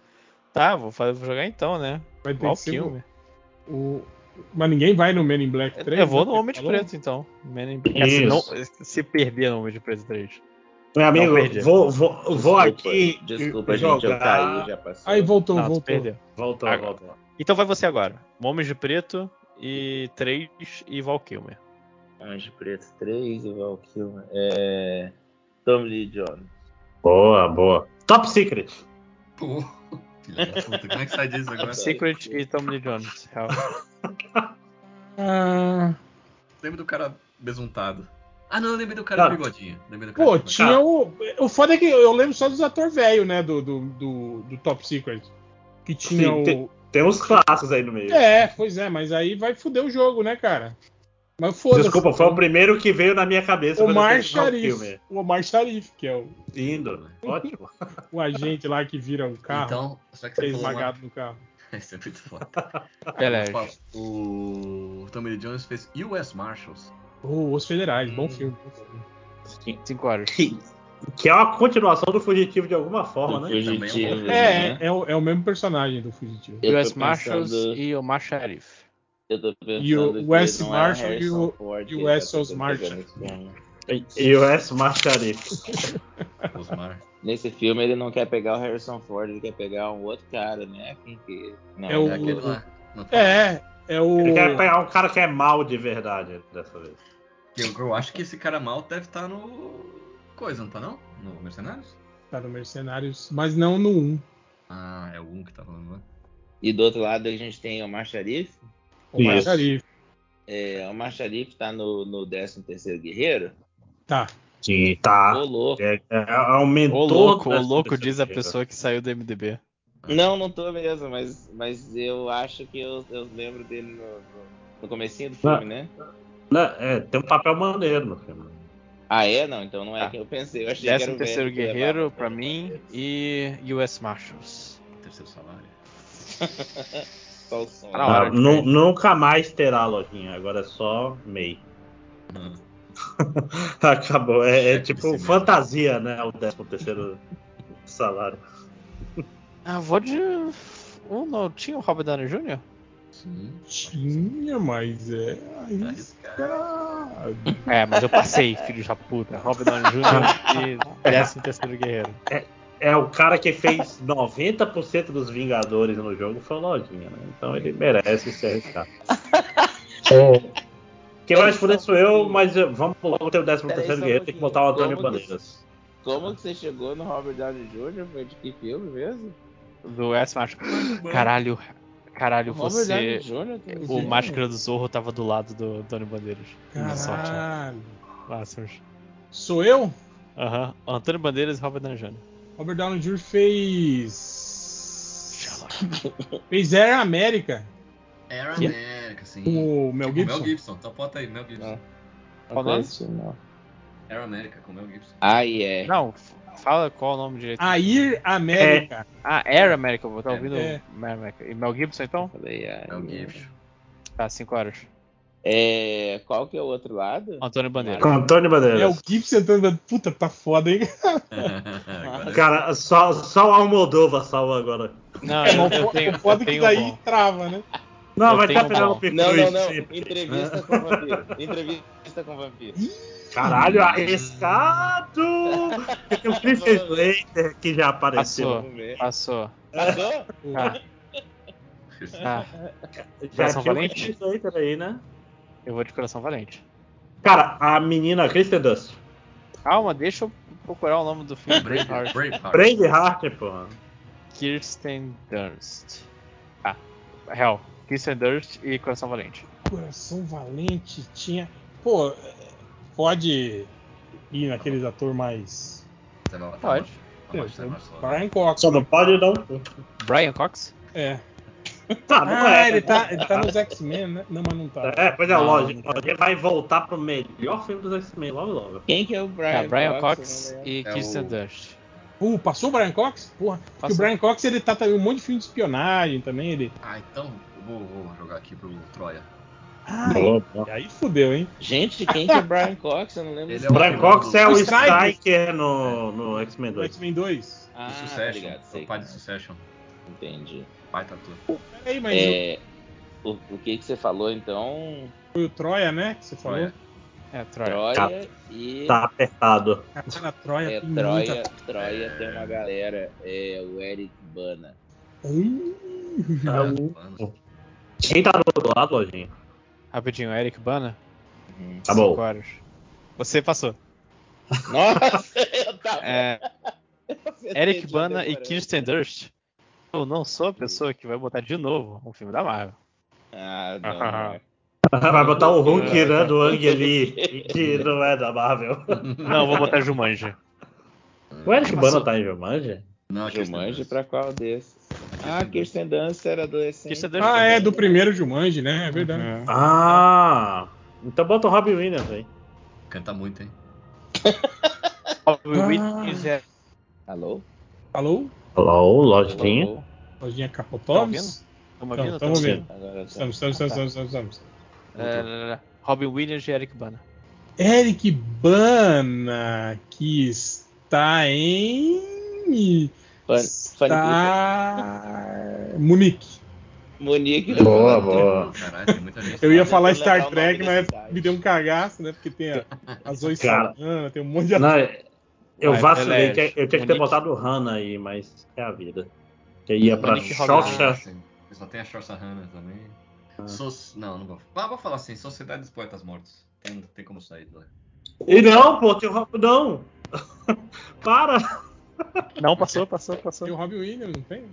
Tá, vou, fazer, vou jogar então, né? Vai ter Val que ser um Kilmer. o, o- Mas ninguém vai no Men in Black 3. É, Eu vou né? no Homem de Falou? Preto, então. Man in Black. Se, não- se perder no Homem de Preto 3. Meu amigo, Não perdi. vou, vou, vou Desculpa, aqui. Desculpa, jogar... gente, eu caí, já passou. Aí voltou, Não, tu voltou. perdeu. Voltou, Agora. voltou. Então vai você agora. Homem de Preto e 3 e Val Kilmer. Homem de Preto 3 e Val Kilmer. É... Tommy Lee Jones. Boa, boa. Top Secret. Porra, filha da puta. Como é que sai disso agora? Secret e Tommy Lee Jones. Real. Ah, Lembra do cara besuntado. Ah, não, eu lembrei do cara Ah. do bigodinho. Lembrei do cara pô, do bigodinho. tinha o. O foda é que eu lembro só dos atores velhos, né? Do, do, do, do Top Secret. Que tinha Sim, tem- o. Tem uns clássicos aí no meio. É, pois é, mas aí vai foder o jogo, né, cara? Mas foda-se. Desculpa, foi o primeiro que veio na minha cabeça. O quando eu Omar pensei no Sharif. filme. O Omar Sharif, que é o, Lindo, ótimo. o agente lá que vira o carro, né? Então, será que que é você falou uma... esmagado no carro. Isso é muito foda. Pelé. O Tommy Lee Jones fez US Marshals. Oh, Os Federais, bom Hum. filme. 5 horas. Que, que é uma continuação do Fugitivo de alguma Do forma, um né? Fugitivo, É, né? é, o, é o mesmo personagem do Fugitivo. Eu tô US Marshals pensando- e Omar Sharif. Eu tô pensando E o que Wes não Marshall é e Harrison o- Ford e o que Wes tá tentando Marshall. pegar nesse filme. E o S. Macharif. Osmar. Nesse filme ele não quer pegar o Harrison Ford, ele quer pegar um outro cara, né? Quem que... Não, É o- É aquele lá. Não tá? fala. É, é o. Ele quer pegar um cara que é mal de verdade dessa vez. Eu, eu acho que esse cara mal deve estar no. Coisa, não tá não? No Mercenários? Tá no Mercenários, mas não no 1. Ah, é o um que tá falando lá. E do outro lado a gente tem o Omar Sharif. Omar Isso. Sharif. É, o Omar Sharif tá no, no 13º Guerreiro. Tá. Sim, tá. Ô, louco. Ah. É, é, aumentou. Ô louco, ô bastante louco, essa diz a coisa. pessoa que saiu do MDB. Não, não tô mesmo, mas, mas eu acho que eu, eu lembro dele no, no, no comecinho do filme, Não. né? Não, é, tem um papel maneiro no filme. Ah, é? Não, então não é Ah. quem eu pensei. Eu achei que era Décimo o terceiro velho que guerreiro levava. pra mim e US Marshals. Terceiro salário. Só o som. Ah, hora Ah, de nu- ver. nunca mais terá lojinha, agora é só MEI. Hum. Acabou. É, é Cheque de tipo cinema. fantasia, né? O 13 terceiro salário. Ah, vou de. Um, não tinha o Robert Downey Jr.? Sim. Tinha, mas é Tá arriscado. arriscado. É, mas eu passei, filho da puta. Robert Downey Jr. e décimo terceiro guerreiro. É o cara que fez 90% dos Vingadores no jogo foi o Lojinha, né? Então ele merece se arriscar. Quem vai responder sou eu, mas eh, vamos logo ter o 13 Peraí, terceiro só um guerreiro, tem que pouquinho. botar o Antônio Como que- Bandeiras. Como que você chegou no Robert Downey Jr.? Foi de que filme mesmo? Do US Marshals. Caralho, caralho, Robert Downey você. Jr. tem O esse- Máscara do Zorro tava do lado do Antônio Bandeiras. Minha sorte, né? Caralho. Máximos. Sou eu? Aham. Antônio Bandeiras e Robert Downey Jr. Robert Downey Jr. fez. Fez Air America Era Yeah. América, É sim. Hum. com o Com Mel o Gibson. Mel Gibson, então bota aí, Mel Gibson. Não Qual nome? conheço, não. Era América com o Mel Gibson. Ah, é. Não, f- fala qual o nome direito. Air América. Ah, Air America, eu vou estar É. ouvindo É. Air America. E Mel Gibson, então? Falei, ah, Mel Gibson. Tá, 5 horas. é. Qual que é o outro lado? Antônio Bandeiras. Com Antônio É, o Bandeiras. Gibson entrando. Puta, tá foda, hein? Agora Cara, só, só o Almodova salva agora. Não, É, Ah, eu, mas eu fo- tenho, eu foda que tenho daí um bom. trava, né? Não, Eu vai tenho estar pegando um. o Cruz Não, não, não. sempre. Entrevista com vampiro. Entrevista com vampiro. Caralho, arriscado! Tem o Christian Slater que já apareceu. Passou, Vamos ver. passou. Passou? Tá, tá. Já Coração tinha o Valente? Christian Slater aí, né? Eu vou de coração valente. Cara, a menina Kristen Dust. Calma, deixa eu procurar o nome do filme. Braveheart. Braveheart. Braveheart, pô. Kirsten Dunst. Ah, real. Kirsten Dunst e Coração Valente. Coração Valente tinha. Pô, pode ir naqueles ator mais. Você vai botar Pode. uma- uma máscara na sua- Brian Cox. Só não pode dar um cu. Brian Cox? É. Tá, não Ah, é. ele tá, ele tá nos X-Men, né? Não, mas não tá. É, pois é, Não, lógico. não. Ele vai voltar pro melhor filme dos X-Men logo logo. Quem que é o Brian, Tá, Brian Cox Eu não lembro. e É Kirsten o- Dunst. Uh, passou o Brian Cox? Porra. Porque Passou. o Brian Cox ele tá também um monte de filme de espionagem também. Ele. Ah, então eu vou, vou jogar aqui pro Troia. Ah. Ai, aí fudeu, hein? Gente, quem que é o Brian Cox? Eu não lembro. Ele é O Brian Cox é o O Stryker. Striker no, no X-Men Do 2. X-Men 2. Do Ah, tá Succession. ligado, é sei. o pai de Succession. Entendi. Pai tá tatu. Peraí, mas É, o, o que que você falou, então? foi o Troia, né? Que você falou. Troia. É, Troia. Troia Tá. e... Tá apertado. Cara, Troia É, tem Troia, muita. Troia tem uma galera. É o Eric Bana. Ih, Tá. Quem tá do outro lado, lojinha? Rapidinho, Eric Bana? Tá Cinco bom. horas. Você passou. Nossa, eu tava... É, Eric Bana e É, Kirsten. Kirsten Dunst. Eu não sou a pessoa que vai botar de novo um filme da Marvel. Ah, não. Ah, Vai botar o Hulk, né, do Ang ali, que não é da Marvel. Não, eu vou botar Jumanji. O Eric Bana tá em Jumanji? Não, aqui Jumanji pra qual desses? Ah, Kirsten Dunst era adolescente. Kirsten Dunst. Ah, é, do primeiro Jumanji, né? É verdade. Uhum. Ah! Então bota o Robin Williams aí. Canta muito, hein? Robin Williams é- Alô? Alô? Alô, lojinha. Alô? Lojinha Tá Capotovs? ouvindo? Tamo Não, Então, ouvindo? Ah, tamo tá. Tamo- ouvindo. Agora eu tô- Estamos, estamos, estamos, estamos, estamos. estamos. É, lá, lá, lá. Robin Williams e Eric Bana. Eric Bana, que está em. Fan- Tá. Faniquita. Está. Munique. Monique. Boa, boa. né? Caralho, tem muita gente. Eu ia Sabe, falar eu vou Star lembrar o Trek, nome mas desse site. me deu um cagaço, né? Porque tem a, a Zoe Cara. Saldana, tem um monte de. Não, eu Vai, vacilei, Pelé, que- eu tinha que Monique. ter botado o Hannah aí, mas é a vida. Que ia pra Monique Xoxa. Assim, Só tem a Shorsa Hannah também. Soc- Não, não vou. Ah, vou falar assim: Sociedade dos Poetas Mortos. Tem, tem como sair do E não, pô, tem o Robin. Não! Para! Não, passou, passou, Tem o passou. Robbie Williams, não tem?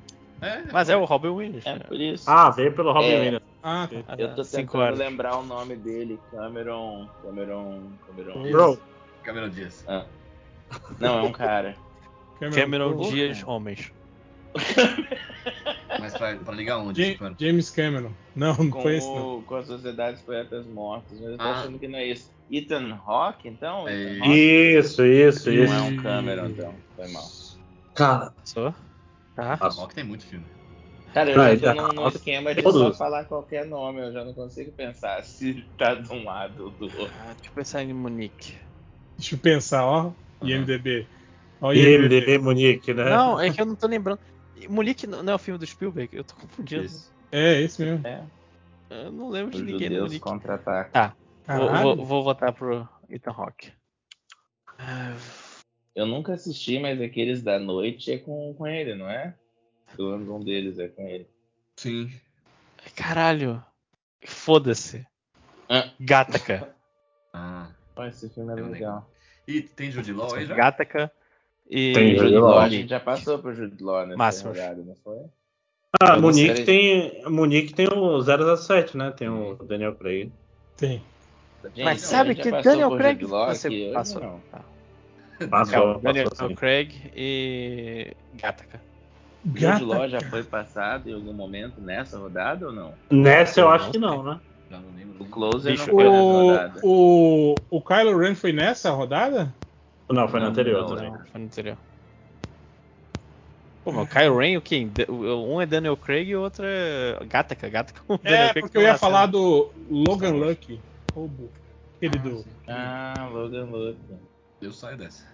É, Mas é o Robin Williams. É por isso. Ah, veio pelo Robin É. Williams. Ah, tá. Ah, eu tô tá, cinco tentando horas. lembrar o nome dele. Cameron. Cameron. Cameron. Bro, Cameron Dias. Ah. Não, é um cara. Cameron Dias Homens. Mas pra, pra ligar onde? Ja- Chicano? James Cameron. Não, não com, foi esse não. o, com a Sociedade dos Poetas Mortos, mas eu tô Ah. achando que não é isso. Ethan Hawke, então? É. Ethan Hawke? Isso, isso, Não isso. é um Cameron, então. Foi mal. Cara, Só? Tá. Ah, nossa. bom que tem muito filme. Cara, eu Não, já ele tá- tô num, num esquema de Todos. só falar qualquer nome, eu já não consigo pensar se tá de um lado ou do outro. Ah, deixa eu pensar em Monique. Deixa eu pensar, ó. IMDB. Ó, IMDB Monique, né? Não, é que eu não tô lembrando. Monique não não é o filme do Spielberg? Eu tô confundindo. Isso. É, esse mesmo. Eu não lembro de Os ninguém é do judeus Monique. contra-atacam. Vou, Caralho. vou- vou votar pro Ethan Hawke. Ah, Eu nunca assisti, mas aqueles da noite é com, com ele, não é? Pelo menos um deles é com ele. Sim. Caralho. Foda-se. Ah. Gataca. Ah. Ah, esse filme é um Eu legal. E tem Jude Law aí já? Gataca e. Tem, Jude Jude Law, Law. a gente já passou pro Jude Law nessa Máximos. rodada, não foi? Ah, Eu Monique gostaria- tem, Monique tem o 007, né? Tem o Daniel Craig. Tem. Gente, Mas a sabe gente já que passou Daniel por Craig Jude Law você aqui hoje, passou. não? Passou, Daniel passou sim. Craig e. Gataca. Jude Gata. Law já foi passado em algum momento nessa rodada ou não? Nessa eu acho que não, né? Já não lembro. O Closer Bicho, não foi nessa O, rodada. o, o Kylo Ren foi nessa rodada? Não, foi na Não, anterior não, também. Não, foi no anterior. Pô, mas o Kylo Ren, o quem? Da- o- Um é Daniel Craig e o outro é Gataca. Gataca com o Daniel É, Craig porque eu ia lá, falar né? do Logan Lucky. Roubo. Aquele Ah, do. sim. Ah, Logan Lucky. Eu saio dessa.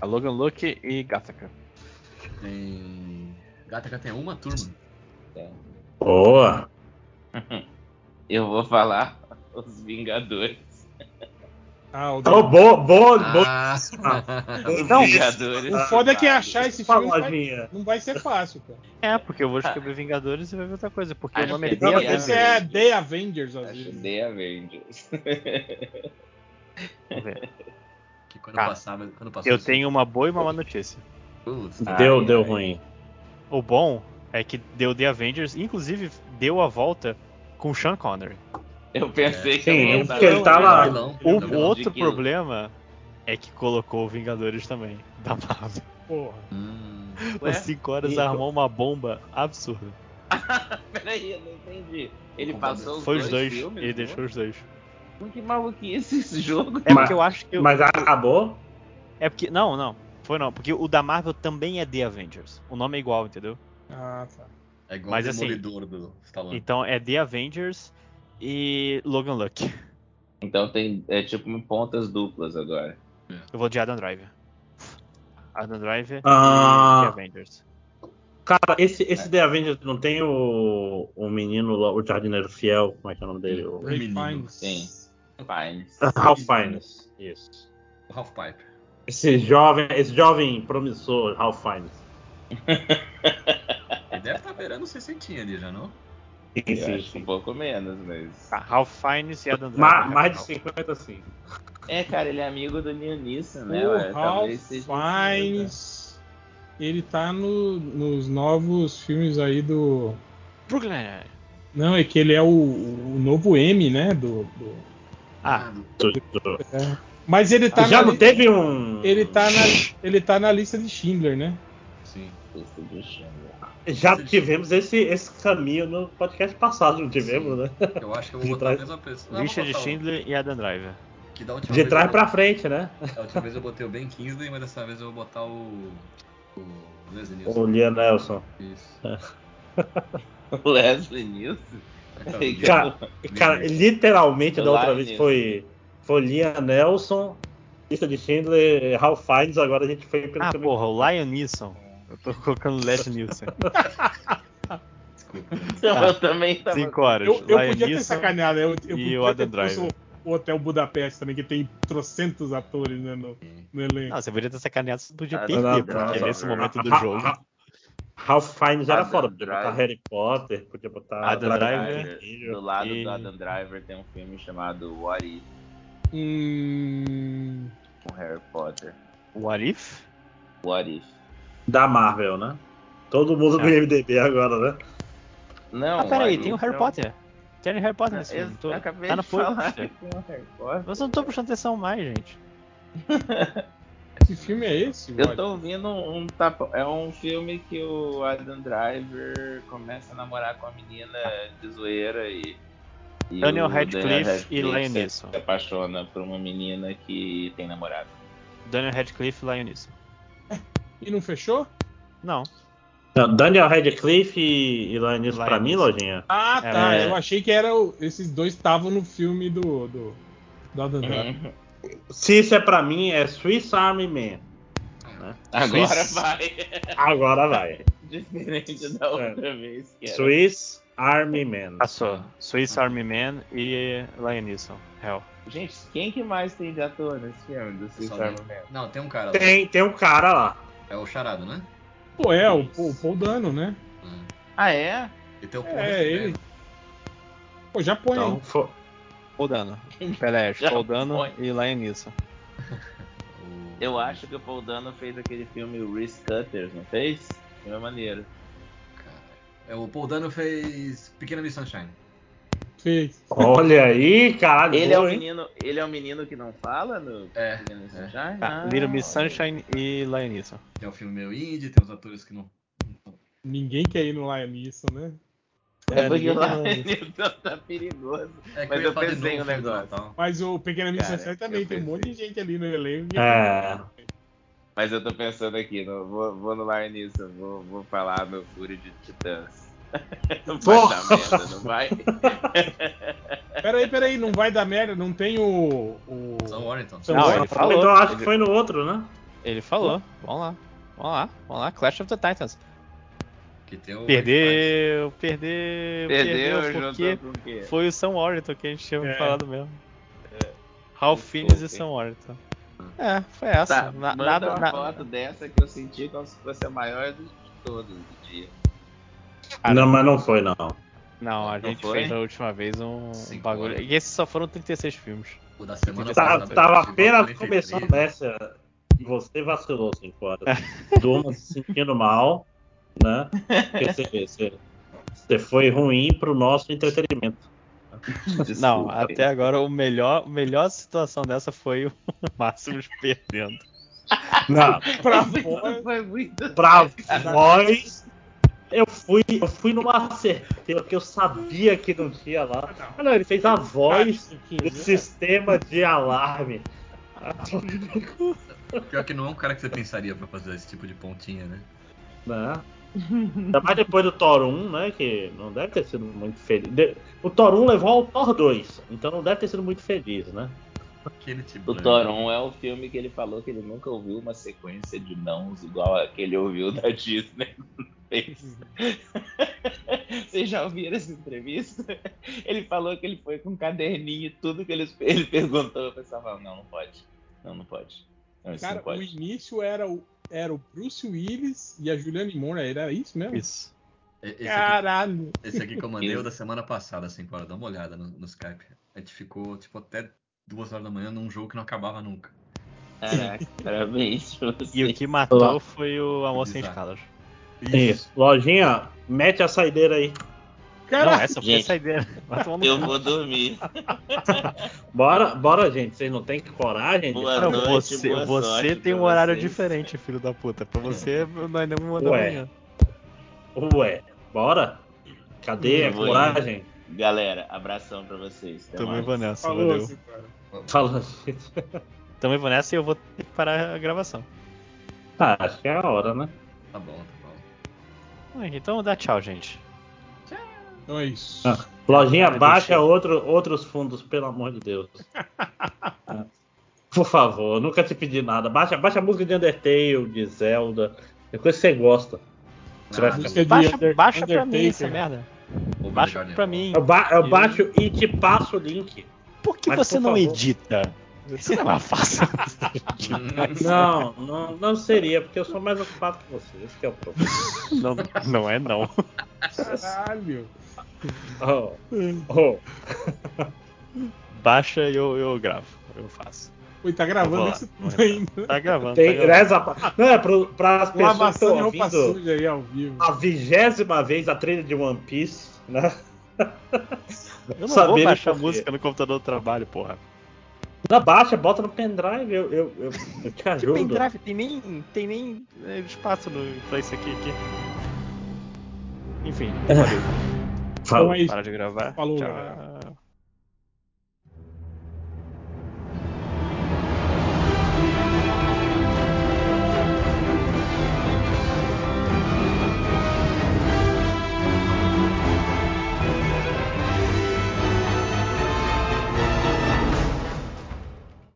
A Logan Luke e Gataca. Tem. Gataca tem uma turma. Boa! Eu vou falar Os Vingadores. Ah, o Oh, do... boa, boa, boa. Então, Ah, Os Não, Vingadores. O foda é que Ah, achar esse tá. filme Fala, vai- Lojinha. não vai ser fácil, cara. É, porque eu vou descobrir Ah. Vingadores e vai ver outra coisa. Porque Acho o nome que é é The Não, mas Avengers. esse é The Avengers, às Acho vezes. The Avengers. Avengers. que quando Cara, passava. Quando passou Eu isso- tenho uma boa e uma má notícia. Putz, Deu, Ai, deu ai. ruim. O bom é que deu The Avengers, inclusive deu a volta com o Sean Connery. Eu pensei que Sim, eu é ia porque ele falar tá Ah, o lá. vilão. O Não, não, outro de quilo. problema é que colocou o Vingadores também, da Marvel. Porra. Hum, Ué? Os 5 horas Rico. armou uma bomba absurda. Peraí, eu não entendi. Ele Como passou os Foi dois, os dois, filmes, né? ele não? deixou os dois. Que maluquice esse jogo. É Mas- porque eu acho que. Mas acabou? É porque. Não, não. Foi não. Porque o da Marvel também é The Avengers. O nome é igual, entendeu? Ah, tá. é igual Mas o assim- Demolidor do Stallone. Então é The Avengers e Logan Luck. Então tem é tipo um pontas duplas agora. Eu vou de Adam Driver. Adam Driver Ah. e The Avengers. Cara, esse, esse The Avengers não tem o, o menino lá, o jardineiro fiel, como é que é o nome dele? O... Ray menino. Fiennes. Sim. Fines. Ralph Fiennes. Isso. O Ralph Piper. Esse jovem, esse jovem promissor, Ralph Fiennes. Ele deve estar beirando 60 ali já, não? Sim, Eu sim, acho que um sim. pouco menos, mas. Tá, Ralph Fiennes e Adam Driver. Ma- mais de Ralph. 50, sim. É, cara, ele é amigo do Liam Neeson, né? o Ué, Ralph Talvez seja. Fiennes, ele tá no- nos novos filmes aí do... Brooklyn. Nine-Nine. Não, é que ele é o, o novo M, né? Do, do- Ah, Mas ele tá, Já na, não li- teve um. ele, tá na, ele tá na lista de Schindler, né? Sim. Esse do Xandra. Já tivemos esse, esse caminho no podcast passado, não tivemos, né? Eu acho que eu vou botar a mesma pessoa. Ah, Lixa vou de botar o- Schindler e Adam Driver. Que da última De vez trás eu- pra frente, né? Da última vez eu botei o Ben Kingsley, mas dessa vez eu vou botar o. O Leslie Nielsen. O Liam Nelson. Isso. O Leslie Nielsen? Então, Cara, cara, literalmente da Lá outra vez nisso. foi, foi Liam Nelson, lista de Schindler, Ralph Fiennes, agora a gente foi pelo Ah, caminho. porra, o Lion Neeson. Eu tô colocando Leslie Nielsen. Desculpa. Tá. Eu também tava. 5 horas. Eu, eu Lion podia ter Neeson. sacaneado, eu, eu e podia o Adam ter posto Driver. o Hotel Budapeste também, que tem trocentos atores né, no, no elenco. É. Não, você poderia ter sacaneado, você podia Adam perder, Driver. porque nesse momento do Ah, Ra- jogo. Ra- Ralph Fiennes era Adam foda, podia botar Driver. Harry Potter, podia botar né? Adam Dragon Driver. Ball. Do lado E- do Adam Driver tem um filme chamado What If Hum, com Harry Potter. What if? What If. da Marvel, né? Todo mundo do É. IMDB agora, né? Não, Ah, peraí, What tem o If Harry é um- É, Potter. Tem o Harry Potter nesse Eu filme. Tô, acabei tá na de falar Potter. que tem o Harry Potter. Mas eu não tô prestando atenção mais, gente. Que filme é esse, Eu tô ouvindo um tapa. É um filme que o Adam Driver começa a namorar com a menina de zoeira e. e Daniel o Radcliffe Daniel e se- Liam Neeson. Se apaixona por uma menina que tem namorado. Daniel Radcliffe e Lionis. E não fechou? Não. Não, Daniel Radcliffe e, e Lionis pra mim, lojinha. Ah, É, tá. é. Eu achei que era o- esses dois estavam no filme do. do... Da Adam Uhum. Driver. Uhum. Se isso é pra mim, é Swiss Army Man. Agora Suíça. vai. Agora vai. Diferente É. da outra vez. Que era. Swiss Army Man. Passou. Swiss Army Man e Lionisson. Hell. Gente, quem que mais tem de ator nesse filme? Do Swiss Só Army não. Man? Não, tem um cara lá. Tem, tem um cara lá. É o Charado, né? Pô, é, o, Paul- o Paul Dano, né? Ah, é? E tem o Paul É, ele. Rudd, né? Pô, já põe um aí. Então, fo- Poldano. Pelé, Já Poldano foi. e Lionisson. O- Eu acho que o Paul Dano fez aquele filme Reese Cutters, não fez? De uma maneira. É, o Paul Dano fez Pequena Miss Sunshine. Fez. Olha aí, caralho. Ele é, o boa, hein? menino, ele é o menino que não fala no É, Pequeno é. Sunshine? Tá, Ah, Little Miss olha. Sunshine e Lionisson. Tem um filme meio indie, tem uns atores que não. Ninguém quer ir no Lionisson, né? É porque ninguém lá falou isso. então tá perigoso. É que Mas ia eu falar de pensei novo um o filme do negócio. Natal. Mas o Pequena Miss Cara, Sunshine também eu tem um monte de pensei. gente ali no elenco. É. Mas eu tô pensando aqui, não, vou, vou no lar nisso, vou, vou falar no Fúria de Titãs. Não vai Porra! dar merda, não vai? Peraí, peraí, não vai dar merda, não tem o. o... Sam Warrington. Sam Não, Warrington? ele falou. Então acho que Ele- foi no outro, né? Ele falou. Vamos lá. Vamos lá. Vamos lá. Clash of the Titans. Que tem o Perdeu, Perdeu, perdeu, perdeu, juntou porque com o quê? foi o Sam Warrington que a gente tinha É. falado mesmo. É. Ralph Desculpa, Fiennes e hein. Sam Warrington. É, foi essa. Tá, Na- manda nada, uma na- foto dessa que eu senti como se fosse a maior de todas do dia. Cara. Não, mas não foi, não. Não, a Não gente foi? fez da última vez um, um Cinco bagulho. horas. E esses só foram 36 filmes. O da semana Tá, passada. tava foi tipo, apenas 43. começando essa. Você vacilou 5 horas. Durma se sentindo mal, né? Porque você, você- você foi ruim pro nosso entretenimento. Não, até agora o melhor, melhor situação dessa foi o Máximos perdendo. Não, Pra Isso fora. foi muito. pra nós, eu fui, eu fui numa certeza, porque eu sabia que não tinha lá. Ah, não, ele fez a voz Tá. do sistema de alarme. Pior que não é um cara que você pensaria pra fazer esse tipo de pontinha, né? né? Ainda mais depois do Thor 1, né? Que não deve ter sido muito feliz. De- O Thor 1 levou ao Thor 2, então não deve ter sido muito feliz, né? Aquele tipo. O Toron é o filme que ele falou que ele nunca ouviu uma sequência de nãos igual a que ele ouviu da Disney. Vocês já ouviram essa entrevista? Ele falou que ele foi com um caderninho e tudo que ele, ele perguntou. O pessoal falou: não, não pode. Não, não pode. Não, isso Cara, não o pode. início era o, era o Bruce Willis e a Julianne Moore, era isso mesmo? Isso. E- Esse Ah. aqui, Caralho! esse aqui que eu mandei é o Isso. da semana passada, assim, para dar uma olhada no, no Skype. A gente ficou, tipo, até duas horas da manhã num jogo que não acabava nunca. Caraca, parabéns. E o Você. que matou Lá. foi o A Moça Sem Bizarro. Escalas. Isso. Lojinha, mete a saideira aí. Não, Caralho! essa foi a Gente. saideira. Vai tomar no Eu cu. vou dormir. Bora, bora, gente. Vocês não têm coragem? de- Boa Não, noite, você boa você sorte tem um pra horário vocês. É. diferente, filho da puta. Pra você, nós não mandamos Ué. amanhã. Ué, bora? Cadê a Eu vou coragem? Galera, abração pra vocês. Até Também mais. vou nessa, Falou, valeu. assim, cara. Fala, gente. Também vou nessa e eu vou ter que parar a gravação. Ah, acho que é a hora, né? Tá bom, tá bom. Ah, Então dá tchau, gente. Então é isso. Ah, Lojinha, do baixa chefe. outro, outros fundos, pelo amor de Deus. Ah, Por favor, nunca te pedi nada. Baixa, baixa a música de Undertale, de Zelda. É coisa que você gosta. Você vai ficar- Ah, Música de Baixa, Under- baixa pra mim Undertaker. essa mermerda. Ô, Baixa Bodyguard, pra né? mim. Eu, ba- eu Eu- baixo e te passo o link. Por que Tá Mas, você por não favor. edita? Você não é fácil. tá Não, não, não seria, porque eu sou mais ocupado que você. Esse que é o problema. não, não é não. Caralho! Oh, Hum. oh. Baixa e eu, eu gravo. Eu faço. Oi, tá Ah, Eu vou gravando lá, isso vou tudo ainda. Tá né? oh, gravando. Tem, tá gravando. reza, pra- não, é pro- pras pessoas que Lavação de estão roupa ouvindo suja aí ao vivo. a vigésima vez a trilha de One Piece, né? Eu não vou saberem baixar por quê. música no computador do trabalho, porra. Na baixa, bota no pendrive, eu, eu, eu, eu te Que ajudo. pendrive? Tem nem, tem nem é, espaço no, pra isso aqui, aqui. Enfim, valeu. Então é isso. Para de gravar. É Falou, Tchau. galera.